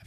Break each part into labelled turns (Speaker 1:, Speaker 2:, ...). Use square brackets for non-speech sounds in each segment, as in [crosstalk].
Speaker 1: hab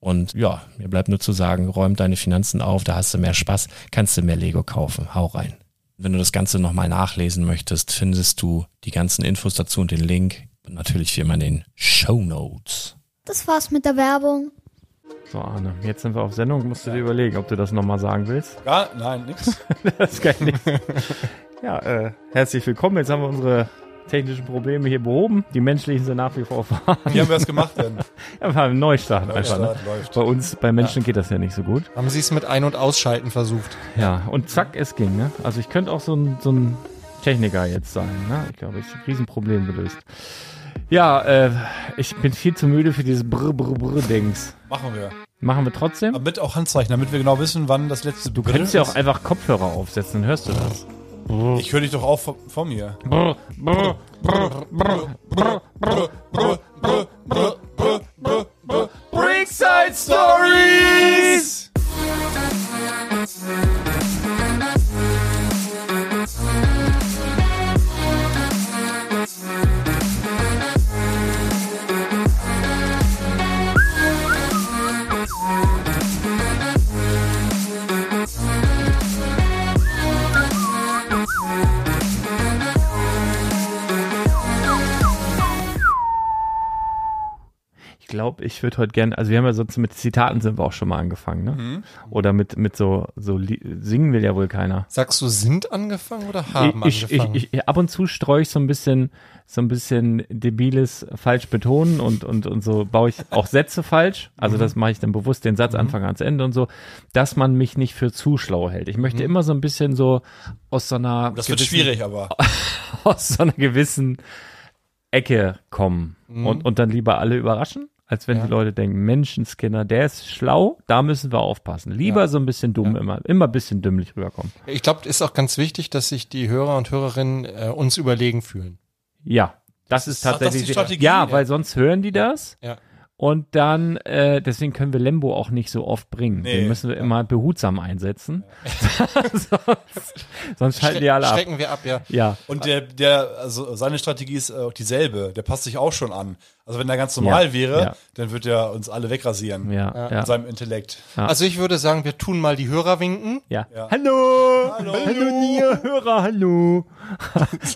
Speaker 1: Und ja, mir bleibt nur zu sagen, räum deine Finanzen auf, da hast du mehr Spaß, kannst du mehr Lego kaufen. Hau rein. Wenn du das Ganze nochmal nachlesen möchtest, findest du die ganzen Infos dazu und den Link. Und natürlich wie immer in den Show Notes.
Speaker 2: Das war's mit der Werbung.
Speaker 3: So, Arne, jetzt sind wir auf Sendung. Musst du dir überlegen, ob du das nochmal sagen willst.
Speaker 4: Ja, nein, nix.
Speaker 3: [laughs] Das ist kein Nix. [laughs] Ja, äh, herzlich willkommen. Jetzt haben wir unsere technischen Probleme hier behoben. Die menschlichen sind nach wie vor vorhanden.
Speaker 4: Wie haben wir das gemacht denn?
Speaker 3: [laughs] Ja, war ein Neustart, einfach. Ne?
Speaker 4: Neustart läuft.
Speaker 3: Bei uns, bei Menschen geht das ja nicht so gut.
Speaker 4: Haben Sie es mit Ein- und Ausschalten versucht?
Speaker 3: Ja, und zack, es ging. Ne? Also ich könnte auch so ein, so ein Techniker jetzt sein. Ne? Ich glaube, ich habe Riesenproblem gelöst. Ja, äh, ich bin viel zu müde für dieses brr brr brr Dings.
Speaker 4: Machen wir.
Speaker 3: Machen wir trotzdem?
Speaker 4: Aber mit auch Handzeichen, damit wir genau wissen, wann das letzte
Speaker 3: Du kannst ja auch einfach Kopfhörer aufsetzen, dann hörst du das.
Speaker 4: Ich höre dich doch auch vor, vor mir.
Speaker 3: Brr, brr, brr, brr, brr, brr.
Speaker 4: Brickside Stories!
Speaker 3: Ich glaube, ich würde heute gerne, also wir haben ja sonst mit Zitaten sind wir auch schon mal angefangen, ne?
Speaker 4: Mhm.
Speaker 3: Oder mit, mit so, so Li- singen will ja wohl keiner.
Speaker 4: Sagst du, sind angefangen oder Ah, haben
Speaker 3: ich, ich,
Speaker 4: angefangen?
Speaker 3: ich, ich, ab und zu streue ich so ein bisschen, so ein bisschen debiles falsch betonen und, und, und so baue ich auch Sätze falsch. Also
Speaker 4: Mhm.
Speaker 3: das mache ich dann bewusst den Satzanfang ans Ende und so, dass man mich nicht für zu schlau hält. Ich möchte immer so ein bisschen so aus so einer,
Speaker 4: Mhm. das wird
Speaker 3: gewissen-
Speaker 4: schwierig, aber.
Speaker 3: [laughs]
Speaker 4: Mhm.
Speaker 3: aus so einer gewissen Ecke kommen und, und dann lieber alle überraschen, als wenn die Leute denken, Menschenskinder, der ist schlau, da müssen wir aufpassen. Lieber so ein bisschen dumm immer, immer ein bisschen dümmlich rüberkommen.
Speaker 5: Ich glaube, ist auch ganz wichtig, dass sich die Hörer und Hörerinnen äh, uns überlegen fühlen.
Speaker 3: Ja, das ist
Speaker 4: Ach, das ist die
Speaker 3: tatsächlich.
Speaker 4: Strategie,
Speaker 3: ja,
Speaker 4: ja.
Speaker 3: weil sonst hören die das.
Speaker 5: Ja.
Speaker 3: Und dann, äh, deswegen können wir Lembo auch nicht so oft bringen.
Speaker 4: Nee.
Speaker 3: Den müssen wir immer behutsam einsetzen. [laughs] sonst, sonst schalten die alle ab.
Speaker 5: Schrecken wir ab, ja.
Speaker 3: Ja.
Speaker 4: Und der, der, also seine Strategie ist äh, auch dieselbe. Der passt sich auch schon an. Also wenn der ganz normal
Speaker 3: Ja,
Speaker 4: wäre,
Speaker 3: ja.
Speaker 4: dann wird er uns alle wegrasieren.
Speaker 3: Ja, ja.
Speaker 4: Mit seinem Intellekt.
Speaker 5: Also ich würde sagen, wir tun mal die Hörer winken.
Speaker 3: Ja.
Speaker 4: Ja.
Speaker 3: Hallo!
Speaker 4: Hallo!
Speaker 3: ihr Hörer,
Speaker 4: [laughs]
Speaker 3: hallo!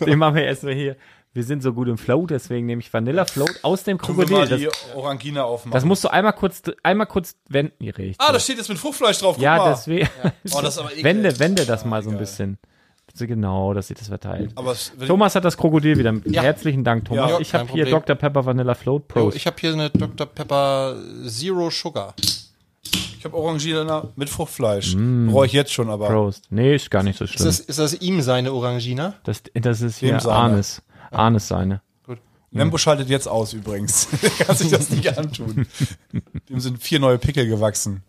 Speaker 3: Den machen wir erstmal hier. Wir sind so gut im Float, deswegen nehme ich Vanilla Float aus dem
Speaker 4: Können wir mal
Speaker 3: Krokodil. Das,
Speaker 4: die Orangina aufmachen.
Speaker 3: das musst du einmal kurz, einmal kurz wenden, richtig.
Speaker 4: ah, da steht jetzt mit Fruchtfleisch drauf. Guck
Speaker 3: ja,
Speaker 4: mal.
Speaker 3: deswegen.
Speaker 4: Oh, das ist aber
Speaker 3: [laughs]
Speaker 4: eklig.
Speaker 3: wende, wende das mal so ein
Speaker 4: egal.
Speaker 3: bisschen. So genau, dass sie das verteilt.
Speaker 4: Aber es- wenn-
Speaker 3: Thomas hat das Krokodil wieder mit.
Speaker 5: Ja.
Speaker 3: Herzlichen Dank, Thomas.
Speaker 4: Ja,
Speaker 3: ich
Speaker 5: kein
Speaker 3: habe hier
Speaker 5: Problem.
Speaker 3: Dr. Pepper Vanilla Float Pro.
Speaker 5: So, ich habe hier eine Dr. Pepper Zero Sugar.
Speaker 4: ich habe Orangina mit Fruchtfleisch.
Speaker 3: Mm.
Speaker 4: Brauche ich jetzt schon, aber.
Speaker 3: Prost. Nee, ist gar nicht so
Speaker 5: Ist
Speaker 3: schlimm.
Speaker 5: das, ist das ihm seine Orangina?
Speaker 3: Das, das ist hier
Speaker 4: Dem Sahne.
Speaker 3: Arnes. Arnes seine.
Speaker 4: Lembo schaltet jetzt aus übrigens. [laughs] der kann sich das nicht
Speaker 3: [laughs]
Speaker 4: antun. Dem sind vier neue Pickel gewachsen.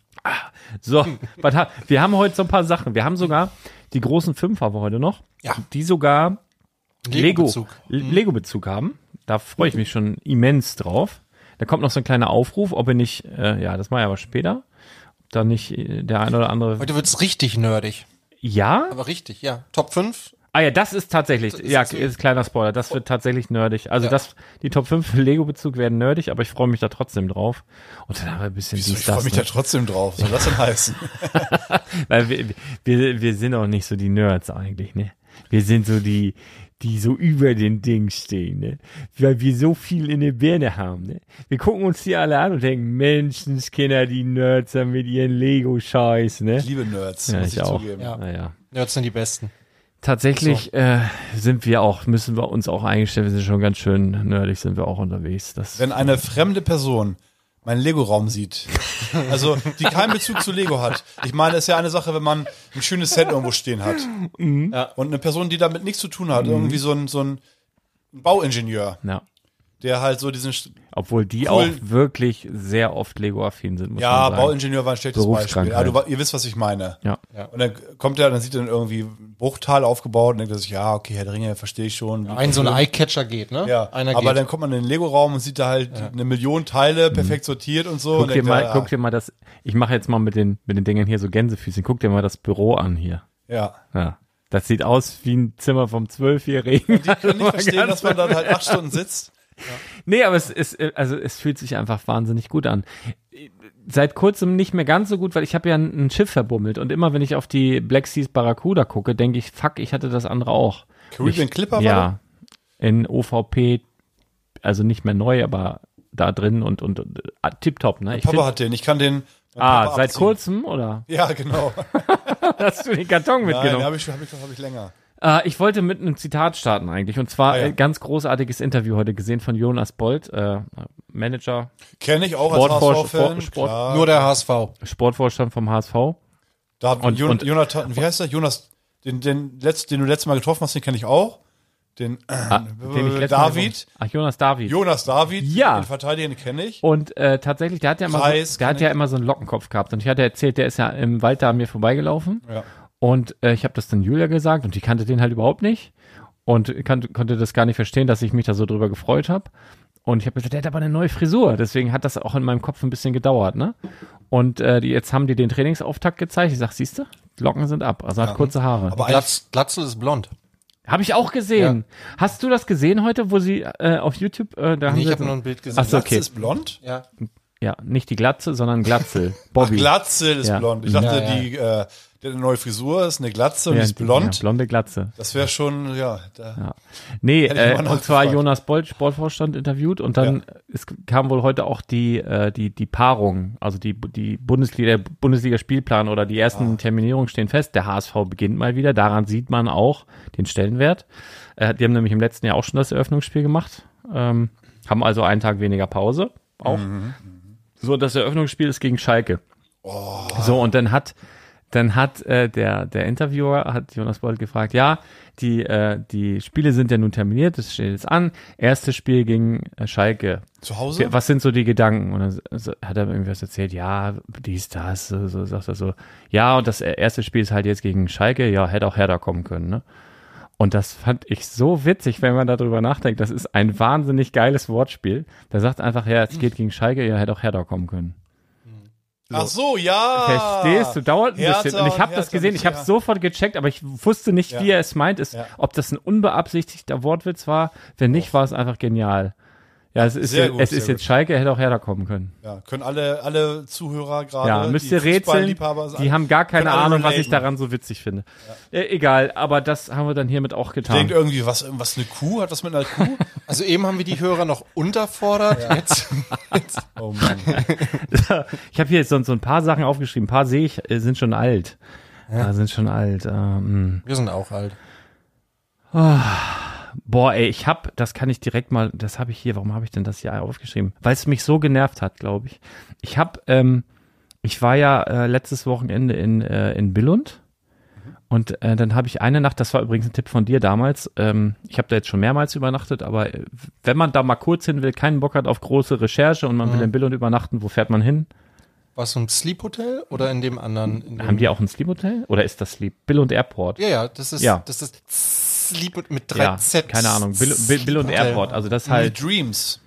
Speaker 3: So, [laughs] was ha wir haben heute so ein paar Sachen. Wir haben sogar die großen fünf haben wir heute noch,
Speaker 5: Ja.
Speaker 3: die sogar Lego-Bezug
Speaker 5: Lego-Bezug.
Speaker 3: Lego -Bezug haben. Da freue ich mich schon immens drauf. Da kommt noch so ein kleiner Aufruf, ob ihr nicht, äh, ja, das mache ich aber später, ob da nicht äh, der ein oder andere.
Speaker 5: Heute wird's richtig nerdig.
Speaker 3: Ja?
Speaker 5: Aber richtig, ja. Top 5?
Speaker 3: Ah ja, das ist tatsächlich, ja,
Speaker 5: ist-
Speaker 3: ist kleiner Spoiler, das wird tatsächlich nerdig. Also
Speaker 5: Ja.
Speaker 3: das, die Top 5 für Lego-Bezug werden nerdig, aber ich freue mich da trotzdem drauf. Und dann haben wir ein bisschen
Speaker 4: Wieso,
Speaker 3: dies,
Speaker 4: ich
Speaker 3: das,
Speaker 4: freue mich
Speaker 3: ne?
Speaker 4: da trotzdem drauf. Was soll das
Speaker 3: [laughs]
Speaker 4: denn heißen?
Speaker 3: Weil wir, wir, wir sind auch nicht so die Nerds eigentlich, ne? Wir sind so die, die so über den Ding stehen, ne? Weil wir so viel in der Birne haben, ne? Wir gucken uns die alle an und denken, Menschenskinder, die Nerds haben mit ihren Lego-Scheiß, ne?
Speaker 4: Ich liebe Nerds,
Speaker 3: Ja,
Speaker 4: muss
Speaker 3: ich
Speaker 4: ich,
Speaker 3: auch.
Speaker 4: zugeben.
Speaker 5: Ja.
Speaker 3: Naja.
Speaker 5: Nerds sind die besten.
Speaker 3: Tatsächlich äh, sind wir auch, müssen wir uns auch eingestellt, wir sind schon ganz schön nerdig, sind wir auch unterwegs. Das
Speaker 4: Wenn eine fremde Person meinen Lego-Raum sieht, also die keinen Bezug zu Lego hat. Ich meine, es ist ja eine Sache, wenn man ein schönes Set irgendwo stehen hat.
Speaker 3: Mhm.
Speaker 4: Ja. Und eine Person, die damit nichts zu tun hat, irgendwie so ein, so ein Bauingenieur,
Speaker 3: ja.
Speaker 4: der halt so diesen. Sch-
Speaker 3: Obwohl die auch
Speaker 4: Cool.
Speaker 3: wirklich sehr oft Lego-affin sind, muss
Speaker 4: Ja,
Speaker 3: man sagen.
Speaker 4: Bauingenieur war ein schlechtes
Speaker 3: Berufskrankheit.
Speaker 4: Beispiel. Aber du, wa- ihr wisst, was ich meine.
Speaker 3: Ja.
Speaker 4: Und dann kommt er, dann sieht er dann irgendwie ein Bruchtal aufgebaut und denkt er sich, ja, okay, Herr der Ringe, verstehe ich schon. Ja,
Speaker 5: Ein so ein Eyecatcher geht, ne? Einer
Speaker 4: aber dann
Speaker 5: geht.
Speaker 4: kommt man in den Lego-Raum und sieht da halt eine Million Teile perfekt sortiert und so. und
Speaker 3: Guck dir,
Speaker 4: denkt, ah,
Speaker 3: mal,
Speaker 4: ja,
Speaker 3: guck dir mal das, ich mache jetzt mal mit den, mit den Dingern hier so Gänsefüßchen, guck dir mal das Büro an hier.
Speaker 4: ja.
Speaker 3: Ja. Das sieht aus wie ein Zimmer vom Zwölfjährigen.
Speaker 4: Ich kann nicht verstehen, dass man dann halt acht [laughs] Stunden sitzt.
Speaker 3: [laughs] Nee, aber es ist, äh, also es fühlt sich einfach wahnsinnig gut an. Äh, Seit kurzem nicht mehr ganz so gut, weil ich habe ja ein, ein Schiff verbummelt und immer wenn ich auf die Black Seas Barracuda gucke, denke ich, fuck, ich hatte das andere auch.
Speaker 4: Caribbean
Speaker 3: ich,
Speaker 4: Clipper war
Speaker 3: Ja. In OVP, also nicht mehr neu, aber da drin und, und, und äh, tipptopp, ne? Ich
Speaker 4: Papa
Speaker 3: find,
Speaker 4: hat den, ich kann den. mein
Speaker 3: ah,
Speaker 4: Papa
Speaker 3: seit
Speaker 4: abziehen.
Speaker 3: kurzem oder [laughs]
Speaker 4: Ja, genau. [laughs]
Speaker 3: hast du den Karton
Speaker 4: Nein,
Speaker 3: mitgenommen?
Speaker 4: habe ich, hab ich, hab ich länger.
Speaker 3: Äh, ich wollte mit einem Zitat starten eigentlich. Und zwar
Speaker 4: Ah, ja.
Speaker 3: äh, ganz großartiges Interview heute gesehen von Jonas Bold, äh, Manager,
Speaker 4: Kenne ich auch
Speaker 3: Sportforsch-
Speaker 4: als HSV-Fan.
Speaker 3: Sport- Sport-
Speaker 4: klar.
Speaker 5: Nur der HSV.
Speaker 3: Sportvorstand vom HSV.
Speaker 4: Da hat
Speaker 3: Und-
Speaker 4: Jon,
Speaker 3: und-
Speaker 4: Jonathan, wie heißt der? Jonas, den, den, letzt, den du letztes Mal getroffen hast, den kenne ich auch. Den, [clears throat]
Speaker 3: Ah,
Speaker 4: äh,
Speaker 3: letztes Mal
Speaker 4: David.
Speaker 3: gewonnen- Ach, Jonas David.
Speaker 4: Jonas David,
Speaker 3: Ja.
Speaker 4: den Verteidiger, den kenne ich.
Speaker 3: und äh, tatsächlich, der hat ja immer,
Speaker 4: Kreis
Speaker 3: so, der
Speaker 4: kann
Speaker 3: hat ja
Speaker 4: ich-
Speaker 3: immer so einen Lockenkopf gehabt. Und ich hatte erzählt, der ist ja im Wald da an mir vorbeigelaufen.
Speaker 4: Ja.
Speaker 3: Und äh, ich habe das dann Julia gesagt und die kannte den halt überhaupt nicht und kannte, konnte das gar nicht verstehen, dass ich mich da so drüber gefreut habe. Und ich habe gesagt, der hat aber eine neue Frisur. Deswegen hat das auch in meinem Kopf ein bisschen gedauert, ne? Und äh, die, jetzt haben die den Trainingsauftakt gezeigt. Ich sag, siehst du, Locken sind ab. Also hat kurze Haare.
Speaker 4: Aber ein,
Speaker 5: Glatz, Glatzel ist blond.
Speaker 3: Habe ich auch gesehen. Hast du das gesehen heute, wo sie äh, auf YouTube? Äh, da haben
Speaker 5: Nee,
Speaker 3: sie
Speaker 5: ich habe
Speaker 3: so-
Speaker 5: nur ein Bild gesehen.
Speaker 3: Ach so, okay.
Speaker 4: Glatzel ist blond.
Speaker 5: Ja.
Speaker 3: Ja, nicht die Glatze, sondern Glatzel. Bobby.
Speaker 4: Glatzel ist
Speaker 3: Ja.
Speaker 4: blond. Ich dachte,
Speaker 5: Ja, ja.
Speaker 4: die, äh, der hat eine neue Frisur ist eine Glatze und
Speaker 3: Ja,
Speaker 4: die ist blond.
Speaker 3: Ja, blonde Glatze.
Speaker 4: Das wäre schon, ja. Da,
Speaker 3: Nee,
Speaker 4: Hätte ich
Speaker 3: äh,
Speaker 4: mal
Speaker 3: und zwar
Speaker 4: nachgefragt.
Speaker 3: Jonas Bold, Sportvorstand, interviewt und dann es kam wohl heute auch die, äh, die, die Paarung, also die, die Bundesliga, Bundesliga-Spielplan oder die
Speaker 4: Ah.
Speaker 3: ersten Terminierungen stehen fest. Der HSV beginnt mal wieder, daran sieht man auch den Stellenwert. Äh, die haben nämlich im letzten Jahr auch schon das Eröffnungsspiel gemacht, ähm, haben also einen Tag weniger Pause
Speaker 4: Mhm, Oh.
Speaker 3: auch. So, das Eröffnungsspiel ist gegen Schalke. So, und dann hat Dann hat äh, der, der Interviewer, hat Jonas Bold gefragt, ja, die, äh, die Spiele sind ja nun terminiert, es steht jetzt an. Erstes Spiel gegen äh, Schalke.
Speaker 4: Zu Hause?
Speaker 3: Was sind so die Gedanken? Und dann so- hat er irgendwas erzählt, ja, dies, das, so, so sagt er so. Ja, und das erste Spiel ist halt jetzt gegen Schalke, ja, hätte auch Hertha kommen können, ne? Und das fand ich so witzig, wenn man darüber nachdenkt. Das ist ein wahnsinnig geiles Wortspiel. Da sagt einfach, ja, es geht gegen Schalke, ja, hätte auch Hertha kommen können.
Speaker 4: Ach so, ja.
Speaker 3: Verstehst du? Dauert ein
Speaker 4: Hertha
Speaker 3: bisschen. Und ich
Speaker 4: und
Speaker 3: habe das
Speaker 4: Hertha
Speaker 3: gesehen,
Speaker 4: nicht,
Speaker 3: ich habe
Speaker 4: ja.
Speaker 3: sofort gecheckt, aber ich wusste nicht,
Speaker 4: Ja.
Speaker 3: wie er es meint. Ist,
Speaker 4: Ja.
Speaker 3: Ob das ein unbeabsichtigter Wortwitz war. Wenn nicht, war es einfach genial. Ja, es ist,
Speaker 4: Sehr
Speaker 3: ja-
Speaker 4: gut,
Speaker 3: es
Speaker 4: sehr
Speaker 3: ist jetzt Schalke, hätte auch Hertha kommen können.
Speaker 4: Ja, können alle, alle Zuhörer gerade.
Speaker 3: Ja, müsst ihr rätseln.
Speaker 4: Fußballliebhaber sagen,
Speaker 3: Die haben gar keine
Speaker 4: können alle
Speaker 3: Ahnung, was ich
Speaker 4: relaten.
Speaker 3: daran so witzig finde. Äh, egal, aber das haben wir dann hiermit auch getan.
Speaker 4: Denkt irgendwie, was, was eine Kuh? Hat das mit einer Kuh?
Speaker 5: Also eben haben wir die Hörer noch unterfordert. Jetzt, jetzt
Speaker 4: Oh Mann.
Speaker 3: [laughs] Ich habe hier jetzt so, so ein paar Sachen aufgeschrieben. Ein paar sehe ich, äh, sind schon alt. Ja. sind schon alt. Ähm,
Speaker 5: wir sind auch alt.
Speaker 3: boah, ey, ich hab, das kann ich direkt mal, das habe ich hier, warum habe ich denn das hier aufgeschrieben? Weil es mich so genervt hat, glaube ich. Ich habe, ähm, ich war ja äh, letztes Wochenende in, äh, in Billund und äh, dann habe ich eine Nacht, das war übrigens ein Tipp von dir damals, ähm, ich habe da jetzt schon mehrmals übernachtet, aber äh, wenn man da mal kurz hin will, keinen Bock hat auf große Recherche und man
Speaker 5: Mhm.
Speaker 3: will in Billund übernachten, wo fährt man hin?
Speaker 5: War es so ein Sleep Hotel oder in dem anderen? In dem,
Speaker 3: Haben die auch ein Sleep Hotel? Oder ist das Sleep? Billund Airport?
Speaker 5: Mhm. Ja, ja, das ist,
Speaker 3: Ja.
Speaker 5: Das ist Sleep mit drei
Speaker 3: Ja,
Speaker 5: Z.
Speaker 3: keine Ahnung. Bill, Bill, Bill und
Speaker 5: Hotel.
Speaker 3: Airport, also das
Speaker 4: Die
Speaker 3: halt.
Speaker 4: Dreams.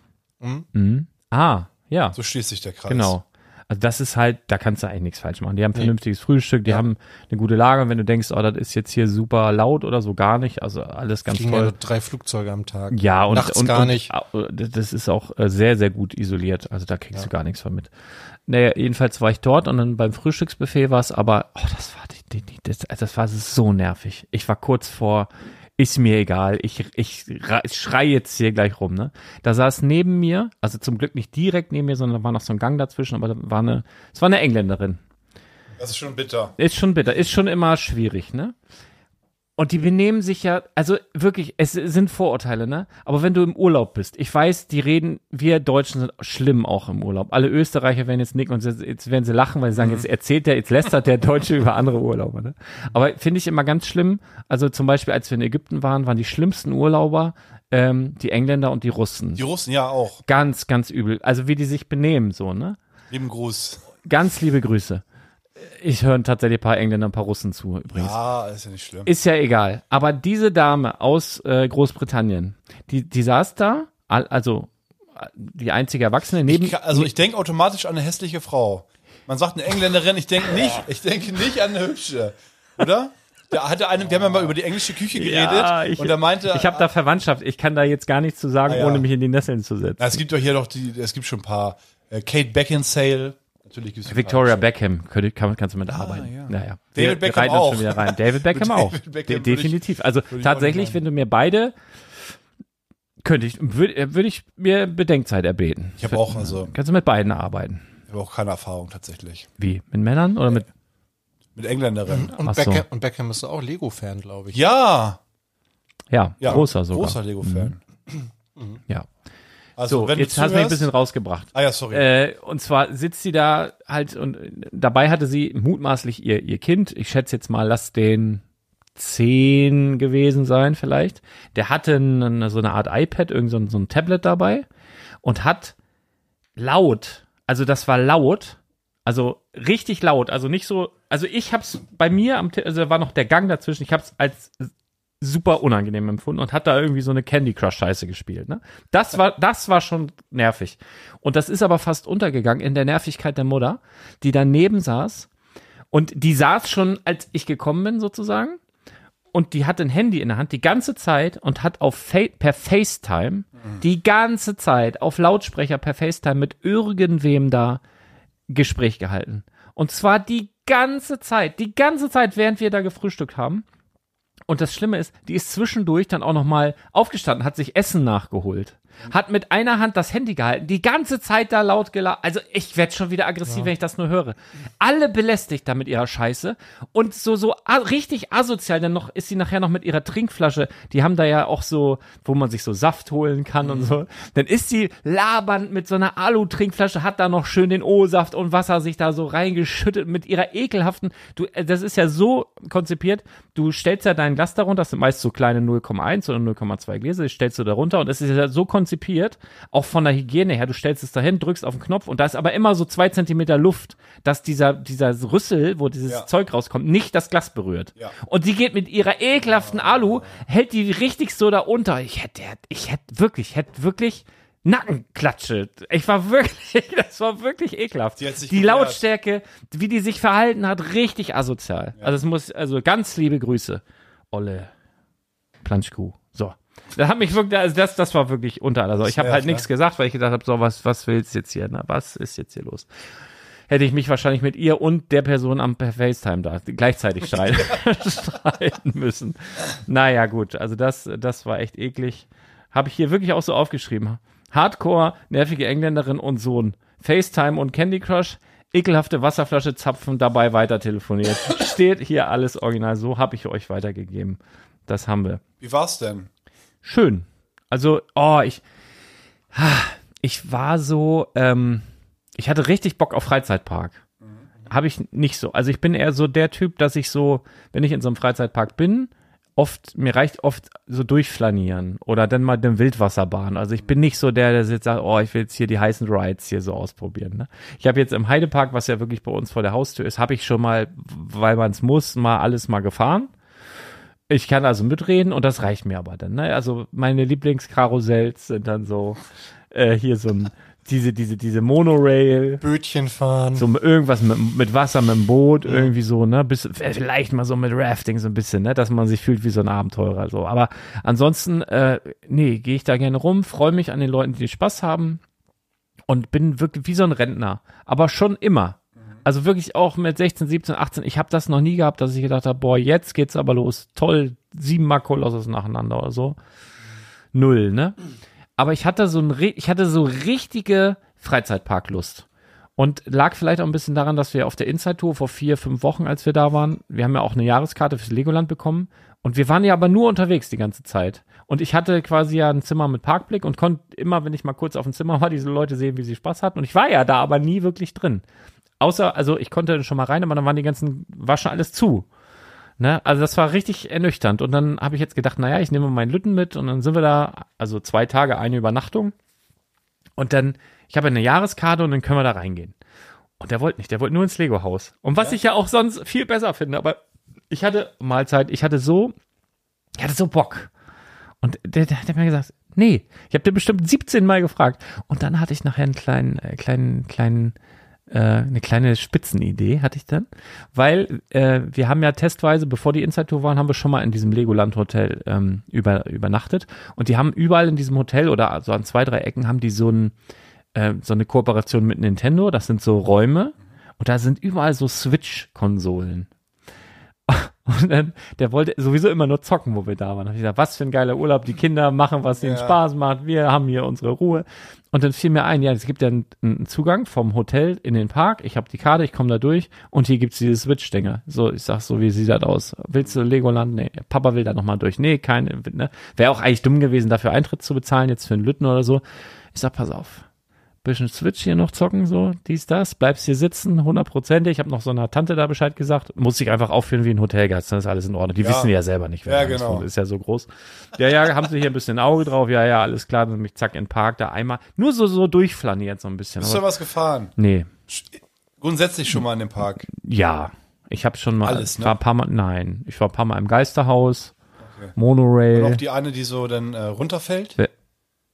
Speaker 3: Ah, ja.
Speaker 4: So schließt sich der Kreis.
Speaker 3: Genau. Also das ist halt, da kannst du eigentlich nichts falsch machen. Die haben vernünftiges Frühstück, die haben eine gute Lage. Und wenn du denkst, oh, das ist jetzt hier super laut oder so, gar nicht. Also alles ganz
Speaker 5: Fliegen ja nur
Speaker 3: toll.
Speaker 5: drei Flugzeuge am Tag.
Speaker 3: Ja, und,
Speaker 5: Nachts
Speaker 3: und,
Speaker 5: gar
Speaker 3: und
Speaker 5: nicht.
Speaker 3: äh, das ist auch äh, sehr, sehr gut isoliert. Also da kriegst du gar nichts von mit. Naja, jedenfalls war ich dort und dann beim Frühstücksbuffet war es, aber oh, das war die, die, die, das, das war so nervig. Ich war kurz vor, ist mir egal, ich, ich ra- ich schrei jetzt hier gleich rum. Ne? Da saß neben mir, also zum Glück nicht direkt neben mir, sondern da war noch so ein Gang dazwischen, aber da war eine, es war eine Engländerin.
Speaker 4: Das ist schon bitter.
Speaker 3: Ist schon bitter, ist schon immer schwierig, ne? Und die benehmen sich ja, also wirklich, es sind Vorurteile, ne? Aber wenn du im Urlaub bist, ich weiß, die reden, wir Deutschen sind schlimm auch im Urlaub. Alle Österreicher werden jetzt nicken und jetzt, jetzt werden sie lachen, weil sie sagen, jetzt erzählt der, jetzt lästert der Deutsche über andere Urlauber, ne? Aber finde ich immer ganz schlimm. Also zum Beispiel, als wir in Ägypten waren, waren die schlimmsten Urlauber ähm, die Engländer und die Russen.
Speaker 4: Die Russen ja auch.
Speaker 3: Ganz, ganz übel. Also wie die sich benehmen, so, ne?
Speaker 4: Lieben Gruß.
Speaker 3: Ganz liebe Grüße. Ich höre tatsächlich ein paar Engländer, ein paar Russen zu übrigens.
Speaker 4: Ah, ist ja nicht schlimm.
Speaker 3: Ist ja egal. Aber diese Dame aus äh, Großbritannien, die, die saß da, al- also äh, die einzige Erwachsene neben.
Speaker 4: Ich, ka- also ich denke automatisch an eine hässliche Frau. Man sagt eine Engländerin, ich denke nicht, ich denke nicht an eine hübsche, oder? Da hatte eine, wir haben ja mal über die englische Küche geredet
Speaker 3: Ja, ich,
Speaker 4: und da meinte,
Speaker 3: ich habe da Verwandtschaft. Ich kann da jetzt gar nichts zu sagen,
Speaker 4: Ah, ja.
Speaker 3: ohne mich in die Nesseln zu setzen.
Speaker 4: na, es gibt doch hier doch die, es gibt schon ein paar äh, Kate Beckinsale, natürlich gibt's ein
Speaker 3: Victoria
Speaker 4: paar.
Speaker 3: Beckham, könnte, kann, kannst du mit arbeiten.
Speaker 4: Ah, ja.
Speaker 3: Naja.
Speaker 4: David Beckham
Speaker 3: reiten uns
Speaker 4: auch.
Speaker 3: Schon wieder rein. David Beckham
Speaker 4: [laughs] David
Speaker 3: auch.
Speaker 4: Beckham
Speaker 3: De
Speaker 4: würde ich-
Speaker 3: definitiv. Also
Speaker 4: ich auch
Speaker 3: tatsächlich,
Speaker 4: nicht
Speaker 3: wenn du mir beide, könnte ich, würde würd ich mir Bedenkzeit erbeten.
Speaker 4: Ich habe auch also,
Speaker 3: Kannst du mit beiden arbeiten?
Speaker 4: ich habe auch keine Erfahrung tatsächlich
Speaker 3: Wie? Mit Männern oder mit
Speaker 4: mit Engländerinnen.
Speaker 5: Und
Speaker 3: Ach so.
Speaker 5: Beckham, und Beckham ist auch Lego-Fan, glaube ich.
Speaker 4: Ja,
Speaker 3: Ja,
Speaker 4: ja,
Speaker 3: großer sogar. Mhm.
Speaker 4: großer Lego Fan.
Speaker 3: Ja.
Speaker 4: Also
Speaker 3: So,
Speaker 4: wenn
Speaker 3: jetzt
Speaker 4: du
Speaker 3: hast
Speaker 4: hast
Speaker 3: du mich ein bisschen rausgebracht.
Speaker 4: Ah ja, sorry.
Speaker 3: Äh, und zwar sitzt sie da halt und äh, dabei hatte sie mutmaßlich ihr, ihr Kind. Ich schätze jetzt mal, lass den zehn gewesen sein vielleicht. Der hatte eine, so eine Art iPad, irgend so ein, so ein Tablet dabei und hat laut, also das war laut, also richtig laut, also nicht so, also ich hab's bei mir am, Te- also da war noch der Gang dazwischen, ich hab's als super unangenehm empfunden und hat da irgendwie so eine Candy Crush Scheiße gespielt, ne? Das war das war schon nervig. Und das ist aber fast untergegangen in der Nervigkeit der Mutter, die daneben saß und die saß schon als ich gekommen bin sozusagen und die hat ein Handy in der Hand die ganze Zeit und hat auf Fa per FaceTime die ganze Zeit auf Lautsprecher per FaceTime mit irgendwem da Gespräch gehalten. Und zwar die ganze Zeit, die ganze Zeit, während wir da gefrühstückt haben. Und das Schlimme ist, die ist zwischendurch dann auch noch mal aufgestanden, hat sich Essen nachgeholt. hat mit einer Hand das Handy gehalten, die ganze Zeit da laut geladen. Also ich werde schon wieder aggressiv, wenn ich das nur höre. Alle belästigt da mit ihrer Scheiße und so so a richtig asozial, denn noch ist sie nachher noch mit ihrer Trinkflasche, die haben da ja auch so, wo man sich so Saft holen kann und so. Dann ist sie labernd mit so einer Alu-Trinkflasche, hat da noch schön den O-Saft und Wasser sich da so reingeschüttet mit ihrer ekelhaften, du, äh, das ist ja so konzipiert, du stellst ja dein Glas darunter, das sind meist so kleine 0,1 oder 0,2 Gläser, die stellst du darunter und es ist ja so konzipiert, auch von der Hygiene her, du stellst es dahin, drückst auf den Knopf und da ist aber immer so zwei Zentimeter Luft, dass dieser, dieser Rüssel, wo dieses
Speaker 4: Ja.
Speaker 3: Zeug rauskommt, nicht das Glas berührt.
Speaker 4: Ja.
Speaker 3: Und die geht mit ihrer ekelhaften Alu, hält die richtig so da unter. Ich hätte, ich hätte wirklich, ich hätte wirklich Nackenklatsche. Ich war wirklich, [laughs] das war wirklich ekelhaft.
Speaker 4: Die hat sich
Speaker 3: die
Speaker 4: gewehrt.
Speaker 3: Lautstärke, wie die sich verhalten hat, richtig asozial. Also es muss, also ganz liebe Grüße. Olle Planschkuh. So. Da hat mich wirklich, also das, das war wirklich unter aller Sau. Ich habe
Speaker 4: nervt,
Speaker 3: halt nichts gesagt, weil ich gedacht habe, so, was, was willst jetzt hier? Na, was ist jetzt hier los? Hätte ich mich wahrscheinlich mit ihr und der Person am per FaceTime da gleichzeitig streiten, [laughs] streiten müssen. Naja, gut, also das, das war echt eklig. Habe ich hier wirklich auch so aufgeschrieben. Hardcore, nervige Engländerin und Sohn. FaceTime und Candy Crush, ekelhafte Wasserflasche zapfen, dabei weiter telefoniert. Steht hier alles original. So habe ich euch weitergegeben. Das haben wir
Speaker 4: Wie war's denn?
Speaker 3: schön. Also, oh, ich, ah, ich war so, ähm, ich hatte richtig Bock auf Freizeitpark. Habe ich nicht so. Also ich bin eher so der Typ, dass ich so, wenn ich in so einem Freizeitpark bin, oft, mir reicht oft so durchflanieren oder dann mal den Wildwasserbahn. Also ich bin nicht so der, der jetzt sagt, oh, ich will jetzt hier die heißen Rides hier so ausprobieren. Ne? Ich habe jetzt im Heidepark, was ja wirklich bei uns vor der Haustür ist, habe ich schon mal, weil man es muss, mal alles mal gefahren. Ich kann also mitreden und das reicht mir aber dann. Ne? Also meine Lieblingskarussells sind dann so äh, hier so ein, diese, diese, diese Monorail.
Speaker 5: Bötchen fahren.
Speaker 3: So mit irgendwas mit, mit Wasser, mit dem Boot, irgendwie so, ne? Bis, vielleicht mal so mit Rafting so ein bisschen, ne? Dass man sich fühlt wie so ein Abenteurer. So. Aber ansonsten, äh, nee, gehe ich da gerne rum, freue mich an den Leuten, die Spaß haben und bin wirklich wie so ein Rentner. Aber schon immer. Also wirklich auch mit 16, 17, 18. Ich habe das noch nie gehabt, dass ich gedacht habe, boah, jetzt geht's aber los. Toll, siebenmal Kolossus nacheinander oder so. Null, ne? Aber ich hatte so ein, ri- ich hatte so richtige Freizeitparklust. Und lag vielleicht auch ein bisschen daran, dass wir auf der Inside-Tour vor vier, fünf Wochen, als wir da waren, wir haben ja auch eine Jahreskarte fürs Legoland bekommen. Und wir waren ja aber nur unterwegs die ganze Zeit. Und ich hatte quasi ja ein Zimmer mit Parkblick und konnte immer, wenn ich mal kurz auf dem Zimmer war, [laughs] diese Leute sehen, wie sie Spaß hatten. Und ich war ja da aber nie wirklich drin. Außer, also ich konnte schon mal rein, aber dann waren die ganzen, war schon alles zu. Ne? Also das war richtig ernüchternd. Und dann habe ich jetzt gedacht, naja, ich nehme meinen Lütten mit und dann sind wir da, also zwei Tage, eine Übernachtung. Und dann, ich habe eine Jahreskarte und dann können wir da reingehen. Und der wollte nicht, der wollte nur ins Lego-Haus. Und was ich ja auch sonst viel besser finde, aber ich hatte Mahlzeit, ich hatte so, ich hatte so Bock. Und der, der, der hat mir gesagt, nee, ich habe dir bestimmt 17 Mal gefragt. Und dann hatte ich nachher einen kleinen, äh, kleinen, kleinen, äh, eine kleine Spitzenidee hatte ich dann, weil äh, wir haben ja testweise, bevor die Inside Tour waren, haben wir schon mal in diesem Legoland Hotel ähm, über, übernachtet und die haben überall in diesem Hotel oder so an zwei, drei Ecken haben die so ein, äh, so eine Kooperation mit Nintendo, das sind so Räume und da sind überall so Switch-Konsolen. [laughs] Und dann, der wollte sowieso immer nur zocken, wo wir da waren. Da hab ich gesagt, was für ein geiler Urlaub, die Kinder machen, was ihnen
Speaker 4: Ja.
Speaker 3: Spaß macht, wir haben hier unsere Ruhe. Und dann fiel mir ein, ja, es gibt ja einen, einen Zugang vom Hotel in den Park, ich habe die Karte, ich komme da durch und hier gibt's diese Switch-Dinger. So, ich sag so, wie sieht das aus? Willst du Legoland? Nee, Papa will da nochmal durch. Nee, keine, ne? Wäre auch eigentlich dumm gewesen, dafür Eintritt zu bezahlen, jetzt für einen Lütten oder so. Ich sag, pass auf, bisschen Switch hier noch zocken, so, dies, das, bleibst hier sitzen, hundertprozentig. Ich habe noch so einer Tante da Bescheid gesagt. Muss ich einfach aufführen wie ein Hotelgast, dann ist alles in Ordnung. Die
Speaker 4: Ja.
Speaker 3: wissen ja selber nicht,
Speaker 4: Ja,
Speaker 3: da ist.
Speaker 4: genau.
Speaker 3: Ist ja so groß. Ja, ja, haben sie hier ein bisschen Auge drauf. Ja, ja, alles klar. Dann mich zack in den Park, da einmal. Nur so, so durchflaniert so ein bisschen.
Speaker 4: Bist du
Speaker 3: Aber,
Speaker 4: was gefahren?
Speaker 3: nee,
Speaker 4: Grundsätzlich schon mal in dem Park.
Speaker 3: ja. Ich habe schon mal,
Speaker 4: Alles,
Speaker 3: ich
Speaker 4: ne?
Speaker 3: war ein paar Mal, nein, ich war ein paar Mal im Geisterhaus,
Speaker 4: Und auch
Speaker 3: Monorail.
Speaker 4: die eine, die so dann äh, runterfällt,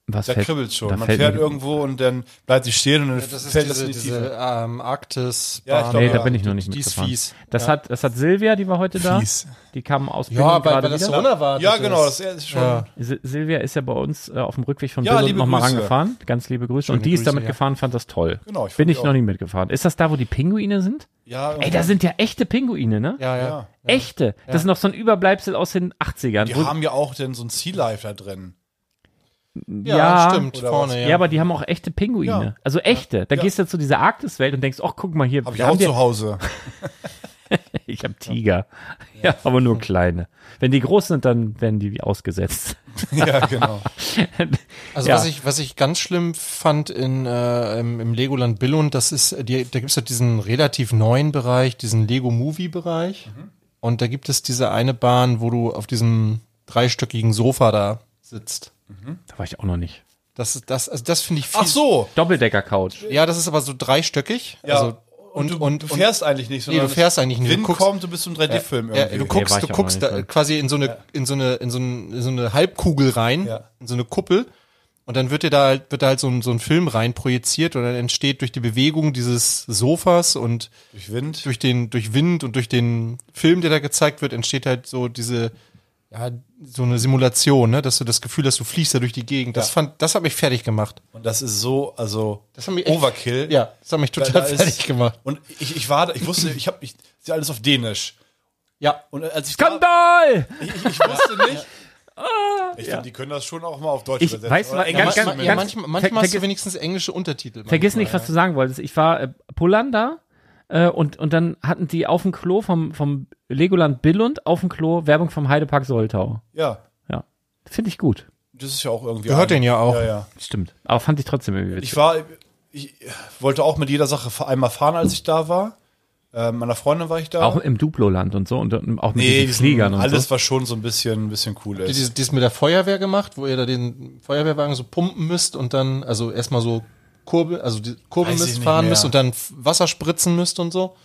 Speaker 3: Was
Speaker 4: da kribbelt schon.
Speaker 3: da
Speaker 4: Man
Speaker 3: fällt
Speaker 4: fährt
Speaker 3: mir-
Speaker 4: irgendwo und dann bleibt sie stehen und dann
Speaker 5: Das ist
Speaker 4: fällt
Speaker 5: diese,
Speaker 4: das in die Tiefe.
Speaker 5: diese ähm, Arktis.
Speaker 4: Ja, ich glaub,
Speaker 3: Nee,
Speaker 4: ja.
Speaker 3: da bin ich noch
Speaker 5: Die-
Speaker 3: nicht
Speaker 5: die ist
Speaker 3: mitgefahren.
Speaker 5: fies.
Speaker 3: Das hat, das hat Silvia, die war heute da.
Speaker 4: Fies.
Speaker 3: Die kam aus Bingen
Speaker 5: Ja, weil,
Speaker 3: gerade
Speaker 5: weil das
Speaker 3: wieder.
Speaker 5: so unerwartet
Speaker 4: Ja, genau,
Speaker 5: ist.
Speaker 4: das ist schon.
Speaker 5: Ja.
Speaker 3: Sil- Silvia ist ja bei uns äh, auf dem Rückweg von
Speaker 4: Ja,
Speaker 3: ja, Billund
Speaker 4: liebe
Speaker 3: nochmal
Speaker 4: Grüße.
Speaker 3: rangefahren. Ganz liebe Grüße. und die ist
Speaker 5: Grüße,
Speaker 3: damit
Speaker 5: ja.
Speaker 3: gefahren, fand das toll.
Speaker 4: Genau, ich
Speaker 3: Bin
Speaker 4: fand
Speaker 3: ich
Speaker 4: die
Speaker 3: noch
Speaker 4: auch.
Speaker 3: nie mitgefahren. Ist das da, wo die Pinguine sind?
Speaker 4: Ja,
Speaker 3: Ey, da sind ja echte Pinguine, ne?
Speaker 5: Ja, ja.
Speaker 4: Ja.
Speaker 3: Echte. Das ist noch so ein Überbleibsel aus den 80ern.
Speaker 4: die
Speaker 3: wo-
Speaker 4: haben ja auch dann so ein Sea Life da drin.
Speaker 3: Ja,
Speaker 5: stimmt,
Speaker 4: Oder
Speaker 5: vorne,
Speaker 3: Ja.
Speaker 5: ja.
Speaker 3: aber die haben auch echte Pinguine.
Speaker 4: Ja.
Speaker 3: Also echte. Da
Speaker 4: Ja.
Speaker 3: gehst du zu dieser Arktiswelt und denkst, ach, guck mal hier.
Speaker 4: Habe ich
Speaker 3: wir
Speaker 4: auch
Speaker 3: haben [laughs] die-
Speaker 4: zu
Speaker 5: [laughs]
Speaker 4: Hause.
Speaker 3: Ich habe Tiger. Ja. aber nur kleine. Wenn die groß sind, dann werden die ausgesetzt. [laughs]
Speaker 4: ja, genau.
Speaker 5: Also
Speaker 3: Ja.
Speaker 5: was, ich, was ich ganz schlimm fand in, äh, im, im Legoland Billund, das ist, äh, die, da gibt es halt diesen relativ neuen Bereich, diesen Lego-Movie-Bereich.
Speaker 4: Mhm.
Speaker 5: Und da gibt es diese eine Bahn, wo du auf diesem dreistöckigen Sofa da sitzt.
Speaker 3: Da war ich auch noch nicht.
Speaker 5: Das, ist- das, also das finde ich viel.
Speaker 4: Ach so.
Speaker 3: Doppeldecker-Couch.
Speaker 5: Ja, das ist aber so dreistöckig.
Speaker 4: Ja.
Speaker 5: Also, und,
Speaker 4: du,
Speaker 5: und,
Speaker 4: du
Speaker 5: und-
Speaker 4: fährst eigentlich nicht,
Speaker 5: Nee, du fährst eigentlich nicht. Du
Speaker 4: Wind
Speaker 5: guckst-
Speaker 4: kommt, du bist im 3D-Film
Speaker 5: Ja,
Speaker 4: irgendwie.
Speaker 5: du guckst,
Speaker 3: war ich
Speaker 5: du
Speaker 3: aber
Speaker 5: guckst
Speaker 3: nicht
Speaker 5: da
Speaker 3: dran.
Speaker 5: quasi in so eine, in so eine, in so, ein, in so eine Halbkugel rein,
Speaker 4: Ja.
Speaker 5: in so eine Kuppel. Und dann wird dir da halt, wird da halt so ein, so ein Film rein projiziert und dann entsteht durch die Bewegung dieses Sofas und
Speaker 4: Durch Wind.
Speaker 5: durch den, durch Wind und durch den Film, der da gezeigt wird, entsteht halt so diese, ja, so eine Simulation, ne, dass du das Gefühl hast, du fliegst da durch die Gegend. Das
Speaker 4: Ja.
Speaker 5: fand, das hat mich fertig gemacht.
Speaker 4: Und das ist so, also
Speaker 5: Das hat mich echt-
Speaker 4: Overkill.
Speaker 5: Ja, das hat mich
Speaker 4: Weil
Speaker 5: total
Speaker 4: da ist-
Speaker 5: fertig gemacht.
Speaker 4: Und ich, ich war, da- ich wusste, ich habe, ich ist ja alles auf Dänisch.
Speaker 5: Ja.
Speaker 4: Und als ich da,
Speaker 3: Skandal!
Speaker 4: ich, ich wusste nicht. Ich finde, die können das schon auch mal auf Deutsch
Speaker 3: Ich
Speaker 4: übersetzen.
Speaker 3: weiß,
Speaker 4: oder?
Speaker 3: was-
Speaker 5: Ja,
Speaker 3: Ganz-
Speaker 5: manchmal,
Speaker 3: ganz-
Speaker 5: ja,
Speaker 3: ganz-
Speaker 5: manchmal, manchmal hast
Speaker 3: vergiss-
Speaker 5: du wenigstens englische Untertitel.
Speaker 3: Vergiss
Speaker 5: manchmal,
Speaker 3: nicht, was du sagen wolltest. Ich war äh, Polan da äh, und, und dann hatten die auf dem Klo vom, vom Legoland Billund auf dem Klo Werbung vom Heidepark Soltau.
Speaker 4: ja,
Speaker 3: Ja. Finde ich gut.
Speaker 4: das ist ja auch irgendwie.
Speaker 5: Gehört
Speaker 4: ein-
Speaker 5: denen ja auch.
Speaker 4: Ja, ja.
Speaker 3: Stimmt. Aber fand ich trotzdem irgendwie witzig.
Speaker 4: Ich war, ich wollte auch mit jeder Sache fa- einmal fahren, als ich da war. Äh, meiner Freundin war ich da.
Speaker 3: auch im Duploland und so und, und auch mit
Speaker 4: nee,
Speaker 3: diesen Fliegern und
Speaker 4: alles,
Speaker 3: so.
Speaker 4: was schon so ein bisschen, ein bisschen cool
Speaker 5: Habt ihr
Speaker 4: ist.
Speaker 5: dieses, dieses mit der Feuerwehr gemacht, wo ihr da den Feuerwehrwagen so pumpen müsst und dann, also erstmal so Kurbel, also die Kurbel
Speaker 4: Weiß ich
Speaker 5: müsst
Speaker 4: nicht
Speaker 5: fahren
Speaker 4: mehr.
Speaker 5: müsst und dann F- Wasser spritzen müsst und so?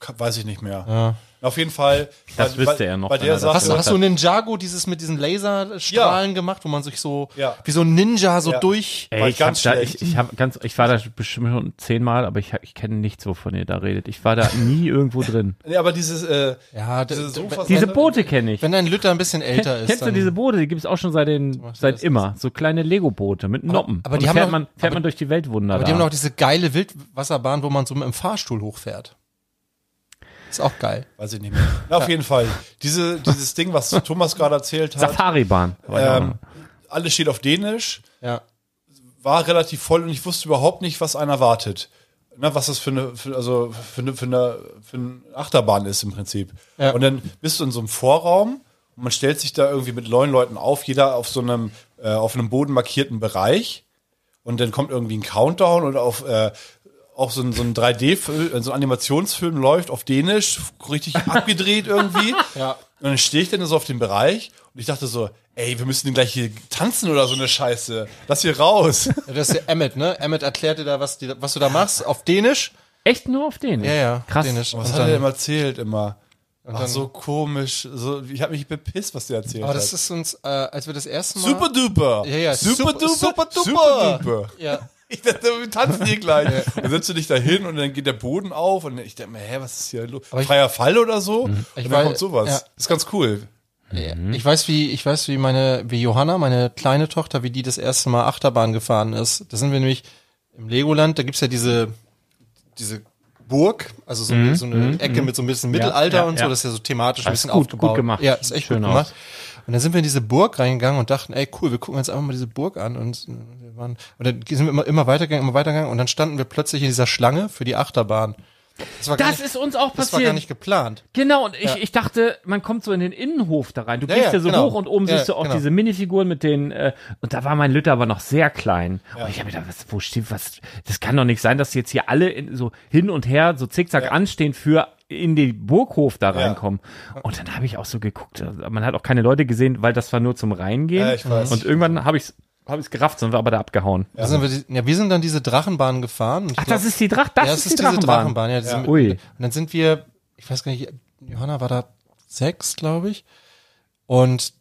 Speaker 4: Ka- Weiß ich nicht mehr. Auf jeden Fall.
Speaker 3: Das
Speaker 4: bei,
Speaker 3: wüsste
Speaker 4: bei-
Speaker 3: er noch,
Speaker 4: Bei
Speaker 3: wenn
Speaker 4: der
Speaker 3: er das
Speaker 4: Sache.
Speaker 5: Hast,
Speaker 3: gemacht
Speaker 5: du- hast du Ninjago dieses mit diesen Laserstrahlen gemacht, wo man sich so,
Speaker 4: Ja.
Speaker 5: wie so ein Ninja so
Speaker 4: Ja.
Speaker 5: durch,
Speaker 3: Ey,
Speaker 4: War
Speaker 3: ich,
Speaker 4: ganz
Speaker 3: hab da, ich,
Speaker 4: schlecht.
Speaker 3: ich, hab ganz, ich war da bestimmt schon zehnmal, aber ich, hab- ich kenne nichts, wovon ihr da redet. Ich war da
Speaker 5: [laughs]
Speaker 3: nie irgendwo drin.
Speaker 4: Nee, aber dieses, äh,
Speaker 5: ja, d-
Speaker 4: diese
Speaker 5: d-
Speaker 4: Sofas-
Speaker 3: Diese
Speaker 4: Wenn-
Speaker 3: Boote kenne ich.
Speaker 5: wenn dein Lütter ein bisschen älter ist.
Speaker 3: Kennst du
Speaker 5: dann-
Speaker 3: diese Boote? Die gibt es auch schon seit, den,
Speaker 5: machst du
Speaker 3: seit
Speaker 5: das
Speaker 3: immer. So kleine Lego-Boote mit Noppen.
Speaker 5: aber die
Speaker 3: Und
Speaker 5: haben
Speaker 3: fährt
Speaker 5: doch-
Speaker 3: man, fährt
Speaker 5: aber-
Speaker 3: man durch die Weltwunder
Speaker 5: aber
Speaker 3: da.
Speaker 5: die haben doch diese geile Wildwasserbahn, wo man so mit dem Fahrstuhl hochfährt. Ist auch geil.
Speaker 4: Weiß ich nicht mehr. Na, auf jeden Fall. Diese, dieses Ding, was Thomas gerade erzählt hat,
Speaker 3: Safaribahn. Aber ja,
Speaker 4: ähm, alles steht auf Dänisch,
Speaker 5: Ja.
Speaker 4: war relativ voll und ich wusste überhaupt nicht, was einer wartet. Na, was das für eine, für, also für eine, für eine, für eine Achterbahn ist im Prinzip.
Speaker 5: Ja.
Speaker 4: Und dann bist du in so einem Vorraum und man stellt sich da irgendwie mit neun Leuten auf, jeder auf so einem, äh, auf einem Boden markierten Bereich. Und dann kommt irgendwie ein Countdown oder auf, äh, auch so ein, so ein 3D-Film, so ein Animationsfilm läuft auf Dänisch, richtig [laughs] abgedreht irgendwie.
Speaker 5: Ja.
Speaker 4: Und dann stehe ich dann so auf dem Bereich und ich dachte so, ey, wir müssen gleich hier tanzen oder so eine Scheiße. Lass hier
Speaker 5: [laughs]
Speaker 4: raus.
Speaker 5: Ja, Das ist der Emmet, ne? Emmet erklärt dir da, was, die, was du da machst, auf Dänisch.
Speaker 3: Echt nur auf denen?
Speaker 5: Ja, ja.
Speaker 3: Krass.
Speaker 5: Dänisch.
Speaker 4: Was
Speaker 5: Und
Speaker 4: hat
Speaker 5: dann-
Speaker 4: er denn erzählt immer? Ach,
Speaker 5: dann-
Speaker 4: so komisch. So, ich habe mich bepisst, was der erzählt
Speaker 5: Aber
Speaker 4: hat.
Speaker 5: das ist uns, äh, als wir das erste Mal.
Speaker 4: super duper.
Speaker 5: Ja, ja,
Speaker 4: Super
Speaker 5: sup-
Speaker 4: duper.
Speaker 5: super duper.
Speaker 4: Super duper. [laughs]
Speaker 5: Ja.
Speaker 4: Ich dachte, wir tanzen hier gleich. Dann setzt du dich da hin und dann geht der Boden auf und ich denke mir, hä, was ist hier los?
Speaker 5: Aber ich- Mhm.
Speaker 4: Freier Fall oder so? Und
Speaker 5: Ich
Speaker 4: dann
Speaker 5: weiß-
Speaker 4: kommt sowas.
Speaker 5: ja.
Speaker 4: Das ist ganz cool.
Speaker 5: Ich weiß, wie, ich weiß, wie meine, wie Johanna, meine kleine Tochter, wie die das erste Mal Achterbahn gefahren ist. Da sind wir nämlich im Legoland, da gibt's ja diese, diese Burg, also so, eine- so eine Ecke mit so ein bisschen Mittelalter
Speaker 3: Mhm. ja,
Speaker 5: und so,
Speaker 3: ja.
Speaker 5: das ist ja so thematisch ein
Speaker 3: Das ist
Speaker 5: bisschen
Speaker 3: gut- gut
Speaker 5: aufgebaut.
Speaker 3: gemacht.
Speaker 5: Ja, ist echt
Speaker 3: Schön
Speaker 5: gut
Speaker 3: aus.
Speaker 5: gemacht. Und dann sind wir in diese Burg reingegangen und dachten, ey, cool, wir gucken uns einfach mal diese Burg an und wir waren, und dann sind wir immer, immer weitergegangen, immer weitergegangen und dann standen wir plötzlich in dieser Schlange für die Achterbahn. Das war gar
Speaker 3: Das
Speaker 5: nicht,
Speaker 3: ist uns auch
Speaker 5: das war gar
Speaker 3: passiert.
Speaker 5: nicht geplant.
Speaker 3: Genau, und ich, ich dachte, man kommt so in den Innenhof da rein. Du
Speaker 5: Ja,
Speaker 3: gehst ja,
Speaker 5: ja,
Speaker 3: so
Speaker 5: genau.
Speaker 3: hoch und oben
Speaker 5: Ja,
Speaker 3: siehst du auch
Speaker 5: genau.
Speaker 3: diese Minifiguren mit den, äh, und da war mein Lütter aber noch sehr klein. Und ich habe mir gedacht, was, wo steht, was, das kann doch nicht sein, dass die jetzt hier alle in, so hin und her so zickzack anstehen für in den Burghof da reinkommen. Und dann habe ich auch so geguckt, äh, man hat auch keine Leute gesehen, weil das war nur zum Reingehen.
Speaker 5: Äh, Mhm.
Speaker 4: Ja, ich weiß.
Speaker 3: Und irgendwann habe ich es hab ich's gerafft, sind wir aber da abgehauen.
Speaker 5: Da Also sind wir, die- ja, wir sind dann diese Drachenbahn gefahren. und ich
Speaker 3: Ach, das
Speaker 5: glaub-
Speaker 3: ist die Dracht, das
Speaker 5: ja,
Speaker 3: ist, die Drachenbahn.
Speaker 5: ja, diese mit-
Speaker 3: Ui.
Speaker 5: Und dann sind wir, ich weiß gar nicht, Johanna war da sechs, glaube ich. Und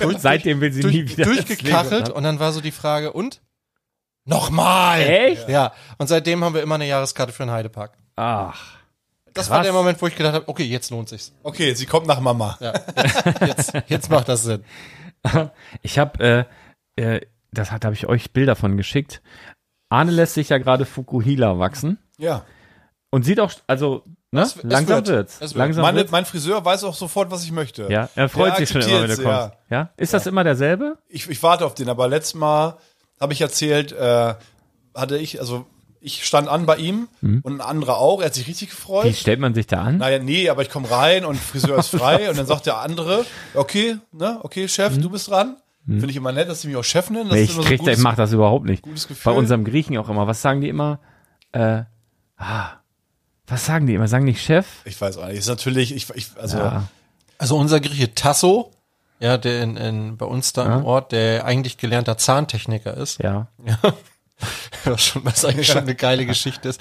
Speaker 5: durch,
Speaker 3: Seitdem will sie [laughs] nie
Speaker 5: durch,
Speaker 3: wieder
Speaker 5: durchgekachelt
Speaker 3: das ne? Lego-
Speaker 5: und dann war so die Frage, und? Nochmal!
Speaker 3: Echt?
Speaker 5: Ja. Und seitdem haben wir immer eine Jahreskarte für den Heidepark.
Speaker 3: Ach.
Speaker 5: Das war
Speaker 3: Krass.
Speaker 5: der Moment, wo ich gedacht habe, okay, jetzt lohnt sich's.
Speaker 4: Okay, sie kommt nach Mama.
Speaker 5: Ja,
Speaker 3: [laughs]
Speaker 5: jetzt, jetzt macht das Sinn.
Speaker 3: Ich habe, äh, äh, das hat, habe ich euch Bilder von geschickt. Arne lässt sich ja gerade Fukuhila wachsen
Speaker 4: Ja.
Speaker 3: Und sieht auch, also, ne?
Speaker 4: Es- es
Speaker 3: langsam
Speaker 4: wird.
Speaker 3: wird's.
Speaker 5: Es wird.
Speaker 3: Langsam
Speaker 4: Meine,
Speaker 3: wird's.
Speaker 4: mein Friseur weiß auch sofort, was ich möchte.
Speaker 3: Ja, er freut
Speaker 4: Der
Speaker 3: sich schon immer, wenn du
Speaker 4: akzeptiert's,
Speaker 3: kommst. Ja. Ist das immer derselbe?
Speaker 4: ich, ich warte auf den, aber letztes Mal habe ich erzählt, äh, hatte ich, also ich stand an bei ihm
Speaker 3: Mhm.
Speaker 4: und ein anderer auch, er hat sich richtig gefreut.
Speaker 3: Wie stellt man sich da an?
Speaker 4: naja, nee, aber ich komme rein und Friseur ist frei und dann sagt der andere, okay, ne, okay, Chef,
Speaker 3: Mhm.
Speaker 4: du bist dran. Finde ich immer nett, dass sie mich auch Chef nennen. Das
Speaker 3: Nee,
Speaker 4: ist
Speaker 3: ich,
Speaker 4: immer so ein
Speaker 3: krieg, da- ich
Speaker 4: gutes-
Speaker 3: mach das überhaupt nicht.
Speaker 4: gutes Gefühl.
Speaker 3: Bei unserem Griechen auch immer. Was sagen die immer? Äh, ah, was sagen die immer? Sagen nicht Chef?
Speaker 4: Ich weiß auch nicht. Ist natürlich, ich, ich also
Speaker 3: Ja.
Speaker 5: Also unser Grieche Tasso, ja, der in, in, bei uns da im Ort, der eigentlich gelernter Zahntechniker ist,
Speaker 3: Ja.
Speaker 5: was, schon, was eigentlich schon eine geile Geschichte ist.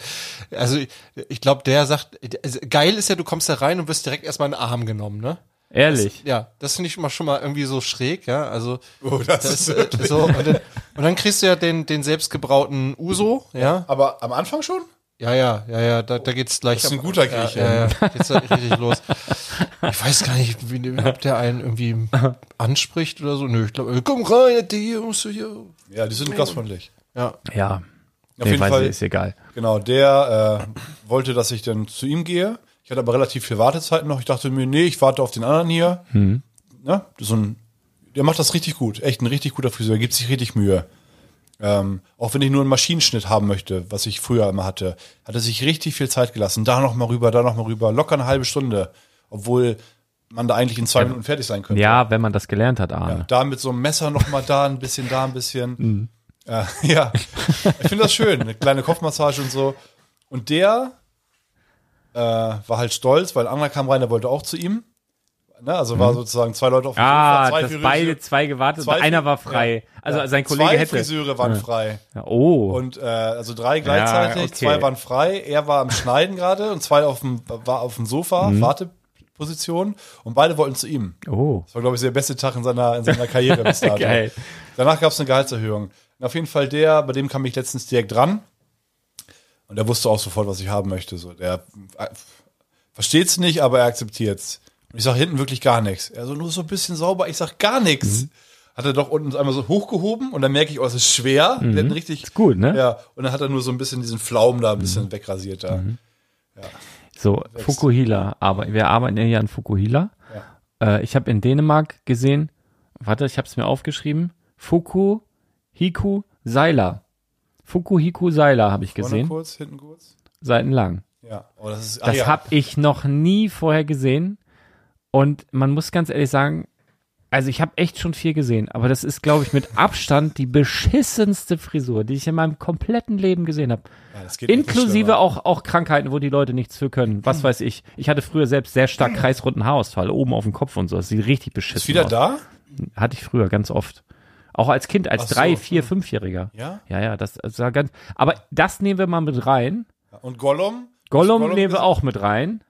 Speaker 5: Also ich, ich glaube, der sagt, also geil ist ja, du kommst da rein und wirst direkt erstmal in den Arm genommen, ne?
Speaker 3: Ehrlich.
Speaker 5: Ja, das finde ich immer schon mal irgendwie so schräg, ja. Also
Speaker 4: Oh, [laughs] das
Speaker 5: das,
Speaker 4: ist
Speaker 5: äh, so und dann, und dann kriegst du ja den den selbstgebrauten Uso, ja.
Speaker 4: aber am Anfang schon?
Speaker 5: Ja, ja, ja, ja, da, da geht's gleich.
Speaker 4: Das ist ein
Speaker 5: ab-
Speaker 4: guter
Speaker 5: ja,
Speaker 4: Grieche.
Speaker 5: Ja, ja, geht's halt richtig los. Ich weiß gar nicht, wie, ob der einen irgendwie anspricht oder so. Nö, ich glaube, komm rein, die musst du hier.
Speaker 4: Ja, die sind gastfreundlich.
Speaker 5: Ja,
Speaker 3: Ja.
Speaker 4: Auf
Speaker 3: nee,
Speaker 4: jeden
Speaker 3: weiß
Speaker 4: Fall.
Speaker 3: ich, ist egal.
Speaker 4: Genau, der äh, wollte, dass ich dann zu ihm gehe. Ich hatte aber relativ viel Wartezeiten noch. Ich dachte mir, nee, ich warte auf den anderen hier. Ne? So ein, der macht das richtig gut. Echt ein richtig guter Friseur. Gibt sich richtig Mühe. Ähm, auch wenn ich nur einen Maschinenschnitt haben möchte, was ich früher immer hatte, hat er sich richtig viel Zeit gelassen. Da noch mal rüber, da noch mal rüber. Locker eine halbe Stunde. Obwohl man da eigentlich in zwei Minuten fertig sein könnte.
Speaker 3: Ja, wenn man das gelernt hat, Arne.
Speaker 4: Da mit so einem Messer noch mal da ein bisschen, da ein bisschen.
Speaker 3: Mhm.
Speaker 4: Äh, [laughs] ja, ich finde das schön. Eine kleine Kopfmassage und so. Und der äh, war halt stolz, weil ein anderer kam rein, der wollte auch zu ihm. Ne, also war sozusagen zwei Leute auf dem
Speaker 3: Mhm. Ah,
Speaker 4: Sofa, zwei
Speaker 3: dass
Speaker 4: Friseure-
Speaker 3: beide zwei gewartet
Speaker 4: zwei
Speaker 3: und einer war frei. Also sein Kollege
Speaker 4: zwei
Speaker 3: hätte.
Speaker 4: Friseure waren frei.
Speaker 3: Ja, Oh.
Speaker 4: Und äh, also drei gleichzeitig,
Speaker 3: Ja, okay.
Speaker 4: zwei waren frei, er war am Schneiden gerade und zwei auf dem, war auf dem Sofa,
Speaker 3: Mhm.
Speaker 4: Warteposition und beide wollten zu ihm.
Speaker 3: oh.
Speaker 4: Das war, glaube ich, der beste Tag in seiner, in seiner
Speaker 3: [laughs]
Speaker 4: Karriere bis dato.
Speaker 3: Geil.
Speaker 4: Danach gab es eine Gehaltserhöhung. Und auf jeden Fall der, bei dem kam ich letztens direkt dran. Und der wusste auch sofort, was ich haben möchte. So, der äh, versteht's nicht, aber er akzeptiert's. Und ich sag hinten wirklich gar nichts. Er so, nur so ein bisschen sauber. Ich sag gar nichts.
Speaker 3: Mhm.
Speaker 4: Hat er doch unten einmal so hochgehoben und dann merke ich, oh, es ist schwer. Der hat richtig,
Speaker 3: Ist gut, ne? Mhm.
Speaker 4: Ja, und dann hat er nur so ein bisschen diesen Flaum da ein bisschen wegrasiert da.
Speaker 3: So, Fukuhila. Aber wir arbeiten ja hier an Fukuhila. Äh, ich habe in Dänemark gesehen, warte, ich habe es mir aufgeschrieben. Fuku Hiku Seiler. Fuku Hiku Seiler habe ich
Speaker 4: Vorne
Speaker 3: gesehen,
Speaker 4: kurz, hinten kurz.
Speaker 3: seitenlang.
Speaker 4: Ja, oh, das ist, ah,
Speaker 3: Das
Speaker 4: ja.
Speaker 3: habe ich noch nie vorher gesehen. Und man muss ganz ehrlich sagen, also ich habe echt schon viel gesehen, aber das ist, glaube ich, mit Abstand die beschissenste Frisur, die ich in meinem kompletten Leben gesehen habe.
Speaker 4: Ja, das geht echt nicht
Speaker 3: Inklusive
Speaker 4: schlimmer.
Speaker 3: auch, auch Krankheiten, wo die Leute nichts für können. Was weiß ich. Ich hatte früher selbst sehr stark kreisrunden Haarausfall, oben auf dem Kopf und so. Das sieht richtig beschissen
Speaker 4: Ist wieder
Speaker 3: aus.
Speaker 4: da?
Speaker 3: Hatte ich früher ganz oft. Auch als Kind, als
Speaker 4: Ach so,
Speaker 3: drei, vier,
Speaker 4: hm.
Speaker 3: fünfjähriger.
Speaker 4: Ja?
Speaker 3: Ja, ja, das das war ganz. Aber das nehmen wir mal mit rein.
Speaker 4: Und Gollum?
Speaker 3: Gollum,
Speaker 4: Gollum
Speaker 3: nehmen wir
Speaker 4: ist-
Speaker 3: auch mit rein.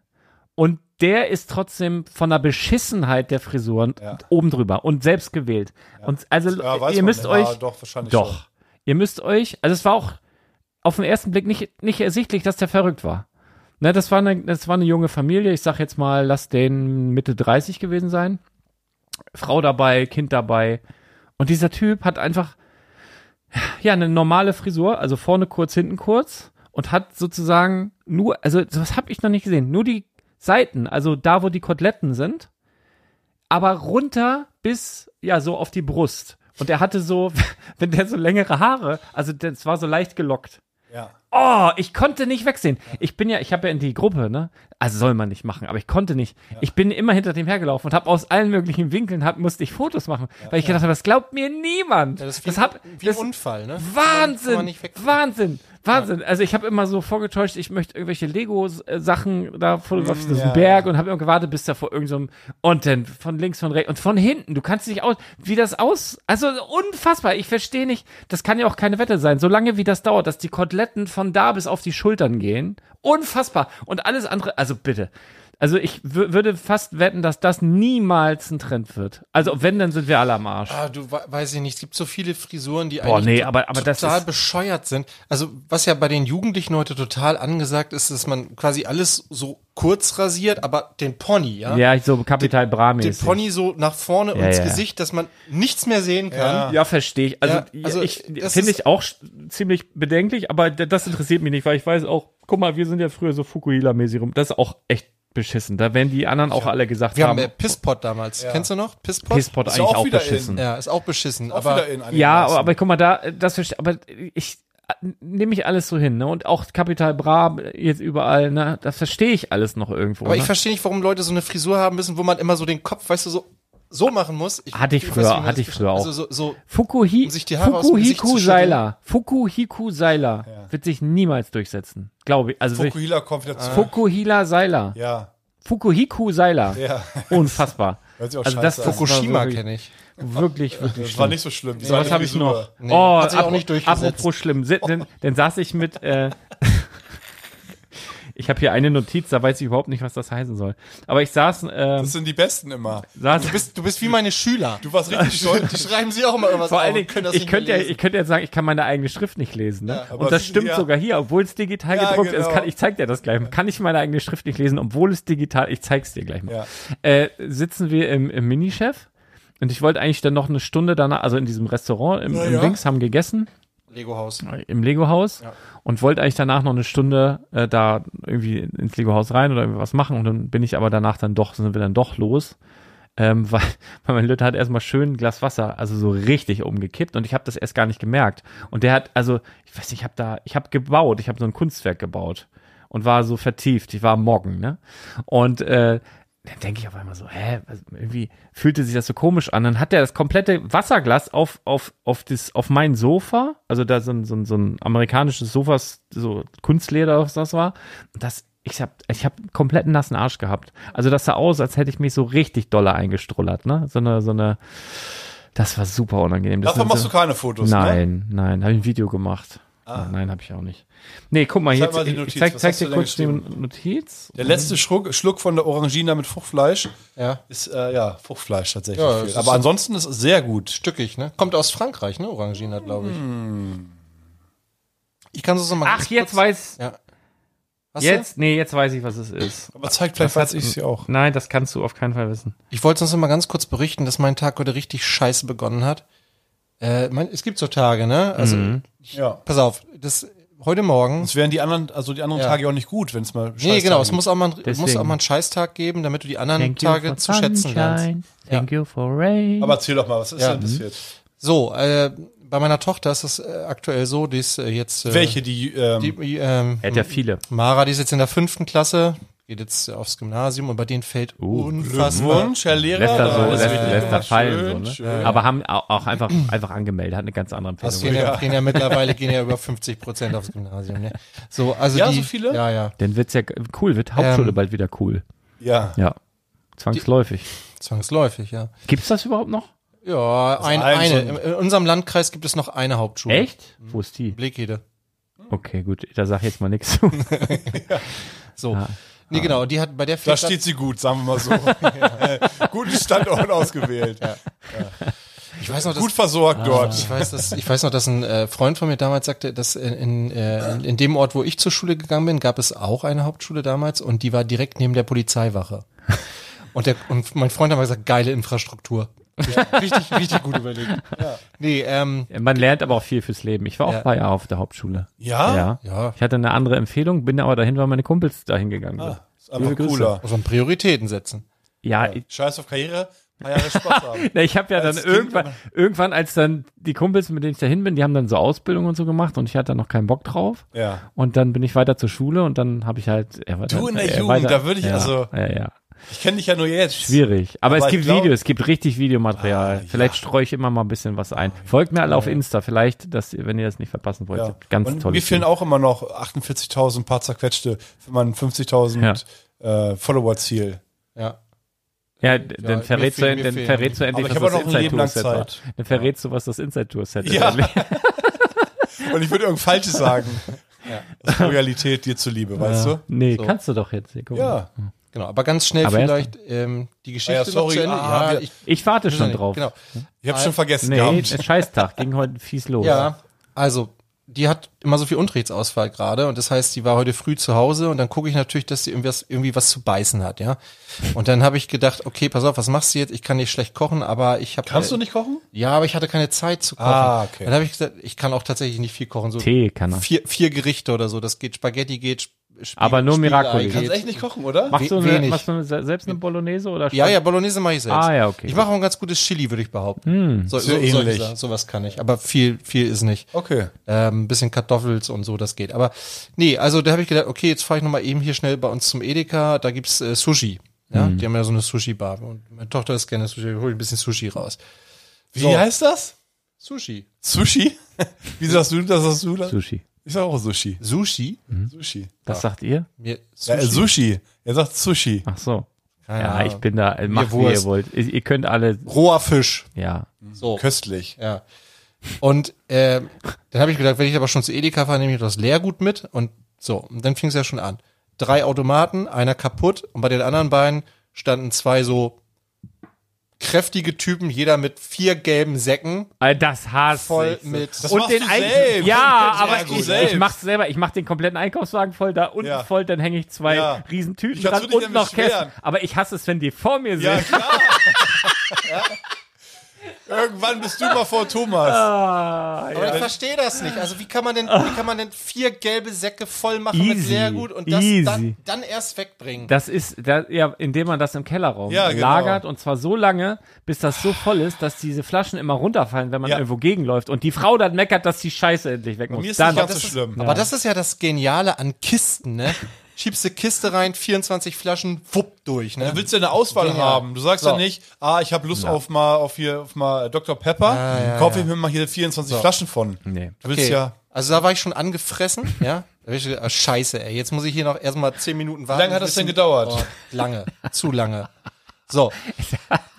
Speaker 3: Und der ist trotzdem von der Beschissenheit der Frisuren
Speaker 4: Ja.
Speaker 3: oben drüber und selbst gewählt. Und also
Speaker 4: Ja, weiß
Speaker 3: ihr
Speaker 4: man
Speaker 3: müsst
Speaker 4: nicht.
Speaker 3: euch
Speaker 4: Ja, doch, wahrscheinlich
Speaker 3: doch.
Speaker 4: Schon.
Speaker 3: Ihr müsst euch, also es war auch auf den ersten Blick nicht, nicht ersichtlich, dass der verrückt war. Na, das war eine, das war eine junge Familie. Ich sag jetzt mal, lass den Mitte 30 gewesen sein. Frau dabei, Kind dabei. Und dieser Typ hat einfach, ja, eine normale Frisur, also vorne kurz, hinten kurz und hat sozusagen nur, also sowas habe ich noch nicht gesehen, nur die Seiten, also da, wo die Koteletten sind, aber runter bis, ja, so auf die Brust. Und er hatte so, [laughs] wenn der so längere Haare, also das war so leicht gelockt.
Speaker 4: Ja.
Speaker 3: Oh, ich konnte nicht wegsehen. Ich bin ja, ich habe ja in die Gruppe, ne? Also soll man nicht machen, aber ich konnte nicht. Ich bin immer hinter dem hergelaufen und habe aus allen möglichen Winkeln hab, musste ich Fotos machen, weil ich gedacht habe, das glaubt mir niemand.
Speaker 5: Ja, das ist wie,
Speaker 3: das hab,
Speaker 5: wie
Speaker 3: das,
Speaker 5: ein Unfall, ne? Kann man
Speaker 3: Wahnsinn,
Speaker 5: nicht weg-
Speaker 3: Wahnsinn, Wahnsinn. Also ich habe immer so vorgetäuscht, ich möchte irgendwelche Lego-Sachen da
Speaker 5: Mhm.
Speaker 3: fotografieren,
Speaker 4: ja,
Speaker 3: diesen Berg und habe immer gewartet, bis da vor irgendeinem und dann von links, von rechts und von hinten. Du kannst nicht aus, wie das aus, also unfassbar. Ich verstehe nicht, das kann ja auch keine Wette sein. Solange wie das dauert, dass die Koteletten von da bis auf die Schultern gehen, unfassbar. Und alles andere, also bitte. Also ich wü- würde fast wetten, dass das niemals ein Trend wird. Also wenn, dann sind wir alle am Arsch.
Speaker 5: Ah, du we- weiß ich nicht. Es gibt so viele Frisuren, die
Speaker 3: Boah,
Speaker 5: eigentlich
Speaker 3: nee,
Speaker 5: to-
Speaker 3: aber- aber das
Speaker 5: total
Speaker 3: ist-
Speaker 5: bescheuert sind. Also was ja bei den Jugendlichen heute total angesagt ist, dass man quasi alles so kurz rasiert, aber den Pony, ja?
Speaker 3: Ja, ich so Kapital Bra
Speaker 5: Den
Speaker 3: mäßig.
Speaker 5: Pony so nach vorne und
Speaker 3: Ja,
Speaker 5: ins
Speaker 3: ja.
Speaker 5: Gesicht, dass man nichts mehr sehen kann.
Speaker 3: Ja, verstehe ich. Also,
Speaker 5: Ja, also,
Speaker 3: ich
Speaker 5: das
Speaker 3: finde
Speaker 5: ist-
Speaker 3: ich auch sch- ziemlich bedenklich, aber d- das interessiert mich nicht, weil ich weiß auch, guck mal, wir sind ja früher so Fukuhila-mäßig rum. Das ist auch echt beschissen. Da werden die anderen auch alle gesagt
Speaker 5: Wir haben
Speaker 3: haben,
Speaker 5: äh, Pisspot damals. Kennst du noch? Pisspot?
Speaker 3: Pisspot
Speaker 4: Ist
Speaker 3: eigentlich
Speaker 4: ja auch
Speaker 3: auch,
Speaker 4: wieder
Speaker 3: beschissen.
Speaker 5: Ja, ist auch beschissen.
Speaker 4: Auch
Speaker 5: aber
Speaker 4: wieder in einigen
Speaker 3: Ja,
Speaker 4: Maßen.
Speaker 3: aber guck mal, da, äh, das verstehe aber ich äh, nehme ich alles so hin, ne? Und auch Kapital Bra jetzt überall, ne? Das verstehe ich alles noch irgendwo.
Speaker 5: Aber
Speaker 3: ne?
Speaker 5: ich verstehe nicht, warum Leute so eine Frisur haben müssen, wo man immer so den Kopf, weißt du, so, so machen muss.
Speaker 3: Hatte ich
Speaker 5: weiß
Speaker 3: früher,
Speaker 5: nicht, wie man
Speaker 3: hatte ich
Speaker 5: das
Speaker 3: früher
Speaker 5: beschreibt.
Speaker 3: auch.
Speaker 5: Also so, so
Speaker 3: Fukuhi,
Speaker 5: um sich die Haare aus dem Gesicht zu
Speaker 3: Fukuhiku
Speaker 5: schütteln.
Speaker 3: Seiler, Fukuhiku Seiler wird sich niemals durchsetzen, glaube ich. Also wirklich-
Speaker 4: Fukuhila kommt wieder zurück.
Speaker 3: Fukuhila Seiler,
Speaker 4: Ja,
Speaker 3: Fukuhiku Seiler,
Speaker 4: ja.
Speaker 3: unfassbar.
Speaker 4: [laughs] Hört sich auch
Speaker 3: Also das
Speaker 4: scheiße
Speaker 3: das
Speaker 4: an.
Speaker 3: war
Speaker 5: Fukushima
Speaker 3: wirklich-
Speaker 5: kenne ich.
Speaker 3: Wirklich, wirklich.
Speaker 4: Das war nicht so schlimm. Die
Speaker 3: Was
Speaker 4: seine
Speaker 3: habe ich
Speaker 4: Frisur.
Speaker 3: noch?
Speaker 5: Nee,
Speaker 3: oh,
Speaker 5: hat sich auch
Speaker 3: apro-
Speaker 5: nicht durchgesetzt.
Speaker 3: apropos schlimm.
Speaker 4: Oh.
Speaker 3: Si- Denn, denn saß ich mit. Äh, [laughs] ich habe hier eine Notiz, da weiß ich überhaupt nicht, was das heißen soll. Aber ich saß. ähm,
Speaker 4: Das sind die Besten immer.
Speaker 3: saß
Speaker 5: bist, du bist wie meine Schüler.
Speaker 4: Du warst
Speaker 3: [laughs]
Speaker 4: richtig stolz.
Speaker 5: Die schreiben sie auch immer irgendwas
Speaker 3: vor allen
Speaker 5: auf und
Speaker 3: Dingen,
Speaker 5: können das
Speaker 3: ich
Speaker 5: nicht
Speaker 3: könnte ja,
Speaker 5: mehr
Speaker 3: ich
Speaker 5: lesen.
Speaker 3: könnte jetzt sagen, ich kann meine eigene Schrift nicht lesen, ne?
Speaker 4: aber-
Speaker 3: Und das stimmt
Speaker 4: ja.
Speaker 3: sogar hier, obwohl es digital
Speaker 4: Ja,
Speaker 3: gedruckt ist.
Speaker 4: genau.
Speaker 3: Kann, ich zeig dir das gleich. mal. Kann ich meine eigene Schrift nicht lesen, obwohl es digital, ich zeig's dir gleich mal. Äh, sitzen wir im, im Minichef und ich wollte eigentlich dann noch eine Stunde danach, also in diesem Restaurant im, im
Speaker 4: ja.
Speaker 3: Dings, haben gegessen
Speaker 5: Lego Haus.
Speaker 3: im Lego-Haus und wollte eigentlich danach noch eine Stunde äh, da irgendwie ins Lego-Haus rein oder irgendwas machen und dann bin ich aber danach dann doch, sind wir dann doch los. Ähm, [laughs] weil, weil mein Lütter hat erstmal schön ein Glas Wasser, also so richtig umgekippt und ich habe das erst gar nicht gemerkt. Und der hat, also, ich weiß nicht, ich habe da, ich habe gebaut, ich habe so ein Kunstwerk gebaut und war so vertieft, ich war am Morgen, ne? Und äh, dann denke ich auf einmal so, hä, was- irgendwie fühlte sich das so komisch an. Dann hat er das komplette Wasserglas auf, auf, auf, das, auf mein Sofa, also da so ein, so ein, so ein amerikanisches Sofa, so Kunstleder, was das war. Und das, ich hab, ich hab einen kompletten nassen Arsch gehabt. Also das sah aus, als hätte ich mich so richtig dolle eingestrullert, ne? So eine, so eine, das war super unangenehm. Das
Speaker 4: Davon
Speaker 3: sind
Speaker 4: machst
Speaker 3: so,
Speaker 4: du keine Fotos, ne? Ah.
Speaker 3: Nein, nein, habe ich ein Video gemacht. Nein, habe ich auch nicht. Nee, guck mal,
Speaker 4: Zeig
Speaker 3: jetzt,
Speaker 4: mal die
Speaker 3: ich-
Speaker 4: Notiz.
Speaker 3: ich zeig,
Speaker 4: Was
Speaker 3: zeig
Speaker 4: hast du
Speaker 3: dir
Speaker 4: denn
Speaker 3: kurz die
Speaker 4: geschrieben?
Speaker 3: Notiz.
Speaker 4: Der letzte Schluck, Schluck von der Orangina mit Fruchtfleisch
Speaker 5: Ja.
Speaker 4: ist äh, ja Fruchtfleisch tatsächlich.
Speaker 5: Ja,
Speaker 4: viel.
Speaker 5: es
Speaker 4: Aber
Speaker 5: ist-
Speaker 4: ansonsten ist es sehr gut.
Speaker 5: Stückig, ne? Kommt aus Frankreich, ne? Orangina, glaube ich. Ich kann es nochmal
Speaker 3: Hm. Ach, jetzt weiß,
Speaker 5: Ja. Hast
Speaker 3: Jetzt, nee, jetzt weiß ich, was es ist.
Speaker 4: Aber zeigt vielleicht, falls ich sie auch.
Speaker 3: Nein, das kannst du auf keinen Fall wissen.
Speaker 5: Ich wollte sonst noch mal ganz kurz berichten, dass mein Tag heute richtig scheiße begonnen hat. Äh, mein, es gibt so Tage, ne? Also,
Speaker 3: Mhm.
Speaker 4: Ja.
Speaker 5: pass auf, das heute Morgen.
Speaker 4: Sonst wären die anderen, also die anderen
Speaker 5: Ja.
Speaker 4: Tage auch nicht gut, wenn es mal scheiße
Speaker 5: Nee, genau, es muss auch mal, ein- muss
Speaker 3: Deswegen.
Speaker 5: auch mal einen Scheißtag geben, damit du die anderen Tage zu schätzen lernst.
Speaker 3: Thank you for rain.
Speaker 4: Aber erzähl doch mal, was ist
Speaker 5: Ja.
Speaker 4: denn passiert?
Speaker 5: So, äh, bei meiner Tochter ist es äh, aktuell so, die ist äh, jetzt
Speaker 3: Mhm.
Speaker 5: äh,
Speaker 4: Welche, die, ähm,
Speaker 5: Die, ähm,
Speaker 3: er hat ja viele.
Speaker 5: Mara, die ist jetzt in der fünften Klasse, geht jetzt aufs Gymnasium und bei denen fällt
Speaker 4: Oh,
Speaker 5: unfassbar.
Speaker 4: Wunsch, Herr Lehrer.
Speaker 3: Lässt er so,
Speaker 4: da ist
Speaker 3: lässt,
Speaker 4: richtig
Speaker 3: lässt er
Speaker 4: gemacht.
Speaker 3: fallen.
Speaker 4: Schön,
Speaker 3: so,
Speaker 4: schön.
Speaker 3: ne? Aber haben au- auch einfach, einfach angemeldet, hat eine ganz andere
Speaker 5: Das
Speaker 3: Empfehlung.
Speaker 5: gehen ja, gehen ja mittlerweile gehen ja über 50 Prozent aufs Gymnasium. Ne? So, also
Speaker 4: Ja,
Speaker 5: die,
Speaker 4: so viele?
Speaker 5: Ja, ja,
Speaker 3: Dann wird's ja cool, wird Hauptschule
Speaker 5: Ähm,
Speaker 3: bald wieder cool.
Speaker 4: Ja.
Speaker 3: Ja. Zwangsläufig.
Speaker 5: zwangsläufig, ja.
Speaker 3: Gibt's das überhaupt noch?
Speaker 5: Ja,
Speaker 4: Also ein
Speaker 5: ein, eine.
Speaker 4: so ein-
Speaker 5: In unserem Landkreis gibt es noch eine Hauptschule.
Speaker 3: Echt? Wo ist die?
Speaker 5: Blickhede.
Speaker 3: Mhm. Okay, gut, da sag ich jetzt mal nichts zu.
Speaker 5: So. Nee, genau, die hat bei der
Speaker 4: Ah. Da
Speaker 5: fehlt grad-
Speaker 4: steht sie gut, sagen wir mal so. Ja. [laughs] Guten Standort ausgewählt.
Speaker 5: ich weiß noch, dass,
Speaker 4: Gut
Speaker 3: Ah.
Speaker 4: versorgt dort.
Speaker 5: Ah, ich weiß, dass, ich weiß noch, dass ein äh, Freund von mir damals sagte, dass in, in, äh, in, in dem Ort, wo ich zur Schule gegangen bin, gab es auch eine Hauptschule damals und die war direkt neben
Speaker 4: [laughs]
Speaker 5: der Polizeiwache. Und, der, und mein Freund hat mal gesagt, geile Infrastruktur. Richtig, richtig gut überlegt. Nee, ähm,
Speaker 3: [laughs] Man lernt aber auch viel fürs Leben. Ich war auch
Speaker 5: Ja. Ah.
Speaker 3: bei auf der Hauptschule.
Speaker 4: Ja?
Speaker 3: ja?
Speaker 5: Ja.
Speaker 3: Ich hatte eine andere Empfehlung, bin aber dahin, weil meine Kumpels dahin gegangen sind.
Speaker 5: Ah.
Speaker 4: Ist einfach
Speaker 3: Grüße.
Speaker 4: cooler.
Speaker 5: muss man Prioritäten setzen.
Speaker 3: Ja, ich-
Speaker 4: Scheiß auf Karriere, ein paar Jahre
Speaker 3: [laughs]
Speaker 4: Spaß haben.
Speaker 3: Na, ich habe ja dann
Speaker 4: Als Kind
Speaker 3: irgendwann, irgendwann, als dann die Kumpels, mit denen ich da hin bin, die haben dann so Ausbildung und so gemacht und ich hatte dann noch keinen Bock drauf.
Speaker 4: Ja.
Speaker 3: Und dann bin ich weiter zur Schule und dann habe ich halt. Er war
Speaker 4: Du
Speaker 3: dann,
Speaker 4: in der
Speaker 3: er
Speaker 4: Jugend,
Speaker 3: weiter-
Speaker 4: da würde ich
Speaker 3: ja,
Speaker 4: also-
Speaker 3: Ja, ja.
Speaker 4: Ich kenne dich ja nur jetzt.
Speaker 3: Schwierig. Aber,
Speaker 4: Aber
Speaker 3: es
Speaker 4: ich
Speaker 3: gibt
Speaker 4: glaub-
Speaker 3: Videos, es gibt richtig Videomaterial.
Speaker 4: Ah,
Speaker 3: vielleicht
Speaker 4: ja.
Speaker 3: streue ich immer mal ein bisschen was ein. Folgt mir alle auf Insta, vielleicht, dass, ihr- wenn ihr das nicht verpassen wollt.
Speaker 4: Ja.
Speaker 3: Ganz
Speaker 4: und
Speaker 3: toll.
Speaker 4: Mir fehlen auch immer noch 48.000 paar zerquetschte für mein 50.000 äh, Follower-Ziel.
Speaker 5: Ja.
Speaker 3: Ja, d- dann
Speaker 5: mir
Speaker 3: verrätst du,
Speaker 5: fehlen- mir
Speaker 3: dann
Speaker 5: fehlen-
Speaker 3: verrätst du
Speaker 4: Aber
Speaker 3: endlich,
Speaker 4: ich
Speaker 3: was
Speaker 4: hab auch
Speaker 3: das
Speaker 4: noch ein Leben lang
Speaker 3: Inside-Tour-Set war.
Speaker 4: Zeit.
Speaker 3: Dann verrätst du, was das Inside-Tour-Set ist.
Speaker 4: Ja. [laughs] Und ich würde irgendwas Falsches sagen. Aus Loyalität dir zuliebe, weißt du?
Speaker 3: Nee,
Speaker 5: So.
Speaker 3: kannst du doch jetzt. Hier, guck mal.
Speaker 4: Ja.
Speaker 5: Genau, aber ganz schnell
Speaker 3: Aber erst-
Speaker 5: vielleicht ähm, die Geschichte
Speaker 4: Ah ja,
Speaker 5: noch
Speaker 4: sorry,
Speaker 5: zu Ende.
Speaker 4: ah,
Speaker 5: ja,
Speaker 4: wir-
Speaker 5: ich,
Speaker 3: Ich warte schon drauf.
Speaker 5: Genau.
Speaker 4: Ich hab's schon vergessen
Speaker 3: Nee,
Speaker 4: gehabt.
Speaker 3: Scheißtag, ging heute fies los.
Speaker 5: Ja, also die hat immer so viel Unterrichtsausfall gerade und das heißt, die war heute früh zu Hause und dann gucke ich natürlich, dass sie irgendwas, irgendwie was zu beißen hat, ja. Und dann habe ich gedacht, okay, pass auf, was machst du jetzt? Ich kann nicht schlecht kochen, aber ich habe
Speaker 4: Kannst du nicht kochen?
Speaker 5: Ja, aber ich hatte keine Zeit zu kochen.
Speaker 4: Ah, okay.
Speaker 5: Dann habe ich gesagt, ich kann auch tatsächlich nicht viel kochen, so
Speaker 3: Tee kann er.
Speaker 5: vier, vier Gerichte oder so. Das geht Spaghetti geht, Sp Spie-
Speaker 3: Aber nur
Speaker 5: Spiegelei
Speaker 3: Miracoli.
Speaker 5: geht.
Speaker 4: Kannst echt nicht kochen, oder?
Speaker 3: Machst du, eine,
Speaker 5: wenig.
Speaker 3: machst du eine, selbst eine Bolognese oder
Speaker 5: Ja, ja, Bolognese mache ich selbst.
Speaker 3: Ah, ja, okay. Hm.
Speaker 5: Ich mache auch ein ganz gutes Chili, würde ich behaupten. so, so,
Speaker 4: ähnlich.
Speaker 5: So, sowas kann ich, aber viel, viel ist nicht.
Speaker 4: Okay.
Speaker 5: Ähm, ein bisschen Kartoffels und so, das geht. Aber nee, also da habe ich gedacht, okay, jetzt fahre ich nochmal eben hier schnell bei uns zum Edeka, da gibt's äh, Sushi. Ja,
Speaker 4: Mhm.
Speaker 5: die haben ja so eine Sushi-Bar. Und meine Tochter ist gerne Sushi, ich hole ein bisschen Sushi raus.
Speaker 4: Wie
Speaker 5: So.
Speaker 4: heißt das?
Speaker 5: Sushi.
Speaker 4: Sushi? [laughs] Wie sagst du das? Sagst du das?
Speaker 3: Sushi. Mhm.
Speaker 4: Ich sag auch Sushi.
Speaker 5: Sushi?
Speaker 4: Sushi.
Speaker 3: Was sagt ihr?
Speaker 5: Mir,
Speaker 4: Mhm. Ja, äh,
Speaker 5: Sushi.
Speaker 4: Sushi. Er sagt Sushi.
Speaker 3: Ach so.
Speaker 5: Keine
Speaker 3: Ja,
Speaker 5: Ahnung.
Speaker 3: ich bin da, äh, macht wie ihr
Speaker 5: Wurst.
Speaker 3: wollt. Ihr ihr könnt alle,
Speaker 5: Roher Fisch.
Speaker 3: ja.
Speaker 5: So.
Speaker 4: Köstlich.
Speaker 5: Ja. Und äh, dann habe ich gedacht, wenn ich aber schon zu Edeka fahre, nehme ich das Leergut mit und so. Und dann fing es ja schon an. Drei Automaten, einer kaputt und bei den anderen beiden standen zwei so kräftige Typen, jeder mit vier gelben Säcken,
Speaker 3: Äh, Das hasse
Speaker 5: voll
Speaker 3: ich.
Speaker 5: mit.
Speaker 4: Das
Speaker 3: und
Speaker 4: machst
Speaker 3: den
Speaker 4: du
Speaker 3: Ein-
Speaker 4: selbst.
Speaker 3: Ja,
Speaker 4: Das
Speaker 3: aber
Speaker 4: machst du
Speaker 3: ich,
Speaker 4: selbst.
Speaker 3: ich mach's selber. Ich mach den kompletten Einkaufswagen voll, da unten
Speaker 4: Ja.
Speaker 3: voll, dann hänge ich zwei
Speaker 4: Ja.
Speaker 3: riesen Tüten
Speaker 4: Ich kann's
Speaker 3: dran
Speaker 4: wirklich
Speaker 3: und noch
Speaker 4: nicht beschweren.
Speaker 3: Kästen. Aber ich hasse es, wenn die vor mir
Speaker 4: Ja, [laughs]
Speaker 3: sind.
Speaker 4: klar. ja. Irgendwann bist du mal vor Thomas.
Speaker 5: Aber ich verstehe das nicht. Also wie kann man denn, wie kann man denn vier gelbe Säcke voll machen mit
Speaker 3: Easy.
Speaker 5: Leergut und das
Speaker 3: Easy.
Speaker 5: dann, dann erst wegbringen?
Speaker 3: Das ist, da, ja, indem man das im Kellerraum
Speaker 4: Ja, genau.
Speaker 3: lagert und zwar so lange, bis das so voll ist, dass diese Flaschen immer runterfallen, wenn man
Speaker 4: Ja.
Speaker 3: irgendwo gegenläuft und die Frau dann meckert, dass die Scheiße endlich weg muss.
Speaker 4: mir ist
Speaker 3: dann,
Speaker 4: nicht ganz
Speaker 5: Das
Speaker 4: so
Speaker 5: ist-
Speaker 4: schlimm.
Speaker 5: Aber das ist ja das Geniale an Kisten, ne? Schiebst du Kiste rein, 24 Flaschen, wupp durch, ne?
Speaker 4: Du willst ja eine Auswahl
Speaker 5: Genial.
Speaker 4: haben. Du sagst
Speaker 5: So.
Speaker 4: ja nicht, ah, ich habe Lust auf mal auf hier auf mal Dr. Pepper. Kaufe ich mir mal hier 24 Flaschen von.
Speaker 3: Nee.
Speaker 4: Du willst
Speaker 5: Okay.
Speaker 4: ja.
Speaker 5: Also da war ich schon angefressen, ja? Da hab ich gedacht, ah, scheiße, ey, jetzt muss ich hier noch erstmal 10 Minuten warten.
Speaker 4: lange hat das
Speaker 5: bis
Speaker 4: denn
Speaker 5: ein-
Speaker 4: gedauert?
Speaker 5: lange, zu lange. So.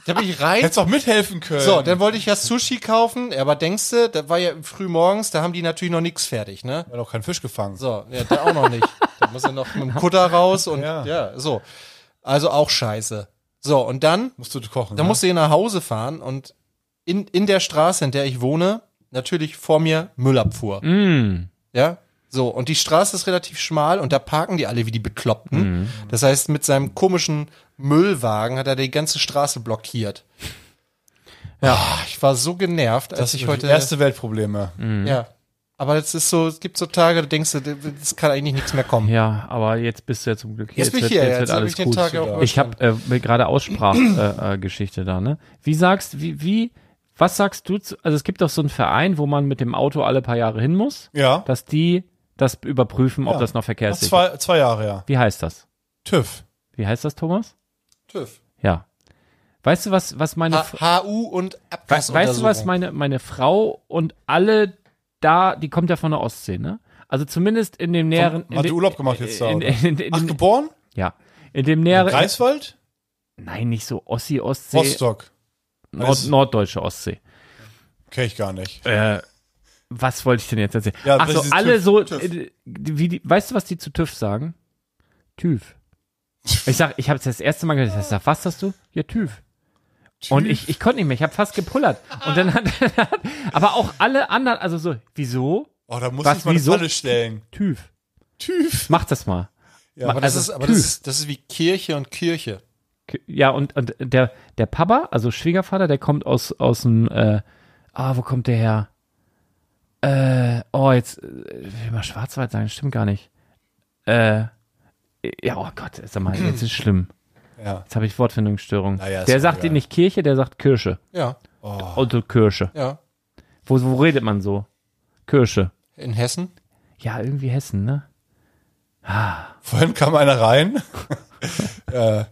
Speaker 5: Da bin ich rein.
Speaker 4: Hättest doch mithelfen können.
Speaker 5: So, dann wollte ich ja Sushi kaufen, aber denkst du, das war ja früh morgens, da haben die natürlich noch nichts fertig, ne?
Speaker 4: hat auch keinen Fisch gefangen.
Speaker 5: So, ja, da auch noch nicht. Da muss er noch mit dem Kutter raus und ja.
Speaker 4: Ja.
Speaker 5: so. Also auch scheiße. So, und dann,
Speaker 4: Musst du kochen. ne?
Speaker 5: dann musste ich nach Hause fahren und in, in der Straße, in der ich wohne, natürlich vor mir Müllabfuhr.
Speaker 4: Mm.
Speaker 5: Ja? So, und die Straße ist relativ schmal und da parken die alle wie die Bekloppten.
Speaker 4: Mm.
Speaker 5: Das heißt, mit seinem komischen Müllwagen hat er die ganze Straße blockiert. Ja, ich war so genervt, als
Speaker 4: das
Speaker 5: ich
Speaker 4: ich
Speaker 5: heute.
Speaker 4: erste Weltprobleme.
Speaker 3: Hm?
Speaker 5: Ja. Aber es ist so, es gibt so Tage, da denkst du, es kann eigentlich nichts mehr kommen.
Speaker 3: Ja, aber jetzt bist du ja zum Glück hier.
Speaker 5: Jetzt bin ich hier, jetzt hab ich den Tag auch
Speaker 3: ich habe äh, gerade Aussprachgeschichte äh, Geschichte da, ne? Wie sagst, wie, wie, was sagst du zu, also es gibt doch so einen Verein, wo man mit dem Auto alle paar Jahre hin muss,
Speaker 4: Ja.
Speaker 3: dass die das überprüfen, ob
Speaker 4: Ja.
Speaker 3: das noch
Speaker 4: Noch
Speaker 3: verkehrssicher ist.
Speaker 4: Zwei, zwei Jahre, ja.
Speaker 3: Wie heißt das?
Speaker 4: TÜV.
Speaker 3: Wie heißt das, Thomas?
Speaker 5: TÜV.
Speaker 3: Ja. Weißt du, was, was meine, Fr-
Speaker 5: H- HU und
Speaker 3: We- weißt du, was
Speaker 5: Abgasuntersuchung.
Speaker 3: meine, meine Frau und alle da, die kommt ja von der Ostsee, ne? Also zumindest in dem näheren. in
Speaker 4: hat
Speaker 3: dem-
Speaker 4: die Urlaub gemacht jetzt da,
Speaker 3: In, in, in, in,
Speaker 4: Ach, geboren?
Speaker 3: ja. In dem
Speaker 4: In
Speaker 3: näheren.
Speaker 4: Greifswald?
Speaker 3: Nein, nicht so Ossi, Ostsee.
Speaker 4: Rostock.
Speaker 3: Nord, norddeutsche Ostsee.
Speaker 4: Kenn ich gar nicht.
Speaker 3: Was wollte ich denn jetzt erzählen?
Speaker 4: Ja,
Speaker 3: Ach
Speaker 4: das
Speaker 3: so,
Speaker 4: ist
Speaker 3: alle
Speaker 4: TÜV.
Speaker 3: so,
Speaker 4: TÜV.
Speaker 3: äh, die- wie die, weißt du, was die zu TÜV sagen? TÜV. Ich sag, ich habe das erste Mal gesagt, ich sag, was hast du? Ja, TÜV. Und ich, ich konnte nicht mehr, ich habe fast gepullert. Und dann hat, aber auch alle anderen, also so, wieso?
Speaker 4: Oh, da muss
Speaker 3: Was,
Speaker 4: ich mal eine
Speaker 3: wieso?
Speaker 4: Falle stellen.
Speaker 3: TÜV.
Speaker 4: TÜV.
Speaker 3: Mach das mal.
Speaker 4: Ja,
Speaker 3: Ma-
Speaker 4: aber
Speaker 5: Das
Speaker 3: also-
Speaker 5: ist, aber
Speaker 3: TÜV.
Speaker 5: das ist, das ist wie Kirche und Kirche.
Speaker 3: Ja, und, und der, der Papa, also Schwiegervater, der kommt aus, aus dem, äh, ah, wo kommt der her? Äh, oh, jetzt, äh, ich will mal Schwarzwald sagen, stimmt gar nicht. Äh, ja, oh Gott, sag mal, jetzt ist schlimm.
Speaker 4: Ja.
Speaker 3: Jetzt habe ich Wortfindungsstörung.
Speaker 4: Naja, ist
Speaker 3: der
Speaker 4: doch
Speaker 3: sagt
Speaker 4: egal. Oh.
Speaker 3: nicht Kirche, der sagt Kirsche.
Speaker 5: Ja,
Speaker 3: Auto Kirsche.
Speaker 5: ja.
Speaker 3: Wo, wo redet man so? Kirsche.
Speaker 5: In Hessen?
Speaker 3: Ja, irgendwie Hessen, ne?
Speaker 4: Vorhin kam einer rein, äh,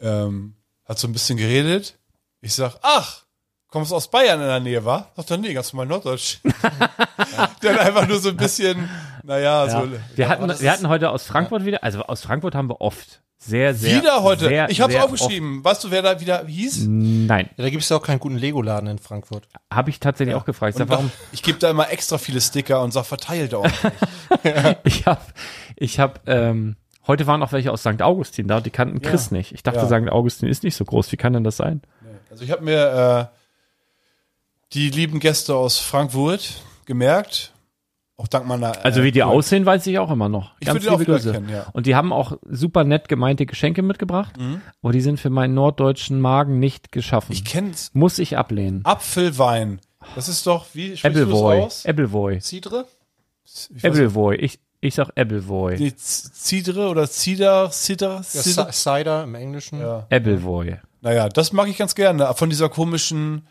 Speaker 4: ähm, hat so ein bisschen geredet. Ich sag, ach, kommst aus Bayern in der Nähe, wa? Sagt er, nee, ganz normal Norddeutsch. [laughs] Der hat einfach nur so ein bisschen, naja,
Speaker 3: Ja.
Speaker 4: so.
Speaker 3: Wir, hatten,
Speaker 5: das
Speaker 3: wir
Speaker 5: ist-
Speaker 3: hatten heute aus Frankfurt wieder, also aus Frankfurt haben wir oft. Sehr, sehr.
Speaker 4: Wieder heute.
Speaker 3: Sehr,
Speaker 4: ich hab's
Speaker 3: sehr
Speaker 4: aufgeschrieben. Weißt du, wer da wieder hieß?
Speaker 3: Oft. Nein.
Speaker 5: Ja, da gibt es ja auch keinen guten Lego-Laden in Frankfurt.
Speaker 3: Habe ich tatsächlich auch gefragt. Ich sag, [laughs]
Speaker 4: Und
Speaker 3: warum?
Speaker 4: da- ich gebe da
Speaker 3: [laughs]
Speaker 4: immer extra viele Sticker und sag, verteilt auch.
Speaker 3: Ich habe ich hab, ähm, Heute waren auch welche aus St. Augustin da und die kannten Chris nicht. Ich dachte,
Speaker 4: Ja.
Speaker 3: St. Augustin ist nicht so groß. Wie kann denn das sein?
Speaker 4: Also ich habe mir äh, die lieben Gäste aus Frankfurt gemerkt, auch dank meiner.
Speaker 3: Also
Speaker 4: äh,
Speaker 3: wie die
Speaker 4: Tour.
Speaker 3: aussehen, weiß ich auch immer noch.
Speaker 4: Ich würde die auch
Speaker 3: liebe
Speaker 4: wieder
Speaker 3: Grüße.
Speaker 4: kennen, ja. Mhm.
Speaker 3: Und die haben auch super nett gemeinte Geschenke mitgebracht, aber die sind für meinen norddeutschen Magen nicht geschaffen.
Speaker 4: Ich kenn's.
Speaker 3: Muss ich ablehnen.
Speaker 4: Apfelwein. Das ist doch wie sprichst du das
Speaker 3: Appleboy.
Speaker 4: aus?
Speaker 3: Appleboy.
Speaker 4: Cidre? Ich weiß nicht.
Speaker 3: Appleboy. Ich, ich sag Appleboy.
Speaker 4: Nee, Z- Cidre oder Cider, Cider,
Speaker 5: Ja,
Speaker 4: Cider.
Speaker 5: Ci- Cider im Englischen.
Speaker 4: Ja.
Speaker 3: Appleboy.
Speaker 4: Naja, das mag ich ganz gerne. Von dieser komischen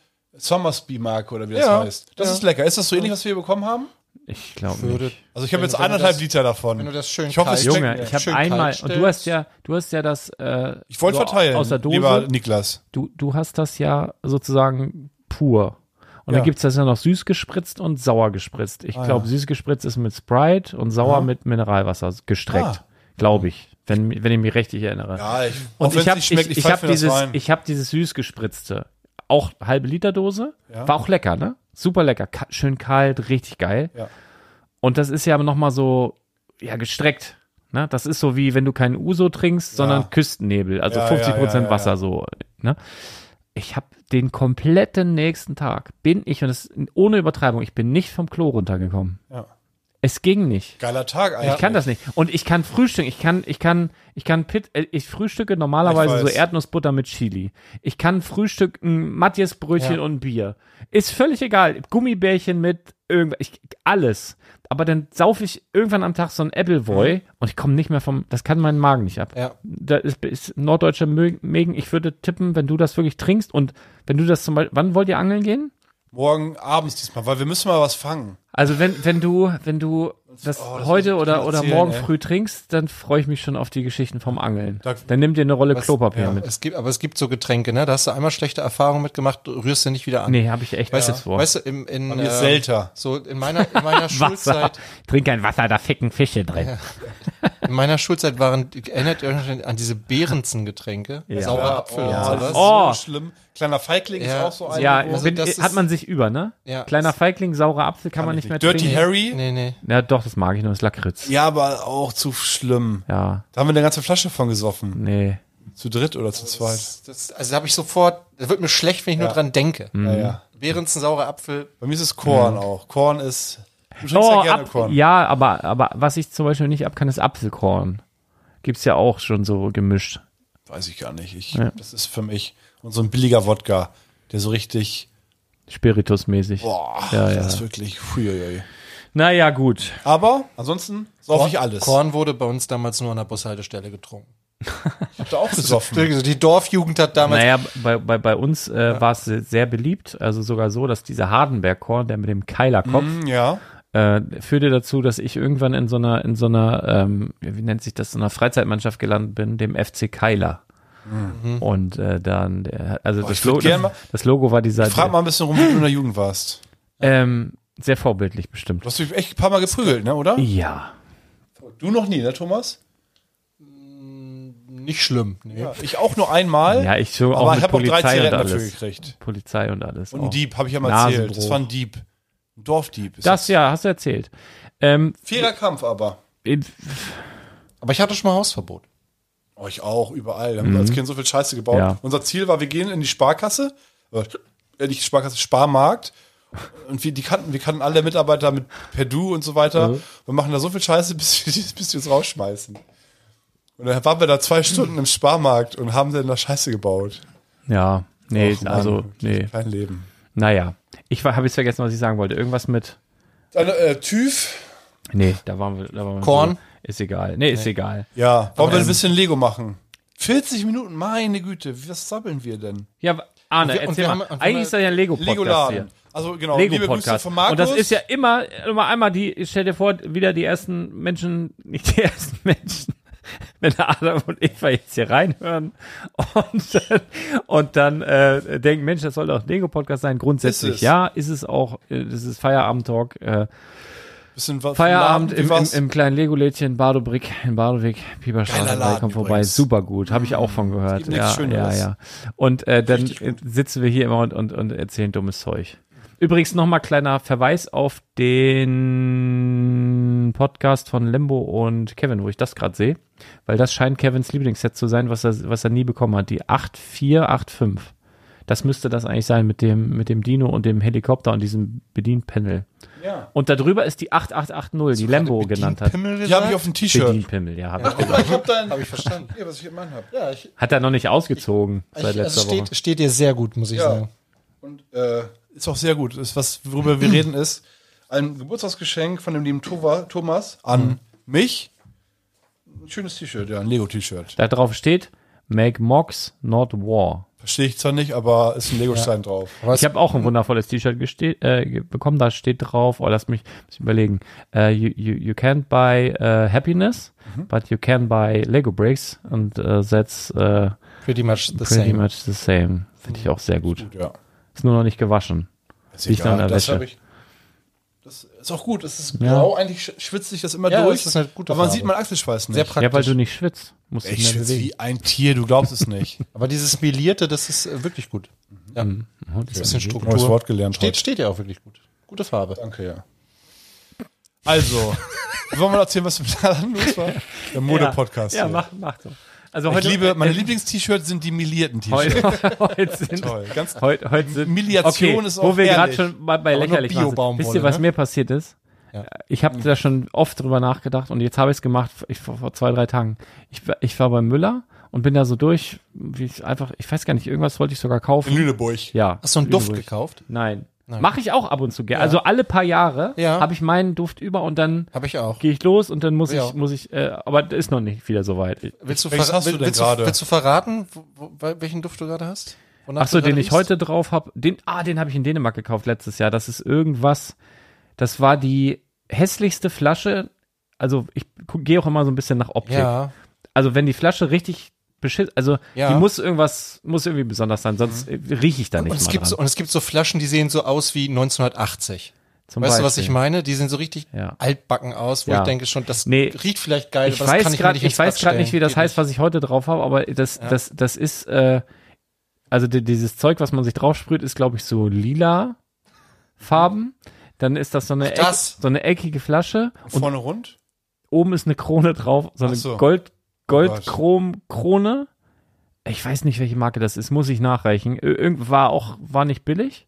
Speaker 4: Somersby-Marke oder wie das
Speaker 5: Ja,
Speaker 4: heißt. Das
Speaker 5: ja.
Speaker 4: ist lecker. Ist das so ähnlich, was wir hier bekommen haben?
Speaker 3: Ich glaube
Speaker 5: Würde-
Speaker 3: nicht.
Speaker 4: Also ich habe
Speaker 5: Wenn-
Speaker 4: jetzt
Speaker 5: wenn du
Speaker 4: anderthalb
Speaker 5: das-
Speaker 4: Liter davon.
Speaker 5: wenn du das schön
Speaker 4: ich hoffe, es
Speaker 5: kalt-
Speaker 4: schmeckt.
Speaker 3: Junge, ich
Speaker 5: Schön
Speaker 3: habe
Speaker 5: kalt
Speaker 3: einmal und du hast
Speaker 5: stellst.
Speaker 3: ja, du hast ja das äh,
Speaker 4: ich wollte
Speaker 3: so
Speaker 4: verteilen,
Speaker 3: aus der Dose.
Speaker 4: lieber Niklas.
Speaker 3: du, du hast das ja sozusagen pur. Und
Speaker 4: Ja.
Speaker 3: dann gibt's das ja noch süß gespritzt und sauer gespritzt. Ich
Speaker 4: Ah,
Speaker 3: glaube,
Speaker 4: ja.
Speaker 3: süß gespritzt ist mit Sprite und sauer
Speaker 4: Ah.
Speaker 3: mit Mineralwasser gestreckt.
Speaker 4: Ah.
Speaker 3: Glaube ich, wenn, wenn ich mich richtig erinnere.
Speaker 4: Ja, ich, auch
Speaker 3: und
Speaker 4: wenn's
Speaker 3: ich habe
Speaker 4: nicht
Speaker 3: ich,
Speaker 4: schmeckt,
Speaker 3: ich,
Speaker 4: pfeife
Speaker 3: hab
Speaker 4: mir das
Speaker 3: dieses,
Speaker 4: rein.
Speaker 3: ich hab dieses süß gespritzte. Auch halbe Liter Dose.
Speaker 4: Ja.
Speaker 3: War auch lecker, ne? Super lecker. Ka schön kalt, richtig geil.
Speaker 4: Ja.
Speaker 3: Und das ist ja noch mal so, ja, gestreckt. Ne? Das ist so wie, wenn du keinen Uso trinkst, sondern Küstennebel. Also
Speaker 4: Ja,
Speaker 3: 50
Speaker 4: ja, ja, ja,
Speaker 3: Prozent Wasser so. Ne? Ich habe den kompletten nächsten Tag, bin ich, und das ohne Übertreibung, ich bin nicht vom Klo runtergekommen.
Speaker 4: Ja.
Speaker 3: Es ging nicht.
Speaker 4: Geiler Tag eigentlich.
Speaker 3: Ich kann das nicht. Und ich kann frühstücken. Ich kann, ich kann, ich kann Pit, äh, ich frühstücke normalerweise
Speaker 4: Ich
Speaker 3: so
Speaker 4: weiß.
Speaker 3: Erdnussbutter mit Chili. Ich kann frühstücken Matjesbrötchen
Speaker 5: Ja.
Speaker 3: und Bier. Ist völlig egal. Gummibärchen mit irgendwas, ich, alles. Aber dann sauf ich irgendwann am Tag so ein Appleboy und ich komme nicht mehr vom, das kann meinen Magen nicht ab.
Speaker 5: Ja.
Speaker 3: Da ist, ist norddeutscher Mö- Mägen. Ich würde tippen, wenn du das wirklich trinkst und wenn du das zum Beispiel, wann wollt ihr angeln gehen?
Speaker 4: Morgen abends diesmal, weil wir müssen mal was fangen.
Speaker 3: Also wenn, wenn du, wenn du das,
Speaker 4: oh, das
Speaker 3: heute
Speaker 4: muss ich
Speaker 3: oder,
Speaker 4: dir
Speaker 3: oder
Speaker 4: erzählen,
Speaker 3: morgen
Speaker 4: ey.
Speaker 3: früh trinkst, dann freue ich mich schon auf die Geschichten vom Angeln.
Speaker 4: Da-
Speaker 3: dann nimm dir eine Rolle Klopapier
Speaker 5: ja.
Speaker 3: mit.
Speaker 5: Es gibt, aber es gibt so Getränke, ne? Da hast du einmal schlechte Erfahrungen mitgemacht, rührst du nicht wieder an.
Speaker 3: Nee, habe ich echt
Speaker 5: Weißt,
Speaker 3: Angst
Speaker 5: du,
Speaker 3: vor.
Speaker 5: weißt du, im, in, äh,
Speaker 4: Bei mir ist Selter.
Speaker 5: so in meiner, in
Speaker 3: [laughs]
Speaker 5: meiner
Speaker 3: Wasser.
Speaker 5: Schulzeit,
Speaker 3: Trink kein Wasser, da ficken Fische drin.
Speaker 5: in meiner Schulzeit waren, erinnert ihr euch an diese Behrensen-Getränke?
Speaker 3: Ja.
Speaker 5: Saurer Apfel
Speaker 4: oh,
Speaker 5: und
Speaker 4: das
Speaker 5: sowas.
Speaker 4: ist
Speaker 3: Oh.
Speaker 4: so schlimm. Kleiner Feigling ist
Speaker 5: Ja.
Speaker 4: auch so ein.
Speaker 3: Ja,
Speaker 4: wo-
Speaker 5: Also
Speaker 3: bin,
Speaker 5: das
Speaker 3: hat
Speaker 5: ist-
Speaker 3: man sich über, ne?
Speaker 5: Ja.
Speaker 3: Kleiner Feigling, saurer Apfel kann, man nicht mehr
Speaker 4: Dirty
Speaker 3: trinken.
Speaker 4: Harry.
Speaker 5: Nee, nee.
Speaker 3: Ja, doch, das mag ich nur, das ist Lakritz. Ja.
Speaker 4: Ja, aber auch zu schlimm. Hm. Da haben wir eine ganze Flasche von gesoffen.
Speaker 3: nee.
Speaker 4: Zu dritt oder zu zweit.
Speaker 5: Das, das, also da habe ich sofort, das wird mir schlecht, wenn ich nur dran denke.
Speaker 4: Ja, Mhm. ja.
Speaker 5: Behrensen, saurer Apfel.
Speaker 4: Bei mir ist es Korn auch. Korn ist. Du trinkst
Speaker 3: Oh,
Speaker 4: ja gerne
Speaker 3: Apf-
Speaker 4: Korn.
Speaker 3: ja, aber, aber was ich zum Beispiel nicht ab kann, ist Apfelkorn. Gibt's ja auch schon so gemischt.
Speaker 4: Weiß ich gar nicht. Ich, Das ist für mich. Und so ein billiger Wodka, der so richtig.
Speaker 3: Spiritusmäßig.
Speaker 4: Boah,
Speaker 3: Ja,
Speaker 4: das
Speaker 3: ja.
Speaker 4: ist wirklich. Huiuiui.
Speaker 3: Naja, gut.
Speaker 4: Aber ansonsten sauf ich alles.
Speaker 5: Korn wurde bei uns damals nur an der Bushaltestelle getrunken.
Speaker 4: Ich hab da auch gesoffen.
Speaker 5: Also Die Dorfjugend hat damals.
Speaker 3: Naja, bei, bei, bei uns äh, war es se- sehr beliebt, also sogar so, dass dieser Hardenberg-Korn, der mit dem Keilerkopf,
Speaker 4: Hm, ja.
Speaker 3: äh, führte dazu, dass ich irgendwann in so einer, in so einer, ähm, wie nennt sich das, so einer Freizeitmannschaft gelandet bin, dem FC Keiler. Und äh, dann, der, also
Speaker 4: Mhm. Boah,
Speaker 3: das,
Speaker 4: ich würd
Speaker 3: Logo,
Speaker 4: gern mal-
Speaker 3: das, das Logo war dieser,
Speaker 4: Frag mal ein bisschen rum, wie du in der Jugend warst.
Speaker 3: ähm, sehr vorbildlich
Speaker 4: Du
Speaker 3: bestimmt.
Speaker 4: hast dich echt ein paar Mal geprügelt, ne, oder?
Speaker 3: Ja.
Speaker 4: Du noch nie, ne, Thomas?
Speaker 5: Nicht schlimm. Nee.
Speaker 4: Ja, ich auch nur einmal.
Speaker 3: Ja, ich so
Speaker 4: aber
Speaker 3: auch
Speaker 4: ich
Speaker 3: mit
Speaker 4: habe auch drei
Speaker 3: Polizei und
Speaker 4: Zigaretten dafür
Speaker 3: alles.
Speaker 4: gekriegt.
Speaker 3: Polizei und alles.
Speaker 4: Und ein
Speaker 3: auch.
Speaker 4: Dieb, habe ich ja mal erzählt. Das
Speaker 3: Nasenbruch.
Speaker 4: war ein Dieb. Ein Dorfdieb. Ist
Speaker 3: Das, ja, hast du erzählt. Ähm,
Speaker 4: Fairer Kampf aber.
Speaker 5: Aber ich hatte schon mal Hausverbot.
Speaker 4: Oh, ich auch, überall. Wir haben als Kind so viel Scheiße gebaut.
Speaker 3: Mhm. Ja.
Speaker 4: Unser Ziel war, wir gehen in die Sparkasse, äh, äh, nicht Sparkasse, Sparmarkt. Und wir, die kannten, wir kannten alle Mitarbeiter mit Perdu und so weiter.
Speaker 3: Mhm.
Speaker 4: Wir machen da so viel Scheiße, [laughs] bis wir, bis wir es rausschmeißen. Und dann waren wir da zwei Stunden im Sparmarkt und haben dann da Scheiße gebaut.
Speaker 3: ja, nee,
Speaker 4: Och, Mann,
Speaker 3: also, nee.
Speaker 4: Kein Leben.
Speaker 3: Naja, ich habe jetzt vergessen, was ich sagen wollte. Irgendwas mit.
Speaker 4: Dann, äh, TÜV.
Speaker 3: Nee, da waren wir. Da waren wir
Speaker 5: Korn?
Speaker 3: So. Ist egal. Nee, ist egal.
Speaker 4: Ja, wollen
Speaker 3: Ähm.
Speaker 4: wir ein bisschen Lego machen? 40 Minuten, meine Güte, was sabbeln wir denn?
Speaker 3: Ja, w- Arne,
Speaker 5: Und wir- und
Speaker 3: erzähl
Speaker 5: wir
Speaker 3: mal.
Speaker 5: haben- und wir
Speaker 3: Eigentlich
Speaker 5: haben-
Speaker 3: ist das ja ein Lego-Podcast hier.
Speaker 4: Lego-Laden. Also genau, liebe Grüße
Speaker 3: Lego-Podcast.
Speaker 4: von Markus.
Speaker 3: Und das ist ja immer, immer einmal die, stell dir vor, wieder die ersten Menschen, nicht die ersten [laughs] Menschen, wenn Adam und Eva jetzt hier reinhören und dann, und dann äh, denken, Mensch, das soll doch ein Lego-Podcast sein. Grundsätzlich
Speaker 4: Ist es.
Speaker 3: ja, ist es auch, äh, das ist Feierabend-Talk. Äh,
Speaker 4: Bisschen was-
Speaker 3: Feierabend
Speaker 4: Wie
Speaker 3: im, im,
Speaker 4: war's?
Speaker 3: im kleinen Lego-Lädchen Badobrick in Badowig, Pieperstraße,
Speaker 4: Geiler
Speaker 3: drei,
Speaker 4: Laden
Speaker 3: kommt vorbei.
Speaker 4: übrigens.
Speaker 3: Super gut, habe ich auch von gehört.
Speaker 4: gibt nichts
Speaker 3: ja,
Speaker 4: Schöneres.
Speaker 3: ja, ja. Und äh, dann äh, sitzen wir hier immer und, und, und erzählen dummes Zeug. Übrigens nochmal kleiner Verweis auf den Podcast von Lembo und Kevin, wo ich das gerade sehe. Weil das scheint Kevins Lieblingsset zu sein, was er, was er nie bekommen hat. Die 8485. Das müsste das eigentlich sein mit dem, mit dem Dino und dem Helikopter und diesem Bedienpanel.
Speaker 4: Ja.
Speaker 3: Und darüber ist die 8880, die Lembo genannt hat.
Speaker 5: Pimmel
Speaker 4: Die habe
Speaker 5: gesagt?
Speaker 4: ich auf dem T-Shirt.
Speaker 3: Bedienpimmel, ja. Hab ich.
Speaker 4: Ich hab dein. Habe ich verstanden. Ja, was ich gemeint habe.
Speaker 5: ja, ich,
Speaker 3: Hat er noch nicht ausgezogen
Speaker 5: ich,
Speaker 3: seit letzter
Speaker 5: also
Speaker 3: Woche.
Speaker 5: steht, steht dir sehr gut, muss ich
Speaker 4: Ja.
Speaker 5: sagen.
Speaker 4: Und äh, ist auch sehr gut. Ist was, worüber wir reden, ist ein Geburtstagsgeschenk von dem lieben Tova, Thomas an mich. Ein schönes T-Shirt, ja, ein Lego-T-Shirt.
Speaker 3: Da drauf steht, make mocks, not war.
Speaker 4: Verstehe ich zwar nicht, aber ist ein Lego-Stein drauf.
Speaker 5: Aber
Speaker 3: Ich habe auch ein wundervolles T-Shirt geste- äh, ge- bekommen, da steht drauf, oh, lass mich muss ich überlegen, äh, you, you, you can't buy äh, happiness,
Speaker 4: Mhm.
Speaker 3: but you can buy Lego Bricks und äh, that's äh,
Speaker 5: pretty much the
Speaker 3: pretty
Speaker 5: same.
Speaker 3: much the same. Finde ich auch sehr gut.
Speaker 4: Ja.
Speaker 3: Ist nur noch nicht gewaschen.
Speaker 4: Ist
Speaker 3: Liegt an der
Speaker 4: das
Speaker 3: Wäsche.
Speaker 4: hab ich. Das ist auch gut. Es ist blau, eigentlich sch- schwitzt sich das immer
Speaker 5: Ja,
Speaker 4: durch.
Speaker 5: das ist eine gute
Speaker 4: aber man
Speaker 5: Farbe.
Speaker 4: sieht meinen Achselschweiß nicht.
Speaker 5: Sehr praktisch.
Speaker 3: Ja, weil du nicht schwitzt. Musst
Speaker 4: ich
Speaker 3: dich mehr
Speaker 4: schwitze
Speaker 3: bewegen.
Speaker 4: wie ein Tier, du glaubst es nicht.
Speaker 5: Aber dieses Melierte, das ist äh, wirklich gut. Ja, ein
Speaker 3: Oh, das ist
Speaker 5: bisschen Struktur.
Speaker 4: Neues Wort gelernt
Speaker 5: steht,
Speaker 4: heute.
Speaker 5: steht ja auch wirklich gut. Gute Farbe.
Speaker 4: Danke, ja. Also, wollen wir erzählen, was im Laden los war? Der Mode-Podcast.
Speaker 3: Ja,
Speaker 4: hier.
Speaker 3: mach, mach so. Also
Speaker 4: Ich
Speaker 3: heute,
Speaker 4: liebe, meine
Speaker 3: äh,
Speaker 4: Lieblingst-T-Shirts sind die milierten T-Shirts.
Speaker 3: [laughs] heute, [laughs] heute sind,
Speaker 4: Toll, ganz-
Speaker 3: heute, heute sind
Speaker 4: Humiliation
Speaker 3: okay,
Speaker 4: ist
Speaker 3: wo
Speaker 4: auch
Speaker 3: wir gerade
Speaker 4: ehrlich.
Speaker 3: schon mal bei
Speaker 5: Aber nur
Speaker 3: lächerlich waren.
Speaker 5: Bio-Baumwolle,
Speaker 3: Wisst ihr, was
Speaker 5: ne?
Speaker 3: mir passiert ist?
Speaker 5: Ja.
Speaker 3: Ich habe da schon oft drüber nachgedacht und jetzt habe ich es gemacht ich, vor, vor zwei, drei Tagen. Ich, war- ich war bei Müller und bin da so durch, wie ich einfach, ich weiß gar nicht, irgendwas wollte ich sogar kaufen.
Speaker 4: In Lüneburg.
Speaker 3: Ja.
Speaker 5: Hast du einen Duft
Speaker 3: Lüneburg.
Speaker 5: gekauft?
Speaker 3: Nein. Mache ich auch ab und zu gerne. Also alle paar Jahre
Speaker 5: Ja.
Speaker 3: habe ich meinen Duft über und dann
Speaker 5: Habe ich auch.
Speaker 3: gehe ich los und dann muss
Speaker 5: Ja.
Speaker 3: ich, muss ich, äh, aber das ist noch nicht wieder soweit. Ich,
Speaker 5: Willst du,
Speaker 4: Welches
Speaker 5: verra-
Speaker 4: hast du
Speaker 5: will-
Speaker 4: denn
Speaker 5: willst, du,
Speaker 4: gerade?
Speaker 5: willst du verraten, wo, wo, wel- welchen Duft du gerade hast? Wonach
Speaker 3: Ach so,
Speaker 5: du gerade
Speaker 3: den ich
Speaker 5: riechst?
Speaker 3: heute drauf habe. Den, ah, den habe ich in Dänemark gekauft letztes Jahr. Das ist irgendwas. Das war die hässlichste Flasche. Also ich gehe auch immer so ein bisschen nach Optik.
Speaker 5: Ja,
Speaker 3: Also wenn die Flasche richtig beschiss, also
Speaker 5: Ja.
Speaker 3: die muss irgendwas, muss irgendwie besonders sein, sonst äh, rieche ich da nicht
Speaker 5: und es,
Speaker 3: mal
Speaker 5: gibt so,
Speaker 3: dran.
Speaker 5: und es gibt so Flaschen, die sehen so aus wie 1980.
Speaker 3: Zum
Speaker 5: weißt du, was
Speaker 3: Beispiel.
Speaker 5: ich meine? Die sehen so richtig
Speaker 3: Ja.
Speaker 5: altbacken aus, wo
Speaker 3: Ja.
Speaker 5: ich denke schon, das
Speaker 3: Nee.
Speaker 5: riecht vielleicht geil,
Speaker 3: Ich
Speaker 5: aber das kann
Speaker 3: weiß
Speaker 5: ich
Speaker 3: gerade,
Speaker 5: mir
Speaker 3: ich,
Speaker 5: nicht ins
Speaker 3: weiß
Speaker 5: Bad
Speaker 3: gerade nicht, wie
Speaker 5: stellen.
Speaker 3: das
Speaker 5: Geht
Speaker 3: heißt, was ich heute drauf habe, aber das, das, das ist, äh, also di- dieses Zeug, was man sich draufsprüht, ist, glaube ich, so lila Farben. Dann ist das so eine, Eck,
Speaker 5: Das.
Speaker 3: so eine eckige Flasche und
Speaker 4: Vorne rund?
Speaker 3: oben ist eine Krone drauf, so eine
Speaker 4: Ach so.
Speaker 5: Oh
Speaker 3: Gold,
Speaker 4: Gott.
Speaker 3: Goldchrom-Krone. Ich weiß nicht, welche Marke das ist, muss ich nachreichen. Ir- Irgend war auch, war nicht billig.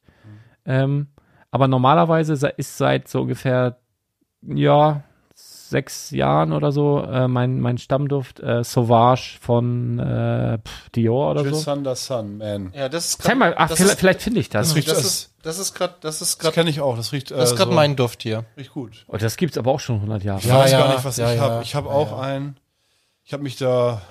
Speaker 3: Ähm, aber normalerweise se- ist seit so ungefähr, ja, sechs Jahren oder so äh, mein, mein Stammduft äh, Sauvage von äh, pf, Dior oder
Speaker 4: Jill
Speaker 3: so.
Speaker 4: Thunder Sun, man.
Speaker 5: Ja, das ist
Speaker 3: Zeig mal, ach,
Speaker 5: das
Speaker 3: vielleicht,
Speaker 5: ist-
Speaker 3: vielleicht finde ich das.
Speaker 5: das,
Speaker 3: Das,
Speaker 4: riecht-
Speaker 5: das
Speaker 4: das-
Speaker 5: ist das ist gerade das ist
Speaker 4: Das
Speaker 5: gerade
Speaker 4: kenne ich auch, das riecht, äh,
Speaker 5: das ist gerade
Speaker 4: so-
Speaker 5: mein Duft hier.
Speaker 4: riecht gut.
Speaker 3: oh, das gibt es aber auch schon 100 Jahre.
Speaker 4: Ich
Speaker 5: Ja,
Speaker 4: weiß
Speaker 5: ja,
Speaker 4: gar nicht, was
Speaker 5: ja,
Speaker 4: ich
Speaker 5: ja.
Speaker 4: habe. Ich habe
Speaker 5: Ja,
Speaker 4: auch
Speaker 5: ja.
Speaker 4: einen, ich habe mich da,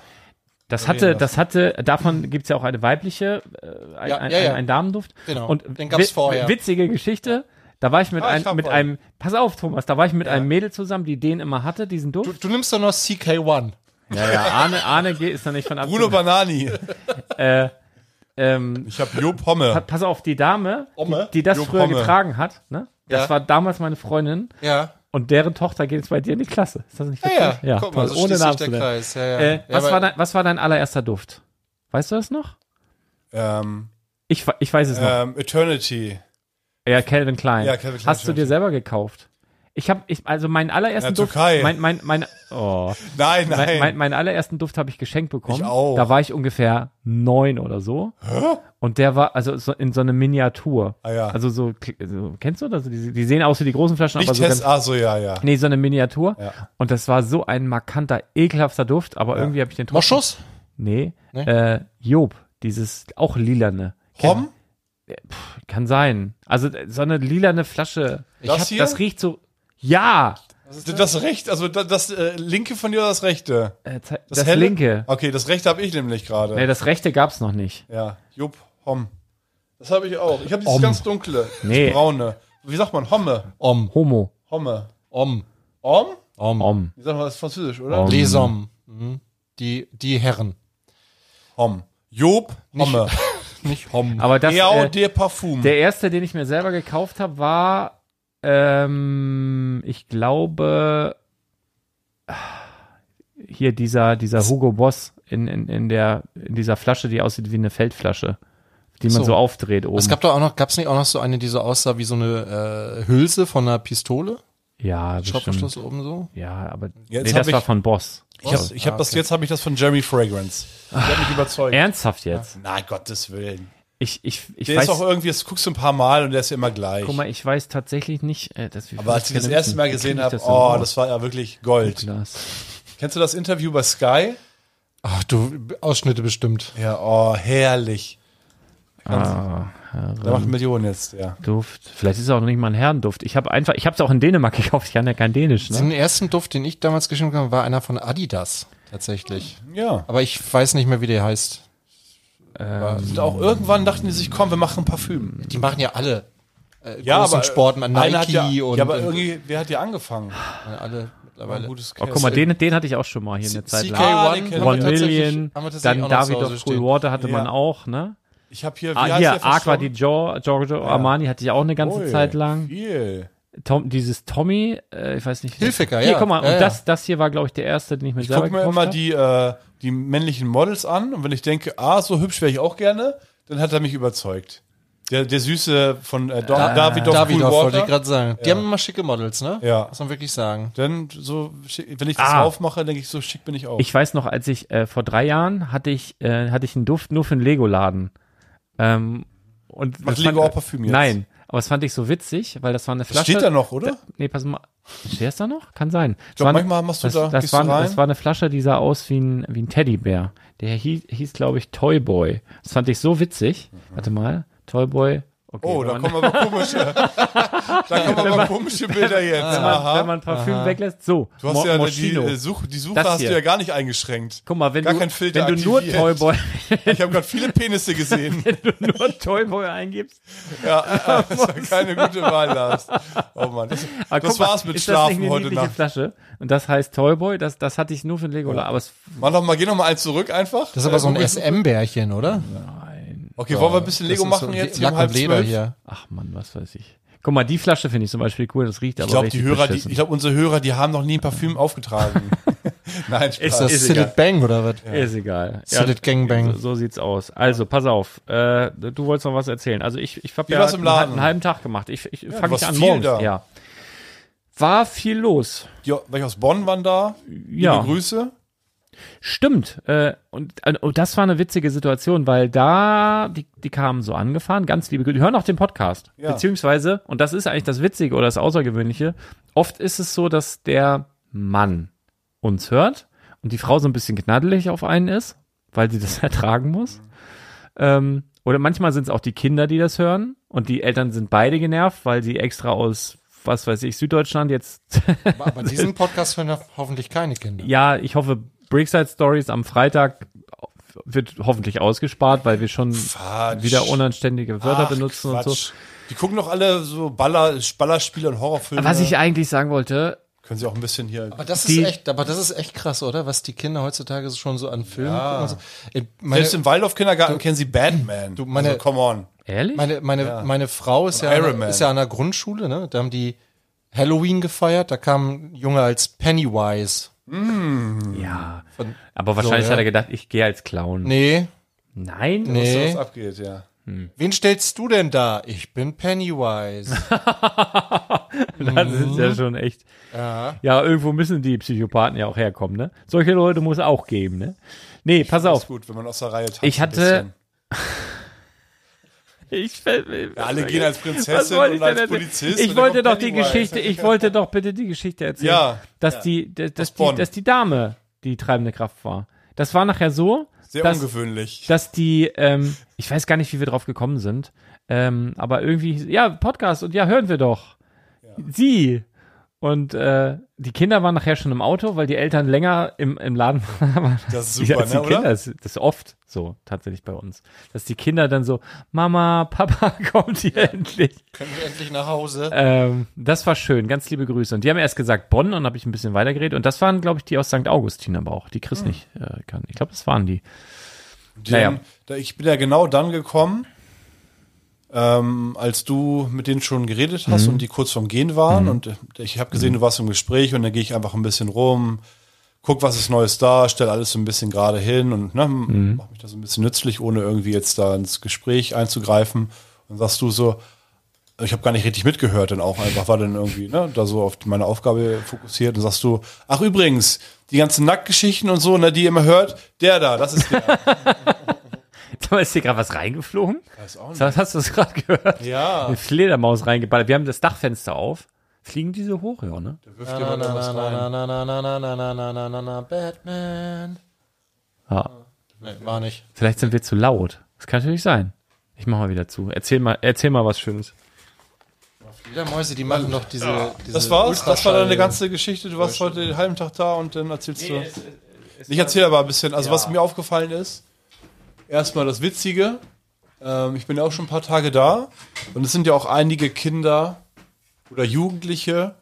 Speaker 3: Das
Speaker 4: Erwähnen
Speaker 3: hatte,
Speaker 4: lassen.
Speaker 3: das hatte, davon gibt es ja auch eine weibliche, äh, ein,
Speaker 5: Ja,
Speaker 3: ein,
Speaker 5: ja, ja.
Speaker 3: ein- ein Damenduft.
Speaker 5: Genau,
Speaker 3: Und
Speaker 5: den gab's
Speaker 3: wi-
Speaker 5: vorher.
Speaker 3: Witzige Geschichte. Da war ich mit,
Speaker 4: Ah,
Speaker 3: ein,
Speaker 4: ich hab
Speaker 3: mit
Speaker 4: einen.
Speaker 3: einem, pass auf, Thomas, da war ich mit einem Mädel zusammen, die den immer hatte, diesen
Speaker 5: Du,
Speaker 3: Duft.
Speaker 5: du nimmst doch noch CK1.
Speaker 3: Ja, ja, Arne, Arne geht- ist da nicht von ab.
Speaker 4: Bruno Banani.
Speaker 3: ähm,
Speaker 4: Ich habe Job Homme.
Speaker 3: pa- pass auf, die Dame,
Speaker 5: Omme?
Speaker 3: die das
Speaker 4: Jo,
Speaker 3: früher
Speaker 4: Homme.
Speaker 3: getragen hat, ne? Das
Speaker 5: Ja.
Speaker 3: war damals meine Freundin
Speaker 5: Ja.
Speaker 3: und deren Tochter geht jetzt bei dir in die Klasse. Ist das nicht
Speaker 5: Ja,
Speaker 3: witzig?
Speaker 5: ja. Guck
Speaker 3: toll,
Speaker 5: mal, so
Speaker 3: ohne
Speaker 5: schließt sich
Speaker 3: Namen
Speaker 5: der
Speaker 3: zu nennen.
Speaker 5: Kreis. Ja, ja.
Speaker 3: Äh,
Speaker 5: ja,
Speaker 3: was,
Speaker 5: aber-
Speaker 3: war dein, was war dein allererster Duft? Weißt du das noch?
Speaker 4: Ähm,
Speaker 3: Ich, we- ich weiß es noch.
Speaker 4: ähm, Eternity.
Speaker 3: Ja, Calvin Klein.
Speaker 4: Ja, Calvin Klein,
Speaker 3: Hast du
Speaker 4: stimmt.
Speaker 3: dir selber gekauft? Ich habe, ich, also meinen allerersten
Speaker 4: In der
Speaker 3: Duft,
Speaker 4: Türkei.
Speaker 3: mein, mein, mein, oh,
Speaker 4: Nein, nein.
Speaker 3: mein, mein, meinen allerersten Duft habe ich geschenkt bekommen.
Speaker 4: Ich auch.
Speaker 3: Da war ich ungefähr neun oder so. Und der war also so in so eine Miniatur.
Speaker 4: Ah, ja.
Speaker 3: Also so, kl- so kennst du das? Die, die sehen aus wie die großen Flaschen,
Speaker 4: nicht
Speaker 3: aber so ganz,
Speaker 4: Test,
Speaker 3: Genau.
Speaker 4: ach so, ja, ja.
Speaker 3: nee, so eine Miniatur.
Speaker 4: Ja.
Speaker 3: Und das war so ein markanter, ekelhafter Duft, aber irgendwie habe ich den trotzdem-
Speaker 5: Moschus?
Speaker 3: Nee,
Speaker 5: Nee?
Speaker 3: Äh, Job, dieses auch lilane.
Speaker 4: Homm?
Speaker 3: Kann sein. Also so eine lilane Flasche. Ich
Speaker 4: Das
Speaker 3: hab,
Speaker 4: hier?
Speaker 3: das riecht so. Ja!
Speaker 4: Das rechte, also das, das äh, linke von dir oder das rechte?
Speaker 3: Äh, zei-
Speaker 4: Das
Speaker 3: das
Speaker 4: helle? Ah.
Speaker 3: linke.
Speaker 4: Okay, das rechte habe ich nämlich gerade.
Speaker 3: Nee, das rechte gab's noch nicht.
Speaker 4: Ja, Jupp, Homm. Das habe ich auch. Ich habe dieses ganz dunkle,
Speaker 3: Nee.
Speaker 4: das braune. Wie sagt man? Homme.
Speaker 5: Om.
Speaker 3: Homo.
Speaker 4: Homme.
Speaker 5: Om.
Speaker 4: Om?
Speaker 5: Om.
Speaker 3: Om.
Speaker 4: Wie sagt man das ist französisch, oder?
Speaker 3: Om.
Speaker 5: Les hommes. Mhm. Die, die Herren.
Speaker 4: Homm. Job, Homme.
Speaker 5: Nicht Hom.
Speaker 3: Aber das,
Speaker 4: Eau
Speaker 3: äh,
Speaker 4: de Parfum.
Speaker 3: der erste, den ich mir selber gekauft habe, war, ähm, ich glaube, hier dieser, dieser Hugo Boss in, in, in, der, in dieser Flasche, die aussieht wie eine Feldflasche, die man
Speaker 5: So.
Speaker 3: so, aufdreht oben.
Speaker 5: Es gab da auch noch, gab's nicht auch noch so eine, die so aussah wie so eine äh, Hülse von einer Pistole?
Speaker 3: Ja, bestimmt.
Speaker 5: Schraubverschluss oben so?
Speaker 3: Ja, aber nee,
Speaker 4: Jetzt hab
Speaker 3: das
Speaker 4: ich-
Speaker 3: war von Boss.
Speaker 4: Ich hab, ich hab das jetzt habe ich das von Jeremy Fragrance. Der hat mich überzeugt.
Speaker 3: Ernsthaft jetzt?
Speaker 4: Na Gottes Willen.
Speaker 3: Ich, ich, ich
Speaker 4: Der
Speaker 3: weiß,
Speaker 4: ist auch irgendwie, das guckst du ein paar Mal und der ist immer gleich.
Speaker 3: guck mal, ich weiß tatsächlich nicht, äh, dass wir
Speaker 4: Aber als ich das erste Mal gesehen habe, oh, das war ja wirklich Gold.
Speaker 3: Genau.
Speaker 4: Kennst du das Interview bei Sky?
Speaker 5: Ach du, Ausschnitte bestimmt.
Speaker 4: Ja, oh, herrlich.
Speaker 3: Ah,
Speaker 4: Da macht Millionen jetzt, ja.
Speaker 3: Duft. Vielleicht ist es auch noch nicht mal ein Herrenduft. Ich habe einfach, ich habe es auch in Dänemark [laughs] gekauft. Ich kann ja kein Dänisch. Ne?
Speaker 5: Den ersten Duft, den ich damals geschenkt habe, war einer von Adidas tatsächlich.
Speaker 4: Ja.
Speaker 5: Aber ich weiß nicht mehr, wie der heißt.
Speaker 4: Und auch irgendwann dachten die sich, komm, wir machen ein Parfüm.
Speaker 5: Die machen ja alle äh,
Speaker 4: Ja,
Speaker 5: großen
Speaker 4: aber
Speaker 5: Sporten an
Speaker 4: einer hat
Speaker 5: Nike
Speaker 4: ja,
Speaker 5: und,
Speaker 4: ja, aber
Speaker 5: und-
Speaker 4: irgendwie, wer hat ja angefangen?
Speaker 5: und alle mittlerweile.
Speaker 4: Gutes
Speaker 3: Oh, guck mal, den, den hatte ich auch schon mal hier eine Zeit lang.
Speaker 4: Ah, den
Speaker 5: CK1
Speaker 4: kennen
Speaker 3: One
Speaker 4: wir tatsächlich-
Speaker 3: Million,
Speaker 5: haben wir tatsächlich
Speaker 3: dann
Speaker 5: auch noch zu
Speaker 3: David
Speaker 5: Hause
Speaker 3: of Cool
Speaker 5: stehen.
Speaker 3: Water hatte
Speaker 4: Ja.
Speaker 3: man auch, ne?
Speaker 4: Ich habe hier, wie
Speaker 3: Ah,
Speaker 4: heißt
Speaker 3: hier,
Speaker 4: der
Speaker 3: Aqua di
Speaker 4: Verstorben?
Speaker 3: Gio- Giorgio Armani hatte ich auch eine ganze
Speaker 4: Ui,
Speaker 3: Zeit lang.
Speaker 4: Viel.
Speaker 3: Tom, dieses Tommy, äh, ich weiß nicht. wie-
Speaker 5: Hilfiger,
Speaker 3: hier,
Speaker 5: ja.
Speaker 3: guck mal,
Speaker 5: Ja,
Speaker 3: und
Speaker 5: ja.
Speaker 3: das, das hier war, glaube ich, der erste, den ich mir
Speaker 4: Ich
Speaker 3: selber
Speaker 4: gucke mir
Speaker 3: gekauft
Speaker 4: immer
Speaker 3: habe.
Speaker 4: die, äh, die männlichen Models an und wenn ich denke, ah, so hübsch wäre ich auch gerne, dann hat er mich überzeugt. Der, der Süße von äh, Do Davidoff,
Speaker 5: Davidoff
Speaker 4: Cool
Speaker 5: wollte ich
Speaker 4: Water.
Speaker 5: gerade sagen. Die haben immer schicke Models, ne?
Speaker 4: Ja.
Speaker 5: Muss man wirklich sagen.
Speaker 4: Dann so, schick- wenn ich das
Speaker 3: Ah.
Speaker 4: aufmache, denke ich, so schick bin ich auch.
Speaker 3: Ich weiß noch, als ich äh, vor drei Jahren hatte ich, äh, hatte ich einen Duft nur für einen Lego-Laden. Ähm, und
Speaker 4: Macht
Speaker 3: das fand-
Speaker 4: Lego auch Parfüm jetzt?
Speaker 3: Nein, aber das fand ich so witzig, weil das war eine
Speaker 4: das
Speaker 3: Flasche.
Speaker 4: steht da noch, oder?
Speaker 3: Nee, pass mal. Steht das da noch? Kann sein. Ich
Speaker 4: glaub, manchmal machst du
Speaker 3: das,
Speaker 4: da-
Speaker 3: das
Speaker 4: gehst du
Speaker 3: war,
Speaker 4: rein.
Speaker 3: das war eine Flasche, die sah aus wie ein, wie ein Teddybär. Der hieß, hieß glaube ich, Toyboy. Das fand ich so witzig. Warte mal, Toyboy. Okay,
Speaker 4: Mhm. Oh,
Speaker 3: wenn
Speaker 4: da
Speaker 3: man-
Speaker 4: kommen aber
Speaker 3: [laughs]
Speaker 4: komische, da kommen aber komische Bilder jetzt.
Speaker 3: wenn man,
Speaker 4: Aha.
Speaker 3: wenn man Parfüm weglässt. So,
Speaker 4: Du hast ja die,
Speaker 3: Moschino.
Speaker 4: äh, Suche, die Suche
Speaker 3: Das
Speaker 4: hast du
Speaker 3: hier.
Speaker 4: ja gar nicht eingeschränkt.
Speaker 3: Guck mal, wenn
Speaker 4: gar
Speaker 3: du,
Speaker 4: kein Filter
Speaker 3: wenn du nur
Speaker 4: aktiviert.
Speaker 3: Toyboy, [laughs]
Speaker 4: Ich habe gerade viele Penisse gesehen.
Speaker 3: wenn du nur Toyboy eingibst.
Speaker 4: ja, das war keine gute Wahl, Lars. Oh
Speaker 3: Aber
Speaker 4: Mann. Das, das
Speaker 3: Ah, guck mal,
Speaker 4: war's mit
Speaker 3: ist das nicht
Speaker 4: Schlafen
Speaker 3: eine
Speaker 4: heute
Speaker 3: niedliche
Speaker 4: Nacht.
Speaker 3: Flasche. Und das heißt Toyboy, das, das hatte ich nur für den Legola. Aber es,
Speaker 4: Mach noch mal, geh noch mal eins zurück einfach.
Speaker 5: Das ist aber so ein
Speaker 4: Äh,
Speaker 5: SM-Bärchen, oder?
Speaker 4: Okay, wollen wir ein bisschen Lego
Speaker 5: Das ist so
Speaker 4: machen jetzt?
Speaker 5: Lack
Speaker 4: um halb
Speaker 5: und Leder
Speaker 4: zwölf?
Speaker 5: hier.
Speaker 3: ach man, was weiß ich. Guck mal, die Flasche finde ich zum Beispiel cool, das riecht aber
Speaker 4: Ich glaube, die
Speaker 3: richtig
Speaker 4: Hörer, die,
Speaker 3: beschissen.
Speaker 4: ich glaube, unsere Hörer, die haben noch nie ein Parfüm
Speaker 5: [laughs]
Speaker 4: aufgetragen. Nein,
Speaker 5: Ist
Speaker 4: Spaß.
Speaker 5: das
Speaker 3: Ist
Speaker 5: Silly
Speaker 3: egal.
Speaker 5: Bang oder was?
Speaker 3: Ist egal.
Speaker 5: Solid Gangbang.
Speaker 3: So, so sieht's aus. Also, pass auf. Äh, du wolltest noch was erzählen. Also, ich, ich habe
Speaker 4: Wie
Speaker 3: ja
Speaker 4: war's im
Speaker 3: einen,
Speaker 4: Laden?
Speaker 3: einen halben Tag gemacht. Ich, ich fange
Speaker 4: warst
Speaker 3: ich an
Speaker 4: viel
Speaker 3: morgens.
Speaker 4: da.
Speaker 3: Ja. War viel los.
Speaker 4: Ja, welche aus Bonn waren da?
Speaker 3: Ja.
Speaker 4: Liebe Grüße.
Speaker 3: Stimmt. Äh, und, äh, und das war eine witzige Situation, weil da, die, die kamen so angefahren, ganz liebe Grüße. Die hören auch den Podcast.
Speaker 4: Ja.
Speaker 3: Beziehungsweise, und das ist eigentlich das Witzige oder das Außergewöhnliche, oft ist es so, dass der Mann uns hört und die Frau so ein bisschen knaddelig auf einen ist, weil sie das [laughs] ertragen muss. Ähm, oder manchmal sind es auch die Kinder, die das hören und die Eltern sind beide genervt, weil sie extra aus, was weiß ich, Süddeutschland jetzt
Speaker 5: Aber diesen Podcast hören ja hoffentlich keine Kinder.
Speaker 3: ja, ich hoffe, Brickside Stories am Freitag wird hoffentlich ausgespart, weil wir schon wieder unanständige Wörter
Speaker 4: Ach,
Speaker 3: benutzen und so.
Speaker 4: Quatsch. Die gucken doch alle so Baller, Ballerspiele und Horrorfilme.
Speaker 3: Was ich eigentlich sagen wollte,
Speaker 4: Können sie auch ein bisschen hier.
Speaker 5: Aber das
Speaker 3: Die-
Speaker 5: ist echt, aber das ist echt krass, oder? Was die Kinder heutzutage schon so an Filmen gucken und so. Ey,
Speaker 4: Selbst
Speaker 5: Meine,
Speaker 4: im Waldorf-Kindergarten kennen sie Batman. Du,
Speaker 5: meine-
Speaker 4: also, come on.
Speaker 3: ehrlich?
Speaker 5: meine, meine, meine Frau ist ja,
Speaker 4: Iron
Speaker 5: an,
Speaker 4: Man.
Speaker 5: ist ja an der Grundschule, ne? Da haben die Halloween gefeiert, da kam ein Junge als Pennywise.
Speaker 3: ja. Aber wahrscheinlich
Speaker 5: So, ja.
Speaker 3: hat er gedacht, ich gehe als Clown.
Speaker 5: Nee,
Speaker 3: Nein?
Speaker 5: nee.
Speaker 4: Was abgeht, ja.
Speaker 5: Wen stellst du denn da? Ich bin Pennywise.
Speaker 3: [laughs]
Speaker 5: [laughs]
Speaker 3: Das ist ja schon echt. Ja. irgendwo müssen die Psychopathen ja auch herkommen, ne? Solche Leute muss es auch geben, ne? Nee, pass
Speaker 4: Das ist
Speaker 3: auf.
Speaker 4: gut, wenn man aus der Reihe tanzt.
Speaker 3: Ich
Speaker 4: ein
Speaker 3: hatte-
Speaker 4: bisschen.
Speaker 3: Ich, fäll-
Speaker 4: Ja, alle gehen als
Speaker 3: Was
Speaker 4: Prinzessin
Speaker 3: wollte ich
Speaker 4: und
Speaker 3: denn
Speaker 4: als
Speaker 3: erzählen?
Speaker 4: Polizist.
Speaker 3: Ich
Speaker 4: und dann
Speaker 3: wollte
Speaker 4: kommt
Speaker 3: doch die
Speaker 4: Pennywise.
Speaker 3: Geschichte, ich wollte doch bitte die Geschichte erzählen,
Speaker 4: Ja.
Speaker 3: dass die, dass, dass, die,
Speaker 4: Bonn.
Speaker 3: dass die Dame die treibende Kraft war. Das war nachher so,
Speaker 4: Sehr
Speaker 3: dass,
Speaker 4: ungewöhnlich.
Speaker 3: dass die, ähm, ich weiß gar nicht, wie wir drauf gekommen sind, ähm, aber irgendwie, ja, Podcast und ja, hören wir doch. Sie. Und äh, die Kinder waren nachher schon im Auto, weil die Eltern länger im, im Laden [laughs] waren.
Speaker 4: Das ist
Speaker 3: Die-
Speaker 4: super,
Speaker 3: als die
Speaker 4: ne, oder?
Speaker 3: Kinder, das, das ist oft so tatsächlich bei uns, dass die Kinder dann so, Mama, Papa, [laughs] kommt ihr endlich?
Speaker 5: Können wir endlich nach Hause?
Speaker 3: Ähm, das war schön, ganz liebe Grüße. Und die haben erst gesagt Bonn und dann habe ich ein bisschen weitergeredet. Und das waren, glaube ich, die aus St. Augustin aber auch, die
Speaker 4: Hm.
Speaker 3: Chris nicht äh, kann. Ich glaube, das waren die. [laughs]
Speaker 4: Die-
Speaker 3: naja.
Speaker 4: da- Ich bin ja genau dann gekommen, ähm, als du mit denen schon geredet hast und die kurz vorm Gehen waren. Und äh, ich habe gesehen, du warst im Gespräch und dann gehe ich einfach ein bisschen rum, guck, was ist Neues da, stell alles so ein bisschen gerade hin und ne, mach mich da so ein bisschen nützlich, ohne irgendwie jetzt da ins Gespräch einzugreifen. Und sagst du so, ich habe gar nicht richtig mitgehört, dann auch einfach war dann irgendwie ne, da so auf meine Aufgabe fokussiert und sagst du, ach übrigens, die ganzen Nacktgeschichten und so, ne, die ihr immer hört, der da, das ist der.
Speaker 3: Aber ist hier gerade was reingeflogen?
Speaker 4: Weiß auch nicht.
Speaker 3: Hast hast du es gerade gehört?
Speaker 4: Ja.
Speaker 3: Eine Fledermaus reingeballert. Wir haben das Dachfenster auf. Fliegen diese hoch, ja, ne?
Speaker 4: Wirft jemand da was rein.
Speaker 5: na, na, na, na, na, na, na, na, na, na, Batman.
Speaker 3: Ja.
Speaker 5: Nee, war nicht.
Speaker 3: Vielleicht sind wir zu laut. Das kann natürlich sein. Ich mach mal wieder zu. Erzähl mal, erzähl mal was Schönes.
Speaker 5: Fledermäuse, die machen doch diese. diese
Speaker 4: Das war's, das war deine
Speaker 5: Ultraschall-
Speaker 4: ganze Geschichte. Du warst heute den halben Tag da und dann erzählst du. ich erzähle aber ein bisschen. Also, was mir aufgefallen ist, erstmal das Witzige. Ähm, ich bin ja auch schon ein paar Tage da und es sind ja auch einige Kinder oder Jugendliche,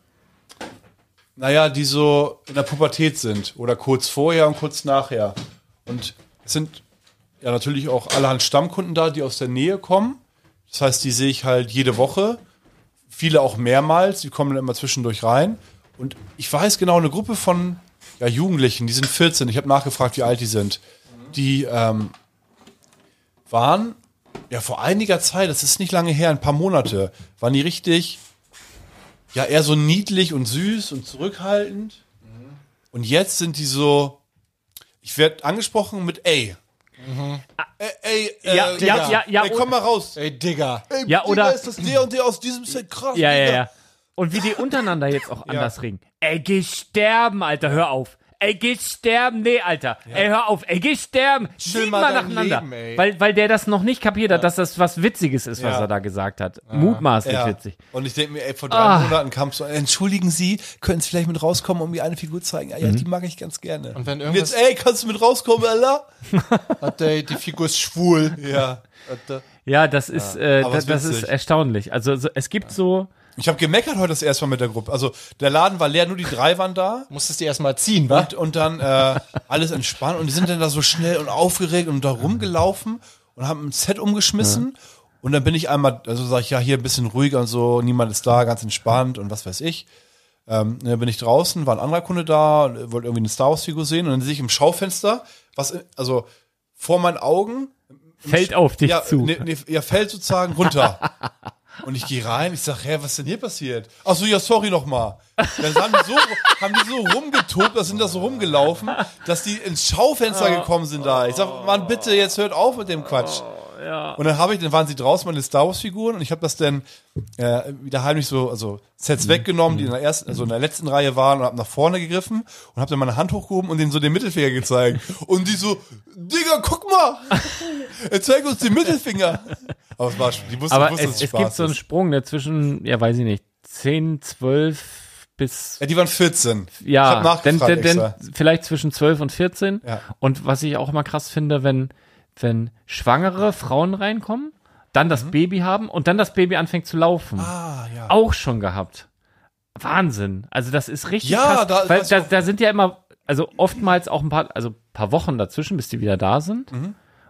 Speaker 4: naja, die so in der Pubertät sind oder kurz vorher und kurz nachher. Und es sind ja natürlich auch allerhand Stammkunden da, die aus der Nähe kommen. Das heißt, die sehe ich halt jede Woche viele auch mehrmals, die kommen dann immer zwischendurch rein. Und ich weiß genau, eine Gruppe von ja, Jugendlichen, die sind 14, ich habe nachgefragt, wie alt die sind, die ähm, waren ja vor einiger Zeit, das ist nicht lange her, ein paar Monate, waren die richtig, ja, eher so niedlich und süß und zurückhaltend. Und jetzt sind die so, ich werde angesprochen mit ey. Ey, ey, äh,
Speaker 3: Mhm. Ja, ja,
Speaker 4: Digga,
Speaker 3: ja, ja, oh.
Speaker 4: ey, komm mal raus.
Speaker 5: Ey, Digga.
Speaker 4: Ey,
Speaker 3: Ja,
Speaker 4: Digga,
Speaker 3: oder-
Speaker 4: ist das der und der aus diesem Set krass?
Speaker 3: Ja, ja,
Speaker 4: Digga.
Speaker 3: ja. [laughs] Und wie die untereinander jetzt auch anders reden. Ey, geh sterben, Alter, hör auf. Ey, geh sterben, nee, Alter. Ey, hör auf. Ey, geh sterben. Siebenmal
Speaker 5: mal dein
Speaker 3: nacheinander.
Speaker 5: Leben, ey.
Speaker 3: weil, weil der das noch nicht kapiert hat, dass das was Witziges ist, was
Speaker 4: Ja.
Speaker 3: er da gesagt hat. Mutmaßlich
Speaker 4: Ja.
Speaker 3: witzig. Ah.
Speaker 4: Und ich denke mir, ey, vor drei Monaten kam so, entschuldigen Sie, könnten Sie vielleicht mit rauskommen und mir eine Figur zeigen? Ah, Ja,
Speaker 3: Mhm.
Speaker 4: die mag ich ganz gerne.
Speaker 5: Und wenn
Speaker 4: jetzt,
Speaker 5: irgendwas-
Speaker 4: ey, kannst du mit rauskommen, Ella?
Speaker 5: Hat der, die Figur ist schwul.
Speaker 4: Ja.
Speaker 3: Ja, das ist, äh,
Speaker 4: aber
Speaker 3: das,
Speaker 4: ist
Speaker 3: das ist
Speaker 4: witzig.
Speaker 3: erstaunlich. Also so, es gibt so,
Speaker 4: Ich habe gemeckert heute das erste Mal mit der Gruppe. Also der Laden war leer, nur die drei waren da.
Speaker 5: Musstest du erstmal ziehen, wa?
Speaker 4: Und, und dann äh, alles entspannt. Und die sind dann da so schnell und aufgeregt und da rumgelaufen und haben ein Set umgeschmissen. Und dann bin ich einmal, also sage ich, ja, hier ein bisschen ruhiger und so, niemand ist da, ganz entspannt und was weiß ich. Ähm, und dann bin ich draußen, war ein anderer Kunde da, wollte irgendwie eine Star Wars-Figur sehen. Und dann sehe ich im Schaufenster, was, also vor meinen Augen,
Speaker 3: fällt auf dich
Speaker 4: ja,
Speaker 3: zu.
Speaker 4: Nee, nee, ja, fällt sozusagen runter. Und ich gehe rein, ich sag, hä, was ist denn hier passiert? Ach so, ja, sorry nochmal. Dann haben die so, haben die so rumgetobt, das sind da so rumgelaufen, dass die ins Schaufenster gekommen sind da. Ich sag, Mann, bitte, jetzt hört auf mit dem Quatsch. Und dann habe ich, dann waren sie draußen meine Star Wars Figuren und ich habe das dann äh, wieder heimlich so, also
Speaker 3: Mhm.
Speaker 4: Sets weggenommen, die in der ersten, also in der letzten Reihe waren und habe nach vorne gegriffen und habe dann meine Hand hochgehoben und denen so den Mittelfinger
Speaker 3: [laughs]
Speaker 4: gezeigt und die so, Digga, guck mal, er zeigt uns den Mittelfinger. Aber es war, die mussten
Speaker 3: Aber
Speaker 4: wussten, dass
Speaker 3: es, es gibt so einen
Speaker 4: ist.
Speaker 3: Sprung ne, zwischen, ja, weiß ich nicht, 10, 12 bis
Speaker 4: Ja, die waren 14. ich
Speaker 3: ja,
Speaker 4: hab nachgefragt
Speaker 3: denn, denn,
Speaker 4: extra.
Speaker 3: denn vielleicht zwischen 12 und 14.
Speaker 4: Ja.
Speaker 3: Und was ich auch immer krass finde, wenn, wenn schwangere Frauen reinkommen, dann das Baby haben und dann das Baby anfängt zu laufen.
Speaker 4: Mhm. Ah, ja.
Speaker 3: Auch schon gehabt. Wahnsinn. Also das ist richtig
Speaker 4: Ja,
Speaker 3: krass.
Speaker 4: da-
Speaker 3: weil
Speaker 4: das-
Speaker 3: da, da sind ja immer, also oftmals auch ein paar, also ein paar Wochen dazwischen, bis die wieder da sind.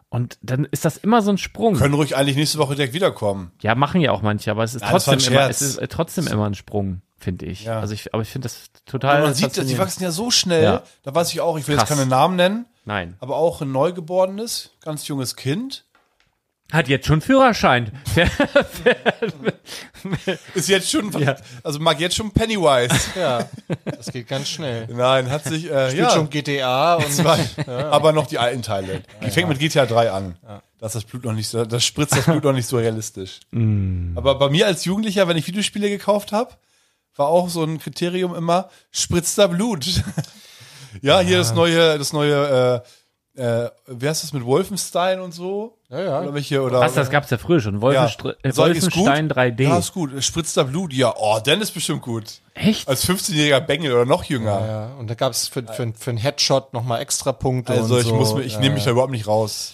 Speaker 3: Und dann ist das immer so ein Sprung.
Speaker 4: Mhm. Können ruhig eigentlich nächste Woche direkt wiederkommen.
Speaker 3: Ja, machen ja auch manche, aber es ist
Speaker 4: Ja, das war
Speaker 3: trotzdem
Speaker 4: ein
Speaker 3: immer,
Speaker 4: Scherz.
Speaker 3: es ist äh, trotzdem immer ein Sprung, finde ich.
Speaker 4: Ja.
Speaker 3: Also ich, aber ich finde das
Speaker 4: Und
Speaker 3: total.
Speaker 4: man sieht, dass die
Speaker 3: faszinierend.
Speaker 4: wachsen ja so schnell.
Speaker 3: Ja.
Speaker 4: Da weiß ich auch, ich will
Speaker 3: Krass.
Speaker 4: jetzt keine Namen nennen,
Speaker 3: Nein.
Speaker 4: aber auch ein Neugeborenes, ganz junges Kind.
Speaker 3: Hat jetzt schon Führerschein.
Speaker 4: Ist jetzt schon, also mag jetzt schon Pennywise.
Speaker 5: [laughs] Ja. Das geht ganz schnell.
Speaker 4: Nein, hat sich, äh,
Speaker 5: Spielt
Speaker 4: ja,
Speaker 5: schon
Speaker 4: [laughs]
Speaker 5: GTA und
Speaker 4: zwei, aber noch die alten Teile. Die fängt mit GTA 3 an. Das ist das Blut noch nicht so, das spritzt das Blut noch nicht so realistisch.
Speaker 5: Mm.
Speaker 4: Aber bei mir als Jugendlicher, wenn ich Videospiele gekauft habe, war auch so ein Kriterium immer, spritzt da Blut. [laughs] ja, hier das neue, das neue, äh, äh, wie heißt das mit Wolfenstein und so?
Speaker 5: Ja, ja.
Speaker 4: Oder welche, oder?
Speaker 3: Was, das gab's ja früher schon. Wolfenstr- äh,
Speaker 4: Soll- ist gut?
Speaker 3: Wolfenstein
Speaker 4: Ja,
Speaker 3: 3D.
Speaker 4: ist gut. Spritzt da Blut, ja. Oh, dann ist bestimmt gut.
Speaker 3: Echt?
Speaker 4: Als 15-jähriger Bengel oder noch jünger.
Speaker 5: Ja, und da gab es für, für, für einen Headshot nochmal extra Punkte.
Speaker 4: also
Speaker 5: und
Speaker 4: ich
Speaker 5: so.
Speaker 4: muss mir, ich nehme mich da überhaupt nicht raus.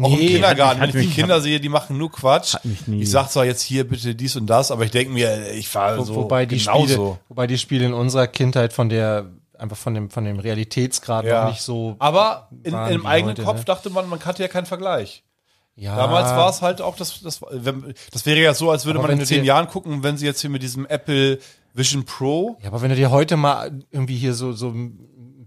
Speaker 4: Auch
Speaker 5: Nee,
Speaker 4: im Kindergarten,
Speaker 3: hat mich-
Speaker 4: wenn ich die
Speaker 3: hat
Speaker 4: Kinder sehe, die machen nur Quatsch.
Speaker 3: mich nie.
Speaker 4: Ich sag zwar jetzt hier bitte dies und das, aber ich denke mir, ich war
Speaker 5: Wo-
Speaker 4: so
Speaker 5: wobei, die Spiele,
Speaker 4: genauso.
Speaker 5: wobei die Spiele in unserer Kindheit von der, einfach von dem, von dem Realitätsgrad
Speaker 4: Ja.
Speaker 5: noch nicht so.
Speaker 4: aber in,
Speaker 5: waren
Speaker 4: im
Speaker 5: wie
Speaker 4: eigenen
Speaker 5: heute,
Speaker 4: Kopf
Speaker 5: ne? Ah.
Speaker 4: dachte man, man hatte ja keinen Vergleich.
Speaker 5: ja,
Speaker 4: Damals war es halt auch, das, das, wenn- das wäre ja so, als würde
Speaker 5: Aber
Speaker 4: man
Speaker 5: wenn
Speaker 4: in
Speaker 5: du
Speaker 4: zehn
Speaker 5: dir-
Speaker 4: Jahren gucken, wenn sie jetzt hier mit diesem Apple Vision Pro
Speaker 5: Ja, aber wenn du dir heute mal irgendwie hier so, so ein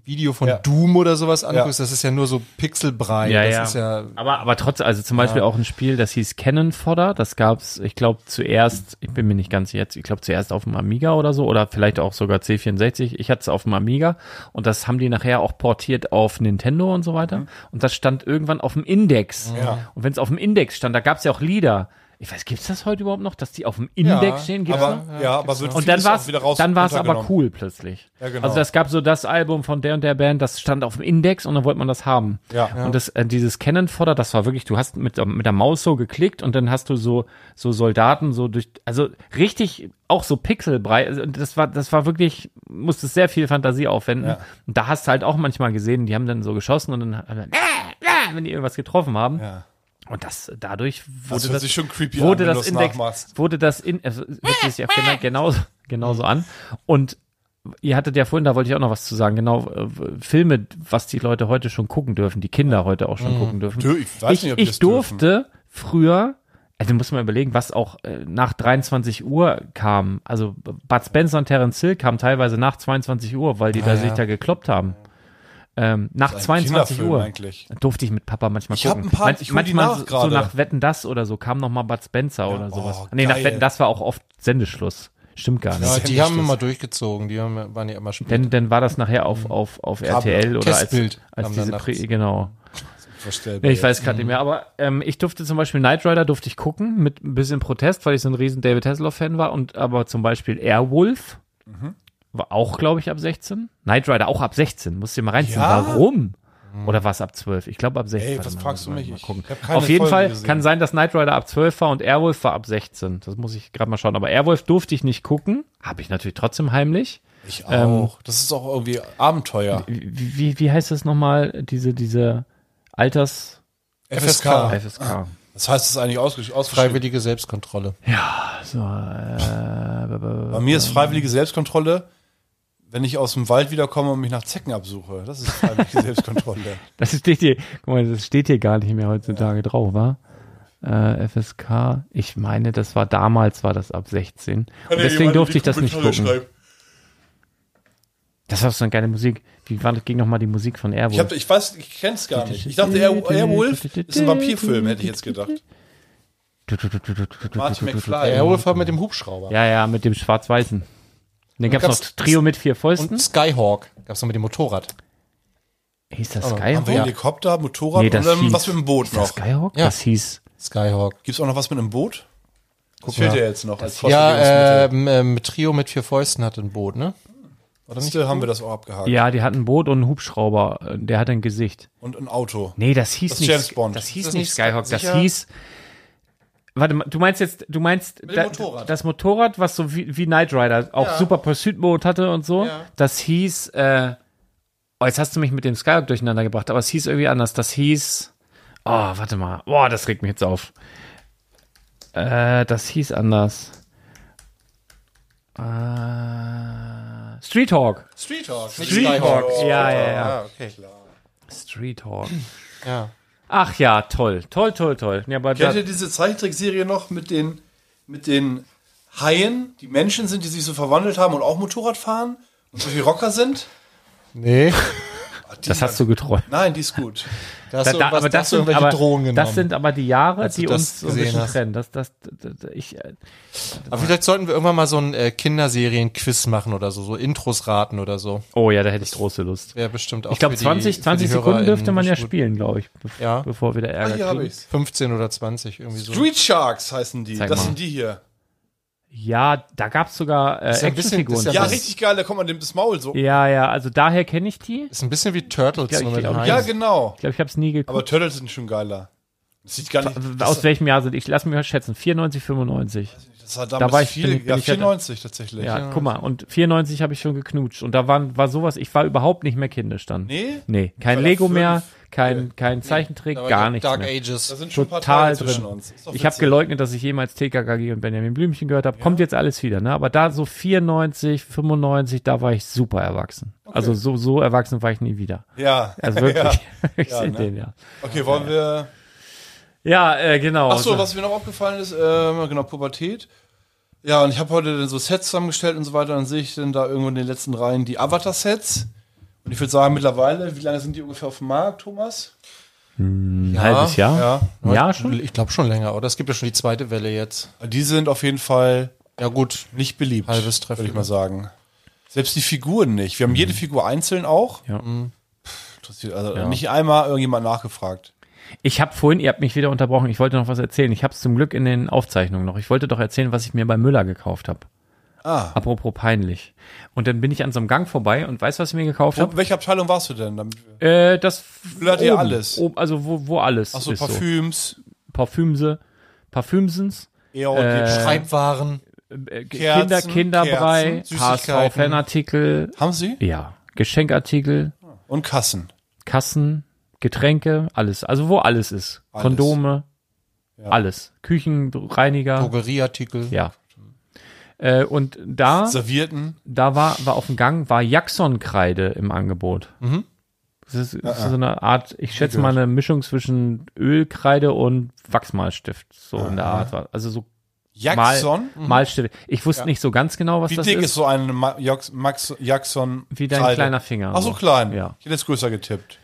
Speaker 5: Video von
Speaker 4: Ja.
Speaker 5: Doom oder sowas anguckst, das ist ja nur so Pixelbrei.
Speaker 3: Ja,
Speaker 5: das
Speaker 3: ja.
Speaker 5: ist ja
Speaker 3: Aber, aber trotzdem, also zum Beispiel auch ein Spiel, das hieß Cannon Fodder. Das gab's, ich glaube, zuerst, ich bin mir nicht ganz jetzt, ich glaube, zuerst auf dem Amiga oder so oder vielleicht auch sogar C64. Ich hatte es auf dem Amiga und das haben die nachher auch portiert auf Nintendo und so weiter. Und das stand irgendwann auf dem Index.
Speaker 4: Mhm. Ja.
Speaker 3: Und wenn es auf dem Index stand, da gab's ja auch Lieder. Ich weiß, gibt's das heute überhaupt noch, dass die auf dem Index stehen? Gibt's noch?
Speaker 4: aber, ja, aber wird
Speaker 3: Und dann
Speaker 4: vieles
Speaker 3: war
Speaker 4: auch wieder raus-
Speaker 3: es dann war's aber
Speaker 4: runtergenommen.
Speaker 3: cool plötzlich.
Speaker 4: Ja, genau.
Speaker 3: Also das gab so das Album von der und der Band, das stand auf dem Index und dann wollte man das haben.
Speaker 4: Ja. Ja.
Speaker 3: Und das, äh, dieses Canon Fodder, das war wirklich, du hast mit, der- mit der Maus so geklickt und dann hast du so, so Soldaten so durch, also richtig auch so Pixelbrei. Also das war, das war wirklich, musstest sehr viel Fantasie aufwenden. Und da hast du halt auch manchmal gesehen, die haben dann so geschossen und dann, haben dann äh, äh, wenn die irgendwas getroffen haben.
Speaker 4: Ja.
Speaker 3: Und das dadurch wurde
Speaker 4: Das
Speaker 3: das,
Speaker 4: hört sich schon creepy an,
Speaker 3: wurde
Speaker 4: wenn
Speaker 3: das
Speaker 4: du das
Speaker 3: Index
Speaker 4: nachmachst.
Speaker 3: wurde das in also, hört sich ja genau, genauso, genauso an und ihr hattet ja vorhin da wollte ich auch noch was zu sagen genau äh, Filme was die Leute heute schon gucken dürfen die Kinder heute auch schon gucken dürfen
Speaker 4: Dö- ich Mhm. weiß nicht, ob die
Speaker 3: ich
Speaker 4: das dürfen.
Speaker 3: durfte früher also muss man überlegen was auch äh, nach 23 Uhr kam also Bud Spencer und Terence Hill kamen teilweise nach 22 Uhr weil die da
Speaker 4: Ah,
Speaker 5: ja.
Speaker 3: sich da gekloppt haben ähm, nach
Speaker 4: ein
Speaker 3: 22
Speaker 4: Kinderfilm
Speaker 3: Uhr
Speaker 4: eigentlich.
Speaker 3: durfte ich mit Papa manchmal
Speaker 4: Ich hab
Speaker 3: gucken.
Speaker 4: ein paar-
Speaker 3: Man-
Speaker 4: ich hol die
Speaker 3: manchmal
Speaker 4: nach
Speaker 3: so, so
Speaker 4: gerade.
Speaker 3: nach Wetten das oder so kam noch mal Bud Spencer oder sowas.
Speaker 4: oh,
Speaker 3: nee, nach
Speaker 4: geil.
Speaker 3: Wetten das war auch oft Sendeschluss. Stimmt gar nicht.
Speaker 5: Ja,
Speaker 4: ist
Speaker 5: die
Speaker 4: ja
Speaker 5: haben
Speaker 4: nicht
Speaker 5: immer durchgezogen, die haben, waren ja immer später.
Speaker 3: Denn dann war das nachher
Speaker 4: Mhm.
Speaker 3: auf auf auf RTL oder als,
Speaker 5: Testbild
Speaker 3: als
Speaker 5: kam
Speaker 3: diese
Speaker 5: dann
Speaker 3: Pre
Speaker 5: nachts.
Speaker 3: genau.
Speaker 4: Verstellbar.
Speaker 3: Nee, ich weiß
Speaker 4: Mhm.
Speaker 3: gerade nicht mehr, aber ähm, ich durfte zum Beispiel Knight Rider durfte ich gucken mit ein bisschen Protest, weil ich so ein riesen David Hasselhoff Fan war und aber zum Beispiel Airwolf
Speaker 4: Mhm.
Speaker 3: war auch glaube ich ab 16. Knight Rider auch ab 16. Musst du dir mal reinziehen.
Speaker 4: Ja? Mhm.
Speaker 3: Warum? Oder war es ab 12? Ich glaube ab 16.
Speaker 4: Ey,
Speaker 3: Warte
Speaker 4: was
Speaker 3: mal,
Speaker 4: fragst du
Speaker 3: muss ich
Speaker 4: mich?
Speaker 3: mal
Speaker 4: Ich
Speaker 3: gucken.
Speaker 4: hab keine
Speaker 3: Auf jeden
Speaker 4: Folge
Speaker 3: Fall
Speaker 4: gesehen.
Speaker 3: kann sein, dass Knight Rider ab 12 war und Airwolf war ab 16. Das muss ich gerade mal schauen. Aber Airwolf durfte ich nicht gucken. Habe ich natürlich trotzdem heimlich.
Speaker 4: Ich
Speaker 3: ähm,
Speaker 4: auch. das ist auch irgendwie Abenteuer.
Speaker 3: Wie, wie, wie heißt das nochmal? Diese, diese Alters...
Speaker 4: FSK.
Speaker 3: FSK.
Speaker 4: Das heißt, es ist eigentlich ausgesch- ausgeschrieben.
Speaker 5: Freiwillige Selbstkontrolle.
Speaker 3: So, äh,
Speaker 4: Bei mir ist freiwillige Selbstkontrolle, wenn ich aus dem Wald wiederkomme und mich nach Zecken absuche. Das
Speaker 3: [laughs]
Speaker 4: ist freiwillige Selbstkontrolle.
Speaker 3: Das steht hier, guck mal, das steht hier gar nicht mehr heutzutage drauf, wa? Äh, FSK, ich meine, das war damals, war das ab 16. Und deswegen durfte ich das nicht gucken. Das war so eine geile Musik. Wie war, ging nochmal die Musik von
Speaker 4: Ich, hab,
Speaker 3: Airwolf?
Speaker 4: ich weiß, ich kenn's gar nicht. Ich dachte, Air, Airwolf ist ein Vampirfilm, hätte ich jetzt gedacht. Martin McFly.
Speaker 5: Der Airwolf war mit dem Hubschrauber.
Speaker 3: Ja, ja, mit dem Schwarz-Weißen. Und Dann gab's noch
Speaker 5: gab's-
Speaker 3: Trio mit vier Fäusten.
Speaker 5: Und Skyhawk gab's noch mit dem Motorrad.
Speaker 3: Hieß das
Speaker 4: Haben wir
Speaker 3: Skyhawk?
Speaker 4: Helikopter, Motorrad
Speaker 3: Nee,
Speaker 4: und
Speaker 3: das
Speaker 4: dann
Speaker 3: hieß-
Speaker 4: was mit dem Boot
Speaker 3: Ist das
Speaker 4: noch?
Speaker 3: Skyhawk?
Speaker 5: Ja.
Speaker 3: Das hieß
Speaker 5: Skyhawk.
Speaker 4: Gibt's auch noch was mit einem Boot? Das fehlt
Speaker 5: mal.
Speaker 4: ja jetzt noch als
Speaker 5: Ja,
Speaker 4: Fortbewegungsmittel.
Speaker 5: ähm, ähm, Trio mit vier Fäusten hatte ein Boot, ne?
Speaker 4: Siehste, haben wir das auch abgehakt.
Speaker 3: äh, Ja, die hatten ein Boot und einen Hubschrauber. äh, Der hatte ein Gesicht.
Speaker 4: Und ein Auto.
Speaker 3: Nee, das hieß
Speaker 4: Das ist
Speaker 3: nicht.
Speaker 4: James Bond.
Speaker 3: Das hieß
Speaker 5: Ist das
Speaker 3: nicht
Speaker 5: nicht
Speaker 3: Skyhawk. Das
Speaker 5: sicher?
Speaker 3: hieß. Warte mal, du meinst jetzt, du meinst
Speaker 4: dem
Speaker 3: da,
Speaker 4: Motorrad.
Speaker 3: das Motorrad, was so wie, wie Knight Rider auch Super Pursuit Mode hatte und so.
Speaker 5: Ja.
Speaker 3: Das hieß. Äh, oh, jetzt hast du mich mit dem Skyhawk durcheinander gebracht, aber es hieß irgendwie anders. Das hieß. Oh, warte mal. Boah, das regt mich jetzt auf. Äh, das hieß anders. Äh, Street Hawk.
Speaker 4: Street Hawk.
Speaker 5: Skyhawk.
Speaker 3: Ja, ja, ja.
Speaker 5: Ah, okay.
Speaker 3: Street Hawk.
Speaker 5: Ja.
Speaker 3: Ach ja, toll. Toll, toll, toll. Ja, aber
Speaker 4: Kennt
Speaker 3: da-
Speaker 4: ihr diese Zeichentrickserie noch mit den, mit den Haien, die Menschen sind, die sich so verwandelt haben und auch Motorrad fahren und solche Rocker sind?
Speaker 5: [laughs] Nee.
Speaker 4: Ah, die-
Speaker 3: das hast du geträumt.
Speaker 4: Nein, die
Speaker 3: [laughs]
Speaker 4: ist gut.
Speaker 5: Da hast
Speaker 3: Da,
Speaker 5: du
Speaker 3: da,
Speaker 5: irgendwas-
Speaker 3: aber
Speaker 5: da hast
Speaker 3: das
Speaker 5: du
Speaker 3: sind,
Speaker 5: irgendwelche
Speaker 3: aber,
Speaker 5: Drohungen genommen.
Speaker 3: das sind aber die Jahre,
Speaker 5: Als du
Speaker 3: die
Speaker 5: das
Speaker 3: uns so ein
Speaker 5: gesehen
Speaker 3: bisschen
Speaker 5: hast.
Speaker 3: trennen. Das, das, das, das, ich, äh,
Speaker 5: aber vielleicht sollten wir irgendwann mal so ein äh, Kinderserien-Quiz machen oder so, so Intros raten oder so.
Speaker 3: oh ja, da hätte ich große Lust.
Speaker 5: Wäre bestimmt auch
Speaker 3: Ich glaube,
Speaker 5: für die-
Speaker 3: 20,
Speaker 5: für die
Speaker 3: 20 Sekunden
Speaker 5: HörerInnen
Speaker 3: dürfte man ja
Speaker 5: bestimmt-
Speaker 3: spielen, glaube ich, be
Speaker 5: Ja.
Speaker 3: bevor wir da
Speaker 4: Ah,
Speaker 3: Ärger
Speaker 4: hier habe
Speaker 3: kriegen.
Speaker 4: ich's.
Speaker 5: 15 oder 20, irgendwie so.
Speaker 4: Street Sharks heißen die.
Speaker 3: Zeig
Speaker 4: das
Speaker 3: mal.
Speaker 4: sind die hier.
Speaker 3: Ja, da gab es sogar äh,
Speaker 5: ja ein bisschen-
Speaker 3: Actionfiguren.
Speaker 5: ist
Speaker 4: Ja,
Speaker 5: Das-
Speaker 4: richtig geil, da kommt man dem das Maul so.
Speaker 3: ja, ja, also daher kenne ich die. Ich
Speaker 5: Ist ein bisschen wie Turtles
Speaker 3: glaub, ich-
Speaker 5: nur mit
Speaker 3: glaub, ich-
Speaker 4: Ja,
Speaker 5: Haien.
Speaker 4: genau.
Speaker 3: glaube, ich habe es nie
Speaker 4: Aber
Speaker 3: geguckt.
Speaker 4: Turtles sind schon geiler. Das sieht gar nicht. Das,
Speaker 3: Aus welchem Jahr sind? Ich lass mich mal schätzen. 94, 95.
Speaker 4: das hat
Speaker 3: da war
Speaker 4: damals
Speaker 3: ich-
Speaker 4: viel.
Speaker 3: bin ich- bin
Speaker 4: ja,
Speaker 3: ich ja-
Speaker 4: 94 tatsächlich.
Speaker 3: Ja, guck mal. Und 94 habe ich schon geknutscht. Und da waren, war sowas, ich war überhaupt nicht mehr kindisch dann.
Speaker 4: Nee?
Speaker 3: Nee, kein
Speaker 4: war da
Speaker 3: Lego
Speaker 4: fünf.
Speaker 3: mehr, kein, kein Zeichentrick,
Speaker 5: Aber
Speaker 3: gar
Speaker 5: ja,
Speaker 3: nichts
Speaker 5: Dark
Speaker 3: mehr.
Speaker 4: Da
Speaker 5: Ages.
Speaker 4: sind schon ein paar
Speaker 3: Total
Speaker 4: Teile
Speaker 3: drin.
Speaker 4: zwischen uns. Ist doch
Speaker 3: Ich habe
Speaker 4: witzig.
Speaker 3: geleugnet, dass ich jemals TKKG und Benjamin Blümchen gehört habe. Kommt jetzt alles wieder, ne? Aber da so 94, 95, da war ich super erwachsen. Also so, so erwachsen war ich nie wieder.
Speaker 4: Ja.
Speaker 3: [laughs]
Speaker 4: [laughs]
Speaker 3: Also wirklich. ich
Speaker 4: Ja,
Speaker 3: seh
Speaker 4: ne?
Speaker 3: den, ja.
Speaker 4: Okay, wollen wir.
Speaker 3: Ja, äh, genau.
Speaker 4: Ach so, was mir noch aufgefallen ist, ähm, genau, Pubertät. Ja, und ich habe heute dann so Sets zusammengestellt und so weiter. Dann sehe ich dann da irgendwo in den letzten Reihen die Avatar-Sets. Und ich würde sagen, mittlerweile, wie lange sind die ungefähr auf dem Markt, Thomas?
Speaker 3: Ein halbes Jahr?
Speaker 4: ja.
Speaker 3: Ja, schon.
Speaker 5: Ich glaube schon länger, oder? Es gibt ja schon die zweite Welle jetzt.
Speaker 4: Die sind auf jeden Fall ne?
Speaker 5: Ja, gut.
Speaker 4: nicht beliebt.
Speaker 5: Halbes Treffen.
Speaker 4: Würde ich mal sagen. Selbst die Figuren nicht. Wir haben jede Figur einzeln auch.
Speaker 3: Mhm. Ja.
Speaker 4: Pff, interessiert- Also nicht einmal irgendjemand nachgefragt.
Speaker 3: Ich habe vorhin, ihr habt mich wieder unterbrochen, ich wollte noch was erzählen. Ich habe es zum Glück in den Aufzeichnungen noch. Ich wollte doch erzählen, was ich mir bei Müller gekauft habe. Ah. Apropos peinlich. Und dann bin ich an so einem Gang vorbei und weißt, was ich mir gekauft
Speaker 4: Wo,
Speaker 3: habe?
Speaker 4: welche Abteilung warst du denn? Damit wir-
Speaker 3: Äh, das
Speaker 4: Müller hat ja alles.
Speaker 3: Oben, also wo, wo alles
Speaker 4: Achso,
Speaker 3: ist
Speaker 4: Parfüms,
Speaker 3: so. Parfümse, Parfümsens,
Speaker 4: eher und äh,
Speaker 5: Schreibwaren.
Speaker 3: äh,
Speaker 4: Kerzen,
Speaker 3: Kinder, Kinderbrei,
Speaker 4: Kerzen, Süßigkeiten.
Speaker 3: HSV-Fanartikel,
Speaker 4: Haben sie?
Speaker 3: ja, Geschenkartikel,
Speaker 4: Und Kassen.
Speaker 3: Kassen, Getränke, alles. Also wo alles ist. Kondome, alles. Küchenreiniger,
Speaker 5: Drogerieartikel.
Speaker 3: ja. Äh, und da,
Speaker 4: Servierten.
Speaker 3: da war, war auf dem Gang, war Jackson-Kreide im Angebot.
Speaker 4: Mhm.
Speaker 3: Das ist, das
Speaker 4: Ah,
Speaker 3: ist so eine Art, ich schätze mal eine Mischung zwischen Ölkreide und Wachsmalstift. So in der Art. war- Also so
Speaker 4: Ah, Jackson. Mhm.
Speaker 3: Mal, Malstift. Ich wusste nicht so ganz genau, was
Speaker 4: Wie
Speaker 3: das
Speaker 4: dick
Speaker 3: ist.
Speaker 4: ist, so ein Ma Jax- Max Jackson?
Speaker 3: Wie dein kleiner Finger.
Speaker 4: Ach so klein.
Speaker 3: Ja.
Speaker 4: Ich hätte es größer getippt.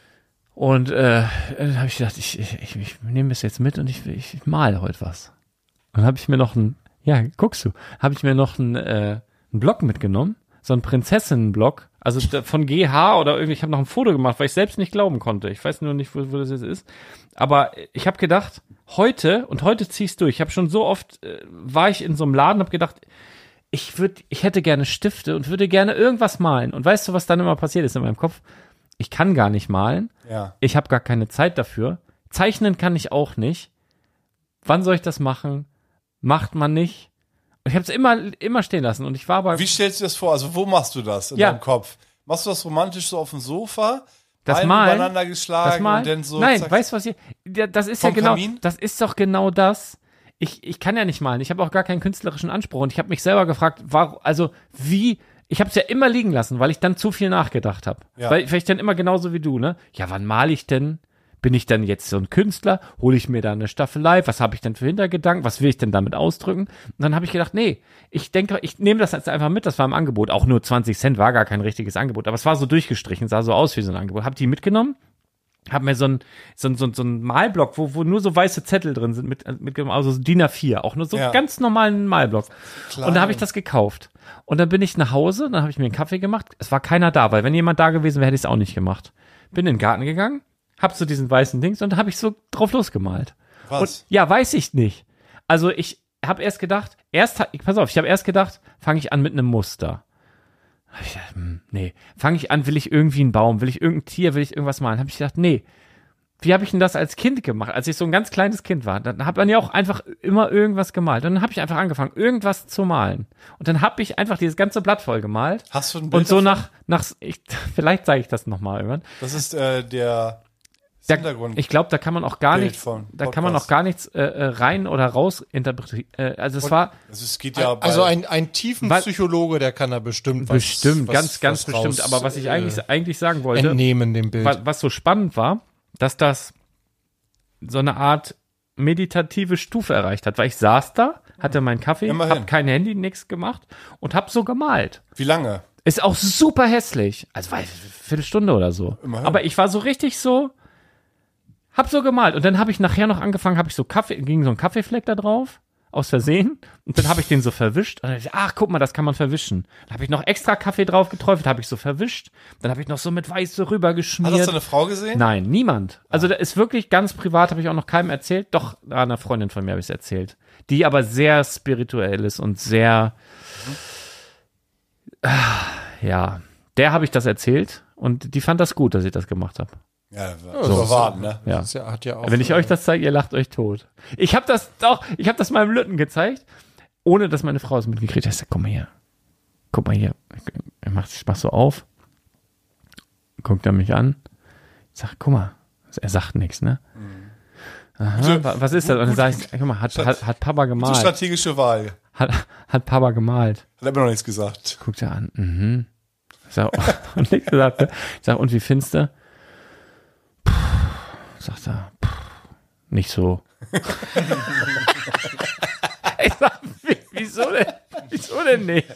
Speaker 3: Und äh, dann habe ich gedacht, ich, ich, ich, ich nehme das jetzt mit und ich, ich male heute was. Und habe ich mir noch ein, ja, guckst du, habe ich mir noch einen, äh, einen Block mitgenommen, so einen Prinzessinnenblock, also da- von GH oder irgendwie, ich habe noch ein Foto gemacht, weil ich selbst nicht glauben konnte. Ich weiß nur nicht, wo, wo das jetzt ist. Aber ich habe gedacht, heute und heute zieh ich's durch. Ich habe schon so oft, äh, war ich in so einem Laden, habe gedacht, ich würde, ich hätte gerne Stifte und würde gerne irgendwas malen. Und weißt du, was dann immer passiert ist in meinem Kopf? Ich kann gar nicht malen
Speaker 4: Ja.
Speaker 3: ich habe gar keine Zeit dafür. Zeichnen kann ich auch nicht. Wann soll ich das machen? Macht man nicht. Und ich habe es immer, immer stehen lassen. Und ich war aber,
Speaker 4: Wie stellst du dir das vor? Also, wo machst du das in
Speaker 3: Ja.
Speaker 4: deinem Kopf? Machst du das romantisch so auf dem Sofa?
Speaker 3: Das
Speaker 4: Beine
Speaker 3: Malen?
Speaker 4: übereinander geschlagen
Speaker 3: das mal,
Speaker 4: und dann so.
Speaker 3: nein,
Speaker 4: zack.
Speaker 3: weißt du was hier, Ja, das ist
Speaker 4: Vom
Speaker 3: ja genau,
Speaker 4: Kamin?
Speaker 3: das ist doch genau das. Ich, ich kann ja nicht malen. Ich habe auch gar keinen künstlerischen Anspruch. Und ich habe mich selber gefragt, warum, also wie, ich habe es ja immer liegen lassen, weil ich dann zu viel nachgedacht habe.
Speaker 4: Ja.
Speaker 3: Weil, weil ich dann immer genauso wie du, ne? Ja, wann male ich denn? Bin ich dann jetzt so ein Künstler? Hole ich mir da eine Staffelei? Was habe ich denn für Hintergedanken? Was will ich denn damit ausdrücken? Und dann habe ich gedacht, nee, ich denke, ich nehme das jetzt einfach mit. Das war im Angebot. Auch nur 20 Cent war gar kein richtiges Angebot. Aber es war so durchgestrichen, sah so aus wie so ein Angebot. Hab die mitgenommen habe mir so einen so einen- so einen- so einen Malblock, wo, wo nur so weiße Zettel drin sind, mit, mit also so DIN A4, auch nur so
Speaker 4: Ja.
Speaker 3: ganz normalen Malblock. Und da habe ich das gekauft. Und dann bin ich nach Hause, dann habe ich mir einen Kaffee gemacht. Es war keiner da, weil wenn jemand da gewesen wäre, hätte ich es auch nicht gemacht. Bin in den Garten gegangen, hab so diesen weißen Dings und habe ich so drauf losgemalt.
Speaker 4: Was?
Speaker 3: Und, ja, weiß ich nicht. Also ich habe erst gedacht, erst, ha- pass auf, ich habe erst gedacht, fange ich an mit einem Muster. Hab ich gedacht, hm, nee, fange ich an, will ich irgendwie einen Baum, will ich irgendein Tier, will ich irgendwas malen? Habe ich gedacht, nee. Wie habe ich denn das als Kind gemacht, als ich so ein ganz kleines Kind war? Dann hat man ja auch einfach immer irgendwas gemalt. Und dann habe ich einfach angefangen, irgendwas zu malen. Und dann habe ich einfach dieses ganze Blatt voll gemalt.
Speaker 4: Hast du ein Bild
Speaker 3: Und so
Speaker 4: davon?
Speaker 3: nach, nach ich, [laughs] vielleicht zeige ich das nochmal irgendwann.
Speaker 4: Das ist äh, der
Speaker 3: Da,
Speaker 4: Hintergrund.
Speaker 3: ich glaube, da kann man auch gar
Speaker 4: Bild
Speaker 3: nichts,
Speaker 4: von
Speaker 3: da kann man
Speaker 4: Podcast.
Speaker 3: auch gar nichts äh, äh, rein oder raus interpretieren. Äh, also es war
Speaker 4: also, es geht ja bei,
Speaker 5: also ein, ein tiefen
Speaker 3: Weil-
Speaker 5: Psychologe, der kann da bestimmt was
Speaker 3: bestimmt,
Speaker 5: was,
Speaker 3: ganz, ganz
Speaker 5: was
Speaker 3: bestimmt.
Speaker 5: raus,
Speaker 3: Aber was ich eigentlich,
Speaker 5: äh,
Speaker 3: eigentlich sagen wollte,
Speaker 5: entnehmen dem Bild.
Speaker 3: was, was so spannend war, dass das so eine Art meditative Stufe erreicht hat, weil ich saß da, hatte meinen Kaffee,
Speaker 4: Immerhin.
Speaker 3: habe kein Handy, nichts gemacht und habe so gemalt.
Speaker 4: Wie lange?
Speaker 3: Ist auch super hässlich. Also war eine Viertelstunde oder so.
Speaker 4: Immerhin.
Speaker 3: Aber ich war so richtig so, hab so gemalt. Und dann habe ich nachher noch angefangen, habe ich so Kaffee, ging so ein Kaffeefleck da drauf, aus Versehen. Und dann habe ich den so verwischt. Und dann hab ich, ach, guck mal, das kann man verwischen. Dann habe ich noch extra Kaffee drauf geträufelt, habe ich so verwischt. Dann habe ich noch so mit Weiß so
Speaker 4: Hat das
Speaker 3: rübergeschmiert.
Speaker 4: deine Frau gesehen?
Speaker 3: Nein, niemand. Also da ist wirklich ganz privat, habe ich auch noch keinem erzählt. Doch, einer Freundin von mir habe ich es erzählt. Die aber sehr spirituell ist und sehr, Ah, ja, der habe ich das erzählt und die fand das gut, dass ich das gemacht habe.
Speaker 4: Ja, so warten, ne?
Speaker 3: Ja.
Speaker 5: das ist ja, hat ja auch
Speaker 3: Wenn ich euch das zeige, ihr lacht euch tot. Ich habe das doch, ich habe das meinem Lütten gezeigt, ohne dass meine Frau es mitgekriegt hat. Ich sag, guck mal hier, guck mal hier. Ich mach, ich mach so auf, guckt er mich an, ich sag, guck mal, er sagt nichts, ne? Aha, wa- was ist das? Und dann sag ich, guck mal, hat, hat, hat Papa
Speaker 4: Mhm. So
Speaker 3: gemalt.
Speaker 4: strategische Wahl. Hat
Speaker 3: Hat, hat Papa gemalt.
Speaker 4: er mir noch nichts gesagt.
Speaker 3: Guckt er an, mhm. Ich sag, [laughs] und nichts gesagt. ne? Ich sag, und wie findest du? Puh, Sagt er, puh, nicht so. [laughs] ich sag, wie- wieso denn? Wieso denn nicht?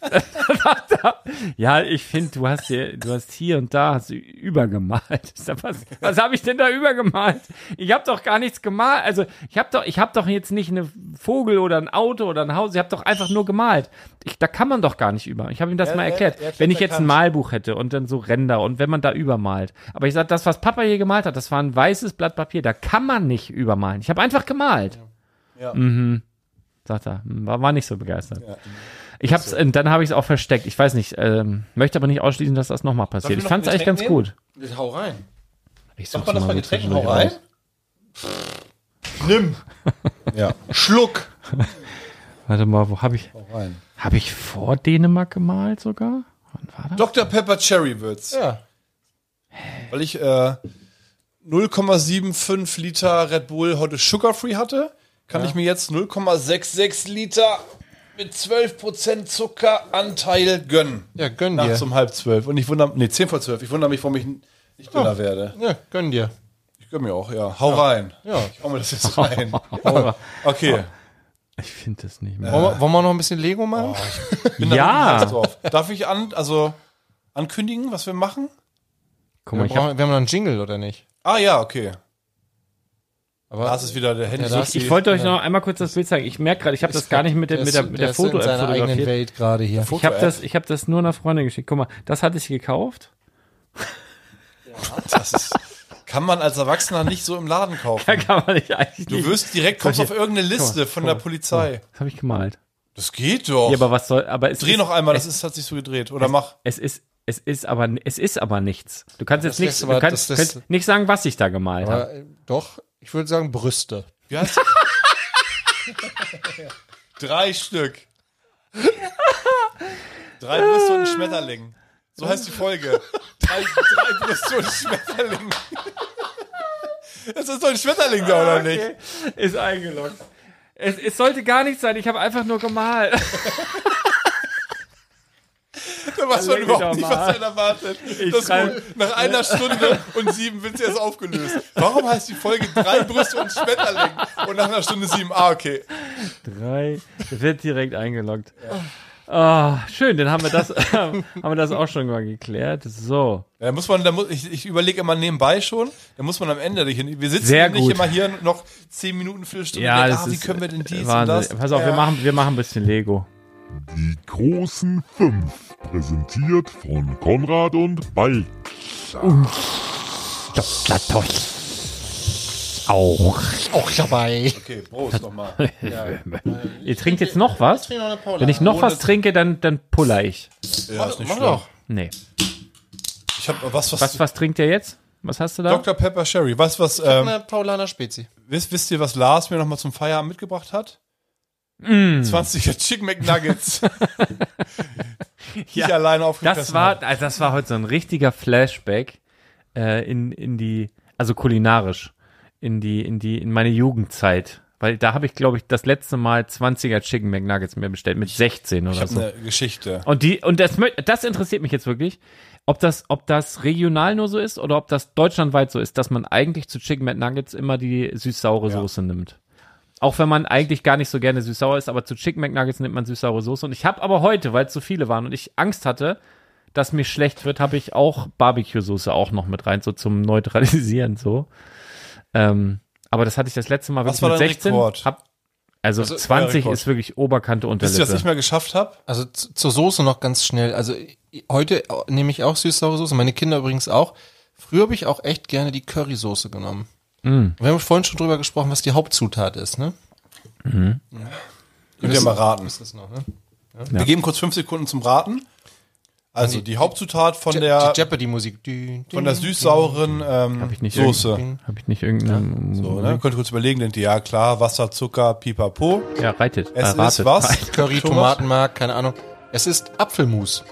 Speaker 3: Dann sagt er, [laughs] Ja, ich finde, du hast hier, du hast hier und da hast du übergemalt. Ich sag, Was, was habe ich denn da übergemalt? Ich habe doch gar nichts gemalt. Also ich habe doch, ich habe doch jetzt nicht eine Vogel oder ein Auto oder ein Haus. Ich habe doch einfach nur gemalt. Ich, da kann man doch gar nicht über. Ich habe ihm das mal
Speaker 4: er-
Speaker 3: erklärt.
Speaker 4: er erklärt,
Speaker 3: wenn ich
Speaker 4: er
Speaker 3: jetzt ein
Speaker 4: kann's.
Speaker 3: Malbuch hätte und dann so Ränder und wenn man da übermalt. Aber ich sag, das, was Papa hier gemalt hat, das war ein weißes Blatt Papier. Da kann man nicht übermalen. Ich habe einfach gemalt.
Speaker 4: Ja.
Speaker 3: Mhm. Sagt er. Hm, War, war nicht so begeistert. Ich hab's, äh, dann habe ich es auch versteckt. Ich weiß nicht, ähm, möchte aber nicht ausschließen, dass das nochmal
Speaker 4: Sollen
Speaker 3: passiert.
Speaker 4: wir
Speaker 3: Ich
Speaker 4: noch
Speaker 3: fand es
Speaker 4: ein
Speaker 3: eigentlich ganz
Speaker 4: Getränk
Speaker 3: gut.
Speaker 5: Hau rein.
Speaker 3: Ich such's
Speaker 4: Macht man das bei
Speaker 3: so
Speaker 4: Getränken
Speaker 3: zwischendurch
Speaker 4: auch rein?
Speaker 3: raus.
Speaker 4: Nimm. Ja. Schluck.
Speaker 3: Warte mal, wo habe ich?
Speaker 4: Rein.
Speaker 3: Habe ich vor Dänemark gemalt sogar? Wann war das?
Speaker 4: Dr. Pepper Cherry wird's.
Speaker 5: Ja.
Speaker 4: Weil ich äh, 0,75 Liter Red Bull heute Sugar Free hatte, kann ich mir jetzt 0,66 Liter mit 12% Zuckeranteil gönnen.
Speaker 5: Ja, gönn dir.
Speaker 4: Nachts um halb zwölf. Und ich wundere nee, 10 vor zwölf. Ich wundere mich, warum ich n- nicht dünner werde.
Speaker 5: Ja, gönn dir.
Speaker 4: Ich gönne mir auch, ja. Hau rein.
Speaker 5: Ja.
Speaker 4: Ich hau mir das jetzt
Speaker 5: [laughs]
Speaker 4: rein. okay.
Speaker 3: Ich finde das nicht mehr.
Speaker 5: Wollen wir, wollen wir noch ein bisschen Lego machen?
Speaker 3: Oh,
Speaker 4: Bin da
Speaker 3: Ja.
Speaker 4: wirklich heiß drauf. Darf ich an, also ankündigen, was wir machen?
Speaker 3: Guck
Speaker 5: wir,
Speaker 3: mal, ich hab,
Speaker 5: brauchen, wir haben noch einen Jingle, oder nicht?
Speaker 4: Ah ja, okay.
Speaker 5: Aber
Speaker 4: Da ist es wieder der Handy.
Speaker 5: da
Speaker 3: ich wollte euch noch einmal kurz das Bild zeigen. Ich merke gerade, ich habe das gar nicht mit der, mit der, mit der
Speaker 5: ist in
Speaker 3: Foto-App
Speaker 5: seiner eigenen
Speaker 3: fotografiert.
Speaker 5: Welt gerade hier.
Speaker 3: Ich habe das, ich hab das nur einer Freundin geschickt. Guck mal, das hatte ich gekauft. [laughs]
Speaker 4: Das ist, kann man als Erwachsener nicht so im Laden kaufen.
Speaker 3: Da kann man nicht eigentlich
Speaker 4: Du
Speaker 3: nicht.
Speaker 4: wirst direkt, kommst auf irgendeine Liste von der Polizei.
Speaker 3: Das habe ich gemalt.
Speaker 4: Das geht doch.
Speaker 3: Ja, aber was soll, aber es
Speaker 4: Dreh
Speaker 3: ist,
Speaker 4: noch einmal, das ist, hat sich so gedreht. Oder mach.
Speaker 3: Es ist, es ist aber, es ist aber nichts. Du kannst jetzt
Speaker 5: Das
Speaker 3: nichts,
Speaker 5: lässt
Speaker 3: du
Speaker 5: aber-
Speaker 3: kannst,
Speaker 5: das lässt-
Speaker 3: könnt nicht sagen, was ich da gemalt habe.
Speaker 5: Aber, äh, doch, ich würde sagen Brüste.
Speaker 4: Wie heißt
Speaker 3: [laughs]
Speaker 4: Drei Stück. Drei Brüste und ein Schmetterling. So heißt die Folge. Drei, drei Brüste und ein Schmetterling. [laughs] Es ist doch ein Schmetterling da,
Speaker 3: Ah,
Speaker 4: oder nicht?
Speaker 3: Ist eingeloggt. Es, es sollte gar nichts sein, ich habe einfach nur gemalt.
Speaker 4: Da weiß man
Speaker 3: Leg mich
Speaker 4: überhaupt
Speaker 3: doch
Speaker 4: nicht,
Speaker 3: mal.
Speaker 4: was einen erwartet.
Speaker 3: Ich
Speaker 4: das ist
Speaker 3: schreib-
Speaker 4: gut. Nach einer Stunde und sieben wird sie erst aufgelöst. Warum heißt die Folge drei Brüste und Schmetterling? Und nach einer Stunde sieben, ah, okay.
Speaker 3: Drei. Das wird direkt eingeloggt. Ah, schön, dann haben wir das, [laughs] haben wir das auch schon mal geklärt. So.
Speaker 4: Ja, da muss man, da muss, ich, ich überlege immer nebenbei schon, da muss man am Ende nicht hin. Wir sitzen
Speaker 3: Sehr
Speaker 4: nicht
Speaker 3: gut.
Speaker 4: immer hier noch zehn Minuten, Viertelstunde.
Speaker 3: Ja,
Speaker 4: denken,
Speaker 3: das
Speaker 4: ah, wie
Speaker 3: ist äh,
Speaker 4: können wir denn dies und das?
Speaker 3: Wahnsinn. Pass auf, wir
Speaker 4: Ja.
Speaker 3: machen, wir machen ein bisschen Lego.
Speaker 6: Die großen fünf, präsentiert von Konrad und Balk.
Speaker 3: Auch.
Speaker 5: Auch dabei.
Speaker 4: Okay, Prost nochmal. Ja.
Speaker 3: Ihr trinkt jetzt noch was?
Speaker 5: noch eine Paula.
Speaker 3: Wenn ich noch was trinke, dann, dann puller ich.
Speaker 4: Ja, ist nicht
Speaker 5: mach
Speaker 4: schlimm.
Speaker 5: doch.
Speaker 3: Nee.
Speaker 4: Ich hab was, was,
Speaker 3: Was, was trinkt ihr jetzt? Was hast du da?
Speaker 4: Dr. Pepper Sherry, was, was, ähm,
Speaker 5: Eine Paulaner Spezi.
Speaker 4: wisst, wisst ihr, was Lars mir nochmal zum Feierabend mitgebracht hat?
Speaker 3: Mm.
Speaker 4: 20er
Speaker 3: [laughs]
Speaker 4: Chicken McNuggets. die ich alleine aufgefressen
Speaker 3: Das war,
Speaker 4: hab.
Speaker 3: also das war heute so ein richtiger Flashback äh, in, in die, also kulinarisch, in die, in die, in meine Jugendzeit. Weil da habe ich, glaube ich, das letzte Mal 20er Chicken McNuggets mir bestellt, mit 16
Speaker 4: Ich
Speaker 3: oder
Speaker 4: hab
Speaker 3: so.
Speaker 4: eine Geschichte.
Speaker 3: Und die, und das, mö- das interessiert mich jetzt wirklich, ob das, ob das regional nur so ist oder ob das deutschlandweit so ist, dass man eigentlich zu Chicken McNuggets immer die süß-saure Soße nimmt. Auch wenn man eigentlich gar nicht so gerne süß-sauer ist, aber zu Chicken McNuggets nimmt man süß-saure Soße. Und ich habe aber heute, weil es so viele waren und ich Angst hatte, dass mir schlecht wird, habe ich auch Barbecue-Soße auch noch mit rein, so zum Neutralisieren, so. Ähm, aber das hatte ich das letzte Mal wirklich
Speaker 4: Was war
Speaker 3: mit
Speaker 4: dein
Speaker 3: 16.
Speaker 4: Rekord?
Speaker 3: Hab, also,
Speaker 4: Also, euer
Speaker 3: 20
Speaker 4: Rekord.
Speaker 3: ist wirklich Oberkante
Speaker 4: Wisst ihr, was
Speaker 3: Unterlippe.
Speaker 4: ich mal geschafft habe?
Speaker 5: Also z- zur Soße noch ganz schnell. Also i- heute au- nehme ich auch süß-saure Soße, meine Kinder übrigens auch. Früher habe ich auch echt gerne die Currysoße genommen. Wir haben vorhin schon drüber gesprochen, was die Hauptzutat ist, ne?
Speaker 4: Könnt ihr mal raten.
Speaker 5: Ist das noch, ne?
Speaker 4: Wir geben kurz fünf Sekunden zum Raten. Also die Hauptzutat von
Speaker 5: Je
Speaker 4: der
Speaker 5: die Jeopardy-Musik. Dü-
Speaker 4: von der
Speaker 5: dü-
Speaker 4: süß-sauren ähm,
Speaker 3: ich nicht
Speaker 4: Soße.
Speaker 3: Habe ich nicht irgendeine.
Speaker 4: So, ne? Könnt ihr kurz überlegen, denkt ihr, ja klar, Wasser, Zucker, pipapo.
Speaker 3: Ja, reitet.
Speaker 4: Es
Speaker 3: erwartet.
Speaker 4: ist was?
Speaker 5: Curry,
Speaker 4: Thomas?
Speaker 5: Tomatenmark, keine Ahnung. Es ist Apfelmus.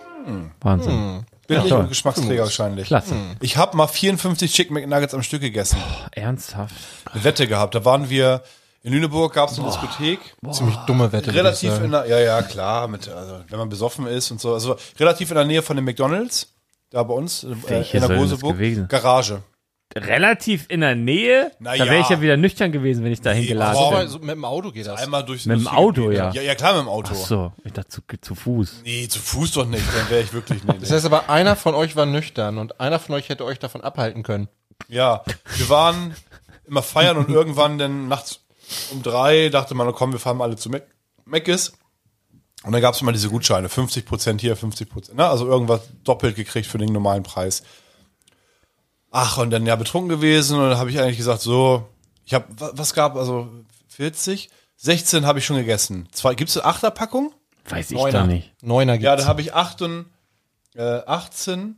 Speaker 3: Wahnsinn.
Speaker 4: Billig
Speaker 3: Ja,
Speaker 4: und
Speaker 3: toll.
Speaker 4: Geschmacksträger wahrscheinlich. Hm.
Speaker 3: Klasse.
Speaker 4: Ich habe mal 54 Chicken McNuggets am Stück gegessen.
Speaker 3: Ernsthaft.
Speaker 4: Eine Wette gehabt. Da waren wir in Lüneburg, gab es eine Diskothek.
Speaker 5: Ziemlich dumme Wette. würde ich
Speaker 4: Relativ
Speaker 5: sagen.
Speaker 4: in der, ja, ja, klar, mit, also, wenn man besoffen ist und so. Also relativ in der Nähe von dem McDonalds, da bei uns, äh,
Speaker 3: Welche
Speaker 4: in
Speaker 3: soll
Speaker 4: der
Speaker 3: denn das
Speaker 4: Goseburg.
Speaker 3: gewesen?
Speaker 4: Garage.
Speaker 3: relativ in der Nähe.
Speaker 4: Na
Speaker 3: da wäre ich
Speaker 4: ja.
Speaker 3: ja wieder nüchtern gewesen, wenn ich da hingeladen
Speaker 5: Aber
Speaker 3: wäre.
Speaker 5: so also mit dem Auto geht das.
Speaker 4: Einmal durchs
Speaker 3: Mit dem
Speaker 4: lustige
Speaker 3: Auto,
Speaker 4: Bier.
Speaker 3: ja.
Speaker 4: ja. Ja, klar, mit dem Auto.
Speaker 3: So, ich dachte zu, zu Fuß.
Speaker 4: Nee, zu Fuß doch nicht, dann wäre ich wirklich nee,
Speaker 5: Das
Speaker 4: nee.
Speaker 5: heißt aber, einer von euch war nüchtern und einer von euch hätte euch davon abhalten können.
Speaker 4: Ja, wir waren immer feiern und irgendwann dann nachts um drei dachte man, komm, wir fahren alle zu Mac Mc's. Und dann gab es immer diese Gutscheine, 50% hier, 50%, ne? also irgendwas doppelt gekriegt für den normalen Preis. Ach, und dann ja betrunken gewesen und dann habe ich eigentlich gesagt, so, ich habe, was gab, also 40, 16 habe ich schon gegessen. Zwei, gibt's eine Achterpackung?
Speaker 3: Weiß ich
Speaker 5: Neuner.
Speaker 3: doch nicht.
Speaker 5: Neuner
Speaker 4: Ja, da
Speaker 5: gibt's.
Speaker 4: habe ich 8 und, äh, 18,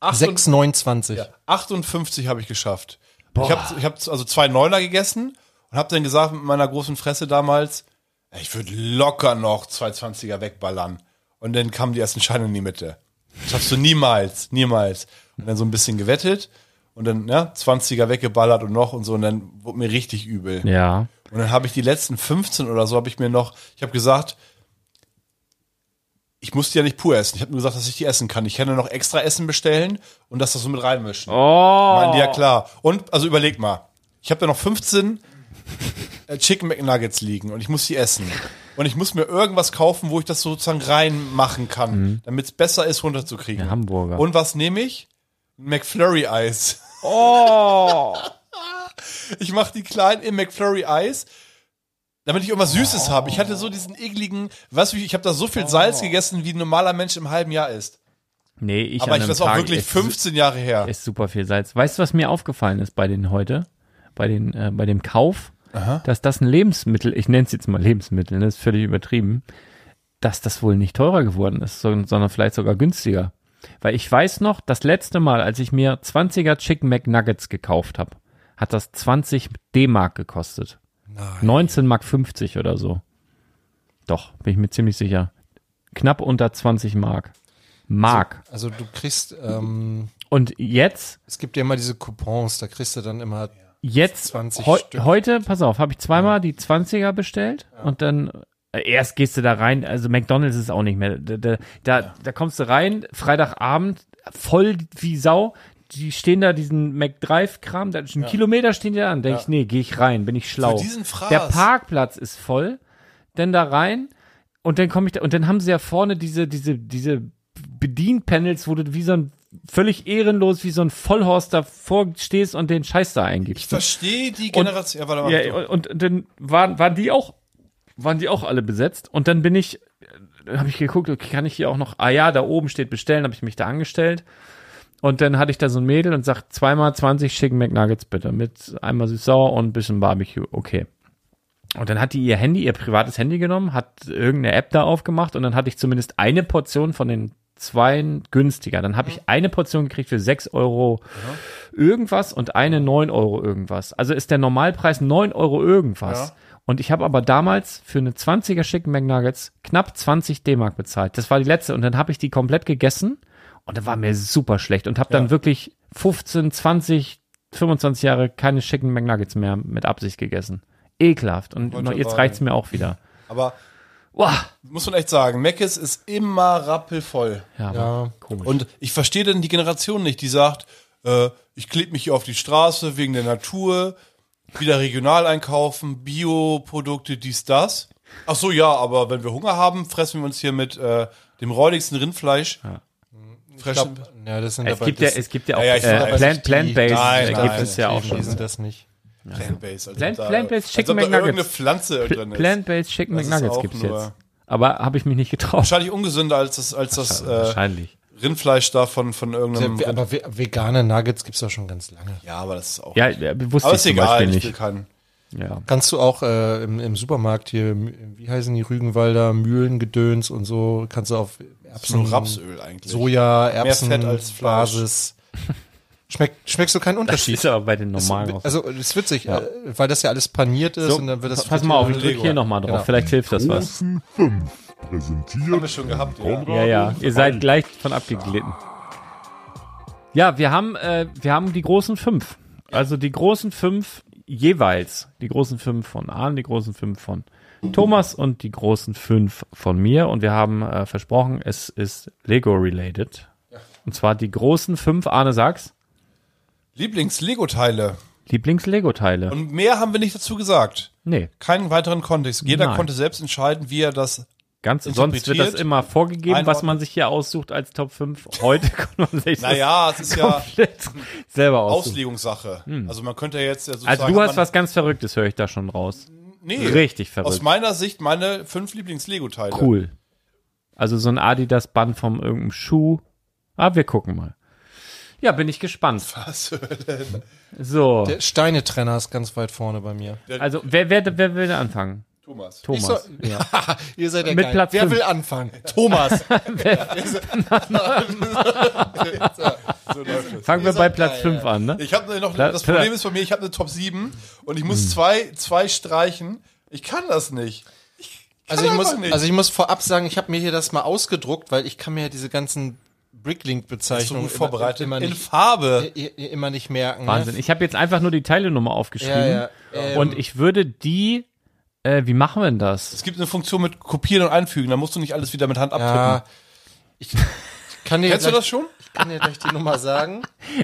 Speaker 4: 8
Speaker 5: 6, 29.
Speaker 4: 58 habe ich geschafft. Ich habe ich hab also zwei Neuner gegessen und habe dann gesagt mit meiner großen Fresse damals, "Ey, ich würde locker noch zwei 20er wegballern. Und dann kamen die ersten Scheine in die Mitte. Das schaffst du niemals, niemals. Und dann so ein bisschen gewettet und dann ja, 20er weggeballert und noch und so und dann wurde mir richtig übel.
Speaker 3: Ja.
Speaker 4: Und dann habe ich die letzten 15 oder so, habe ich mir noch, ich habe gesagt, ich muss die ja nicht pur essen. Ich habe nur gesagt, dass ich die essen kann. Ich kann ja noch extra Essen bestellen und dass das so mit reinmischen.
Speaker 3: Oh.
Speaker 4: Meinen die, ja klar. Und, also überleg mal, ich habe ja noch 15 äh, Chicken McNuggets liegen und ich muss die essen. Und ich muss mir irgendwas kaufen, wo ich das sozusagen reinmachen kann, damit es besser ist, runterzukriegen.
Speaker 3: Der Hamburger.
Speaker 4: Und was nehme ich? Ein McFlurry-Eis.
Speaker 3: Oh.
Speaker 4: [laughs] Ich mache die kleinen im McFlurry-Eis, damit ich irgendwas Süßes habe. Ich hatte so diesen ekligen, weißt du, ich habe da so viel Salz gegessen, wie ein normaler Mensch im halben Jahr isst.
Speaker 3: Nee, Oh. ich
Speaker 4: Aber
Speaker 3: an
Speaker 4: ich
Speaker 3: einem
Speaker 4: weiß auch
Speaker 3: Tag
Speaker 4: wirklich
Speaker 3: ist-
Speaker 4: 15 Jahre her.
Speaker 3: ist super viel Salz. Weißt du, was mir aufgefallen ist bei den heute, bei den, äh, bei dem Kauf, dass das ein Lebensmittel, ich nenne es jetzt mal Lebensmittel, ne, ist völlig übertrieben, dass das wohl nicht teurer geworden ist, so- sondern vielleicht sogar günstiger. Weil ich weiß noch, das letzte Mal, als ich mir 20er Chicken McNuggets gekauft habe, hat das 20 D-Mark gekostet. 19 Mark 50 oder so. Doch, bin ich mir ziemlich sicher. Knapp unter 20 Mark. Mark.
Speaker 5: Also du kriegst, ähm,
Speaker 3: Und jetzt
Speaker 5: es gibt ja immer diese Coupons, da kriegst du dann immer
Speaker 3: Jetzt,
Speaker 5: 20
Speaker 3: heu
Speaker 5: Stück.
Speaker 3: heute, pass auf, habe ich zweimal die 20er bestellt und dann äh, erst gehst du da rein, also McDonalds ist auch nicht mehr, da, da, da, da kommst du rein, Freitagabend, voll wie Sau, die stehen da diesen McDrive-Kram, da ist ein Kilometer stehen die da an, denke ich, nee, gehe ich rein, bin ich schlau.
Speaker 4: Für diesen Fraß.
Speaker 3: Der Parkplatz ist voll, denn da rein und dann komme ich da, und dann haben sie ja vorne diese, diese, diese Bedienpanels, wo du wie so ein völlig ehrenlos, wie so ein Vollhorst davor stehst und den Scheiß da eingibst.
Speaker 4: Ich verstehe die Generation. ja, warte mal.
Speaker 3: Ja, und, und dann waren, waren die auch, waren die auch alle besetzt. Und dann bin ich, habe ich geguckt, okay, kann ich hier auch noch, ah ja, da oben steht bestellen, habe ich mich da angestellt. Und dann hatte ich da so ein Mädel und sagt, zweimal 20 Chicken McNuggets bitte, mit einmal süß-sauer und ein bisschen Barbecue, okay. Und dann hat die ihr Handy, ihr privates Handy genommen, hat irgendeine App da aufgemacht und dann hatte ich zumindest eine Portion von den zweien günstiger. Dann habe ich eine Portion gekriegt für 6 Euro irgendwas und eine 9 Euro irgendwas. Also ist der Normalpreis 9 Euro irgendwas. Und ich habe aber damals für eine 20er Chicken McNuggets knapp 20 D-Mark bezahlt. Das war die letzte und dann habe ich die komplett gegessen und dann war mir super schlecht und habe dann wirklich 15, 20, 25 Jahre keine Chicken McNuggets mehr mit Absicht gegessen. Ekelhaft. Und
Speaker 4: Wollte
Speaker 3: noch,
Speaker 4: schon
Speaker 3: jetzt
Speaker 4: sagen.
Speaker 3: reicht's mir auch wieder.
Speaker 4: Aber
Speaker 3: Uah.
Speaker 4: muss man echt sagen, Meckes ist immer rappelvoll.
Speaker 3: Ja,
Speaker 5: Ja.
Speaker 3: komisch.
Speaker 4: Und ich verstehe dann die Generation nicht, die sagt, äh, ich klebe mich hier auf die Straße wegen der Natur, wieder regional einkaufen, Bioprodukte, dies, das. Ach so, ja, aber wenn wir Hunger haben, fressen wir uns hier mit äh, dem räudigsten Rindfleisch. Fresh,
Speaker 5: Ja, das sind
Speaker 3: es, gibt ja, es gibt ja auch
Speaker 4: Ja, ja, ich weiß,
Speaker 3: äh,
Speaker 4: weiß
Speaker 3: Plant-
Speaker 5: nicht, die-
Speaker 3: Plant-Based,
Speaker 4: Nein,
Speaker 3: äh,
Speaker 4: nein,
Speaker 3: gibt es ja auch
Speaker 5: Die
Speaker 3: schon.
Speaker 5: sind das nicht.
Speaker 4: Plant-based. Also
Speaker 3: Plant-
Speaker 4: da-
Speaker 3: Plant-based
Speaker 4: als ob
Speaker 3: Chicken
Speaker 4: da irgendeine
Speaker 3: McNuggets.
Speaker 4: Pflanze drin ist.
Speaker 3: Plant-Based Chicken
Speaker 4: Das ist
Speaker 3: McNuggets
Speaker 4: auch
Speaker 3: gibt's
Speaker 4: nur-
Speaker 3: jetzt. Aber habe ich mich nicht getraut.
Speaker 4: Wahrscheinlich ungesünder als das, als das äh,
Speaker 3: Wahrscheinlich.
Speaker 4: Rindfleisch da von, von
Speaker 3: Ähm,
Speaker 4: irgendeinem.
Speaker 5: Ähm, Aber we- vegane Nuggets gibt's ja schon ganz lange.
Speaker 4: ja, aber das ist auch.
Speaker 3: Ja, äh, wusste
Speaker 4: aber
Speaker 3: ich
Speaker 4: ist
Speaker 3: zum
Speaker 4: egal,
Speaker 3: Beispiel
Speaker 4: ich will
Speaker 3: nicht.
Speaker 4: keinen.
Speaker 3: Ja.
Speaker 5: Kannst du auch äh, im, im Supermarkt hier, m- wie heißen die Rügenwalder, Mühlengedöns und so, kannst du auf
Speaker 4: Das ist nur
Speaker 5: Erbsen,
Speaker 4: Rapsöl eigentlich.
Speaker 5: Soja, Erbsen,
Speaker 4: Fett als Fleisch.
Speaker 5: Basis. Schmeckt, schmeckst du keinen
Speaker 3: Das
Speaker 5: Unterschied?
Speaker 3: ist aber bei den normalen auch so.
Speaker 5: also, das ist witzig, äh, weil das ja alles paniert ist
Speaker 3: So,
Speaker 5: und dann wird das.
Speaker 3: Pass mal auf, ich drücke
Speaker 4: Lego.
Speaker 3: hier nochmal drauf.
Speaker 5: Genau.
Speaker 3: Vielleicht hilft das was.
Speaker 6: Großen 5. Präsentiert
Speaker 4: Haben wir schon gehabt,
Speaker 6: von
Speaker 4: ja.
Speaker 6: Konrad
Speaker 3: Ja, ja,
Speaker 6: und
Speaker 3: ihr seid
Speaker 6: Mike.
Speaker 3: gleich von abgeglitten. Ja, wir haben, äh, wir haben die großen fünf. Also die großen fünf jeweils. Die großen fünf von Arne, die großen fünf von Thomas und die großen fünf von mir. Und wir haben äh, versprochen, es ist Lego-related. Und zwar die großen fünf, Arne, sag's.
Speaker 4: Lieblings-Lego-Teile.
Speaker 3: Lieblings-Lego-Teile.
Speaker 4: Und mehr haben wir nicht dazu gesagt.
Speaker 3: Nee,
Speaker 4: Keinen weiteren Kontext. Jeder
Speaker 3: Nein.
Speaker 4: konnte selbst entscheiden, wie er
Speaker 5: [laughs]
Speaker 4: das.
Speaker 3: ganz sonst wird das
Speaker 4: Interpretiert,
Speaker 3: immer vorgegeben, was
Speaker 4: einordnen.
Speaker 3: man sich hier aussucht als Top 5. Heute [laughs] kann man sich
Speaker 4: Naja, es ist
Speaker 3: das
Speaker 4: ja
Speaker 3: komplett selber aussuchen.
Speaker 4: Auslegungssache. Also man könnte ja jetzt ja sozusagen.
Speaker 3: Hm. Also du hast
Speaker 4: man-
Speaker 3: was ganz Verrücktes, höre ich da schon raus.
Speaker 4: nee,
Speaker 3: richtig verrückt.
Speaker 4: Aus meiner Sicht meine fünf Lieblings-Lego-Teile.
Speaker 3: Cool. Also so ein Adidas-Band vom irgendeinem Schuh. Ah, wir gucken mal. Ja, bin ich gespannt.
Speaker 4: Was? du
Speaker 3: So,
Speaker 5: Der Steinetrenner ist ganz weit vorne bei mir.
Speaker 3: also wer, wer, wer will anfangen?
Speaker 4: Thomas.
Speaker 3: Thomas.
Speaker 5: soll-
Speaker 3: ja.
Speaker 5: [laughs] Ihr seid ja
Speaker 3: Mit
Speaker 5: geil.
Speaker 3: Platz
Speaker 5: Wer
Speaker 3: fünf.
Speaker 5: will anfangen?
Speaker 3: [laughs]
Speaker 5: Thomas.
Speaker 4: So läuft es.
Speaker 3: Fangen wir bei
Speaker 5: Ihr seid
Speaker 3: Platz
Speaker 5: geil,
Speaker 3: 5 an, ne?
Speaker 4: Ich habe noch
Speaker 3: Pla-
Speaker 4: das
Speaker 3: Pla-
Speaker 4: Problem ist bei mir, ich habe eine Top 7 und ich
Speaker 3: Hm.
Speaker 4: muss zwei, zwei streichen. Ich kann das nicht.
Speaker 5: Also ich,
Speaker 4: Kann
Speaker 5: muss,
Speaker 4: einfach nicht.
Speaker 5: also ich muss vorab sagen, ich habe mir hier das mal ausgedruckt, weil ich kann mir diese ganzen
Speaker 4: So
Speaker 5: Bricklink-Bezeichnungen
Speaker 4: gut vorbereitet.
Speaker 5: immer, immer,
Speaker 4: in
Speaker 5: nicht,
Speaker 4: Farbe.
Speaker 5: i- i- immer nicht merken.
Speaker 3: Wahnsinn.
Speaker 5: Ne?
Speaker 3: Ich habe jetzt einfach nur die Teilenummer aufgeschrieben.
Speaker 5: Ja, ja, ja.
Speaker 3: Und ich würde die. Äh, wie machen wir denn das? [laughs]
Speaker 4: Es gibt eine Funktion mit Kopieren und Einfügen. Da musst du nicht alles wieder mit Hand
Speaker 5: Ja,
Speaker 4: abtippen.
Speaker 5: ich kann dir,
Speaker 4: Kennst du
Speaker 5: gleich,
Speaker 4: das schon?
Speaker 5: ich kann dir gleich die Nummer sagen.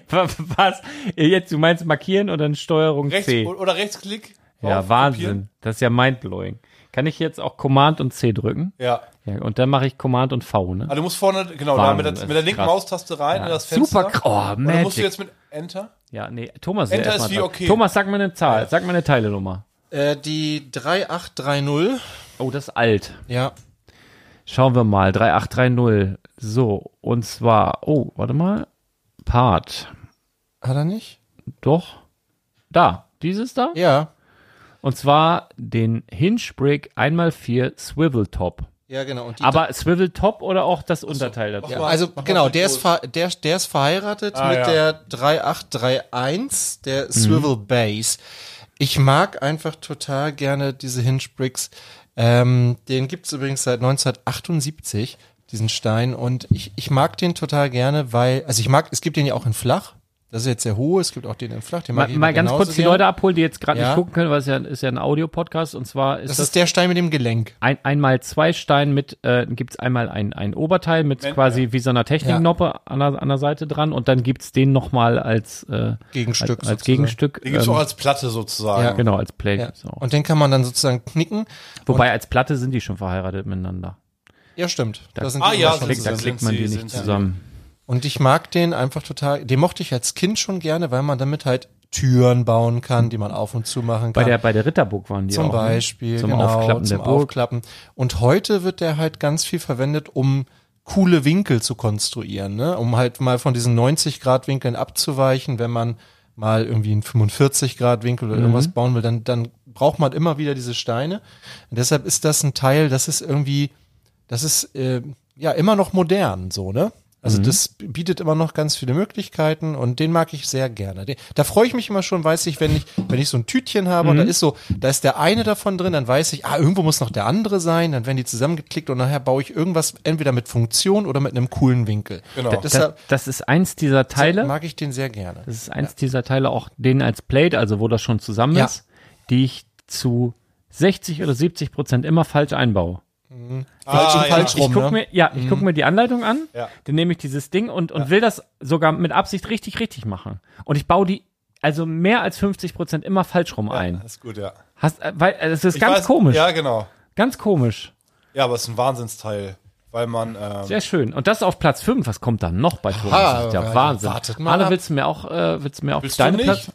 Speaker 3: Was? Jetzt, du meinst markieren oder dann Steuerung
Speaker 4: Rechts
Speaker 3: C?
Speaker 4: oder Rechtsklick?
Speaker 3: Ja,
Speaker 4: auf
Speaker 3: Wahnsinn.
Speaker 4: Kopieren.
Speaker 3: Das ist ja mindblowing. Kann ich jetzt auch Command und C drücken?
Speaker 4: Ja.
Speaker 3: Ja, und dann mache ich Command und V, ne?
Speaker 4: Also du musst vorne, genau, da
Speaker 3: Wahnsinn,
Speaker 4: mit der,
Speaker 3: das
Speaker 4: mit der
Speaker 3: ist
Speaker 4: linken
Speaker 3: krass.
Speaker 4: Maustaste rein in
Speaker 3: ja.
Speaker 4: das Fenster.
Speaker 3: Super, oh,
Speaker 4: Und dann musst du
Speaker 3: Magic.
Speaker 4: jetzt mit Enter.
Speaker 3: Ja, nee, Thomas ist
Speaker 4: Enter
Speaker 3: erstmal
Speaker 4: ist wie
Speaker 3: dran.
Speaker 4: okay.
Speaker 3: Thomas, sag mir eine Zahl, sag mir eine Teilenummer.
Speaker 5: Äh, die 3830.
Speaker 3: Oh, das ist alt.
Speaker 5: Ja.
Speaker 3: Schauen wir mal, 3830. So, und zwar, oh, warte mal. Part.
Speaker 5: Hat er nicht?
Speaker 3: Doch. Da, dieses da.
Speaker 5: Ja.
Speaker 3: Und zwar den Hinge Brick 1x4 Swivel Top.
Speaker 5: Ja, genau. Und die
Speaker 3: Aber Swivel Top oder auch das Unterteil dazu?
Speaker 5: Ja, also genau, der ist, ver der, der ist verheiratet mit
Speaker 4: ja.
Speaker 5: der 3831, der Swivel
Speaker 3: Mhm.
Speaker 5: Bass. Ich mag einfach total gerne diese Hinge Bricks. Ähm, den gibt's übrigens seit 1978, diesen Stein. Und ich, ich mag den total gerne, weil, also ich mag, es gibt den ja auch in flach. Das ist jetzt der hohe, es gibt auch den in flach. Den mag
Speaker 3: Mal,
Speaker 5: ich
Speaker 3: mal
Speaker 5: immer
Speaker 3: ganz
Speaker 5: genauso
Speaker 3: kurz die
Speaker 5: gern.
Speaker 3: Leute abholen, die jetzt gerade
Speaker 5: Ja.
Speaker 3: nicht gucken können, weil es ja, ist ja ein Audio-Podcast und zwar ist
Speaker 5: Das
Speaker 3: das,
Speaker 5: ist der Stein mit dem Gelenk.
Speaker 3: ein, einmal zwei Steine mit, äh, gibt's einmal ein, ein Oberteil mit quasi wie so einer Techniknoppe an, der, an der Seite dran und dann gibt's den nochmal als äh,
Speaker 5: Gegenstück
Speaker 3: Als, als
Speaker 5: sozusagen.
Speaker 3: Gegenstück.
Speaker 4: Den gibt's
Speaker 3: ähm,
Speaker 4: auch als Platte sozusagen.
Speaker 5: Ja.
Speaker 3: genau, als Play.
Speaker 5: Ja.
Speaker 3: gibt's auch.
Speaker 5: Und den kann man dann sozusagen knicken.
Speaker 3: Wobei als Platte sind die schon verheiratet miteinander.
Speaker 5: Ja, stimmt. Da sind
Speaker 4: Ah
Speaker 5: die
Speaker 4: ja,
Speaker 5: immer schon
Speaker 4: sind
Speaker 3: Klick,
Speaker 4: sie,
Speaker 3: da
Speaker 5: zusammen.
Speaker 3: klickt
Speaker 4: sind
Speaker 3: man
Speaker 4: sie,
Speaker 3: die nicht
Speaker 4: sind sie.
Speaker 3: zusammen.
Speaker 5: Und ich mag den einfach total. Den mochte ich als Kind schon gerne, weil man damit halt Türen bauen kann, die man auf und zu machen
Speaker 3: Bei
Speaker 5: kann.
Speaker 3: der, bei der Ritterburg waren die
Speaker 5: zum
Speaker 3: auch. ne?
Speaker 5: Beispiel,
Speaker 3: Zum
Speaker 5: genau,
Speaker 3: Aufklappen
Speaker 5: zum
Speaker 3: der Burg.
Speaker 5: Aufklappen. Und heute wird der halt ganz viel verwendet, um coole Winkel zu konstruieren, ne? um halt mal von diesen 90-Grad-Winkeln abzuweichen, wenn man mal irgendwie einen 45-Grad-Winkel
Speaker 3: Mhm.
Speaker 5: oder irgendwas bauen will, dann, dann braucht man immer wieder diese Steine. Und deshalb ist das ein Teil, das ist irgendwie, das ist äh, ja immer noch modern, so, ne? Also das bietet immer noch ganz viele Möglichkeiten und den mag ich sehr gerne. Den, da freue ich mich immer schon, weiß ich, wenn ich, wenn ich so ein Tütchen habe und da ist so, da ist der eine davon drin, dann weiß ich, ah, irgendwo muss noch der andere sein, dann werden die zusammengeklickt und nachher baue ich irgendwas entweder mit Funktion oder mit einem coolen Winkel.
Speaker 4: Genau.
Speaker 5: Da,
Speaker 3: Das,
Speaker 5: deshalb
Speaker 3: das ist eins dieser Teile.
Speaker 5: mag ich den sehr gerne.
Speaker 3: Das ist eins dieser Teile, auch den als Plate, also wo das schon zusammen
Speaker 5: Ja.
Speaker 3: ist, die ich zu 60 oder 70 Prozent immer falsch einbaue.
Speaker 5: falsch
Speaker 4: Ah,
Speaker 5: und
Speaker 4: ja.
Speaker 5: falsch
Speaker 3: Ich
Speaker 5: rum,
Speaker 3: gucke
Speaker 5: ne?
Speaker 3: mir, ja, ich guck mir die Anleitung an,
Speaker 4: Mhm. Ja.
Speaker 3: dann nehme ich dieses Ding und, und will das sogar mit Absicht richtig, richtig machen. Und ich baue die also mehr als 50 Prozent immer falsch rum ein.
Speaker 4: Das ist gut, ja.
Speaker 3: Hast, äh, weil, äh, das ist
Speaker 4: Ich
Speaker 3: ganz
Speaker 4: weiß-
Speaker 3: komisch.
Speaker 4: Ja, genau.
Speaker 3: Ganz komisch.
Speaker 4: Ja, aber es ist ein Wahnsinnsteil, weil man. Ähm,
Speaker 3: Sehr schön. Und das auf Platz 5. Was kommt dann noch bei Thomas? Das ist ja,
Speaker 5: ja,
Speaker 3: Wahnsinn.
Speaker 5: wartet mal
Speaker 3: Arne,
Speaker 5: ab.
Speaker 3: willst du mir auch, äh, willst du mir auch
Speaker 4: Willst du
Speaker 3: deine
Speaker 4: nicht?
Speaker 3: Platz?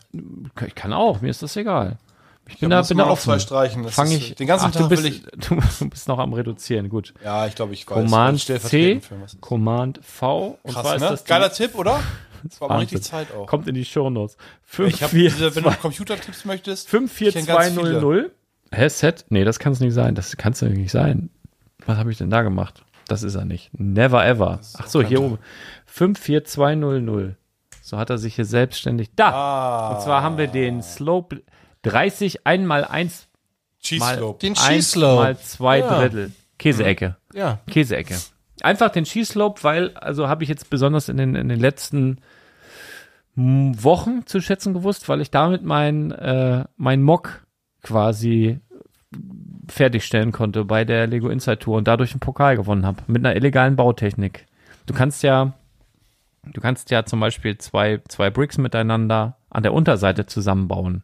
Speaker 3: Ich kann auch, mir ist das egal. Ich bin
Speaker 4: da
Speaker 3: da,
Speaker 4: muss
Speaker 3: bin da
Speaker 4: man
Speaker 3: offen.
Speaker 4: auch zwei streichen. Das
Speaker 3: Fange
Speaker 4: ist-
Speaker 3: ich.
Speaker 4: den ganzen
Speaker 3: ach, du
Speaker 4: Tag
Speaker 3: bist,
Speaker 4: will ich-
Speaker 3: du, [laughs] du bist noch am Reduzieren. Gut.
Speaker 4: ja, ich glaube, ich weiß.
Speaker 3: Command C,
Speaker 4: Stellvertretend für was.
Speaker 3: Command V. Und zwar
Speaker 4: Krass,
Speaker 3: ist
Speaker 4: ne?
Speaker 3: das die-
Speaker 4: Geiler Tipp, oder? Das war mal
Speaker 3: Wahnsinn.
Speaker 4: richtig Zeit auch.
Speaker 3: Kommt in die Shownotes.
Speaker 4: ich
Speaker 3: 5,
Speaker 4: habe
Speaker 3: 4,
Speaker 4: diese, wenn du Computertipps möchtest. ich kenn ganz viele.
Speaker 3: 54200. Hä, Set? Nee, das kann es nicht sein. Das kann es nicht sein. Was habe ich denn da gemacht? Das ist er nicht. Never ever. Ach so, hier oben. 54200. So hat er sich hier selbstständig. Da!
Speaker 4: Ah.
Speaker 3: Und zwar haben wir den Slope 30 1 mal 1
Speaker 4: Cheese
Speaker 3: mal
Speaker 4: Slope.
Speaker 5: Den
Speaker 3: 1
Speaker 5: Schießlauf.
Speaker 3: mal 2
Speaker 5: Ja.
Speaker 3: Drittel. Käseecke.
Speaker 5: Ja.
Speaker 3: Käseecke. Einfach den Schießlob, weil, also habe ich jetzt besonders in den, in den letzten mm, Wochen zu schätzen gewusst, weil ich damit mein, äh, mein Mock quasi fertigstellen konnte bei der Lego Inside Tour und dadurch einen Pokal gewonnen habe mit einer illegalen Bautechnik. Du kannst ja Du kannst ja zum Beispiel zwei, zwei Bricks miteinander an der Unterseite zusammenbauen,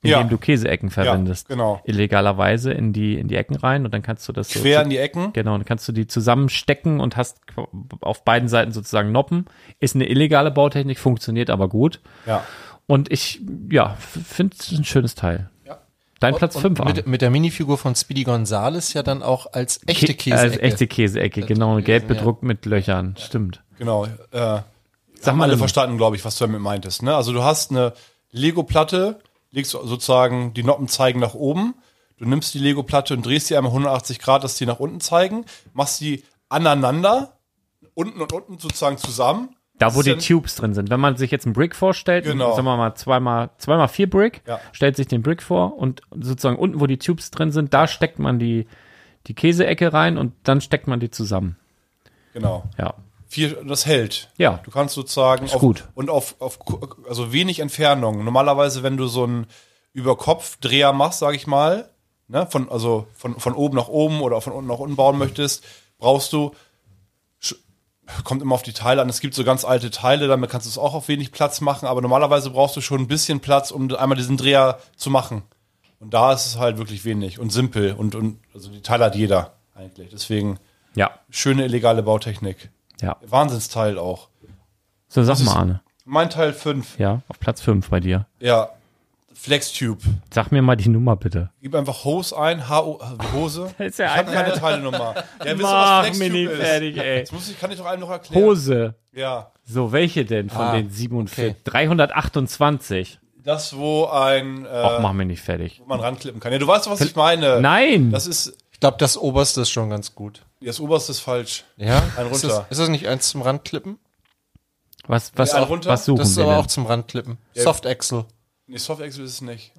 Speaker 3: indem
Speaker 4: Ja.
Speaker 3: du Käseecken verwendest.
Speaker 4: genau.
Speaker 3: Illegalerweise in die, in die Ecken rein und dann kannst du das so
Speaker 4: Quer in die Ecken.
Speaker 3: Genau, und dann kannst du die zusammenstecken und hast qu- auf beiden Seiten sozusagen Noppen. Ist eine illegale Bautechnik, funktioniert aber gut.
Speaker 4: Ja.
Speaker 3: Und ich, ja, finde es ein schönes Teil. Dein Platz
Speaker 5: Und
Speaker 3: 5
Speaker 5: mit, mit der Minifigur von Speedy Gonzales ja dann auch als also echte Käseecke.
Speaker 3: Als also echte Käseecke, genau. Gelb bedruckt mit Löchern, stimmt.
Speaker 4: Genau. Äh,
Speaker 3: Sag
Speaker 4: haben
Speaker 3: mal
Speaker 4: alle
Speaker 3: denn-
Speaker 4: verstanden, glaube ich, was du damit meintest. Ne? Also du hast eine Lego-Platte, legst sozusagen, die Noppen zeigen nach oben. Du nimmst die Lego-Platte und drehst die einmal 180 Grad, dass die nach unten zeigen, machst die aneinander, unten und unten sozusagen zusammen.
Speaker 3: Da, wo
Speaker 4: ist
Speaker 3: die
Speaker 4: ja-
Speaker 3: Tubes drin sind. Wenn man sich jetzt einen Brick vorstellt,
Speaker 4: Genau.
Speaker 3: sagen wir mal zweimal, zweimal vier Brick,
Speaker 4: Ja.
Speaker 3: stellt sich den Brick vor und sozusagen unten, wo die Tubes drin sind, da steckt man die, die Käseecke rein und dann steckt man die zusammen.
Speaker 4: Genau.
Speaker 3: Ja.
Speaker 4: Vier, das hält.
Speaker 3: Ja.
Speaker 4: Du kannst sozusagen auf,
Speaker 3: gut.
Speaker 4: und auf, auf ku- also wenig Entfernung. Normalerweise, wenn du so einen Überkopfdreher machst, sage ich mal, ne, von, also von, von oben nach oben oder von unten nach unten bauen möchtest, brauchst du, sch- kommt immer auf die Teile an, es gibt so ganz alte Teile, damit kannst du es auch auf wenig Platz machen, aber normalerweise brauchst du schon ein bisschen Platz, um einmal diesen Dreher zu machen. Und da ist es halt wirklich wenig und simpel und, und also die Teile hat jeder eigentlich. Deswegen
Speaker 3: Ja.
Speaker 4: schöne illegale Bautechnik.
Speaker 3: Ja.
Speaker 4: Wahnsinnsteil auch.
Speaker 3: So, sag
Speaker 4: ist-
Speaker 3: mal, Arne.
Speaker 4: Mein Teil 5,
Speaker 3: Ja, auf Platz 5 bei dir.
Speaker 4: ja, Flextube.
Speaker 3: Sag mir mal die Nummer bitte.
Speaker 4: Gib einfach Hose ein, H-O-
Speaker 3: [laughs]
Speaker 4: Hose.
Speaker 3: ist ja
Speaker 4: ich habe
Speaker 3: ein-
Speaker 4: keine Teilnummer. Ja, wisst ihr,
Speaker 3: Mach mich
Speaker 4: was
Speaker 3: nicht
Speaker 4: Flextube ist?
Speaker 3: fertig, ey.
Speaker 4: Das muss ich, kann ich doch einem noch erklären.
Speaker 3: Hose.
Speaker 4: Ja,
Speaker 3: So, welche denn von
Speaker 5: Ah,
Speaker 3: den 47?
Speaker 5: okay.
Speaker 3: 328.
Speaker 4: das, wo ein, äh,
Speaker 3: Och, mach mich nicht fertig.
Speaker 4: wo man ranklippen kann. Ja, du weißt doch, was ich meine.
Speaker 3: Nein!
Speaker 4: Das ist,
Speaker 5: Ich glaube, das oberste ist schon ganz gut.
Speaker 4: das oberste ist falsch.
Speaker 5: Ja?
Speaker 4: Ein
Speaker 5: Ist
Speaker 4: runter.
Speaker 5: das, ist das nicht eins zum Randklippen?
Speaker 3: was, was,
Speaker 4: Ja, runter.
Speaker 3: was suchen
Speaker 5: Das ist
Speaker 3: wir
Speaker 5: aber
Speaker 3: denn?
Speaker 5: auch zum Randklippen. Soft Axel.
Speaker 4: Nee, Softex ist es nicht.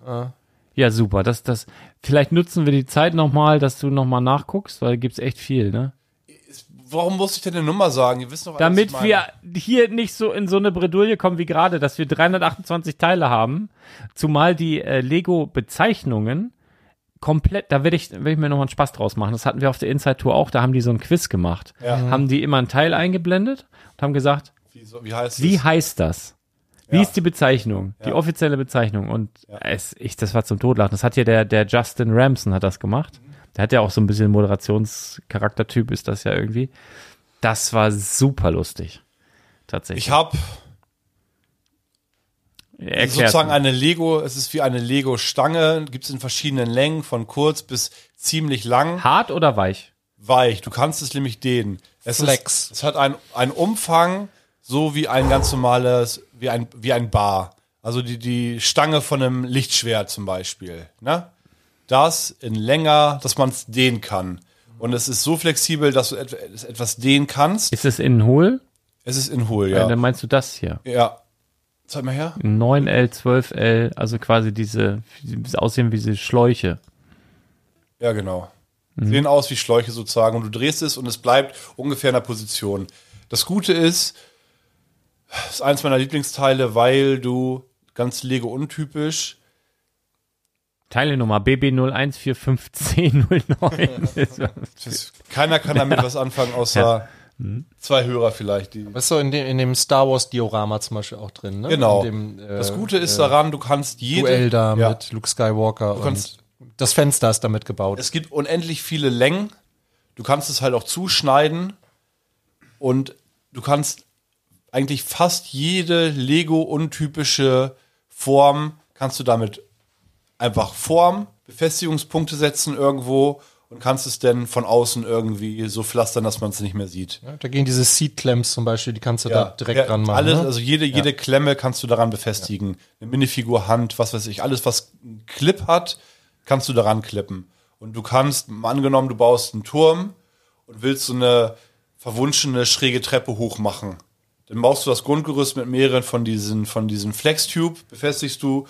Speaker 3: Ja, super. Das, das, vielleicht nutzen wir die Zeit nochmal, dass du nochmal nachguckst, weil gibt's echt viel, ne?
Speaker 4: Warum musste ich denn eine Nummer sagen? Ihr wisst doch, alle, was ich
Speaker 3: Damit
Speaker 4: meine.
Speaker 3: wir hier nicht so in so eine Bredouille kommen wie gerade, dass wir 328 Teile haben, zumal die äh, Lego-Bezeichnungen komplett, da werde ich, werd ich mir nochmal einen Spaß draus machen. Das hatten wir auf der Inside-Tour auch, da haben die so ein Quiz gemacht. Haben die immer einen Teil eingeblendet und haben gesagt,
Speaker 4: Wie, so- wie heißt
Speaker 3: wie
Speaker 4: es?
Speaker 3: heißt das? Wie
Speaker 4: Ja.
Speaker 3: ist die Bezeichnung? Die offizielle Bezeichnung. Und es, ich, das war zum Totlachen. Das hat hier der, der Justin Ramson hat das gemacht. Der hat ja auch so ein bisschen Moderationscharaktertyp, ist das ja irgendwie. Das war super lustig. Tatsächlich.
Speaker 4: Ich habe
Speaker 3: Erklär's
Speaker 4: sozusagen
Speaker 3: mir.
Speaker 4: eine Lego, es ist wie eine Lego-Stange, gibt es in verschiedenen Längen, von kurz bis ziemlich lang.
Speaker 3: Hart oder weich?
Speaker 4: weich. Du kannst es nämlich dehnen. Es,
Speaker 5: Flex.
Speaker 4: Ist, es hat einen, einen Umfang, so wie ein ganz normales, wie ein, wie ein Bar. Also die, die Stange von einem Lichtschwert zum Beispiel. Ne? Das in länger, dass man es dehnen kann. Und es ist so flexibel, dass du et- es etwas dehnen kannst.
Speaker 3: Ist es innen hohl?
Speaker 4: Es ist in Hohl,
Speaker 3: Ja.
Speaker 4: ja.
Speaker 3: Dann meinst du das hier.
Speaker 4: Ja. Zeig mal her.
Speaker 3: 9L, 12L, also quasi diese, die aussehen wie diese Schläuche.
Speaker 4: Ja, genau.
Speaker 5: Mhm.
Speaker 4: Sehen aus wie Schläuche sozusagen. Und du drehst es und es bleibt ungefähr in der Position. Das Gute ist, ist eins meiner Lieblingsteile, weil du ganz Lego untypisch.
Speaker 3: Teilnummer [laughs] BB01451009.
Speaker 4: Das, keiner kann
Speaker 5: [laughs]
Speaker 4: damit was anfangen, außer zwei Hörer vielleicht. Die,
Speaker 5: Das ist so in dem, in dem Star Wars Diorama zum Beispiel auch drin, ne?
Speaker 4: genau.
Speaker 5: In dem, äh,
Speaker 4: das Gute ist daran, du kannst jede.
Speaker 5: Duell da
Speaker 4: Ja.
Speaker 5: mit Luke Skywalker und
Speaker 4: kannst-
Speaker 5: das Fenster ist damit gebaut.
Speaker 4: Es gibt unendlich viele Längen. Du kannst es halt auch zuschneiden. Und du kannst eigentlich fast jede Lego-untypische Form, kannst du damit einfach Form, Befestigungspunkte setzen irgendwo und kannst es dann von außen irgendwie so pflastern, dass man es nicht mehr sieht.
Speaker 5: Ja, da gehen diese Seat Clamps zum Beispiel, die kannst du da direkt
Speaker 4: Ja,
Speaker 5: dran machen.
Speaker 4: Alles,
Speaker 5: ne?
Speaker 4: also jede, jede Klemme kannst du daran befestigen. Eine Minifigur, Hand, was weiß ich, alles, was einen Clip hat, kannst du daran klippen. Und du kannst, mal angenommen, du baust einen Turm und willst so eine verwunschene, schräge Treppe hochmachen. Dann baust du das Grundgerüst mit mehreren von diesen, von diesen Flex-Tube, befestigst du,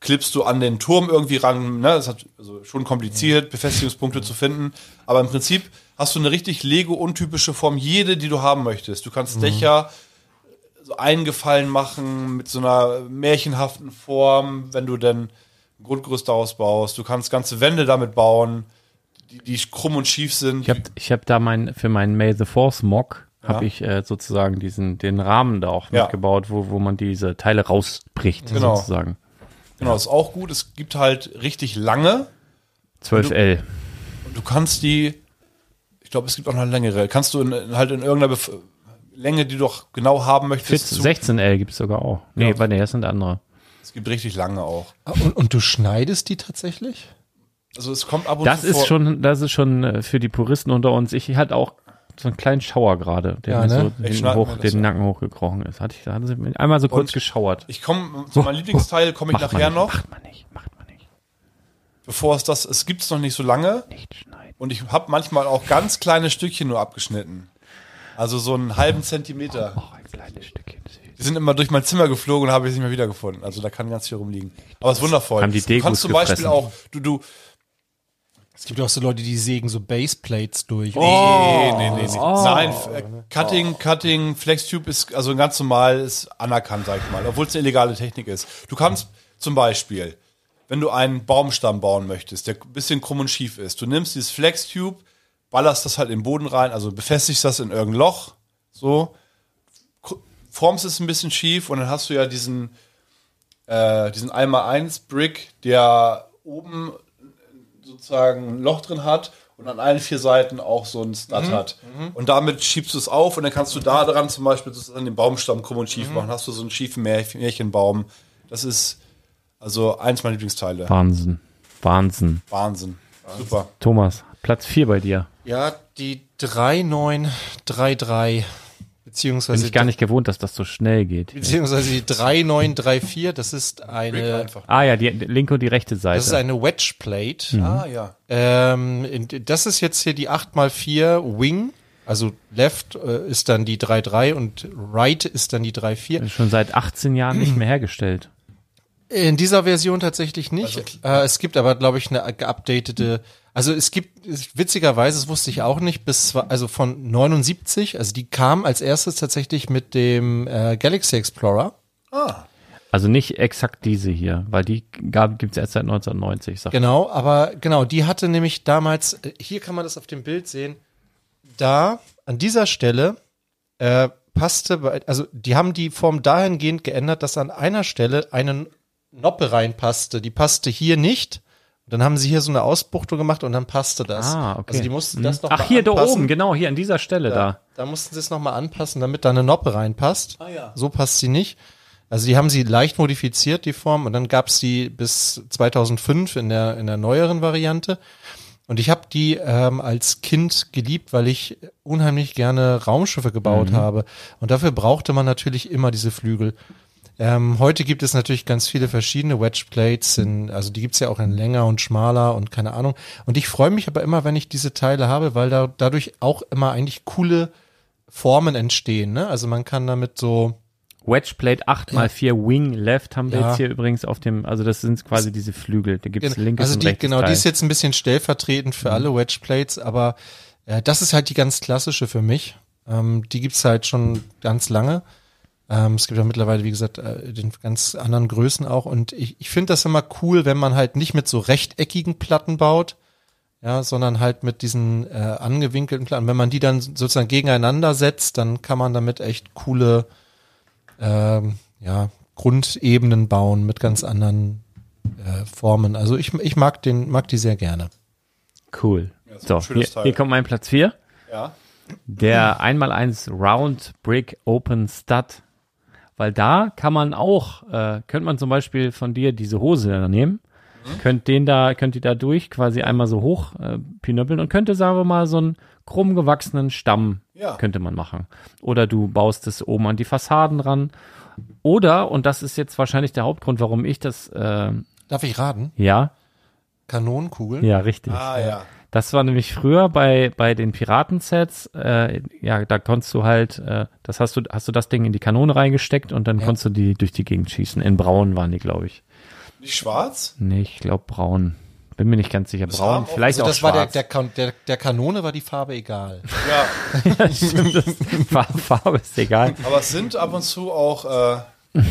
Speaker 4: klippst du an den Turm irgendwie ran. Ne? Das hat also schon kompliziert, Befestigungspunkte zu finden. Aber im Prinzip hast du eine richtig Lego-untypische Form, jede, die du haben möchtest. Du kannst Dächer so eingefallen machen mit so einer märchenhaften Form, wenn du denn ein Grundgerüst daraus baust. Du kannst ganze Wände damit bauen, die, die krumm und schief sind.
Speaker 3: Ich habe ich hab da mein, für meinen May the Force Mock habe ich äh, sozusagen diesen den Rahmen da auch
Speaker 4: Ja.
Speaker 3: mitgebaut, wo, wo man diese Teile rausbricht
Speaker 4: Genau.
Speaker 3: sozusagen.
Speaker 4: Genau, ist auch gut. Es gibt halt richtig lange.
Speaker 3: 12L.
Speaker 4: Und du kannst die, ich glaube, es gibt auch noch längere. Kannst du in, in, halt in irgendeiner Bef Länge, die du auch genau haben möchtest,
Speaker 3: 14,
Speaker 4: zu-
Speaker 3: 16L gibt es sogar auch. Nee, warte, das sind andere.
Speaker 4: es gibt richtig lange auch.
Speaker 5: Ah, Und, und du schneidest die tatsächlich?
Speaker 4: Also es kommt ab und
Speaker 3: Das
Speaker 4: zu
Speaker 3: ist
Speaker 4: vor.
Speaker 3: schon, das ist schon äh, für die Puristen unter uns. Ich hatte auch so einen kleinen Schauer gerade, der
Speaker 5: Ja,
Speaker 3: mir
Speaker 5: ne?
Speaker 3: so
Speaker 4: Ich
Speaker 3: den,
Speaker 4: schneid mir
Speaker 3: hoch,
Speaker 4: das
Speaker 3: den
Speaker 4: ab.
Speaker 3: Nacken hochgekrochen ist. Hatte ich, da hatten sie mir einmal so kurz
Speaker 4: Und-
Speaker 3: geschauert.
Speaker 4: Ich komme zu meinem Lieblingsteil komme ich
Speaker 3: oh, Macht
Speaker 4: nachher
Speaker 3: man nicht,
Speaker 4: noch,
Speaker 3: Macht man nicht, macht man nicht.
Speaker 4: bevor es das es gibt's noch nicht so lange
Speaker 3: Nicht schneiden.
Speaker 4: und ich habe manchmal auch ganz kleine Stückchen nur abgeschnitten. Also so einen halben Zentimeter.
Speaker 3: Oh, ein kleines Stückchen süß.
Speaker 4: Die sind immer durch mein Zimmer geflogen und habe ich nicht mehr wiedergefunden. Also da kann ganz viel rumliegen. Aber es ist wundervoll.
Speaker 3: Haben die
Speaker 4: du
Speaker 3: Degus
Speaker 4: kannst zum Beispiel
Speaker 3: gefressen.
Speaker 4: auch du du
Speaker 5: Es gibt ja auch so Leute, die sägen so Baseplates durch.
Speaker 4: Nee, nee, nee, nee. Nein, f- äh, Cutting, Cutting, Flextube ist also ganz normal, ist anerkannt, sag ich mal, obwohl es eine illegale Technik ist. Du kannst zum Beispiel, wenn du einen Baumstamm bauen möchtest, der ein bisschen krumm und schief ist, du nimmst dieses Flextube, ballerst das halt in den Boden rein, also befestigst das in irgendein Loch, so, k- formst es ein bisschen schief und dann hast du ja diesen, äh, diesen 1x1-Brick, der oben sozusagen ein Loch drin hat und an allen vier Seiten auch so ein Stud hat. Und damit schiebst du es auf und dann kannst du da dran zum Beispiel sozusagen den Baumstamm krumm und schief machen. Hast du so einen schiefen Märch- Märchenbaum. Das ist also eins meiner Lieblingsteile.
Speaker 3: Wahnsinn. Wahnsinn.
Speaker 4: Wahnsinn. Super.
Speaker 3: Thomas, Platz 4 bei dir.
Speaker 5: Ja, die 3933 beziehungsweise
Speaker 4: Also
Speaker 3: Bin ich gar nicht gewohnt, dass das so schnell geht.
Speaker 5: beziehungsweise die 3934, das ist eine
Speaker 3: Ah ja, die linke und die rechte Seite.
Speaker 5: das ist eine Wedge Plate.
Speaker 4: Ah ja.
Speaker 5: Ähm, in- das ist jetzt hier die 8x4 Wing, also left äh, ist dann die 33 und right ist dann die 34.
Speaker 3: Schon seit 18 Jahren nicht mehr hergestellt.
Speaker 5: In dieser Version tatsächlich nicht. äh, es gibt aber, glaube ich, eine geupdatete. Also es gibt, es- witzigerweise, das wusste ich auch nicht, bis zwa- also von 79, also die kam als erstes tatsächlich mit dem äh, Galaxy Explorer.
Speaker 3: Also nicht exakt diese hier, weil die gibt es erst seit 1990. Sag.
Speaker 5: Genau, aber genau, die hatte nämlich damals, äh, hier kann man das auf dem Bild sehen, da an dieser Stelle äh, passte, bei, also die haben die Form dahingehend geändert, dass an einer Stelle eine Noppe reinpasste. Die passte hier nicht. Dann haben sie hier so eine Ausbuchtung gemacht und dann passte das.
Speaker 3: Ah, okay.
Speaker 5: Also die mussten
Speaker 3: Hm.
Speaker 5: das noch
Speaker 3: Ach,
Speaker 5: mal
Speaker 3: hier da
Speaker 5: anpassen.
Speaker 3: oben, genau, hier an dieser Stelle da.
Speaker 5: Da mussten sie es nochmal anpassen, damit da eine Noppe reinpasst. So passt sie nicht. Also die haben sie leicht modifiziert, die Form, und dann gab es die bis 2005 in der, in der neueren Variante. Und ich habe die ähm, als Kind geliebt, weil ich unheimlich gerne Raumschiffe gebaut habe. Und dafür brauchte man natürlich immer diese Flügel. Ähm, heute gibt es natürlich ganz viele verschiedene Wedgeplates, in, also die gibt's ja auch in länger und schmaler und keine Ahnung. Und ich freue mich aber immer, wenn ich diese Teile habe, weil da, dadurch auch immer eigentlich coole Formen entstehen. Ne? Also man kann damit so,
Speaker 3: Wedgeplate 8x4 Wing Left haben wir
Speaker 5: Ja.
Speaker 3: jetzt hier übrigens auf dem, also das sind quasi diese Flügel, da gibt es linkes
Speaker 5: also
Speaker 3: und
Speaker 5: die,
Speaker 3: rechtes
Speaker 5: genau, die
Speaker 3: Teil. Mhm.
Speaker 5: ist jetzt ein bisschen stellvertretend für alle Wedgeplates, aber äh, das ist halt die ganz klassische für mich. Ähm, die gibt's halt schon ganz lange. Ähm, es gibt ja mittlerweile, wie gesagt, äh, den ganz anderen Größen auch. Und ich, ich finde das immer cool, wenn man halt nicht mit so rechteckigen Platten baut, ja, sondern halt mit diesen äh, angewinkelten Platten. Wenn man die dann sozusagen gegeneinander setzt, dann kann man damit echt coole ähm, ja, Grundebenen bauen mit ganz anderen äh, Formen. Also ich, ich mag den, mag die sehr gerne.
Speaker 3: Cool. So,
Speaker 4: ein schönes
Speaker 3: hier,
Speaker 4: Teil.
Speaker 3: hier kommt mein Platz 4.
Speaker 4: Ja.
Speaker 3: Der 1x1 Round Brick Open Stud. Weil da kann man auch, äh, könnte man zum Beispiel von dir diese Hose da nehmen,
Speaker 4: Mhm.
Speaker 3: könnt den da, könnt die da durch quasi einmal so hoch äh, pinöppeln und könnte, sagen wir mal, so einen krumm gewachsenen Stamm
Speaker 4: Ja.
Speaker 3: könnte man machen. Oder du baust es oben an die Fassaden ran. Oder, und das ist jetzt wahrscheinlich der Hauptgrund, warum ich das, äh,
Speaker 5: Darf ich raten?
Speaker 3: ja,
Speaker 5: Kanonenkugeln?
Speaker 3: ja, richtig.
Speaker 4: Ah ja.
Speaker 3: Das war nämlich früher bei, bei den Piratensets, äh, ja, da konntest du halt, äh, das hast du, hast du das Ding in die Kanone reingesteckt und dann konntest du die durch die Gegend schießen. In Braun waren die, glaube ich.
Speaker 4: Nicht schwarz?
Speaker 3: Nee, ich glaube Braun. Bin mir nicht ganz sicher. Braun,
Speaker 4: haben auch-
Speaker 3: vielleicht
Speaker 5: Also das
Speaker 3: auch
Speaker 5: war der,
Speaker 3: schwarz. [laughs]
Speaker 5: der, Kan- der, der Kanone war die Farbe egal.
Speaker 4: Ja.
Speaker 3: Fa- Farbe
Speaker 5: [laughs]
Speaker 3: ist egal.
Speaker 4: Aber es sind ab und zu auch äh, in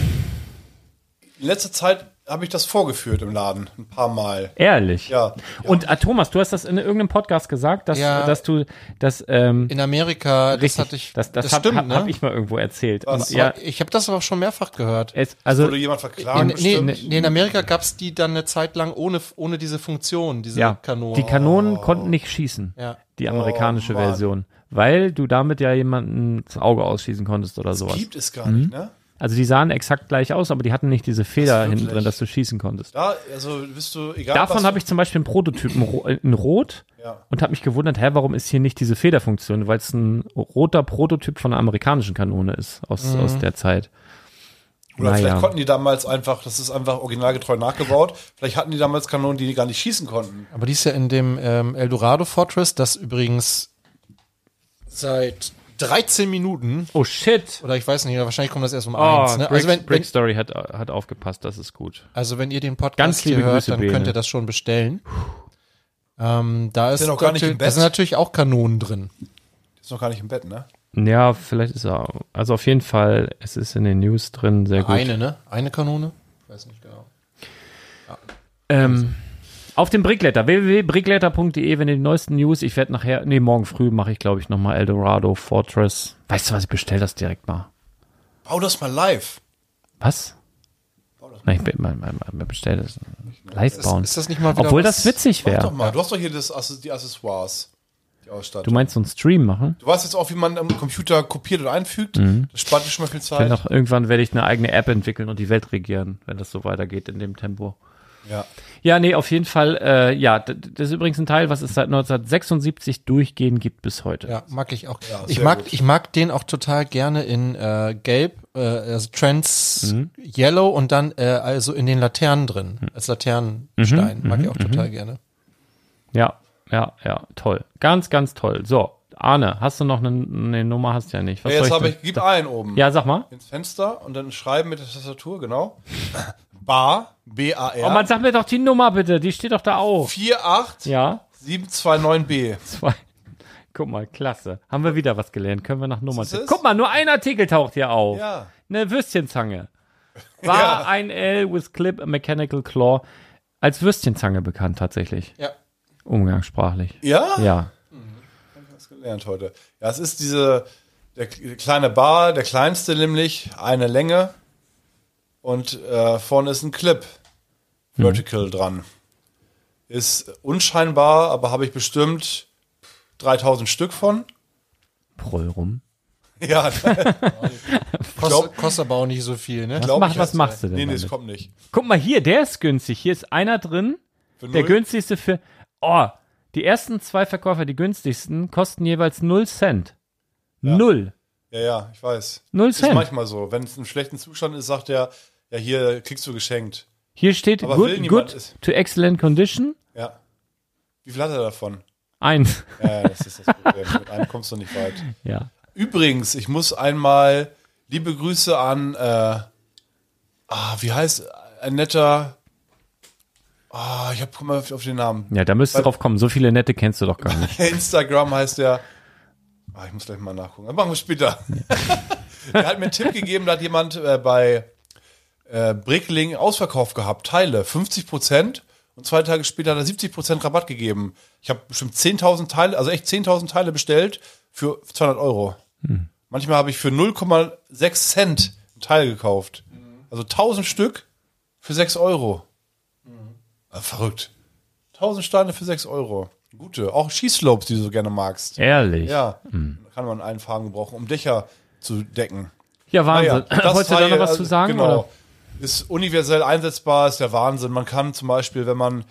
Speaker 4: letzter Zeit habe ich das vorgeführt im Laden ein paar Mal.
Speaker 3: Ehrlich.
Speaker 4: Ja.
Speaker 3: Und ah, Thomas, du hast das in irgendeinem Podcast gesagt, dass,
Speaker 5: Ja.
Speaker 3: dass du das ähm,
Speaker 5: In Amerika,
Speaker 3: richtig-
Speaker 5: das hatte ich.
Speaker 3: das, das, hab, stimmt, hab,
Speaker 5: ne?
Speaker 3: hab ich mal irgendwo erzählt.
Speaker 4: Was?
Speaker 3: Und, ja,
Speaker 5: Ich habe das aber schon mehrfach gehört.
Speaker 3: es, also
Speaker 4: Wurde jemand
Speaker 5: In,
Speaker 4: verklagen?
Speaker 5: nee,
Speaker 4: bestimmt?
Speaker 5: nee, in Amerika gab es die dann eine Zeit lang ohne, ohne diese Funktion, diese
Speaker 3: ja,
Speaker 5: Kanone.
Speaker 3: die Kanonen konnten nicht schießen.
Speaker 5: Ja.
Speaker 3: Die amerikanische
Speaker 4: Oh, Mann.
Speaker 3: Version. Weil du damit ja jemanden ins Auge ausschießen konntest oder sowas.
Speaker 4: Gibt es gar nicht, ne?
Speaker 3: Also die sahen exakt gleich aus, aber die hatten nicht diese Feder hinten
Speaker 4: wirklich?
Speaker 3: drin, dass du schießen konntest.
Speaker 4: Da, also bist du, egal
Speaker 3: Davon
Speaker 4: was
Speaker 3: habe ich zum Beispiel einen Prototypen ro- äh, in Rot
Speaker 4: Ja.
Speaker 3: und habe mich gewundert, hä, warum ist hier nicht diese Federfunktion? Weil es ein roter Prototyp von einer amerikanischen Kanone ist aus, aus der Zeit.
Speaker 4: Oder
Speaker 3: Naja.
Speaker 4: vielleicht konnten die damals einfach, das ist einfach originalgetreu nachgebaut, vielleicht hatten die damals Kanonen, die die gar nicht schießen konnten.
Speaker 5: Aber die ist ja in dem ähm, Eldorado Fortress, das übrigens seit 13 Minuten
Speaker 3: Oh shit!
Speaker 5: oder ich weiß nicht, wahrscheinlich kommt das erst um
Speaker 3: Oh,
Speaker 5: eins. Ne?
Speaker 3: Brick,
Speaker 5: Also, wenn,
Speaker 3: Brick
Speaker 5: wenn,
Speaker 3: Story hat, hat aufgepasst, das ist gut.
Speaker 5: also wenn ihr den
Speaker 3: Ganz
Speaker 5: Podcast
Speaker 3: liebe
Speaker 5: hier hört,
Speaker 3: Grüße,
Speaker 5: dann
Speaker 3: Bene.
Speaker 5: könnt ihr das schon bestellen. Ähm, da ist
Speaker 4: Sind auch gar nicht
Speaker 5: natürlich-
Speaker 4: im Bett.
Speaker 5: da sind natürlich auch Kanonen drin.
Speaker 4: Ist noch gar nicht im Bett, ne?
Speaker 3: Ja, vielleicht ist er. Also auf jeden Fall, es ist in den News drin, sehr gut.
Speaker 5: Eine, ne? Eine Kanone? Ich weiß nicht genau. Also.
Speaker 3: Ähm, auf dem Brickletter, www.brickletter.de, wenn ihr die neuesten News, ich werde nachher, nee, morgen früh mache ich, glaube ich, nochmal Eldorado Fortress. Weißt du was, ich bestell das direkt mal.
Speaker 4: Bau das mal live.
Speaker 3: Was? Nein, ich be- mal- mal- mal bestell das. Live bauen.
Speaker 5: Ist das nicht mal wieder
Speaker 3: Obwohl
Speaker 5: was-
Speaker 3: das witzig
Speaker 4: Mach doch
Speaker 3: wäre.
Speaker 4: mal. Du hast doch hier das, Ass- die Accessoires, die
Speaker 3: Du
Speaker 4: Ausstattung.
Speaker 3: meinst so einen Stream machen?
Speaker 4: Du, weißt jetzt auch, wie man am Computer kopiert und einfügt.
Speaker 3: Mhm.
Speaker 4: Das spart dir schon mal viel
Speaker 3: Ich will
Speaker 4: Zeit.
Speaker 3: noch, irgendwann werde ich eine eigene App entwickeln und die Welt regieren, wenn das so weitergeht in dem Tempo.
Speaker 4: Ja.
Speaker 3: Ja, nee, auf jeden Fall, äh, ja, d- d- das ist übrigens ein Teil, was es seit 1976 durchgehend gibt bis heute.
Speaker 5: Ja, mag ich auch.
Speaker 4: Ja,
Speaker 5: ich
Speaker 4: sehr
Speaker 5: mag,
Speaker 4: gut.
Speaker 5: ich mag den auch total gerne in äh, Gelb, äh, also Trans
Speaker 3: Mhm.
Speaker 5: Yellow und dann äh, also in den Laternen drin, als Laternenstein.
Speaker 3: Mhm,
Speaker 5: Mag ich auch total gerne.
Speaker 3: Ja, ja, ja, toll. Ganz, ganz toll. So, Arne, hast du noch eine, eine Nummer? Hast du ja nicht. Was
Speaker 4: Ja, jetzt
Speaker 3: soll
Speaker 4: habe
Speaker 3: denn?
Speaker 4: ich, gib ein oben.
Speaker 3: Ja, sag mal.
Speaker 4: Ins Fenster und dann schreiben mit der Tastatur, genau. [laughs] Bar, B-A-R.
Speaker 3: Oh, man sag mir doch die Nummer bitte. Die steht doch da auch.
Speaker 4: 48729B.
Speaker 3: Ja, zwei. [laughs] Guck mal, klasse. Haben wir wieder was gelernt. Können wir nach Nummern
Speaker 4: Siehst du's?
Speaker 3: tippen. Guck mal, nur ein Artikel taucht hier auf.
Speaker 4: Ja.
Speaker 3: Eine Würstchenzange.
Speaker 4: [laughs]
Speaker 3: War
Speaker 4: Ja.
Speaker 3: ein L with Clip a Mechanical Claw. Als Würstchenzange bekannt tatsächlich.
Speaker 5: Ja.
Speaker 3: Umgangssprachlich.
Speaker 4: Ja?
Speaker 3: Ja.
Speaker 4: gelernt heute. Ja, es ist diese der k- kleine Bar, der kleinste nämlich, eine Länge und äh, vorne ist ein Clip
Speaker 3: Mhm.
Speaker 4: vertical dran. Ist unscheinbar, aber habe ich bestimmt 3000 Stück von. [laughs]
Speaker 3: Proll rum. [laughs]
Speaker 4: Ja,
Speaker 5: Kostet, kostet aber auch nicht so viel, ne?
Speaker 4: glaub
Speaker 3: mach-
Speaker 4: ich
Speaker 3: was
Speaker 4: jetzt.
Speaker 3: machst du denn
Speaker 4: Nee, nee, es
Speaker 3: damit?
Speaker 4: kommt nicht.
Speaker 3: Guck mal hier, der ist günstig. Hier ist einer drin.
Speaker 4: Für
Speaker 3: Der
Speaker 4: null-
Speaker 3: günstigste für. Oh, die ersten zwei Verkäufer, die günstigsten, kosten jeweils 0 Cent. Null.
Speaker 4: Ja, ja, ich weiß.
Speaker 3: Null
Speaker 4: Ist
Speaker 3: Cent.
Speaker 4: manchmal so. Wenn es im schlechten Zustand ist, sagt er, ja, hier kriegst du geschenkt.
Speaker 3: Hier steht
Speaker 4: Aber will
Speaker 3: good,
Speaker 4: niemand
Speaker 3: good
Speaker 4: es.
Speaker 3: to excellent condition.
Speaker 4: Ja. Wie viel hat er davon?
Speaker 3: Eins.
Speaker 4: Ja, ja, das ist das Problem. Mit einem kommst du nicht weit.
Speaker 3: Ja.
Speaker 4: Übrigens, ich muss einmal liebe Grüße an, äh, ah, wie heißt ein netter, ah, ich hab, komm mal auf, auf den Namen.
Speaker 3: [laughs] Ja, da müsstest du drauf kommen. So viele nette kennst du doch gar nicht.
Speaker 4: Instagram heißt der, ah, ich muss gleich mal nachgucken, das machen wir später. [laughs] der hat mir einen Tipp gegeben, da hat jemand äh, bei äh, Brickling Ausverkauf gehabt, Teile, 50 Prozent. Und zwei Tage später hat er 70% Rabatt gegeben. Ich habe bestimmt 10.000 Teile, also echt 10.000 Teile bestellt für 200 Euro. Manchmal habe ich für 0,6 Cent ein Teil gekauft. Also 1000 Stück für 6 Euro. Ah, verrückt. 1000 Steine für 6 Euro. Gute. Auch Schießslopes, die du so gerne magst.
Speaker 3: Ehrlich. Ja,
Speaker 4: [laughs] Ja. Kann man einen Farben gebrauchen, um Dächer zu decken.
Speaker 3: Wahnsinn. [laughs] Äh,
Speaker 4: Naja, das
Speaker 3: Wolltest du da
Speaker 4: Teil,
Speaker 3: noch was
Speaker 4: also,
Speaker 3: zu sagen?
Speaker 4: Genau.
Speaker 3: Oder?
Speaker 4: Ist universell einsetzbar, ist der Wahnsinn. Man kann zum Beispiel, wenn man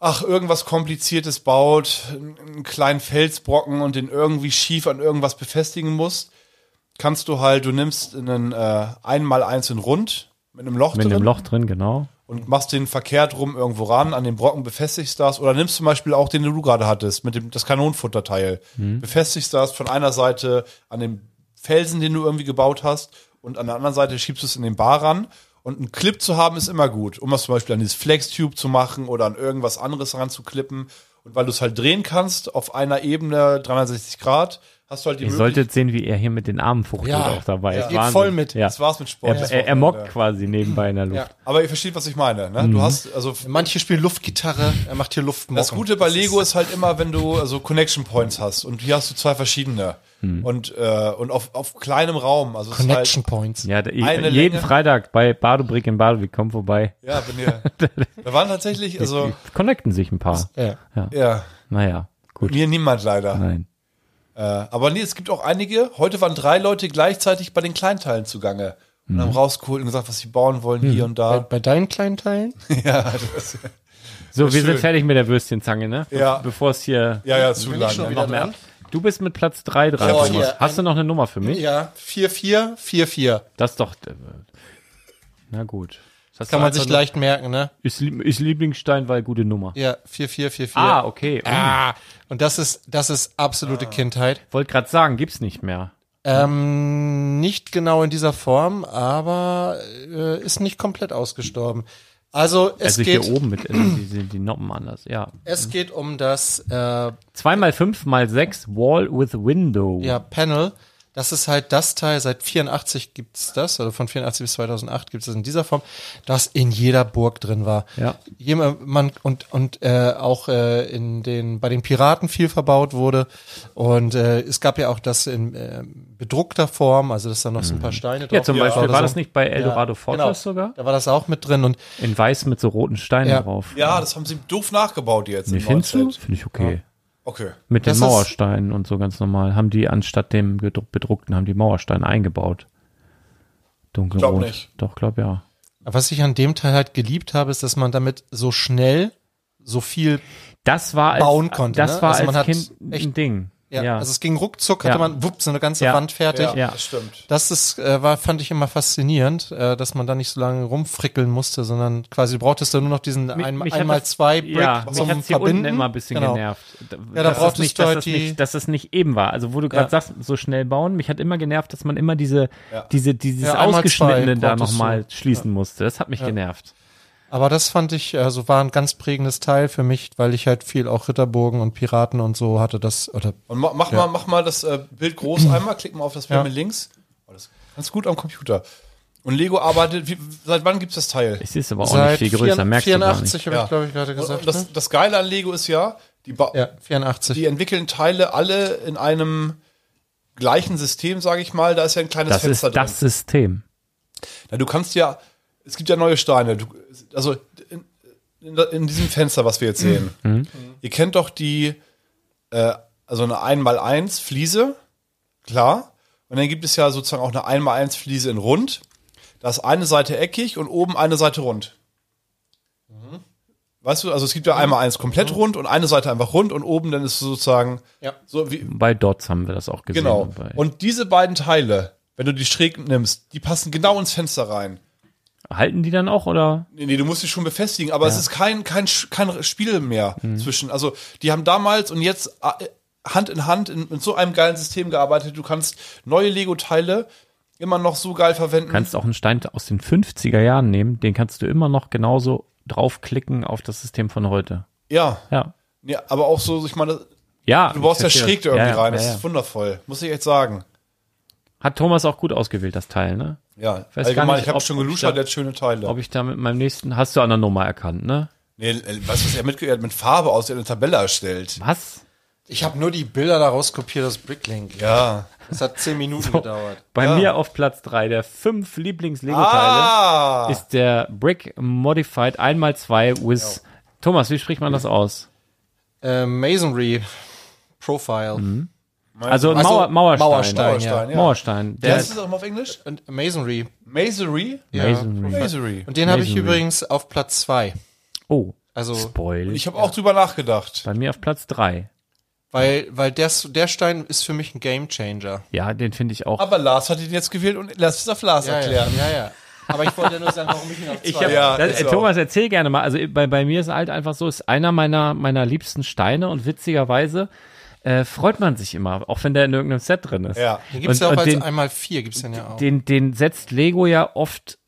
Speaker 4: ach, irgendwas Kompliziertes baut, einen kleinen Felsbrocken und den irgendwie schief an irgendwas befestigen muss, kannst du halt, du nimmst einen äh, 1x1 in Rund mit einem Loch
Speaker 3: Mit
Speaker 4: drin
Speaker 3: einem Loch drin, genau.
Speaker 4: und machst den verkehrt rum irgendwo ran, an den Brocken befestigst das oder nimmst zum Beispiel auch den, den du gerade hattest, mit dem das Kanonenfutterteil. Befestigst das von einer Seite an den Felsen, den du irgendwie gebaut hast und an der anderen Seite schiebst du es in den Bar ran. Und einen Clip zu haben ist immer gut, um das zum Beispiel an dieses Flex-Tube zu machen oder an irgendwas anderes ranzuklippen. Und weil du es halt drehen kannst auf einer Ebene 360 Grad, hast hast du halt die
Speaker 3: Ihr solltet sehen, wie er hier mit den Armen fuchtelt
Speaker 5: Ja,
Speaker 3: auch dabei.
Speaker 5: er
Speaker 3: Ist
Speaker 5: geht
Speaker 3: Wahnsinn.
Speaker 5: voll mit.
Speaker 3: Ja.
Speaker 4: Das war's mit Sport.
Speaker 3: Er,
Speaker 4: Das
Speaker 3: er, er
Speaker 4: war's.
Speaker 3: mockt
Speaker 4: Ja.
Speaker 3: quasi nebenbei in der Luft.
Speaker 4: Aber ihr versteht, was ich meine. Ne? Du hast, also
Speaker 5: Manche spielen Luftgitarre, er macht hier Luftmocken.
Speaker 4: Das Gute bei Lego ist halt immer, wenn du also Connection Points hast und hier hast du zwei verschiedene
Speaker 3: Hm.
Speaker 4: und äh, und auf, auf kleinem Raum, also es ist
Speaker 5: Connection Points.
Speaker 3: Ja, da,
Speaker 4: Eine
Speaker 3: jeden
Speaker 4: Länge.
Speaker 3: Freitag bei Badobrick in Badobrick, komm vorbei.
Speaker 4: halt, ja, wenn
Speaker 3: [laughs]
Speaker 4: ihr, da waren tatsächlich also
Speaker 3: Connecten sich ein paar.
Speaker 5: Ja.
Speaker 4: ja,
Speaker 3: Naja, gut.
Speaker 4: mir niemand leider.
Speaker 3: Nein.
Speaker 4: Äh, aber nee, es gibt auch einige, heute waren drei Leute gleichzeitig bei den Kleinteilen zugange
Speaker 3: Hm.
Speaker 4: und haben rausgeholt und gesagt, was sie bauen wollen hier und
Speaker 5: Bei,
Speaker 4: da.
Speaker 5: bei deinen kleinen Teilen?
Speaker 4: Ja, das,
Speaker 3: So, wir
Speaker 4: schön.
Speaker 3: sind fertig mit der Würstchenzange, ne? Be-
Speaker 4: Ja.
Speaker 3: Bevor es hier
Speaker 4: ja, ja, zu
Speaker 5: Bin ich
Speaker 4: lang.
Speaker 5: schon
Speaker 4: ne?
Speaker 5: wieder
Speaker 3: noch mehr
Speaker 5: dran?
Speaker 3: ab- Du bist mit Platz 3 dran,
Speaker 5: hab
Speaker 3: Thomas.
Speaker 5: hier
Speaker 3: Hast du noch eine Nummer für mich?
Speaker 5: Ja, 4444.
Speaker 3: Das ist doch. äh, Na gut. Das
Speaker 5: Kann man sich leicht merken, ne?
Speaker 3: Ist, Lieb- ist Lieblingsstein, weil gute Nummer.
Speaker 5: Ja, 4444.
Speaker 3: Ah, okay. Ah.
Speaker 5: Ah, und das ist, das ist absolute Kindheit.
Speaker 3: Wollte gerade sagen, gibt's nicht mehr.
Speaker 5: Ähm, nicht genau in dieser Form, aber äh, ist nicht komplett ausgestorben. Also es,
Speaker 3: also
Speaker 5: geht,
Speaker 3: hier oben mit die, die, die Noppen anders. Ja.
Speaker 5: es geht um das äh,
Speaker 3: 2 mal 5 mal 6 Wall with Window.
Speaker 5: ja, Panel. Das ist halt das Teil, seit 84 gibt's das, also von 84 bis 2008 gibt's das in dieser Form, das in jeder Burg drin war.
Speaker 3: Ja.
Speaker 5: Jemand man- und, und äh, auch äh, in den, bei den Piraten viel verbaut wurde. Und äh, es gab ja auch das in äh, bedruckter Form, also dass da noch so ein paar Steine drauf
Speaker 3: Mhm. Ja, zum
Speaker 5: waren
Speaker 3: Beispiel
Speaker 5: oder
Speaker 3: war
Speaker 5: so.
Speaker 3: das nicht bei Eldorado
Speaker 5: also Ja,
Speaker 3: Fortress
Speaker 5: genau.
Speaker 3: sogar?
Speaker 5: Da war das auch mit drin und
Speaker 3: In weiß mit so roten Steinen
Speaker 5: Ja.
Speaker 3: drauf.
Speaker 4: Ja, das haben sie doof nachgebaut jetzt.
Speaker 3: Nee,
Speaker 4: im
Speaker 3: findest du?
Speaker 4: Mindset.
Speaker 3: Finde ich okay.
Speaker 4: Okay.
Speaker 3: Mit
Speaker 5: Das
Speaker 3: den
Speaker 5: ist-
Speaker 3: Mauersteinen und so ganz normal. Haben die anstatt dem gedruck- bedruckten, haben die Mauersteine eingebaut. Dunkelrot.
Speaker 4: Glaub nicht.
Speaker 3: Doch, glaub ja.
Speaker 5: was ich an dem Teil halt geliebt habe, ist, dass man damit so schnell so viel
Speaker 3: Das war als,
Speaker 5: Bauen konnte,
Speaker 3: das
Speaker 5: ne?
Speaker 3: war
Speaker 5: Also man
Speaker 3: als
Speaker 5: hat
Speaker 3: Kind
Speaker 5: echt-
Speaker 3: ein Ding.
Speaker 5: Ja,
Speaker 3: Ja,
Speaker 5: also es ging ruckzuck, hatte
Speaker 3: Ja.
Speaker 5: man wupp, so eine ganze
Speaker 3: Ja.
Speaker 5: Wand fertig.
Speaker 4: Ja,
Speaker 3: Ja.
Speaker 4: das stimmt.
Speaker 5: Das ist, äh, war, fand ich immer faszinierend, äh, dass man da nicht so lange rumfrickeln musste, sondern quasi du brauchtest da nur noch diesen
Speaker 3: Mich-
Speaker 5: ein,
Speaker 3: mich hat
Speaker 5: einmal
Speaker 3: das-
Speaker 5: zwei Brick
Speaker 3: ja, mich
Speaker 5: zum
Speaker 3: hat's hier
Speaker 5: Verbinden.
Speaker 3: unten immer ein bisschen
Speaker 5: Genau.
Speaker 3: genervt.
Speaker 5: da
Speaker 3: Dass es
Speaker 5: brauchtest
Speaker 3: nicht,
Speaker 5: du
Speaker 3: dass
Speaker 5: halt
Speaker 3: es
Speaker 5: die-
Speaker 3: nicht, dass es nicht eben war. Also wo du gerade
Speaker 5: Ja.
Speaker 3: sagst, so schnell bauen, mich hat immer genervt, dass man immer diese, diese dieses
Speaker 5: Ja, einmal
Speaker 3: Ausgeschnittene
Speaker 5: zwei
Speaker 3: da
Speaker 5: brauchtest
Speaker 3: nochmal schließen musste. Das hat mich genervt.
Speaker 5: Aber das fand ich, also war ein ganz prägendes Teil für mich, weil ich halt viel auch Ritterburgen und Piraten und so hatte das oder
Speaker 4: Und ma mach, mal, mach mal das äh, Bild groß einmal, klick mal auf das Bild
Speaker 5: Ja.
Speaker 4: mit links. Oh, das ist ganz gut am Computer. Und Lego arbeitet, wie, seit wann gibt es das Teil?
Speaker 3: Es ist aber auch
Speaker 5: seit
Speaker 3: nicht viel größer, merkst du gar nicht.
Speaker 5: 84 habe ich glaube ich gerade
Speaker 4: Und-
Speaker 5: gesagt.
Speaker 4: und das,
Speaker 5: ne?
Speaker 4: das Geile an Lego ist ja, die, ba-
Speaker 5: Ja, 84.
Speaker 4: die entwickeln Teile alle in einem gleichen System, sage ich mal. Da ist ja ein kleines
Speaker 3: Das ist
Speaker 4: Fenster
Speaker 3: das System.
Speaker 4: drin. Na, du kannst ja, es gibt ja neue Steine. Du, also in, in, in diesem Fenster, was wir jetzt sehen. Mhm. Ihr kennt doch die, äh, also eine 1x1 Fliese, klar. Und dann gibt es ja sozusagen auch eine 1x1 Fliese in rund. Da ist eine Seite eckig und oben eine Seite rund. Mhm. Weißt du, also es gibt ja einmal eins komplett rund und eine Seite einfach rund und oben dann ist sozusagen
Speaker 5: Ja.
Speaker 4: so wie
Speaker 3: Bei Dots haben wir das auch gesehen.
Speaker 4: genau.
Speaker 3: und bei-
Speaker 4: Und diese beiden Teile, wenn du die schräg nimmst, die passen genau ins Fenster rein.
Speaker 3: Halten die dann auch oder?
Speaker 4: Nee, nee, du musst dich schon befestigen, aber es ist kein, kein, Sch- kein Spiel mehr
Speaker 3: Mhm.
Speaker 4: zwischen. Also, die haben damals und jetzt äh, Hand in Hand in, in so einem geilen System gearbeitet. Du kannst neue Lego-Teile immer noch so geil verwenden.
Speaker 3: kannst auch einen Stein aus den 50er Jahren nehmen, den kannst du immer noch genauso draufklicken auf das System von heute.
Speaker 4: ja.
Speaker 3: Ja.
Speaker 4: ja, aber auch so, ich meine,
Speaker 3: Ja.
Speaker 4: du baust ja
Speaker 3: ich verstehe
Speaker 4: schräg da
Speaker 3: das.
Speaker 4: irgendwie
Speaker 3: ja, ja,
Speaker 4: rein. Das
Speaker 3: Ja,
Speaker 4: ist wundervoll, muss ich echt sagen.
Speaker 3: Hat Thomas auch gut ausgewählt, das Teil, ne?
Speaker 4: Ja,
Speaker 3: Weiß
Speaker 4: allgemein,
Speaker 3: gar nicht,
Speaker 4: ich habe
Speaker 3: ob-
Speaker 4: schon
Speaker 3: ob
Speaker 4: geluscht,
Speaker 3: da-
Speaker 4: der hat schöne Teile.
Speaker 3: Ob ich da mit meinem nächsten, hast du an der Nummer erkannt, ne?
Speaker 4: nee, äh, weißt du, was er mit, er hat mit Farbe aus der eine Tabelle erstellt?
Speaker 3: Was?
Speaker 5: Ich habe nur die Bilder daraus kopiert aus Bricklink.
Speaker 4: Ja.
Speaker 5: Das hat zehn Minuten gedauert.
Speaker 3: Bei mir auf Platz drei der fünf Lieblings-Lego-Teile
Speaker 4: Ah!
Speaker 3: ist der Brick Modified 1x2 with. Thomas, wie spricht man das aus?
Speaker 5: Äh, Masonry Profile.
Speaker 3: Also,
Speaker 5: Also,
Speaker 3: Mauer, Mauerstein.
Speaker 5: Mauerstein. Mauerstein,
Speaker 4: ja.
Speaker 3: Mauerstein.
Speaker 4: Wie
Speaker 3: Der
Speaker 4: heißt das auch mal auf Englisch?
Speaker 5: Und Masonry.
Speaker 4: Masonry?
Speaker 3: Masonry.
Speaker 4: Masonry.
Speaker 5: Und den habe ich
Speaker 3: Masonry.
Speaker 5: übrigens auf Platz zwei.
Speaker 3: Oh,
Speaker 5: Also,
Speaker 3: Spoil.
Speaker 4: Ich habe auch drüber nachgedacht.
Speaker 3: Bei mir auf Platz drei.
Speaker 5: weil, weil der, der Stein ist für mich ein Game Changer.
Speaker 3: Ja, den finde ich auch.
Speaker 4: Aber Lars hat ihn jetzt gewählt und lass es auf Lars erklären.
Speaker 5: ja, ja. Aber ich wollte nur sagen, warum ich ihn auf zwei
Speaker 3: Ich hab,
Speaker 5: habe.
Speaker 4: Ja,
Speaker 3: das,
Speaker 4: ist
Speaker 3: äh,
Speaker 4: auch.
Speaker 3: Thomas, erzähl gerne mal. Also bei, bei mir ist halt einfach so, ist einer meiner, meiner liebsten Steine und witzigerweise äh, freut man sich immer, auch wenn der in irgendeinem Set drin ist.
Speaker 4: Ja.
Speaker 5: Den gibt's
Speaker 3: und,
Speaker 5: ja auch
Speaker 3: und
Speaker 5: als
Speaker 3: den,
Speaker 5: einmal vier, gibt's den ja auch.
Speaker 3: den, den setzt Lego ja oft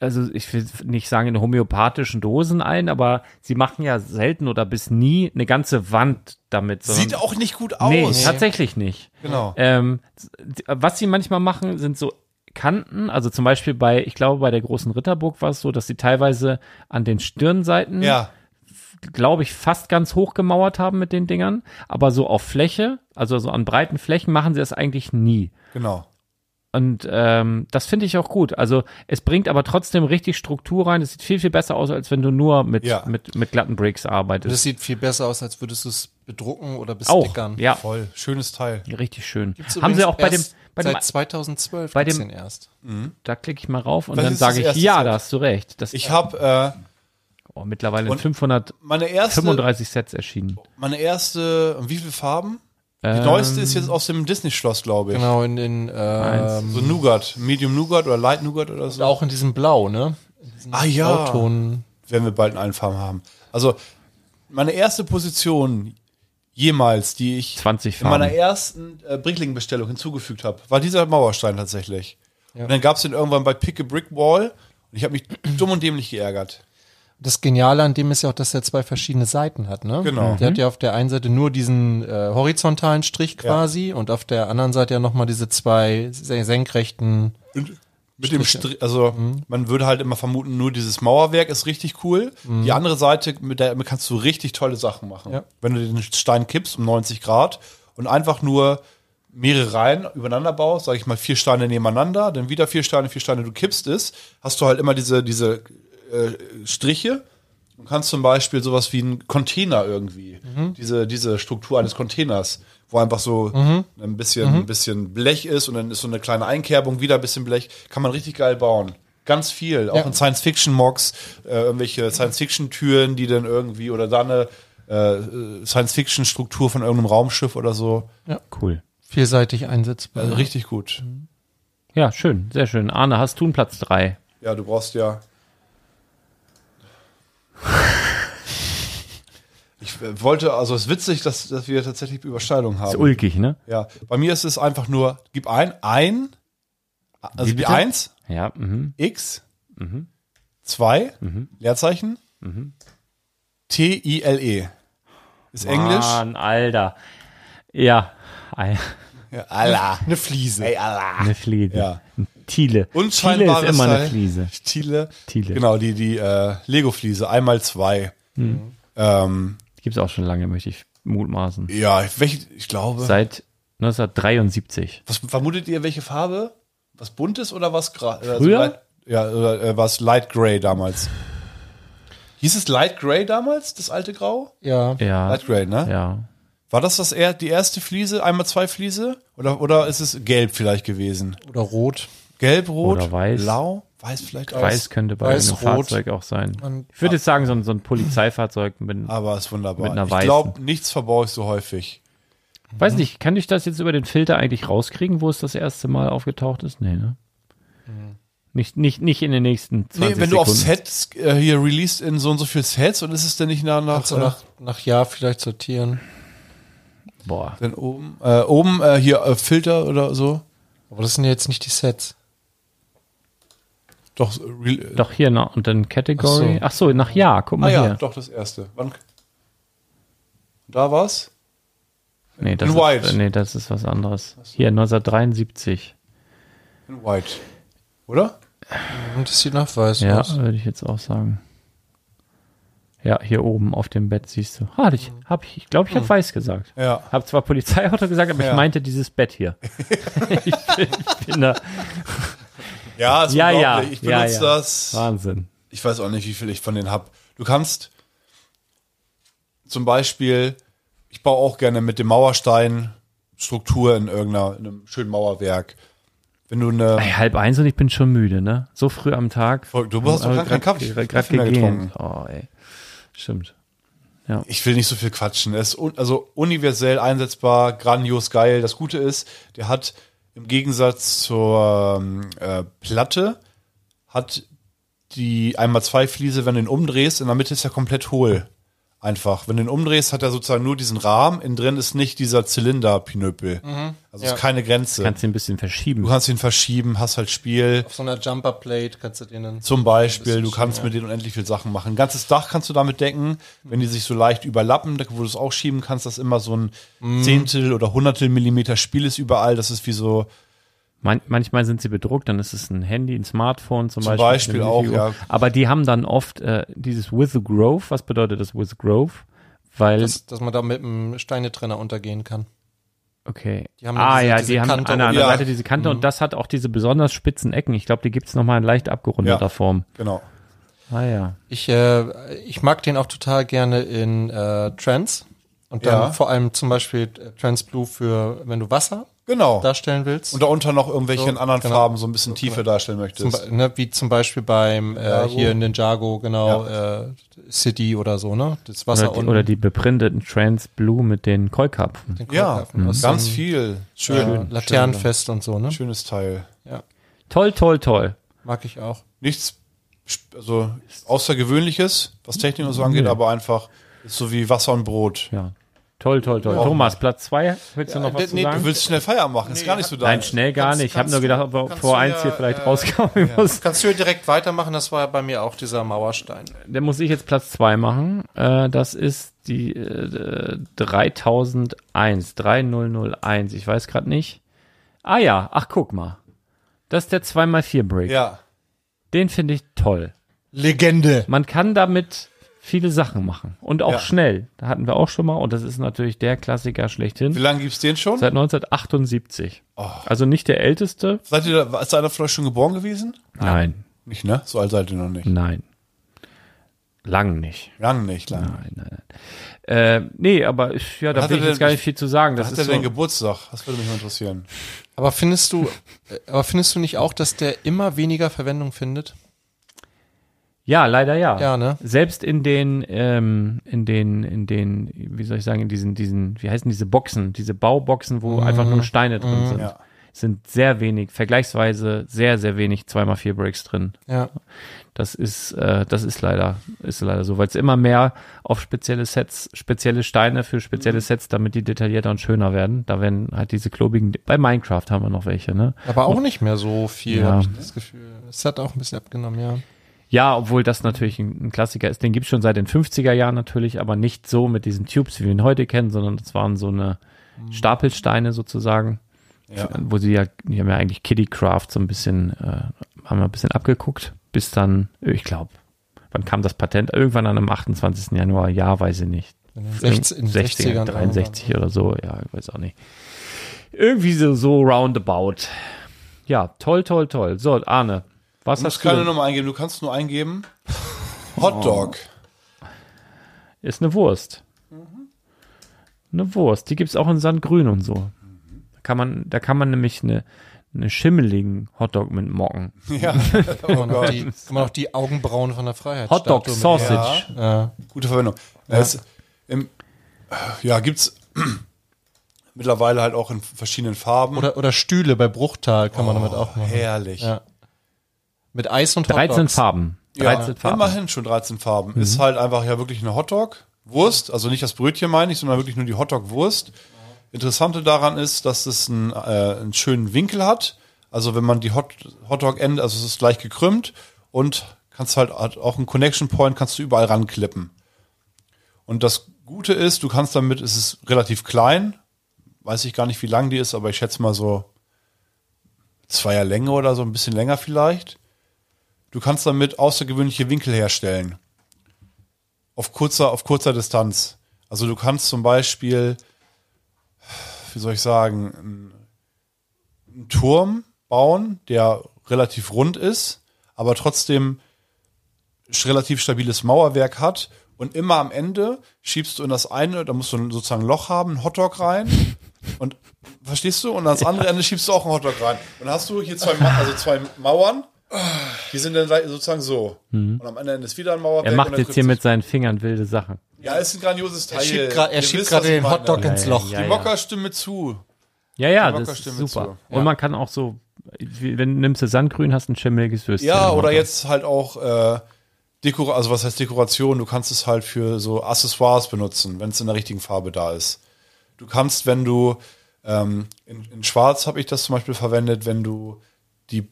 Speaker 3: also ich will nicht sagen in homöopathischen Dosen ein, aber sie machen ja selten oder bis nie eine ganze Wand damit. sondern-
Speaker 4: Sieht auch nicht gut aus.
Speaker 3: Nee, tatsächlich nicht.
Speaker 4: Genau.
Speaker 3: Ähm, d- was sie manchmal machen, sind so Kanten, also zum Beispiel bei, ich glaube, bei der großen Ritterburg war es so, dass sie teilweise an den Stirnseiten
Speaker 4: Ja.
Speaker 3: glaube ich, fast ganz hoch gemauert haben mit den Dingern. Aber so auf Fläche, also so an breiten Flächen, machen sie das eigentlich nie.
Speaker 4: Genau.
Speaker 3: Und ähm, das finde ich auch gut. Also es bringt aber trotzdem richtig Struktur rein. Es sieht viel, viel besser aus, als wenn du nur mit,
Speaker 4: Ja.
Speaker 3: mit, mit glatten Bricks arbeitest.
Speaker 5: Das sieht viel besser aus, als würdest du es bedrucken oder
Speaker 3: auch,
Speaker 5: bestickern.
Speaker 3: ja,
Speaker 4: Voll. Schönes Teil.
Speaker 3: richtig schön.
Speaker 5: Gibt's
Speaker 3: Haben sie
Speaker 5: übrigens
Speaker 3: auch bei dem,
Speaker 5: erst
Speaker 3: bei dem
Speaker 5: seit 2012
Speaker 3: bei dem-
Speaker 5: gibt's den erst.
Speaker 3: da klicke ich mal rauf und
Speaker 4: Vielleicht
Speaker 3: dann
Speaker 4: ist das
Speaker 3: sage ich,
Speaker 4: erste
Speaker 3: ja,
Speaker 4: Set.
Speaker 3: da hast du recht. Das ist
Speaker 4: Ich habe äh,
Speaker 3: oh, mittlerweile in
Speaker 4: Und
Speaker 3: 535
Speaker 4: meine erste,
Speaker 3: Sets erschienen.
Speaker 4: meine erste, wie viele Farben? Die
Speaker 3: Ähm,
Speaker 4: neueste ist jetzt aus dem Disney-Schloss, glaube ich.
Speaker 5: Genau, in den, ähm,
Speaker 4: So Nougat, Medium Nougat oder Light Nougat oder so.
Speaker 5: auch in diesem Blau, ne?
Speaker 4: Ah ja.
Speaker 5: Blauton.
Speaker 4: Werden wir bald in allen Farben haben. Also, meine erste Position jemals, die ich
Speaker 3: 20
Speaker 4: in meiner
Speaker 3: Farben.
Speaker 4: ersten äh, Brickling-Bestellung hinzugefügt habe, war dieser Mauerstein tatsächlich. Und dann gab es den irgendwann bei Pick a Brick Wall und ich habe mich [clears throat] dumm und dämlich geärgert.
Speaker 5: Das Geniale an dem ist ja auch, dass er zwei verschiedene Seiten hat, ne?
Speaker 4: Genau.
Speaker 5: Der hat ja auf der einen Seite nur diesen äh, horizontalen Strich quasi und auf der anderen Seite ja nochmal diese zwei sen- senkrechten.
Speaker 4: Mit dem Stri also man würde halt immer vermuten, nur dieses Mauerwerk ist richtig cool. Die andere Seite, mit der damit kannst du richtig tolle Sachen machen.
Speaker 5: Ja.
Speaker 4: Wenn du den Stein kippst um 90 Grad und einfach nur mehrere Reihen übereinander baust, sage ich mal vier Steine nebeneinander, dann wieder vier Steine, vier Steine, du kippst es, hast du halt immer diese, diese äh, Striche und kannst zum Beispiel sowas wie einen Container irgendwie, diese, diese Struktur eines Containers, wo einfach so ein, bisschen, ein bisschen Blech ist und dann ist so eine kleine Einkerbung, wieder ein bisschen Blech, kann man richtig geil bauen. Ganz viel, auch
Speaker 5: Ja.
Speaker 4: in Science-Fiction-Mocks, äh, irgendwelche Science-Fiction-Türen, die dann irgendwie oder da eine äh, Science-Fiction-Struktur von irgendeinem Raumschiff oder so.
Speaker 3: Cool.
Speaker 5: Vielseitig einsetzbar.
Speaker 4: Also richtig gut.
Speaker 3: Ja, schön, sehr schön. Arne, hast du einen Platz 3?
Speaker 4: Ja, du brauchst ja. Ich äh, wollte, also es ist witzig, dass, dass wir tatsächlich Überschneidung
Speaker 3: Ist
Speaker 4: haben.
Speaker 3: ulkig, ne?
Speaker 4: Ja, bei mir ist es einfach nur, gib ein, ein, also
Speaker 3: Wie
Speaker 4: die
Speaker 3: bitte? Mhm.
Speaker 4: 1,
Speaker 3: Ja, mhm.
Speaker 4: x, 2, Leerzeichen, T-I-L-E. E. Ist Englisch.
Speaker 3: Mhm. Mann, Alter. Ja, ein-
Speaker 4: Ja, Allah.
Speaker 5: Eine Fliese.
Speaker 4: Ey, Allah.
Speaker 3: eine Fliese.
Speaker 4: Ja.
Speaker 3: Thiele. Thiele
Speaker 4: Unscheinbares
Speaker 3: ist immer eine
Speaker 4: Teil.
Speaker 3: Fliese.
Speaker 4: Thiele.
Speaker 3: Thiele.
Speaker 4: Genau, die, die äh, Lego-Fliese, einmal zwei.
Speaker 3: Mhm.
Speaker 4: Ähm,
Speaker 3: Gibt's auch schon lange, möchte ich mutmaßen.
Speaker 4: ja, welche, ich glaube.
Speaker 3: Seit 1973.
Speaker 4: Was vermutet ihr, welche Farbe? Was buntes oder was gra- äh, also
Speaker 3: Früher?
Speaker 4: light, ja, oder, äh, was light gray damals? Hieß es light gray damals, das alte Grau?
Speaker 5: Ja.
Speaker 3: Ja,
Speaker 4: Light gray, ne?
Speaker 3: ja.
Speaker 4: War das das er die erste Fliese, einmal zwei Fliese oder oder ist es gelb vielleicht gewesen?
Speaker 5: Oder rot.
Speaker 4: Gelb, rot,
Speaker 3: Oder weiß.
Speaker 4: blau, weiß vielleicht auch.
Speaker 3: Weiß könnte bei
Speaker 5: Weiß,
Speaker 3: einem
Speaker 5: Rot.
Speaker 3: Fahrzeug auch sein.
Speaker 5: Und-
Speaker 3: ich würde jetzt sagen, so ein, so ein Polizeifahrzeug.
Speaker 4: [clears throat]
Speaker 3: Mit,
Speaker 4: aber ist wunderbar.
Speaker 3: Mit einer
Speaker 4: ich glaube, nichts verbaue ich so häufig.
Speaker 3: weiß nicht, kann ich das jetzt über den Filter eigentlich rauskriegen, wo es das erste Mal aufgetaucht ist? Nee, ne? Nicht, nicht, nicht in den nächsten 20
Speaker 4: Nee, wenn
Speaker 3: Sekunden.
Speaker 4: du auf Sets äh, hier released in so und so viel Sets und ist es denn nicht nach, nach,
Speaker 5: Kannst du nach, nach Jahr vielleicht sortieren.
Speaker 3: Boah.
Speaker 4: dann oben äh, oben äh, hier äh, Filter oder so?
Speaker 5: Aber das sind ja jetzt nicht die Sets.
Speaker 4: Doch, äh, Re-
Speaker 3: Doch hier, na, und dann Category.
Speaker 5: Ach so.
Speaker 3: Ach so, nach Jahr, guck mal
Speaker 4: Ah ja,
Speaker 3: hier.
Speaker 4: doch das erste. Wann? Da war's?
Speaker 3: Nee das,
Speaker 4: In
Speaker 3: ist,
Speaker 4: white.
Speaker 3: nee, das ist was anderes. Hier, 1973.
Speaker 4: In White. Oder?
Speaker 5: Und das sieht nach weiß
Speaker 3: Ja,
Speaker 5: aus.
Speaker 3: würde ich jetzt auch sagen. Ja, hier oben auf dem Bett siehst du. Ah, ich glaube, ich, glaub, ich habe weiß gesagt.
Speaker 4: Mhm. Ja.
Speaker 3: Habe zwar Polizeiauto gesagt, aber
Speaker 4: Ja.
Speaker 3: ich meinte dieses Bett
Speaker 4: [laughs]
Speaker 3: hier. [laughs] ich, bin, ich bin da.
Speaker 4: Ja, ist
Speaker 3: Ja, ja.
Speaker 4: unglaublich. Ich
Speaker 3: ja,
Speaker 4: benutze
Speaker 3: ja.
Speaker 4: das.
Speaker 3: Wahnsinn.
Speaker 4: Ich weiß auch nicht, wie viel ich von denen hab. Du kannst zum Beispiel, ich baue auch gerne mit dem Mauerstein Struktur in irgendeiner, in einem schönen Mauerwerk. Wenn du eine.
Speaker 3: Ey, halb eins und ich bin schon müde, ne? So früh am Tag.
Speaker 4: Voll, Oh, du hast doch
Speaker 3: Aber
Speaker 4: gar keinen
Speaker 3: grad-
Speaker 4: Kaffee-
Speaker 3: grad-
Speaker 4: Kaffee mehr
Speaker 3: grad gegähnt.
Speaker 4: getrunken.
Speaker 3: Oh, ey. Stimmt.
Speaker 4: Ich will nicht so viel quatschen. Er ist un also universell einsetzbar, grandios geil. Das Gute ist, der hat im Gegensatz zur ähm, äh, Platte, hat die einmal zwei Fliese, wenn du ihn umdrehst, in der Mitte ist er komplett hohl. Einfach. Wenn du ihn umdrehst, hat er sozusagen nur diesen Rahmen. Innen drin ist nicht dieser Zylinder-Pinöpel. Also
Speaker 5: Ja.
Speaker 4: ist keine Grenze.
Speaker 3: Kannst du ein bisschen verschieben.
Speaker 4: du kannst ihn verschieben, hast halt Spiel.
Speaker 5: Auf so einer Jumperplate kannst du den dann.
Speaker 4: Zum
Speaker 5: Ja,
Speaker 4: Beispiel,
Speaker 5: ein
Speaker 4: du
Speaker 5: bisschen,
Speaker 4: kannst
Speaker 5: ja.
Speaker 4: mit denen unendlich viel Sachen machen. Ein ganzes Dach kannst du damit decken, wenn die sich so leicht überlappen, da- wo du es auch schieben kannst, dass immer so ein
Speaker 5: Mhm.
Speaker 4: Zehntel oder Hundertel Millimeter Spiel ist überall. Das ist wie so,
Speaker 3: Man, manchmal sind sie bedruckt, dann ist es ein Handy, ein Smartphone zum,
Speaker 4: Zum
Speaker 3: Beispiel.
Speaker 4: Beispiel
Speaker 3: eine
Speaker 4: auch,
Speaker 3: Minifigur.
Speaker 4: ja.
Speaker 3: Aber die haben dann oft äh, dieses With the Grove. Was bedeutet das With Grove? Weil,
Speaker 5: Dass, dass man da mit einem Steinetrenner untergehen kann.
Speaker 3: okay.
Speaker 5: die haben
Speaker 3: ah
Speaker 5: diese-
Speaker 3: ja,
Speaker 5: diese
Speaker 3: die haben
Speaker 5: Kante
Speaker 3: an der
Speaker 5: oben.
Speaker 3: anderen
Speaker 4: Ja. Mhm.
Speaker 3: Seite diese Kante und das hat auch diese besonders spitzen Ecken. Ich glaube, die gibt's noch nochmal in leicht abgerundeter
Speaker 4: Ja.
Speaker 3: Form.
Speaker 4: genau.
Speaker 3: Ah ja.
Speaker 5: Ich, äh, ich mag den auch total gerne in äh, Trans. Und dann
Speaker 4: Ja.
Speaker 5: vor allem zum Beispiel äh, Trans Blue für, wenn du Wasser
Speaker 4: Genau.
Speaker 5: darstellen willst.
Speaker 4: Und darunter noch irgendwelche
Speaker 5: So,
Speaker 4: in anderen
Speaker 5: genau.
Speaker 4: Farben so ein bisschen Tiefe darstellen
Speaker 5: Zum,
Speaker 4: möchtest.
Speaker 5: Be- ne, wie zum Beispiel beim äh,
Speaker 4: Ninjago.
Speaker 5: hier Ninjago, genau, äh, City oder so, ne? Das Wasser
Speaker 3: Oder die, oder die beprinteten Trans Blue mit den Keukapfen.
Speaker 5: den
Speaker 4: Ja,
Speaker 5: Korkhafen aus
Speaker 4: ganz
Speaker 5: dem,
Speaker 4: viel. Schön.
Speaker 5: äh, Laternenfest und so, ne?
Speaker 4: Schönes Teil.
Speaker 5: Ja,
Speaker 3: Toll, toll, toll.
Speaker 5: mag ich auch.
Speaker 4: Nichts sp- also Außergewöhnliches, was Technik und so angeht, aber einfach ist so wie Wasser und Brot.
Speaker 3: Ja. Toll, toll, toll. Thomas, Platz zwei. Willst du noch was
Speaker 5: nee,
Speaker 3: zu
Speaker 5: nee, du
Speaker 3: sagen?
Speaker 4: Du willst schnell Feierabend machen, ist gar nicht so dein.
Speaker 3: Nein, schnell gar
Speaker 5: Kannst-
Speaker 3: nicht. Ich habe
Speaker 5: kannst
Speaker 3: nur
Speaker 5: du-
Speaker 3: gedacht, ob wir
Speaker 5: kannst
Speaker 3: vor
Speaker 5: du
Speaker 3: eins
Speaker 5: ja,
Speaker 3: hier vielleicht
Speaker 5: äh,
Speaker 3: rauskommen. muss.
Speaker 5: Kannst du direkt weitermachen? Das war ja bei mir auch dieser Mauerstein.
Speaker 3: [laughs] Dann muss ich jetzt Platz 2 machen. Äh, das ist die äh, 3001, 3001. Ich weiß gerade nicht. Ah ja, ach guck mal. Das ist der 2x4 Break.
Speaker 4: Ja.
Speaker 3: Den finde ich toll.
Speaker 5: Legende.
Speaker 3: Man kann damit viele Sachen machen. Und auch
Speaker 4: Ja.
Speaker 3: schnell. Da hatten wir auch schon mal. Und das ist natürlich der Klassiker schlechthin.
Speaker 4: Wie lange gibt's den schon?
Speaker 3: Seit 1978. Also nicht der älteste.
Speaker 4: Seid ihr da, ist einer von euch schon geboren gewesen?
Speaker 3: Nein,
Speaker 4: Nicht, ne? So alt seid ihr noch nicht.
Speaker 3: nein. Lang nicht.
Speaker 4: Lang nicht, lang.
Speaker 3: Nein, nein, nein. Äh, nee, aber ich, ja, da
Speaker 4: Hat
Speaker 3: will
Speaker 4: er
Speaker 3: ich jetzt
Speaker 4: denn-
Speaker 3: gar nicht viel zu sagen. Das
Speaker 4: Hat
Speaker 3: ist
Speaker 4: er
Speaker 3: so,
Speaker 4: denn Geburtstag? Das würde mich mal interessieren.
Speaker 5: Aber findest du, äh, aber findest du nicht auch, dass der immer weniger Verwendung findet?
Speaker 3: Ja, leider ja.
Speaker 5: Ja, ne?
Speaker 3: Selbst in den, ähm, in den, in den, wie soll ich sagen, in diesen, diesen, wie heißen diese Boxen, diese Bauboxen, wo einfach nur Steine drin sind,
Speaker 4: Mhm. Ja.
Speaker 3: sind sehr wenig, vergleichsweise sehr, sehr wenig 2x4 Breaks drin.
Speaker 5: Ja.
Speaker 3: Das ist, äh, das ist leider, ist leider so, weil es immer mehr auf spezielle Sets, spezielle Steine für spezielle Sets, damit die detaillierter und schöner werden. Da werden halt diese klobigen, bei Minecraft haben wir noch welche, ne?
Speaker 5: Aber auch nicht mehr so viel,
Speaker 3: Ja.
Speaker 5: hab ich das Gefühl. Es hat auch ein bisschen abgenommen, ja.
Speaker 3: Ja, obwohl das natürlich ein, ein Klassiker ist. Den gibt's schon seit den 50er Jahren natürlich, aber nicht so mit diesen Tubes, wie wir ihn heute kennen, sondern das waren so eine Stapelsteine sozusagen,
Speaker 4: Ja.
Speaker 3: wo sie ja, die haben ja eigentlich Kiddycraft so ein bisschen, äh, haben wir ein bisschen abgeguckt, bis dann, ich glaube, wann kam das Patent? Irgendwann an am 28. Januar, ja, weiß ich nicht.
Speaker 5: In den 60 in den 60ern,
Speaker 3: 63 oder so, ja, ich weiß auch nicht. Irgendwie so, so roundabout. Ja, toll, toll, toll. So, Arne, was
Speaker 4: Du musst
Speaker 3: hast du?
Speaker 4: keine
Speaker 3: denn?
Speaker 4: Nummer eingeben, du kannst nur [laughs] eingeben. Hotdog.
Speaker 3: Ist eine Wurst.
Speaker 4: Mhm.
Speaker 3: Eine Wurst. Die gibt's auch in Sandgrün und so.
Speaker 4: Mhm.
Speaker 3: Da kann man, da kann man nämlich eine, eine schimmeligen Hotdog mit mocken.
Speaker 4: Ja,
Speaker 5: Immer noch, die, immer noch die Augenbrauen von der Freiheit.
Speaker 3: Hotdog
Speaker 5: Statue mit- äh,
Speaker 3: Sausage.
Speaker 5: Ja.
Speaker 4: gute Verwendung. Ja, es, im, ja gibt's [clears throat] mittlerweile halt auch in verschiedenen Farben.
Speaker 5: Oder, oder Stühle bei Bruchtal kann man damit auch machen.
Speaker 4: Herrlich.
Speaker 5: Ja. Mit Eis und
Speaker 3: 13
Speaker 5: Hotdogs.
Speaker 3: Farben. 13 Farben.
Speaker 4: immerhin schon 13 Farben. Ist halt einfach ja wirklich eine Hotdog-Wurst, also nicht das Brötchen meine ich, sondern wirklich nur die Hotdog-Wurst. Interessante daran ist, dass es einen, äh, einen schönen Winkel hat. Also wenn man die Hot Hotdog-Ende, also es ist leicht gekrümmt und kannst halt hat auch einen Connection-Point, kannst du überall ranklippen. Und das Gute ist, du kannst damit, es ist relativ klein, weiß ich gar nicht, wie lang die ist, aber ich schätze mal so zweier Länge oder so, ein bisschen länger vielleicht. Du kannst damit außergewöhnliche Winkel herstellen. Auf kurzer, auf kurzer Distanz. Also du kannst zum Beispiel, wie soll ich sagen, einen- einen Turm bauen, der relativ rund ist, aber trotzdem sch- relativ stabiles Mauerwerk hat. Und immer am Ende schiebst du in das eine, da musst du sozusagen ein Loch haben, einen Hotdog rein. Und verstehst du? Und ans andere Ende schiebst du auch einen Hotdog rein. Und dann hast du hier zwei, Ma also zwei Mauern. Die sind dann gleich sozusagen so. Und am anderen Ende ist wieder ein Mauerwerk.
Speaker 3: Mhm. Er
Speaker 4: und
Speaker 3: macht
Speaker 4: dann
Speaker 3: jetzt hier
Speaker 4: krümmt
Speaker 3: mit seinen Fingern wilde Sachen.
Speaker 4: sich- Ja, ist ein grandioses Teil.
Speaker 5: Er schiebt gra-
Speaker 4: Ihr
Speaker 5: er schiebt
Speaker 4: wisst,
Speaker 5: gerade
Speaker 4: was ich
Speaker 5: den
Speaker 4: meine.
Speaker 5: Hotdog ins Loch.
Speaker 3: Ja, ja.
Speaker 4: Die Mockerstimme zu.
Speaker 3: ja, ja
Speaker 4: die
Speaker 3: das
Speaker 4: Mocker
Speaker 3: ist
Speaker 4: stimmen
Speaker 3: super.
Speaker 4: zu.
Speaker 3: Und man kann auch so, wie- wenn du nimmst du Sandgrün, hast ein schimmeliges Würstchen.
Speaker 4: Ja,
Speaker 3: im
Speaker 4: oder
Speaker 3: Hotdog.
Speaker 4: jetzt halt auch äh, Dekor, also was heißt Dekoration? Du kannst es halt für so Accessoires benutzen, wenn es in der richtigen Farbe da ist. Du kannst, wenn du ähm, in, in Schwarz habe ich das zum Beispiel verwendet, wenn du die,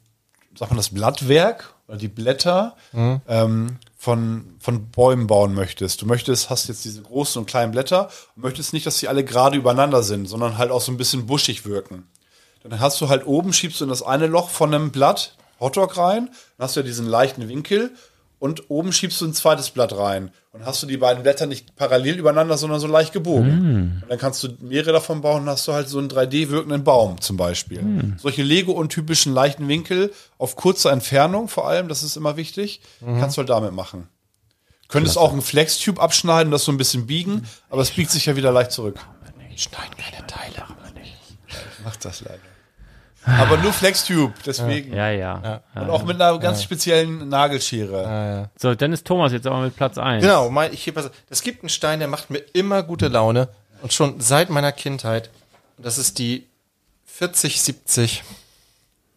Speaker 4: sagt man das Blattwerk oder die Blätter ähm, von, von Bäumen bauen möchtest. Du möchtest, hast jetzt diese großen und kleinen Blätter und möchtest nicht, dass sie alle gerade übereinander sind, sondern halt auch so ein bisschen buschig wirken. Dann hast du halt oben, schiebst du in das eine Loch von einem Blatt Hotdog rein, dann hast du ja diesen leichten Winkel und oben schiebst du ein zweites Blatt rein. Und hast du die beiden Blätter nicht parallel übereinander, sondern so leicht gebogen.
Speaker 5: Hm.
Speaker 4: Und dann kannst du mehrere davon bauen und hast du halt so einen 3D-wirkenden Baum zum Beispiel.
Speaker 5: Hm.
Speaker 4: Solche Lego-untypischen leichten Winkel auf kurze Entfernung vor allem, das ist immer wichtig, kannst du halt damit machen. Könntest auch einen Flex-Tube abschneiden, das so ein bisschen
Speaker 5: Hm.
Speaker 4: biegen, aber es biegt sich ja wieder leicht zurück.
Speaker 5: Schneiden keine Teile, aber nicht.
Speaker 4: Macht das leider. Aber nur Flex-Tube, deswegen.
Speaker 3: Ja, ja.
Speaker 4: Und auch mit einer ganz speziellen Nagelschere.
Speaker 3: So, dann ist Thomas jetzt aber mit Platz 1.
Speaker 5: Genau, mein, ich, es gibt einen Stein, der macht mir immer gute Laune und schon seit meiner Kindheit. Und das ist die 4070.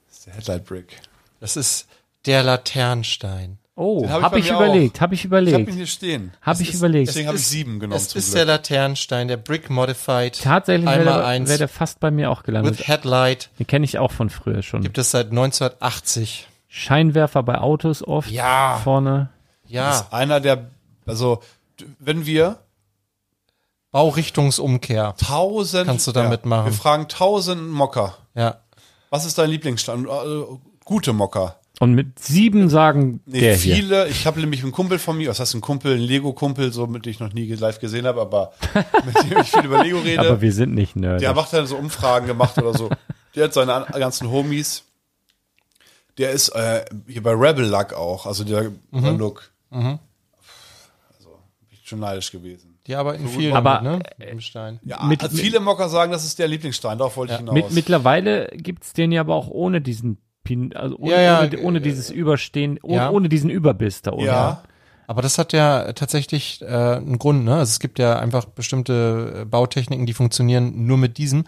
Speaker 4: Das ist der Headlight-Brick.
Speaker 5: Das ist der Laternenstein.
Speaker 3: Oh,
Speaker 4: Den hab
Speaker 3: habe
Speaker 4: ich
Speaker 3: hab
Speaker 4: bei
Speaker 3: ich,
Speaker 4: mir
Speaker 3: überlegt, habe ich
Speaker 4: Ich habe ihn
Speaker 3: überlegt.
Speaker 4: hier stehen.
Speaker 3: Habe ich überlegt.
Speaker 4: Deswegen habe ich sieben genommen.
Speaker 5: Es
Speaker 4: zum
Speaker 5: ist der
Speaker 4: Glück.
Speaker 5: Laternenstein, der Brick Modified.
Speaker 3: Tatsächlich wäre
Speaker 5: einmal
Speaker 3: der,
Speaker 5: eins.
Speaker 3: wär der fast bei mir auch
Speaker 5: With
Speaker 3: gelandet.
Speaker 5: Headlight
Speaker 3: Den kenne ich auch von früher schon.
Speaker 5: gibt es seit 1980.
Speaker 3: Scheinwerfer bei Autos oft.
Speaker 5: Ja.
Speaker 3: Vorne.
Speaker 5: Ja,
Speaker 4: ist einer der, also d- wenn wir
Speaker 5: Baurichtungsumkehr.
Speaker 4: tausend,
Speaker 5: Kannst du damit machen.
Speaker 4: Wir fragen tausend Mocker,
Speaker 5: Ja.
Speaker 4: was ist dein Lieblingsstand? Also, gute Mocker.
Speaker 3: Und mit sieben sagen
Speaker 4: Nee,
Speaker 3: der hier.
Speaker 4: viele. Ich habe nämlich einen Kumpel von mir, was heißt ein Kumpel, ein Lego-Kumpel, so mit dem ich noch nie live gesehen habe,
Speaker 3: [laughs]
Speaker 4: aber mit dem ich viel über Lego rede.
Speaker 3: Aber wir sind nicht Nerds.
Speaker 4: Der macht dann so Umfragen gemacht oder so. Der hat seine an- ganzen Homies. Der ist äh, hier bei Rebel Luck auch, also der mhm. Look. Also, bin ich schon neidisch gewesen.
Speaker 5: Die arbeiten viel
Speaker 3: Aber,
Speaker 5: damit, ne? Mit dem Stein.
Speaker 4: Ja,
Speaker 3: Mit-
Speaker 4: also viele Mocker sagen, das ist der Lieblingsstein, darauf wollte ich hinaus.
Speaker 3: Mit, mittlerweile gibt's den ja aber auch ohne diesen Pin, also ohne,
Speaker 5: Ja, ja, äh,
Speaker 3: ohne, ohne dieses Überstehen, oh-
Speaker 5: ja.
Speaker 3: ohne diesen Überbiss da oben.
Speaker 4: ja,
Speaker 5: Aber das hat ja tatsächlich äh, einen Grund, ne? Also es gibt ja einfach bestimmte äh, Bautechniken, die funktionieren nur mit diesem.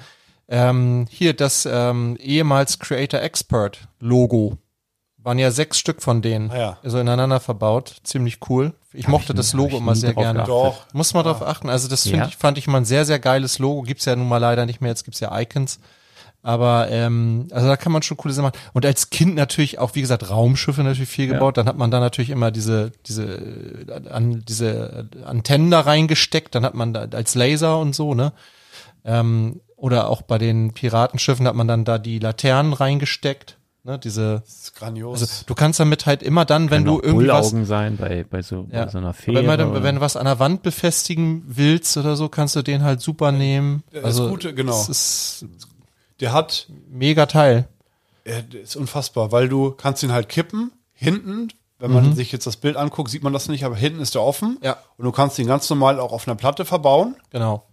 Speaker 5: Ähm, hier das ähm, ehemals Creator Expert Logo. Waren ja sechs Stück von denen.
Speaker 4: Ah ja.
Speaker 5: Also ineinander verbaut. Ziemlich cool. Ich mochte das
Speaker 3: hab
Speaker 5: Logo
Speaker 3: ich
Speaker 5: immer
Speaker 3: nie
Speaker 5: sehr
Speaker 3: drauf
Speaker 5: gerne.
Speaker 3: geachtet.
Speaker 4: doch.
Speaker 5: Muss man drauf achten. Also das find
Speaker 3: Ja.
Speaker 5: ich, fand ich mal ein sehr, sehr geiles Logo. Gibt's ja nun mal leider nicht mehr. Jetzt gibt's ja Icons. Aber ähm, also da kann man schon coole Sachen machen. Und als Kind natürlich auch, wie gesagt, Raumschiffe natürlich viel gebaut. Dann hat man da natürlich immer diese, diese, äh, an, diese Antennen da reingesteckt. Dann hat man da als Laser und so, ne? Ähm, oder auch bei den Piratenschiffen hat man dann da die Laternen reingesteckt. Ne? Diese,
Speaker 4: Das ist grandios.
Speaker 5: also du kannst damit halt immer dann,
Speaker 3: Wenn
Speaker 5: wenn du
Speaker 3: du
Speaker 5: irgendwie was,
Speaker 3: Bullaugen sein bei, bei, so, bei so einer Fähre.
Speaker 5: aber immer dann,
Speaker 3: oder-
Speaker 5: wenn du was an der Wand befestigen willst oder so, kannst du den halt super nehmen.
Speaker 4: das
Speaker 5: also
Speaker 4: Gute, genau.
Speaker 5: Das ist
Speaker 4: der hat,
Speaker 5: mega Teil.
Speaker 4: äh, der ist unfassbar, weil du kannst ihn halt kippen, hinten, wenn man sich jetzt das Bild anguckt, sieht man das nicht, aber hinten ist er offen.
Speaker 5: Ja.
Speaker 4: Und du kannst ihn ganz normal auch auf einer Platte verbauen.
Speaker 5: Genau.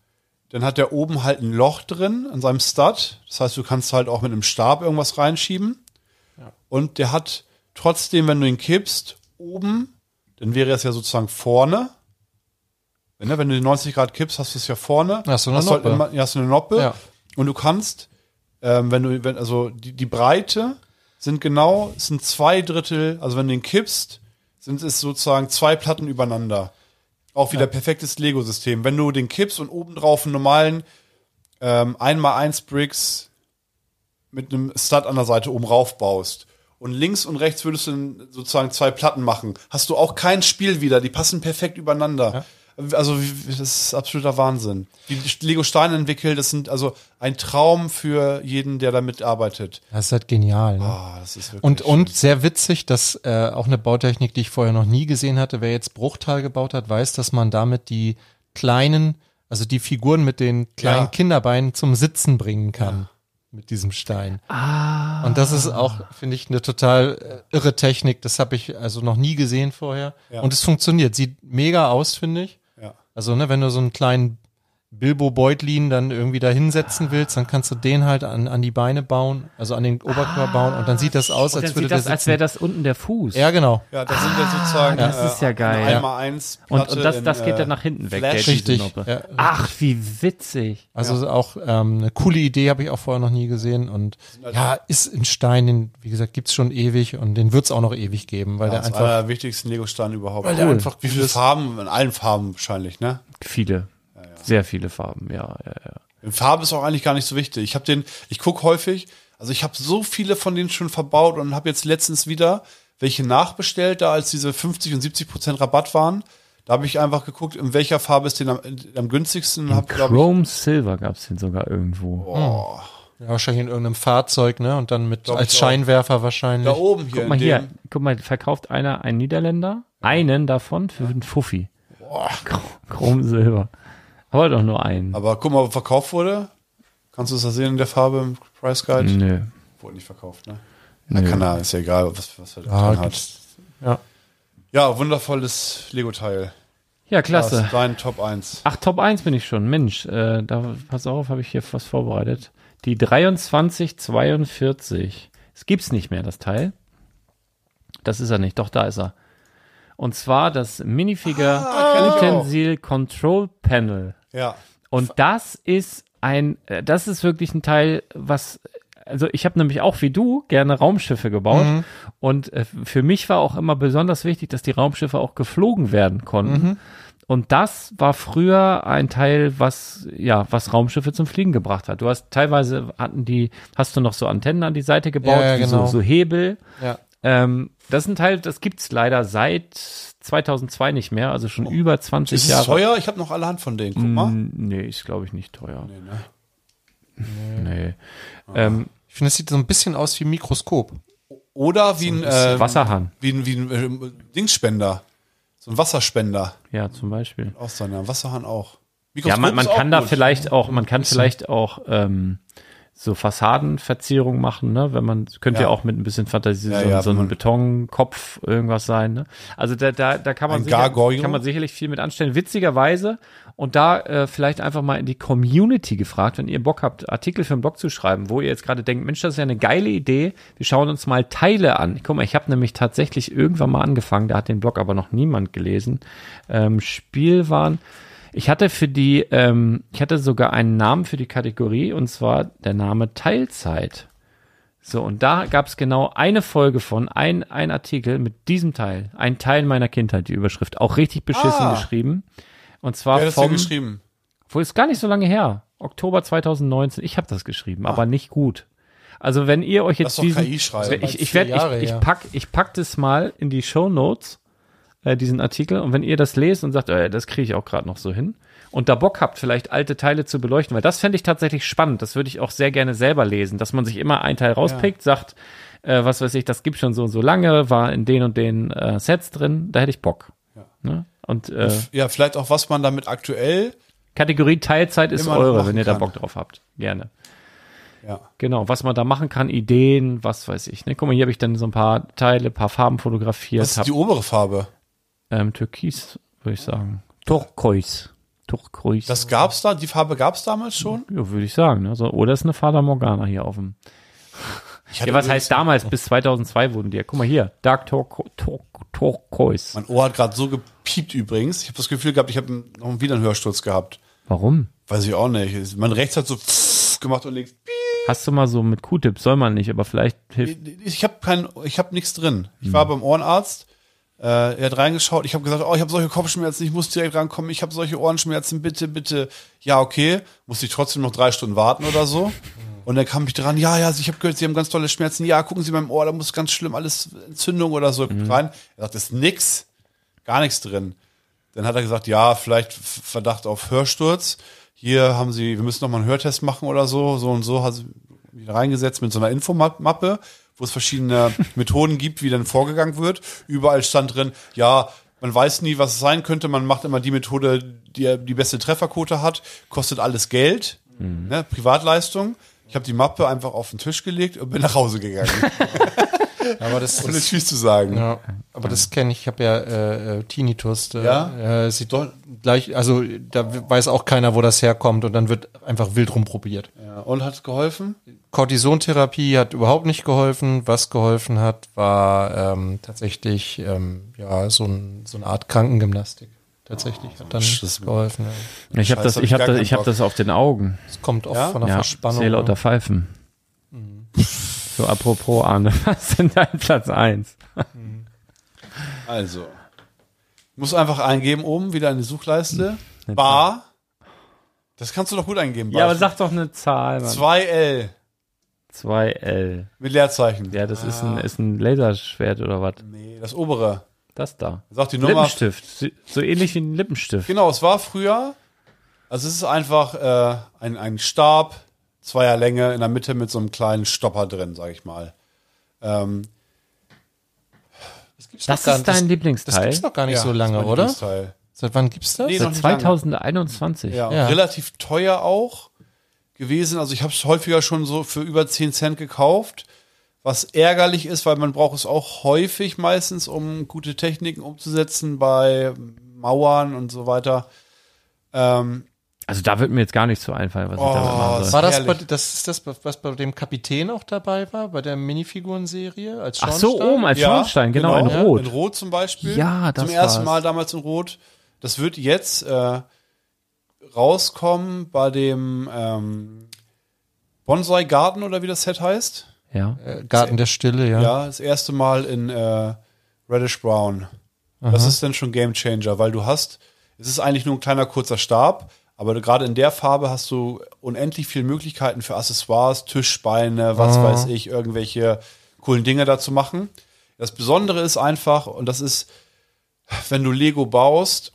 Speaker 4: Dann hat der oben halt ein Loch drin an seinem Stud. Das heißt, du kannst halt auch mit einem Stab irgendwas reinschieben. Und der hat trotzdem, wenn du ihn kippst, oben, dann wäre es ja sozusagen vorne. Wenn, ne, wenn du den 90 Grad kippst, hast du es ja vorne.
Speaker 5: Hast du eine
Speaker 4: halt
Speaker 5: Noppe.
Speaker 4: immer- ja, hast du eine Noppe.
Speaker 5: Ja.
Speaker 4: Und du kannst, ähm, wenn du, wenn, also die, die Breite sind genau, sind zwei Drittel, also wenn du den kippst, sind es sozusagen zwei Platten übereinander. Auch wieder perfektes Lego-System. Wenn du den kippst und obendrauf einen normalen ähm, 1x1 Bricks mit einem Stud an der Seite oben rauf baust und links und rechts würdest du dann sozusagen zwei Platten machen, hast du auch kein Spiel wieder. Die passen perfekt übereinander. Also wie- das ist absoluter Wahnsinn. Die Lego Steine entwickelt, das sind also ein Traum für jeden, der damit arbeitet.
Speaker 5: Das ist halt genial. Ne?
Speaker 4: Ah, das ist wirklich
Speaker 5: Und, und sehr witzig, dass äh, auch eine Bautechnik, die ich vorher noch nie gesehen hatte, wer jetzt Bruchteil gebaut hat, weiß, dass man damit die kleinen, also die Figuren mit den kleinen
Speaker 4: Ja.
Speaker 5: Kinderbeinen zum Sitzen bringen kann. Mit diesem Stein. Ah. Und das ist auch, finde ich, eine total äh, irre Technik. Das habe ich also noch nie gesehen vorher.
Speaker 4: Ja.
Speaker 5: Und es funktioniert. Sieht mega aus, finde ich.
Speaker 4: ja.
Speaker 5: Also, ne, wenn du so einen kleinen Bilbo Beutlin dann irgendwie da hinsetzen willst, dann kannst du den halt an, an die Beine bauen, also an den Oberkörper bauen und dann sieht das aus,
Speaker 3: Und dann
Speaker 5: als würde
Speaker 3: sieht
Speaker 5: der
Speaker 3: das, als
Speaker 5: sitzen.
Speaker 3: wäre das unten der Fuß.
Speaker 5: ja, genau.
Speaker 4: Ja, das sind ja sozusagen.
Speaker 3: Ah,
Speaker 4: äh,
Speaker 3: das ist ja geil.
Speaker 4: Eine einmal eins äh,
Speaker 3: und, und das, das geht dann nach hinten weg,
Speaker 4: Flash.
Speaker 3: der
Speaker 5: äh, Richtig,
Speaker 3: Riesenoppe.
Speaker 5: ja.
Speaker 3: Ach, wie witzig.
Speaker 5: Also auch ähm, eine coole Idee habe ich auch vorher noch nie gesehen und ja, ist ein Stein, den, wie gesagt, gibt's schon ewig und den wird's auch noch ewig geben, weil der
Speaker 4: Das ist
Speaker 5: einfach
Speaker 4: einer der wichtigsten Lego-Steine überhaupt.
Speaker 5: Weil der einfach
Speaker 4: Wie viele Farben? In allen Farben wahrscheinlich, ne?
Speaker 3: Viele. Sehr viele Farben, ja, ja, ja.
Speaker 4: In Farbe ist auch eigentlich gar nicht so wichtig. Ich habe den, ich guck häufig, also ich habe so viele von denen schon verbaut und habe jetzt letztens wieder welche nachbestellt, da als diese 50 und 70 Prozent Rabatt waren. Da habe ich einfach geguckt, in welcher Farbe ist den am, am günstigsten. und Hab, glaub ich,
Speaker 3: Chrome Silver gab es den sogar irgendwo.
Speaker 5: ja, wahrscheinlich in irgendeinem Fahrzeug, ne? Und dann mit
Speaker 4: Glaub
Speaker 5: als
Speaker 4: ich auch.
Speaker 5: Scheinwerfer wahrscheinlich.
Speaker 4: da oben hier.
Speaker 3: guck mal
Speaker 4: in
Speaker 3: hier,
Speaker 4: dem-
Speaker 3: guck mal, verkauft einer einen Niederländer, einen davon für einen Fuffi. [laughs] Chrom- Chrom Silber. Aber doch nur einen.
Speaker 4: Aber guck mal, ob verkauft wurde. Kannst du es da sehen in der Farbe im Price Guide?
Speaker 3: Nö.
Speaker 4: Wurde nicht verkauft, ne? Na, kann er, ist ja egal, was, was er
Speaker 5: Ah,
Speaker 4: dran hat.
Speaker 5: gibt's- ja.
Speaker 4: Ja, wundervolles Lego-Teil.
Speaker 3: Ja,
Speaker 4: Das
Speaker 3: klasse.
Speaker 4: ist dein Top 1.
Speaker 3: Ach, Top 1 bin ich schon. Mensch, äh, da, pass auf, habe ich hier was vorbereitet. Die 2342. Es gibt's nicht mehr, das Teil. Das ist er nicht. Doch, da ist er. Und zwar das Minifigure
Speaker 4: Ah, kenn ich auch.
Speaker 3: Utensil Control Panel.
Speaker 4: Ja.
Speaker 3: Und das ist ein, äh, das ist wirklich ein Teil, was, also ich habe nämlich auch wie du gerne Raumschiffe gebaut.
Speaker 5: Mhm.
Speaker 3: Und äh, für mich war auch immer besonders wichtig, dass die Raumschiffe auch geflogen werden konnten.
Speaker 5: Mhm.
Speaker 3: Und das war früher ein Teil, was, ja, was Raumschiffe zum Fliegen gebracht hat. Du hast teilweise hatten die, hast du noch so Antennen an die Seite gebaut,
Speaker 5: Ja, ja,
Speaker 3: wie
Speaker 5: genau.
Speaker 3: so, so Hebel.
Speaker 5: Ja.
Speaker 3: Ähm, das ist ein Teil, das gibt's leider seit 2002 nicht mehr, also
Speaker 5: Oh,
Speaker 3: schon über 20
Speaker 4: Ist
Speaker 3: Jahre.
Speaker 4: es teuer? Ich habe noch alle Hand von denen. Guck mal.
Speaker 3: Mm, Nee, ist glaube ich nicht teuer. Nee.
Speaker 4: ne?
Speaker 3: nee. Ähm,
Speaker 5: Ich finde, es sieht so ein bisschen aus wie ein Mikroskop.
Speaker 4: Oder wie ein, ähm,
Speaker 3: Wasserhahn,
Speaker 4: wie ein, wie ein äh, Dingsspender. So ein Wasserspender.
Speaker 3: ja, zum Beispiel.
Speaker 4: Auch so ein Wasserhahn auch.
Speaker 3: Ja, man,
Speaker 4: Mikroskop
Speaker 3: man
Speaker 4: ist auch
Speaker 3: kann da
Speaker 4: gut.
Speaker 3: vielleicht auch, man kann vielleicht auch ähm, so Fassadenverzierung machen, ne? Wenn man, könnte ja.
Speaker 4: Ja.
Speaker 3: auch mit ein bisschen Fantasie
Speaker 4: Ja,
Speaker 3: so,
Speaker 4: ja,
Speaker 3: so
Speaker 4: wenn
Speaker 3: ein
Speaker 4: man-
Speaker 3: Betonkopf irgendwas sein, ne? Also da, da, da kann man,
Speaker 4: Ein Gargoyle?
Speaker 3: kann man sicherlich viel mit anstellen. Witzigerweise, und da äh, vielleicht einfach mal in die Community gefragt, wenn ihr Bock habt, Artikel für einen Blog zu schreiben, wo ihr jetzt gerade denkt, Mensch, das ist ja eine geile Idee, wir schauen uns mal Teile an. Guck mal, ich habe nämlich tatsächlich irgendwann mal angefangen, da hat den Blog aber noch niemand gelesen. Ähm, Spielwaren. Ich hatte für die, ähm, ich hatte sogar einen Namen für die Kategorie und zwar der Name Teilzeit. So, und da gab es genau eine Folge von, ein, ein Artikel mit diesem Teil, ein Teil meiner Kindheit, die Überschrift, auch richtig beschissen
Speaker 4: Ah.
Speaker 3: geschrieben. Und zwar
Speaker 4: Wer hat das denn
Speaker 3: vom,
Speaker 4: geschrieben?
Speaker 3: wo ist gar nicht so lange her, Oktober 2019. Ich habe das geschrieben, aber nicht gut. Also wenn ihr euch
Speaker 4: Ah. Lass
Speaker 3: jetzt
Speaker 4: doch
Speaker 3: diesen,
Speaker 4: KI schreiben.
Speaker 3: ich, ich,
Speaker 5: vier
Speaker 3: werd,
Speaker 5: Jahre
Speaker 3: ich, ich
Speaker 5: her.
Speaker 3: pack, ich pack das mal in die Show Notes äh, diesen Artikel und wenn ihr das lest und sagt, äh, das kriege ich auch gerade noch so hin und da Bock habt, vielleicht alte Teile zu beleuchten, weil das fände ich tatsächlich spannend, das würde ich auch sehr gerne selber lesen, dass man sich immer einen Teil rauspickt, sagt, äh, was weiß ich, das gibt schon so und so lange, war in den und den äh, Sets drin, da hätte ich Bock. Ne? Und äh,
Speaker 4: Ja, vielleicht auch, was man damit aktuell.
Speaker 3: Kategorie Teilzeit ist
Speaker 4: Immer noch
Speaker 3: eure,
Speaker 4: machen
Speaker 3: wenn ihr da
Speaker 4: kann.
Speaker 3: Bock drauf habt. Gerne.
Speaker 4: Ja.
Speaker 3: Genau, was man da machen kann, Ideen, was weiß ich. Ne? Guck mal, hier habe ich dann so ein paar Teile, paar Farben
Speaker 4: Das
Speaker 3: fotografiert.
Speaker 4: ist
Speaker 3: Hab,
Speaker 4: die obere Farbe.
Speaker 3: ähm, Türkis, würde ich sagen. Turquoise. Turquoise.
Speaker 4: Das gab's da, die Farbe gab's damals schon.
Speaker 3: ja, würde ich sagen. Ne? So, oder ist eine Fata Morgana hier auf dem.
Speaker 4: Ich
Speaker 3: Ja,
Speaker 4: hatte
Speaker 3: was
Speaker 4: übrigens-
Speaker 3: heißt damals? Bis 2002 wurden die. ja- Guck mal hier. Dark Turqu- Turqu- Turquoise.
Speaker 4: Mein Ohr hat gerade so gepiept übrigens. Ich habe das Gefühl gehabt, ich habe noch wieder einen Hörsturz gehabt.
Speaker 3: Warum?
Speaker 4: Weiß ich auch nicht. Mein rechts hat so gemacht und links.
Speaker 3: Hast du mal so mit Q-Tip? Soll man nicht, aber vielleicht hilft.
Speaker 4: ich habe kein, ich habe nichts drin. Ich war beim Ohrenarzt. Äh, er hat reingeschaut. Ich habe gesagt, oh, ich habe solche Kopfschmerzen. Ich muss direkt rankommen. Ich habe solche Ohrenschmerzen. Bitte, bitte. Ja, okay. Musste ich trotzdem noch drei Stunden warten oder so. Und dann kam ich dran. Ja, ja. Ich habe gehört, Sie haben ganz tolle Schmerzen. Ja, gucken Sie meinem Ohr. Da muss ganz schlimm alles Entzündung oder so rein. Er sagt, ist nix, gar nichts drin. Dann hat er gesagt, ja, vielleicht F- Verdacht auf Hörsturz. Hier haben sie, wir müssen nochmal einen Hörtest machen oder so. So und so hat sie mich reingesetzt mit so einer Infomappe, wo es
Speaker 3: [laughs]
Speaker 4: verschiedene Methoden gibt, wie dann vorgegangen wird. Überall stand drin, ja, man weiß nie, was es sein könnte. Man macht immer die Methode, die die beste Trefferquote hat. Kostet alles Geld,
Speaker 3: Mhm. [laughs]
Speaker 4: ne, Privatleistung. Ich habe die Mappe einfach auf den Tisch gelegt und bin nach Hause gegangen.
Speaker 5: Aber das,
Speaker 4: Ohne
Speaker 5: das
Speaker 4: Tschüss zu sagen.
Speaker 5: Ja, aber das kenne ich. Ich habe ja äh, äh, Tinnitus. Da,
Speaker 4: Ja?
Speaker 5: Äh, sieht doch gleich, also da w- weiß auch keiner, wo das herkommt und dann wird einfach wild rumprobiert.
Speaker 4: Ja, Und hat geholfen?
Speaker 5: Kortisontherapie hat überhaupt nicht geholfen. Was geholfen hat, war ähm, tatsächlich ähm, ja so, ein, so eine Art Krankengymnastik. Tatsächlich hat dann geholfen. Ja.
Speaker 3: Ich habe das,
Speaker 4: hab
Speaker 3: ich
Speaker 4: ich
Speaker 3: habe
Speaker 4: gar
Speaker 3: das,
Speaker 4: keinen
Speaker 3: ich habe
Speaker 4: Bock.
Speaker 3: das auf den Augen.
Speaker 5: Es kommt oft
Speaker 4: Ja?
Speaker 5: von einer
Speaker 3: Ja,
Speaker 5: Verspannung.
Speaker 4: ne?
Speaker 3: sehr lauter Pfeifen.
Speaker 4: Mhm.
Speaker 3: So apropos Arne, [laughs] was ist denn dein Platz 1?
Speaker 4: Also. Muss einfach eingeben oben, wieder in die Suchleiste. Bar. Das kannst du doch gut eingeben. Bar.
Speaker 3: Ja, aber sag doch eine Zahl, Mann.
Speaker 4: 2L
Speaker 3: 2L.
Speaker 4: mit Leerzeichen.
Speaker 3: Ja, das ist ein
Speaker 4: Ah.
Speaker 3: ist ein Laserschwert oder was?
Speaker 4: Nee, das obere.
Speaker 3: Das da.
Speaker 4: Sag die Nummer.
Speaker 3: Lippenstift, so- so ähnlich wie ein Lippenstift.
Speaker 4: Genau, es war früher. Also es ist einfach äh, ein, ein Stab zweier Länge in der Mitte mit so einem kleinen Stopper drin, sag ich mal. Ähm,
Speaker 3: Das
Speaker 5: gar
Speaker 3: ist
Speaker 5: nicht- das-
Speaker 3: dein
Speaker 5: Das
Speaker 3: Lieblingsteil.
Speaker 5: gibt's noch gar nicht
Speaker 4: ja,
Speaker 5: so
Speaker 4: das
Speaker 5: lange,
Speaker 4: ist mein
Speaker 5: oder?
Speaker 4: Lieblingsteil.
Speaker 5: Seit wann gibt's das?
Speaker 4: Nee, noch
Speaker 3: Seit
Speaker 4: nicht lange.
Speaker 3: 2021.
Speaker 4: Ja,
Speaker 5: Ja.
Speaker 4: relativ teuer auch gewesen. Also ich habe es häufiger schon so für über 10 Cent gekauft, was ärgerlich ist, weil man braucht es auch häufig meistens, um gute Techniken umzusetzen bei Mauern und so weiter. Ähm,
Speaker 3: Also da wird mir jetzt gar nichts so einfallen, was ich
Speaker 4: Oh,
Speaker 3: damit machen soll.
Speaker 5: War das, bei,
Speaker 4: Herrlich.
Speaker 5: das ist das, was bei dem Kapitän auch dabei war, bei der Minifigurenserie als
Speaker 3: Ach so, oh
Speaker 5: Schornstein?
Speaker 3: oben als Schornstein, genau, in
Speaker 4: ja.
Speaker 3: Rot.
Speaker 4: In Rot zum Beispiel.
Speaker 3: Ja, das
Speaker 4: Zum ersten
Speaker 3: war's.
Speaker 4: Mal damals in Rot. Das wird jetzt äh, rauskommen bei dem ähm, Bonsai Garten oder wie das Set heißt.
Speaker 3: Ja.
Speaker 5: Äh, Garten der Stille, ja.
Speaker 4: Ja, das erste Mal in äh, Reddish Brown. Das ist dann schon Game Changer, weil du hast, es ist eigentlich nur ein kleiner kurzer Stab, aber du- gerade in der Farbe hast du unendlich viele Möglichkeiten für Accessoires, Tischbeine, was weiß ich, irgendwelche coolen Dinge dazu machen. Das Besondere ist einfach, und das ist, wenn du Lego baust,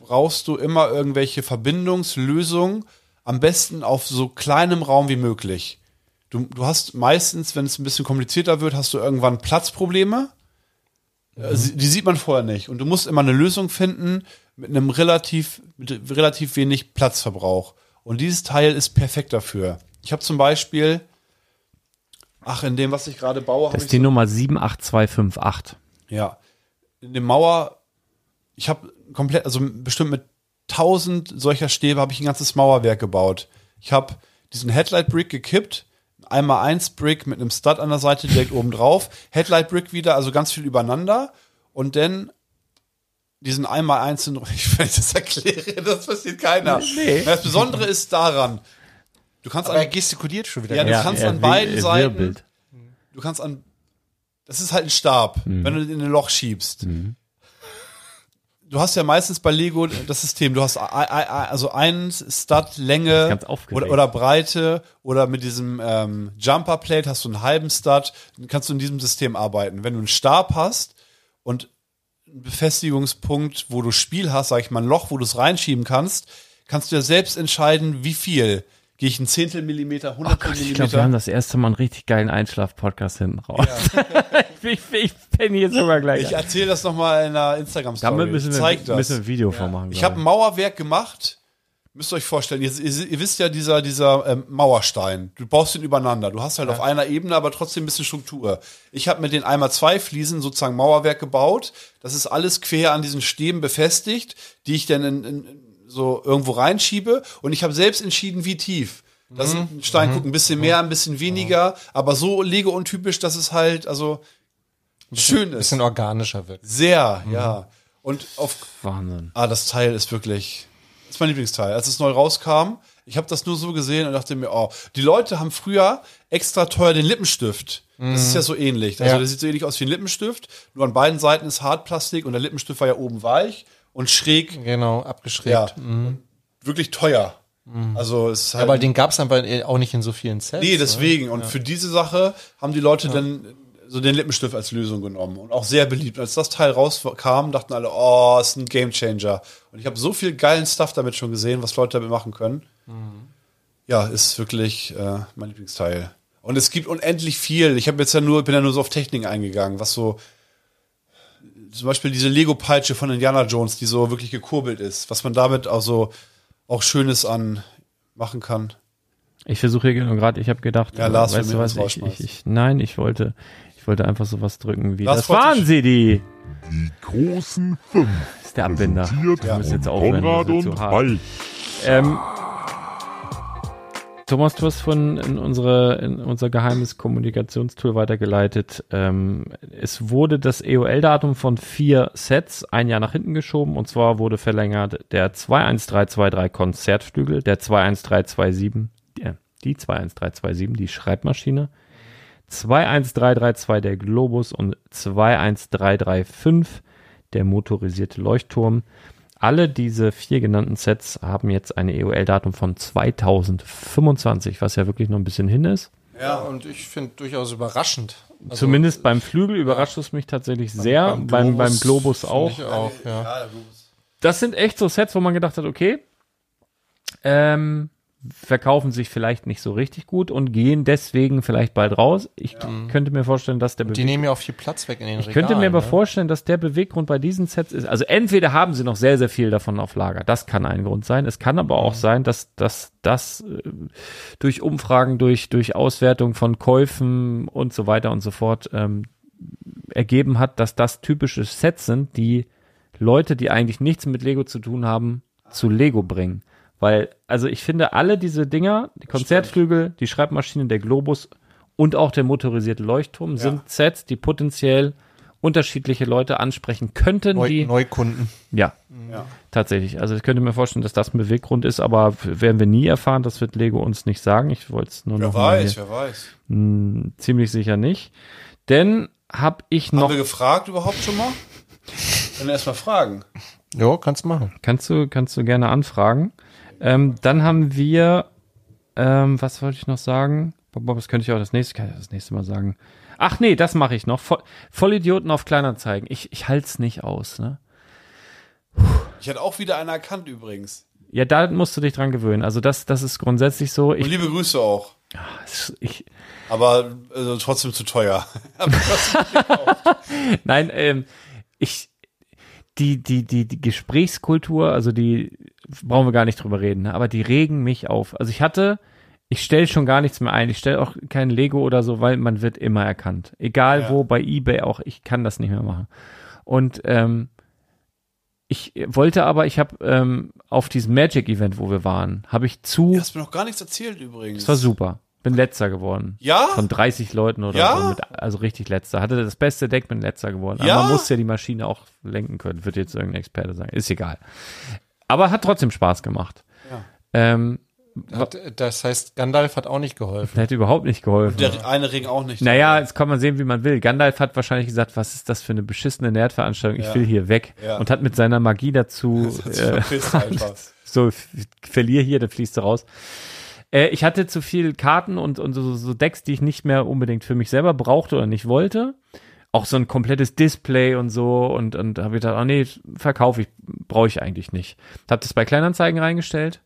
Speaker 4: brauchst du immer irgendwelche Verbindungslösungen, am besten auf so kleinem Raum wie möglich. Du, du hast meistens, wenn es ein bisschen komplizierter wird, hast du irgendwann Platzprobleme. Äh, sie- Die sieht man vorher nicht. Und du musst immer eine Lösung finden mit einem relativ, mit relativ wenig Platzverbrauch. Und dieses Teil ist perfekt dafür. Ich habe zum Beispiel, ach, in dem, was ich gerade baue, habe
Speaker 3: Das
Speaker 4: ich
Speaker 3: ist die Nummer 78258.
Speaker 4: ja. In der Mauer, ich habe komplett, also bestimmt mit tausend solcher Stäbe habe ich ein ganzes Mauerwerk gebaut. Ich habe diesen Headlight Brick gekippt, einmal eins Brick mit einem Stud an der Seite direkt oben drauf, Headlight Brick wieder, also ganz viel übereinander und dann diesen einmal einzelnen, [laughs] ich wenn ich das erkläre, das versteht keiner. Das Besondere ist daran, du kannst
Speaker 5: Aber er
Speaker 4: an,
Speaker 5: gestikuliert schon wieder.
Speaker 4: Ja, du
Speaker 5: ganz-
Speaker 4: kannst
Speaker 3: er
Speaker 4: an
Speaker 3: wir-
Speaker 4: beiden
Speaker 3: er
Speaker 4: Seiten-
Speaker 3: wirbelt.
Speaker 4: du kannst an, das ist halt ein Stab,
Speaker 3: Mhm.
Speaker 4: wenn du den in ein Loch schiebst. du hast ja meistens bei Lego das System, du hast ei- ei- ei- also einen Stud
Speaker 3: ist
Speaker 4: Länge
Speaker 3: ganz aufgeregt.
Speaker 4: oder, oder Breite oder mit diesem ähm, Jumper Plate hast du einen halben Stud, dann kannst du in diesem System arbeiten. Wenn du einen Stab hast und einen Befestigungspunkt, wo du Spiel hast, sag ich mal ein Loch, wo du es reinschieben kannst, kannst du ja selbst entscheiden, wie viel. Gehe ich ein Zehntel Millimeter,
Speaker 3: Oh
Speaker 4: Hundertel
Speaker 3: Gott, ich glaube, wir haben
Speaker 4: Millimeter?
Speaker 3: das erste Mal einen richtig geilen Einschlaf-Podcast hinten raus. [laughs] ich, ich, ich penne jetzt sogar gleich.
Speaker 4: ich
Speaker 3: ein.
Speaker 4: erzähle das nochmal in einer Instagram-Story.
Speaker 3: Damit
Speaker 4: Ich
Speaker 3: müssen wir,
Speaker 4: zeig das.
Speaker 3: müssen wir ein Video vormachen.
Speaker 4: Ich
Speaker 3: glaub
Speaker 4: habe ein Mauerwerk gemacht. Müsst ihr euch vorstellen, ihr, ihr, ihr wisst ja, dieser, dieser ähm, Mauerstein, du baust den übereinander. Du hast halt auf einer Ebene, aber trotzdem ein bisschen Struktur. Ich habe mit den einmal zwei Fliesen sozusagen Mauerwerk gebaut. Das ist alles quer an diesen Stäben befestigt, die ich dann in, in, so irgendwo reinschiebe. Und ich habe selbst entschieden, wie tief.
Speaker 3: Mhm.
Speaker 4: Das ein Stein, guck, ein bisschen mehr, ein bisschen weniger, aber so Lego-untypisch, dass es halt, also, schön ist.
Speaker 5: bisschen organischer wird.
Speaker 4: Sehr, ja. Und auf,
Speaker 3: Wahnsinn.
Speaker 4: Ah, das Teil ist wirklich. Das ist mein Lieblingsteil. Als es neu rauskam, ich habe das nur so gesehen und dachte mir, oh, die Leute haben früher extra teuer den Lippenstift. Das ist ja so ähnlich. Also
Speaker 5: Ja.
Speaker 4: der sieht so ähnlich aus wie ein Lippenstift. Nur an beiden Seiten ist Hartplastik und der Lippenstift war ja oben weich und schräg.
Speaker 5: Genau, abgeschrägt.
Speaker 4: Ja. Wirklich teuer. Also es ist halt.
Speaker 5: Aber den gab es einfach auch nicht in so vielen Sets.
Speaker 4: nee, deswegen. Und für diese Sache haben die Leute dann so den Lippenstift als Lösung genommen und auch sehr beliebt. Als das Teil rauskam, dachten alle, oh, ist ein Gamechanger. Und ich habe so viel geilen Stuff damit schon gesehen, was Leute damit machen können. Ja, ist wirklich äh, mein Lieblingsteil. Und es gibt unendlich viel. Ich habe jetzt ja nur, bin ja nur so auf Techniken eingegangen, was so zum Beispiel diese Lego-Peitsche von Indiana Jones, die so wirklich gekurbelt ist, was man damit auch so auch Schönes an machen kann.
Speaker 3: Ich versuche hier gerade, ich habe gedacht,
Speaker 4: Ja, Lars will
Speaker 3: weißt du
Speaker 4: mir
Speaker 3: was,
Speaker 4: was
Speaker 3: ich, ich,
Speaker 4: rausschmeißen.
Speaker 3: ich, nein, ich wollte, ich wollte einfach sowas drücken wie,
Speaker 4: Lars
Speaker 3: das
Speaker 4: freut
Speaker 3: waren
Speaker 4: sich.
Speaker 3: sie, die,
Speaker 6: Die großen fünf
Speaker 3: das ist der Abbinder.
Speaker 6: präsentiert
Speaker 3: Wir müssen
Speaker 6: von
Speaker 3: jetzt aufhören,
Speaker 6: Konrad
Speaker 3: das ist zu
Speaker 6: und
Speaker 3: hart.
Speaker 6: Ball.
Speaker 3: Ähm, Thomas, du hast von in unsere in unser geheimes Kommunikationstool weitergeleitet. Ähm, es wurde das EOL-Datum von vier Sets ein Jahr nach hinten geschoben und zwar wurde verlängert der 21323 Konzertflügel, der 21327, äh, die 21327, die Schreibmaschine, 21332 der Globus und 21335 der motorisierte Leuchtturm. Alle diese vier genannten Sets haben jetzt ein E EOL-Datum von 2025, was ja wirklich noch ein bisschen hin ist.
Speaker 5: Ja, und ich finde durchaus überraschend. Also,
Speaker 3: Zumindest beim Flügel überrascht es mich tatsächlich sehr, beim, beim, Globus,
Speaker 5: find
Speaker 3: auch.
Speaker 5: Ich auch ja.
Speaker 3: Das sind echt so Sets, wo man gedacht hat, okay, ähm, verkaufen sich vielleicht nicht so richtig gut und gehen deswegen vielleicht bald raus. Ich könnte mir vorstellen, dass der
Speaker 5: Die nehmen ja auch viel Platz weg in den
Speaker 3: Ich könnte mir aber
Speaker 5: ne?
Speaker 3: vorstellen, dass der Beweggrund bei diesen Sets ist. Also entweder haben sie noch sehr, sehr viel davon auf Lager. Das kann ein Grund sein. Es kann aber auch sein, dass dass das äh, durch Umfragen, durch, durch Auswertung von Käufen und so weiter und so fort ähm, ergeben hat, dass das typische Sets sind, die Leute, die eigentlich nichts mit Lego zu tun haben, zu Lego bringen. Weil, also ich finde, alle diese Dinger, die Konzertflügel, die Schreibmaschine, der Globus und auch der motorisierte Leuchtturm sind Sets, die potenziell unterschiedliche Leute ansprechen könnten,
Speaker 5: Neu,
Speaker 3: die.
Speaker 5: Neukunden.
Speaker 3: Ja, tatsächlich. Also ich könnte mir vorstellen, dass das ein Beweggrund ist, aber werden wir nie erfahren, das wird Lego uns nicht sagen. Ich wollte es nur
Speaker 4: Wer
Speaker 3: noch mal
Speaker 4: weiß,
Speaker 3: hier.
Speaker 4: wer weiß.
Speaker 3: Hm, ziemlich sicher nicht. Denn habe ich
Speaker 4: Haben
Speaker 3: noch.
Speaker 4: wir gefragt überhaupt schon mal? Dann erstmal fragen.
Speaker 5: Ja, kannst du machen.
Speaker 3: Kannst du, kannst du gerne anfragen. Ähm, dann haben wir, ähm, was wollte ich noch sagen? Bob, Bob, Das könnte ich auch das nächste, kann ich das nächste Mal sagen. Ach nee, das mache ich noch. Voll, Vollidioten auf Kleinanzeigen. Ich, ich halte es nicht aus, ne?
Speaker 4: Ich hätte auch wieder einer erkannt übrigens.
Speaker 3: Ja, da musst du dich dran gewöhnen. Also das, das ist grundsätzlich so.
Speaker 4: Und
Speaker 3: Ich,
Speaker 4: liebe Grüße auch.
Speaker 3: ich,
Speaker 4: Aber also, trotzdem zu teuer.
Speaker 3: Nein, ähm, ich die, die, die, die Gesprächskultur, also die brauchen wir gar nicht drüber reden, ne? aber die regen mich auf. Also ich hatte, ich stelle schon gar nichts mehr ein. Ich stelle auch kein Lego oder so, weil man wird immer erkannt. Egal
Speaker 4: Ja.
Speaker 3: wo, bei Ebay auch, ich kann das nicht mehr machen. Und ähm, ich wollte aber, ich habe ähm, auf diesem Magic-Event, wo wir waren, habe ich zu,
Speaker 4: Du hast mir noch gar nichts erzählt übrigens.
Speaker 3: das war super, bin letzter geworden
Speaker 4: Ja?
Speaker 3: von 30 Leuten oder
Speaker 4: Ja?
Speaker 3: so. Mit, also richtig letzter. Hatte das beste Deck mit letzter geworden.
Speaker 4: Ja?
Speaker 3: Aber man muss ja die Maschine auch lenken können, wird jetzt irgendein Experte sagen. Ist egal. Aber hat trotzdem Spaß gemacht. Ähm,
Speaker 5: Hat, das heißt, Gandalf hat auch nicht geholfen.
Speaker 3: der hat überhaupt nicht geholfen.
Speaker 4: Der eine Ring auch nicht.
Speaker 3: naja, jetzt kann man sehen, wie man will. Gandalf hat wahrscheinlich gesagt, was ist das für eine beschissene Nerdveranstaltung, ich will hier weg.
Speaker 4: Ja.
Speaker 3: Und hat mit seiner Magie dazu
Speaker 4: Jetzt
Speaker 3: äh, [laughs]
Speaker 4: verpisst einfach.
Speaker 3: so f- verlier hier, dann fließt du raus. Äh, ich hatte zu viel Karten und, und so, so Decks, die ich nicht mehr unbedingt für mich selber brauchte oder nicht wollte. Auch so ein komplettes Display und so und, und habe gedacht, oh nee, verkaufe ich, brauche ich eigentlich nicht. Habe das bei Kleinanzeigen reingestellt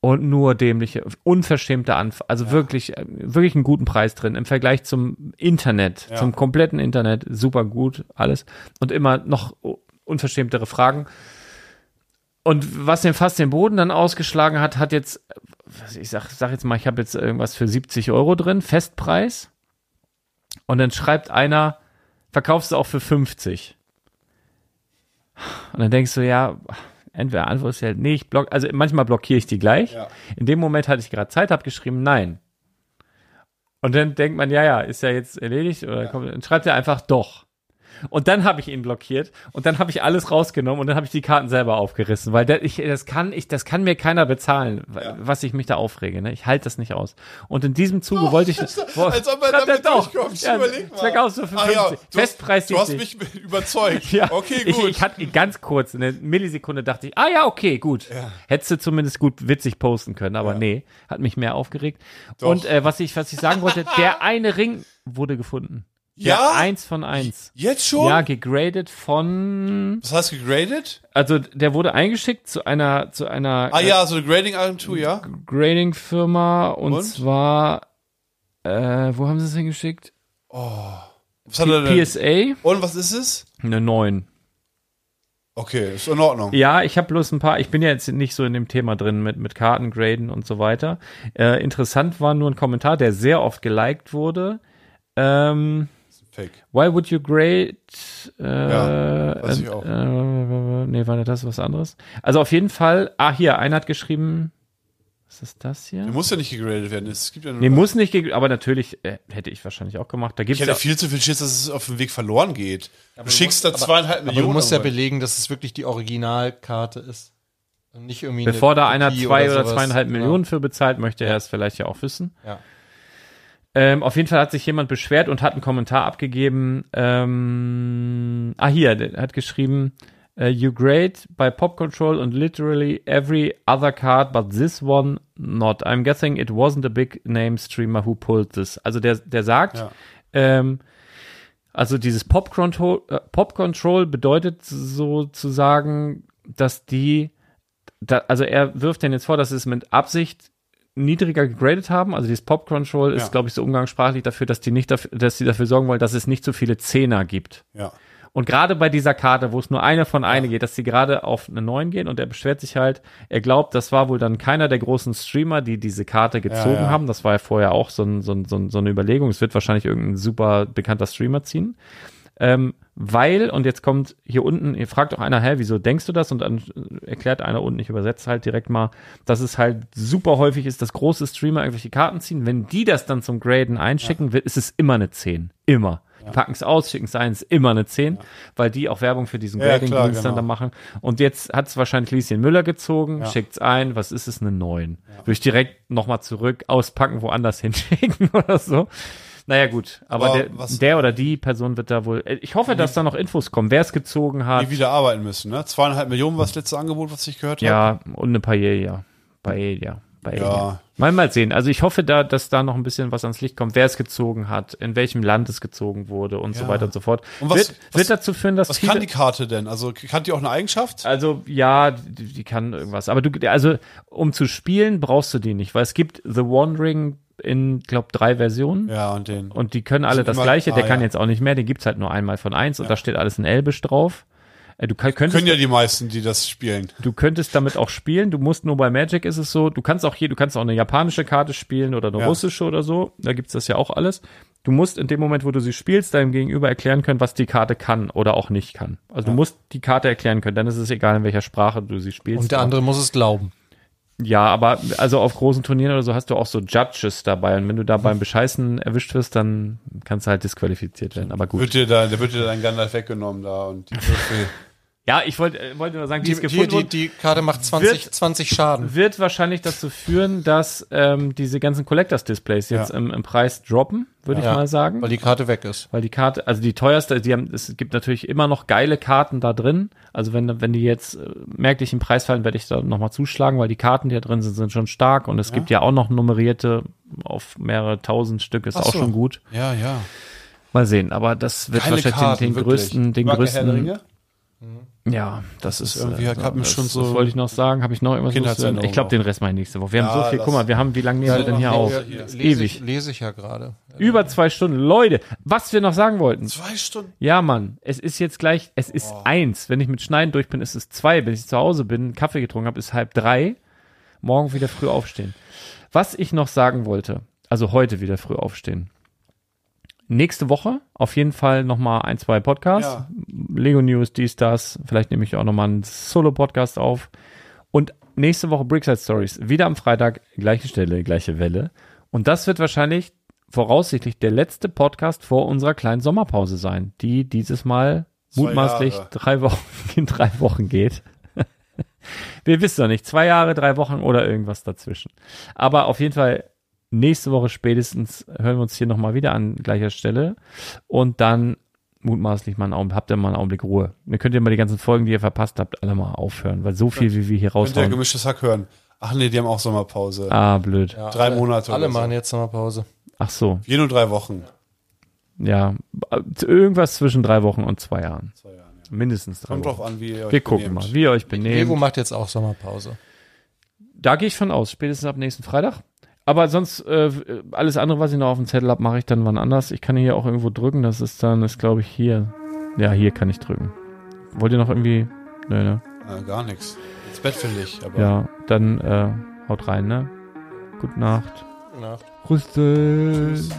Speaker 3: und nur dämliche, unverschämte Anf also wirklich, äh, wirklich einen guten Preis drin im Vergleich zum Internet, zum kompletten Internet, super gut alles und immer noch u- unverschämtere Fragen. Und was den fast den Boden dann ausgeschlagen hat, hat jetzt, äh, was ich sag, sag jetzt mal, ich habe jetzt irgendwas für 70 Euro drin, Festpreis. Und dann schreibt einer, verkaufst du auch für 50. Und dann denkst du, ja, entweder antwortest du halt nicht, block, also manchmal blockiere ich die gleich.
Speaker 4: Ja.
Speaker 3: In dem Moment hatte ich gerade Zeit, habe geschrieben, nein. Und dann denkt man, ja, ja, ist ja jetzt erledigt oder kommt, dann schreibt er einfach doch. Und dann habe ich ihn blockiert und dann habe ich alles rausgenommen und dann habe ich die Karten selber aufgerissen, weil der, ich, das kann ich, das kann mir keiner bezahlen, wa- was ich mich da aufrege. Ne? Ich halte das nicht aus. Und in diesem Zuge wollte ich,
Speaker 4: [laughs] Oh, Als ob er
Speaker 3: Schreibt
Speaker 4: damit
Speaker 3: doch.
Speaker 4: durchkommt.
Speaker 3: Ja,
Speaker 4: Überleg mal.
Speaker 3: Zweck aus für 55.
Speaker 4: Ah, ja. du,
Speaker 3: Festpreis
Speaker 4: hast, du hast
Speaker 3: 70.
Speaker 4: mich [laughs]
Speaker 3: [laughs]
Speaker 4: überzeugt.
Speaker 3: Ja,
Speaker 4: Okay, gut.
Speaker 3: Ich, ich hatte ganz kurz, eine Millisekunde dachte ich, ah ja, okay, gut. Hättest du zumindest gut witzig posten können, aber nee, hat mich mehr aufgeregt. Und äh, was ich, was ich sagen wollte, der eine Ring wurde gefunden. Der
Speaker 4: Ja?
Speaker 3: Eins von eins.
Speaker 4: Jetzt schon?
Speaker 3: Ja, gegradet von,
Speaker 4: Was hast du gegradet?
Speaker 3: also der wurde eingeschickt zu einer, zu einer
Speaker 4: Ah ja, so eine Grading-Agentur, ja?
Speaker 3: Grading-Firma und,
Speaker 4: Und?
Speaker 3: zwar, äh, wo haben sie es hingeschickt?
Speaker 4: Was hat er denn?
Speaker 3: PSA,
Speaker 4: Und was ist es?
Speaker 3: eine 9.
Speaker 4: Okay, ist in Ordnung.
Speaker 3: Ja, ich habe bloß ein paar, ich bin ja jetzt nicht so in dem Thema drin mit, mit Kartengraden und so weiter. Äh, interessant war nur ein Kommentar, der sehr oft geliked wurde. Ähm,
Speaker 4: Fake.
Speaker 3: why would you grade? Äh,
Speaker 4: Ja, weiß ich auch.
Speaker 3: Äh, äh, nee, war das was anderes? Also auf jeden Fall, ah, hier, einer hat geschrieben, was ist das hier?
Speaker 4: Der muss ja nicht gegradet werden. Es gibt ja nur
Speaker 3: Nee, muss nicht, geg- aber natürlich äh, hätte ich wahrscheinlich auch gemacht. Da gibt's
Speaker 4: Ich hätte
Speaker 3: ja,
Speaker 4: viel zu viel Schiss, dass es auf dem Weg verloren geht. du schickst da zweieinhalb
Speaker 5: Aber du
Speaker 4: Millionen. um
Speaker 5: musst ja
Speaker 4: irgendwo hin.
Speaker 5: belegen, dass es wirklich die Originalkarte ist. Und nicht irgendwie eine
Speaker 3: bevor da einer
Speaker 5: Kopie
Speaker 3: zwei oder,
Speaker 5: sowas.
Speaker 3: zweieinhalb
Speaker 5: Genau.
Speaker 3: Millionen für bezahlt, möchte er es vielleicht ja auch wissen.
Speaker 5: Ja.
Speaker 3: Ähm, auf jeden Fall hat sich jemand beschwert und hat einen Kommentar abgegeben. Ähm, ah, hier, der hat geschrieben, äh, you great by Pop Control and literally every other card, but this one not. I'm guessing it wasn't a big name streamer who pulled this. Also der, der sagt,
Speaker 4: Ja.
Speaker 3: ähm, also dieses Pop Control, äh, Pop Control bedeutet sozusagen, dass die, da, also er wirft denen jetzt vor, dass sie es mit Absicht niedriger gegradet haben. Also dieses Pop Control ist,
Speaker 4: Ja.
Speaker 3: glaube ich, so umgangssprachlich dafür, dass die nicht dafür, dass sie dafür sorgen wollen, dass es nicht so viele Zehner gibt.
Speaker 4: Ja.
Speaker 3: Und gerade bei dieser Karte, wo es nur eine von eine geht, dass sie gerade auf eine 9 gehen und er beschwert sich halt, er glaubt, das war wohl dann keiner der großen Streamer, die diese Karte gezogen
Speaker 4: ja.
Speaker 3: haben. Das war ja vorher auch so, ein, so, ein, so, ein, so eine Überlegung. Es wird wahrscheinlich irgendein super bekannter Streamer ziehen. Ähm, weil, und jetzt kommt hier unten, ihr fragt auch einer, hä, wieso denkst du das? Und dann erklärt einer unten, ich übersetze halt direkt mal, dass es halt super häufig ist, dass große Streamer irgendwelche Karten ziehen. Wenn die das dann zum Graden einschicken, wird, ist es immer eine 10. Immer. Die packen es aus, schicken es ein, ist immer eine 10, weil die auch Werbung für diesen
Speaker 4: Ja,
Speaker 3: Grading-Dienst dann
Speaker 4: klar, genau.
Speaker 3: da machen. Und jetzt hat es wahrscheinlich Lieschen Müller gezogen, schickt es ein, was ist es, eine 9. Würde ich direkt nochmal zurück auspacken, woanders [laughs] hinschicken oder so. Naja, gut, aber,
Speaker 4: Aber
Speaker 3: der,
Speaker 4: was-
Speaker 3: der oder die Person wird da wohl. äh, Ich hoffe, dass da noch Infos kommen, wer es gezogen hat.
Speaker 4: Die wieder arbeiten müssen, ne? Zweieinhalb Millionen war das letzte Angebot, was ich gehört habe.
Speaker 3: Ja, und eine Paella. Paella. Paella.
Speaker 4: Ja.
Speaker 3: Mal, mal sehen. Also ich hoffe da, dass da noch ein bisschen was ans Licht kommt, wer es gezogen hat, in welchem Land es gezogen wurde und so
Speaker 4: Ja.
Speaker 3: weiter und so fort.
Speaker 4: Und was-
Speaker 3: wird,
Speaker 4: was-
Speaker 3: wird dazu führen, dass
Speaker 4: Was
Speaker 3: viele,
Speaker 4: kann die Karte denn? Also hat die auch eine Eigenschaft?
Speaker 3: also ja, die, die kann irgendwas. Aber du, also um zu spielen, brauchst du die nicht, weil es gibt The Wandering in, glaub, drei Versionen.
Speaker 4: Ja, und den.
Speaker 3: Und die können alle
Speaker 4: Sind
Speaker 3: das
Speaker 4: immer-
Speaker 3: Gleiche. Der
Speaker 4: ah,
Speaker 3: kann
Speaker 4: ja.
Speaker 3: jetzt auch nicht mehr. Den gibt's halt nur einmal von eins. Und da steht alles in Elbisch drauf. Äh, Du kann, könntest,
Speaker 4: Können ja die meisten, die das spielen.
Speaker 3: du könntest damit auch spielen. Du musst nur bei Magic ist es so. Du kannst auch hier, du kannst auch eine japanische Karte spielen oder eine
Speaker 4: Ja.
Speaker 3: russische oder so. Da gibt's das ja auch alles. Du musst in dem Moment, wo du sie spielst, deinem Gegenüber erklären können, was die Karte kann oder auch nicht kann. Also du musst die Karte erklären können. Dann ist es egal, in welcher Sprache du sie spielst.
Speaker 5: Und der andere muss es glauben.
Speaker 3: Ja, aber also auf großen Turnieren oder so hast du auch so Judges dabei. Und wenn du da beim Bescheißen erwischt wirst, dann kannst du halt disqualifiziert werden. Aber gut.
Speaker 4: Wird dir da, da wird dir dein Gandalf weggenommen da und die Würfel.
Speaker 3: Ja, ich wollte äh, wollte nur sagen, die,
Speaker 5: Die,
Speaker 3: ist
Speaker 5: die,
Speaker 3: gefunden
Speaker 5: die,
Speaker 3: wurde,
Speaker 5: die Karte macht 20, 20 Schaden.
Speaker 3: wird wahrscheinlich dazu führen, dass ähm, diese ganzen Collectors Displays jetzt
Speaker 4: Ja.
Speaker 3: im, im Preis droppen, würde ich
Speaker 5: Ja,
Speaker 3: mal sagen.
Speaker 5: Weil die Karte weg ist.
Speaker 3: Weil die Karte, also die teuerste, die haben, es gibt natürlich immer noch geile Karten da drin. Also wenn, wenn die jetzt äh, merklich im Preis fallen, werde ich da nochmal zuschlagen, weil die Karten, die da drin sind, sind schon stark und es gibt ja auch noch nummerierte auf mehrere tausend Stück, ist
Speaker 4: Ach
Speaker 3: auch
Speaker 4: so.
Speaker 3: schon gut.
Speaker 4: Ja, ja.
Speaker 3: Mal sehen, aber das wird
Speaker 4: Geile
Speaker 3: wahrscheinlich
Speaker 4: Karten,
Speaker 3: den, den
Speaker 4: wirklich.
Speaker 3: größten, den
Speaker 4: Mag der Herr der
Speaker 3: größten,
Speaker 4: Ringe?
Speaker 3: ja, das ist
Speaker 4: irgendwie,
Speaker 3: äh,
Speaker 4: hat gerade
Speaker 3: das,
Speaker 4: schon so
Speaker 3: das wollte ich noch sagen, habe ich noch irgendwas
Speaker 4: Kindheitserinnerung
Speaker 3: loszuwerden? Ich glaube, den Rest mache ich nächste Woche. Wir haben
Speaker 4: Ja,
Speaker 3: so viel,
Speaker 4: lass-
Speaker 3: guck mal, wir haben, wie lange nehmen wir denn hier auf?
Speaker 5: Lese ich,
Speaker 3: Ewig.
Speaker 5: lese ich ja gerade.
Speaker 4: äh,
Speaker 3: Über zwei Stunden. Leute, was wir noch sagen wollten.
Speaker 4: Zwei Stunden.
Speaker 3: Ja, Mann, es ist jetzt gleich, es ist eins. Wenn ich mit Schneiden durch bin, ist es zwei. Wenn ich zu Hause bin, Kaffee getrunken habe, ist halb drei. Morgen wieder früh aufstehen. Was ich noch sagen wollte, also heute wieder früh aufstehen. Nächste Woche auf jeden Fall nochmal ein, zwei Podcasts.
Speaker 4: Ja.
Speaker 3: Lego News, dies, das. Vielleicht nehme ich auch nochmal einen Solo-Podcast auf. Und nächste Woche Brickside Stories. Wieder am Freitag, gleiche Stelle, gleiche Welle. Und das wird wahrscheinlich voraussichtlich der letzte Podcast vor unserer kleinen Sommerpause sein, die dieses Mal
Speaker 4: Zwei
Speaker 3: mutmaßlich
Speaker 4: Jahre.
Speaker 3: drei Wochen [laughs] in drei Wochen geht. Wir wissen noch nicht, zwei Jahre, drei Wochen oder irgendwas dazwischen. Aber auf jeden Fall nächste Woche spätestens hören wir uns hier nochmal wieder an gleicher Stelle und dann mutmaßlich mal einen Augenblick, habt ihr mal einen Augenblick Ruhe. Dann könnt ihr mal die ganzen Folgen, die ihr verpasst habt, alle mal aufhören, weil so viel, wie wir hier
Speaker 4: Könnt ihr
Speaker 3: raushauen.
Speaker 4: gemischtes Hack hören. Ach nee, die haben auch Sommerpause.
Speaker 3: Ah, blöd.
Speaker 5: Ja,
Speaker 4: Drei
Speaker 5: alle,
Speaker 4: Monate
Speaker 5: Alle
Speaker 4: oder so.
Speaker 5: machen jetzt nochmal Pause.
Speaker 3: Ach so,
Speaker 4: Je nur drei Wochen.
Speaker 3: ja. Irgendwas zwischen drei Wochen und zwei Jahren.
Speaker 4: Zwei Jahre, ja.
Speaker 3: Mindestens drei
Speaker 4: Kommt
Speaker 3: Wochen.
Speaker 4: drauf an, wie ihr euch
Speaker 3: Wir gucken
Speaker 4: benehmt.
Speaker 3: mal, wie ihr euch
Speaker 5: Lego
Speaker 3: benehmt.
Speaker 5: macht jetzt auch Sommerpause.
Speaker 3: Da gehe ich von aus, spätestens ab nächsten Freitag. Aber sonst, äh, alles andere, was ich noch auf dem Zettel habe, mache ich dann wann anders. Ich kann hier auch irgendwo drücken. Das ist dann, ist glaube ich hier. Ja, hier kann ich drücken. Wollt ihr noch irgendwie Nö, ne?
Speaker 4: Äh, gar nichts. Ins Bett finde ich, aber
Speaker 3: Ja, dann äh, haut rein, ne? Gute Nacht.
Speaker 5: Nacht.
Speaker 3: Rüstet.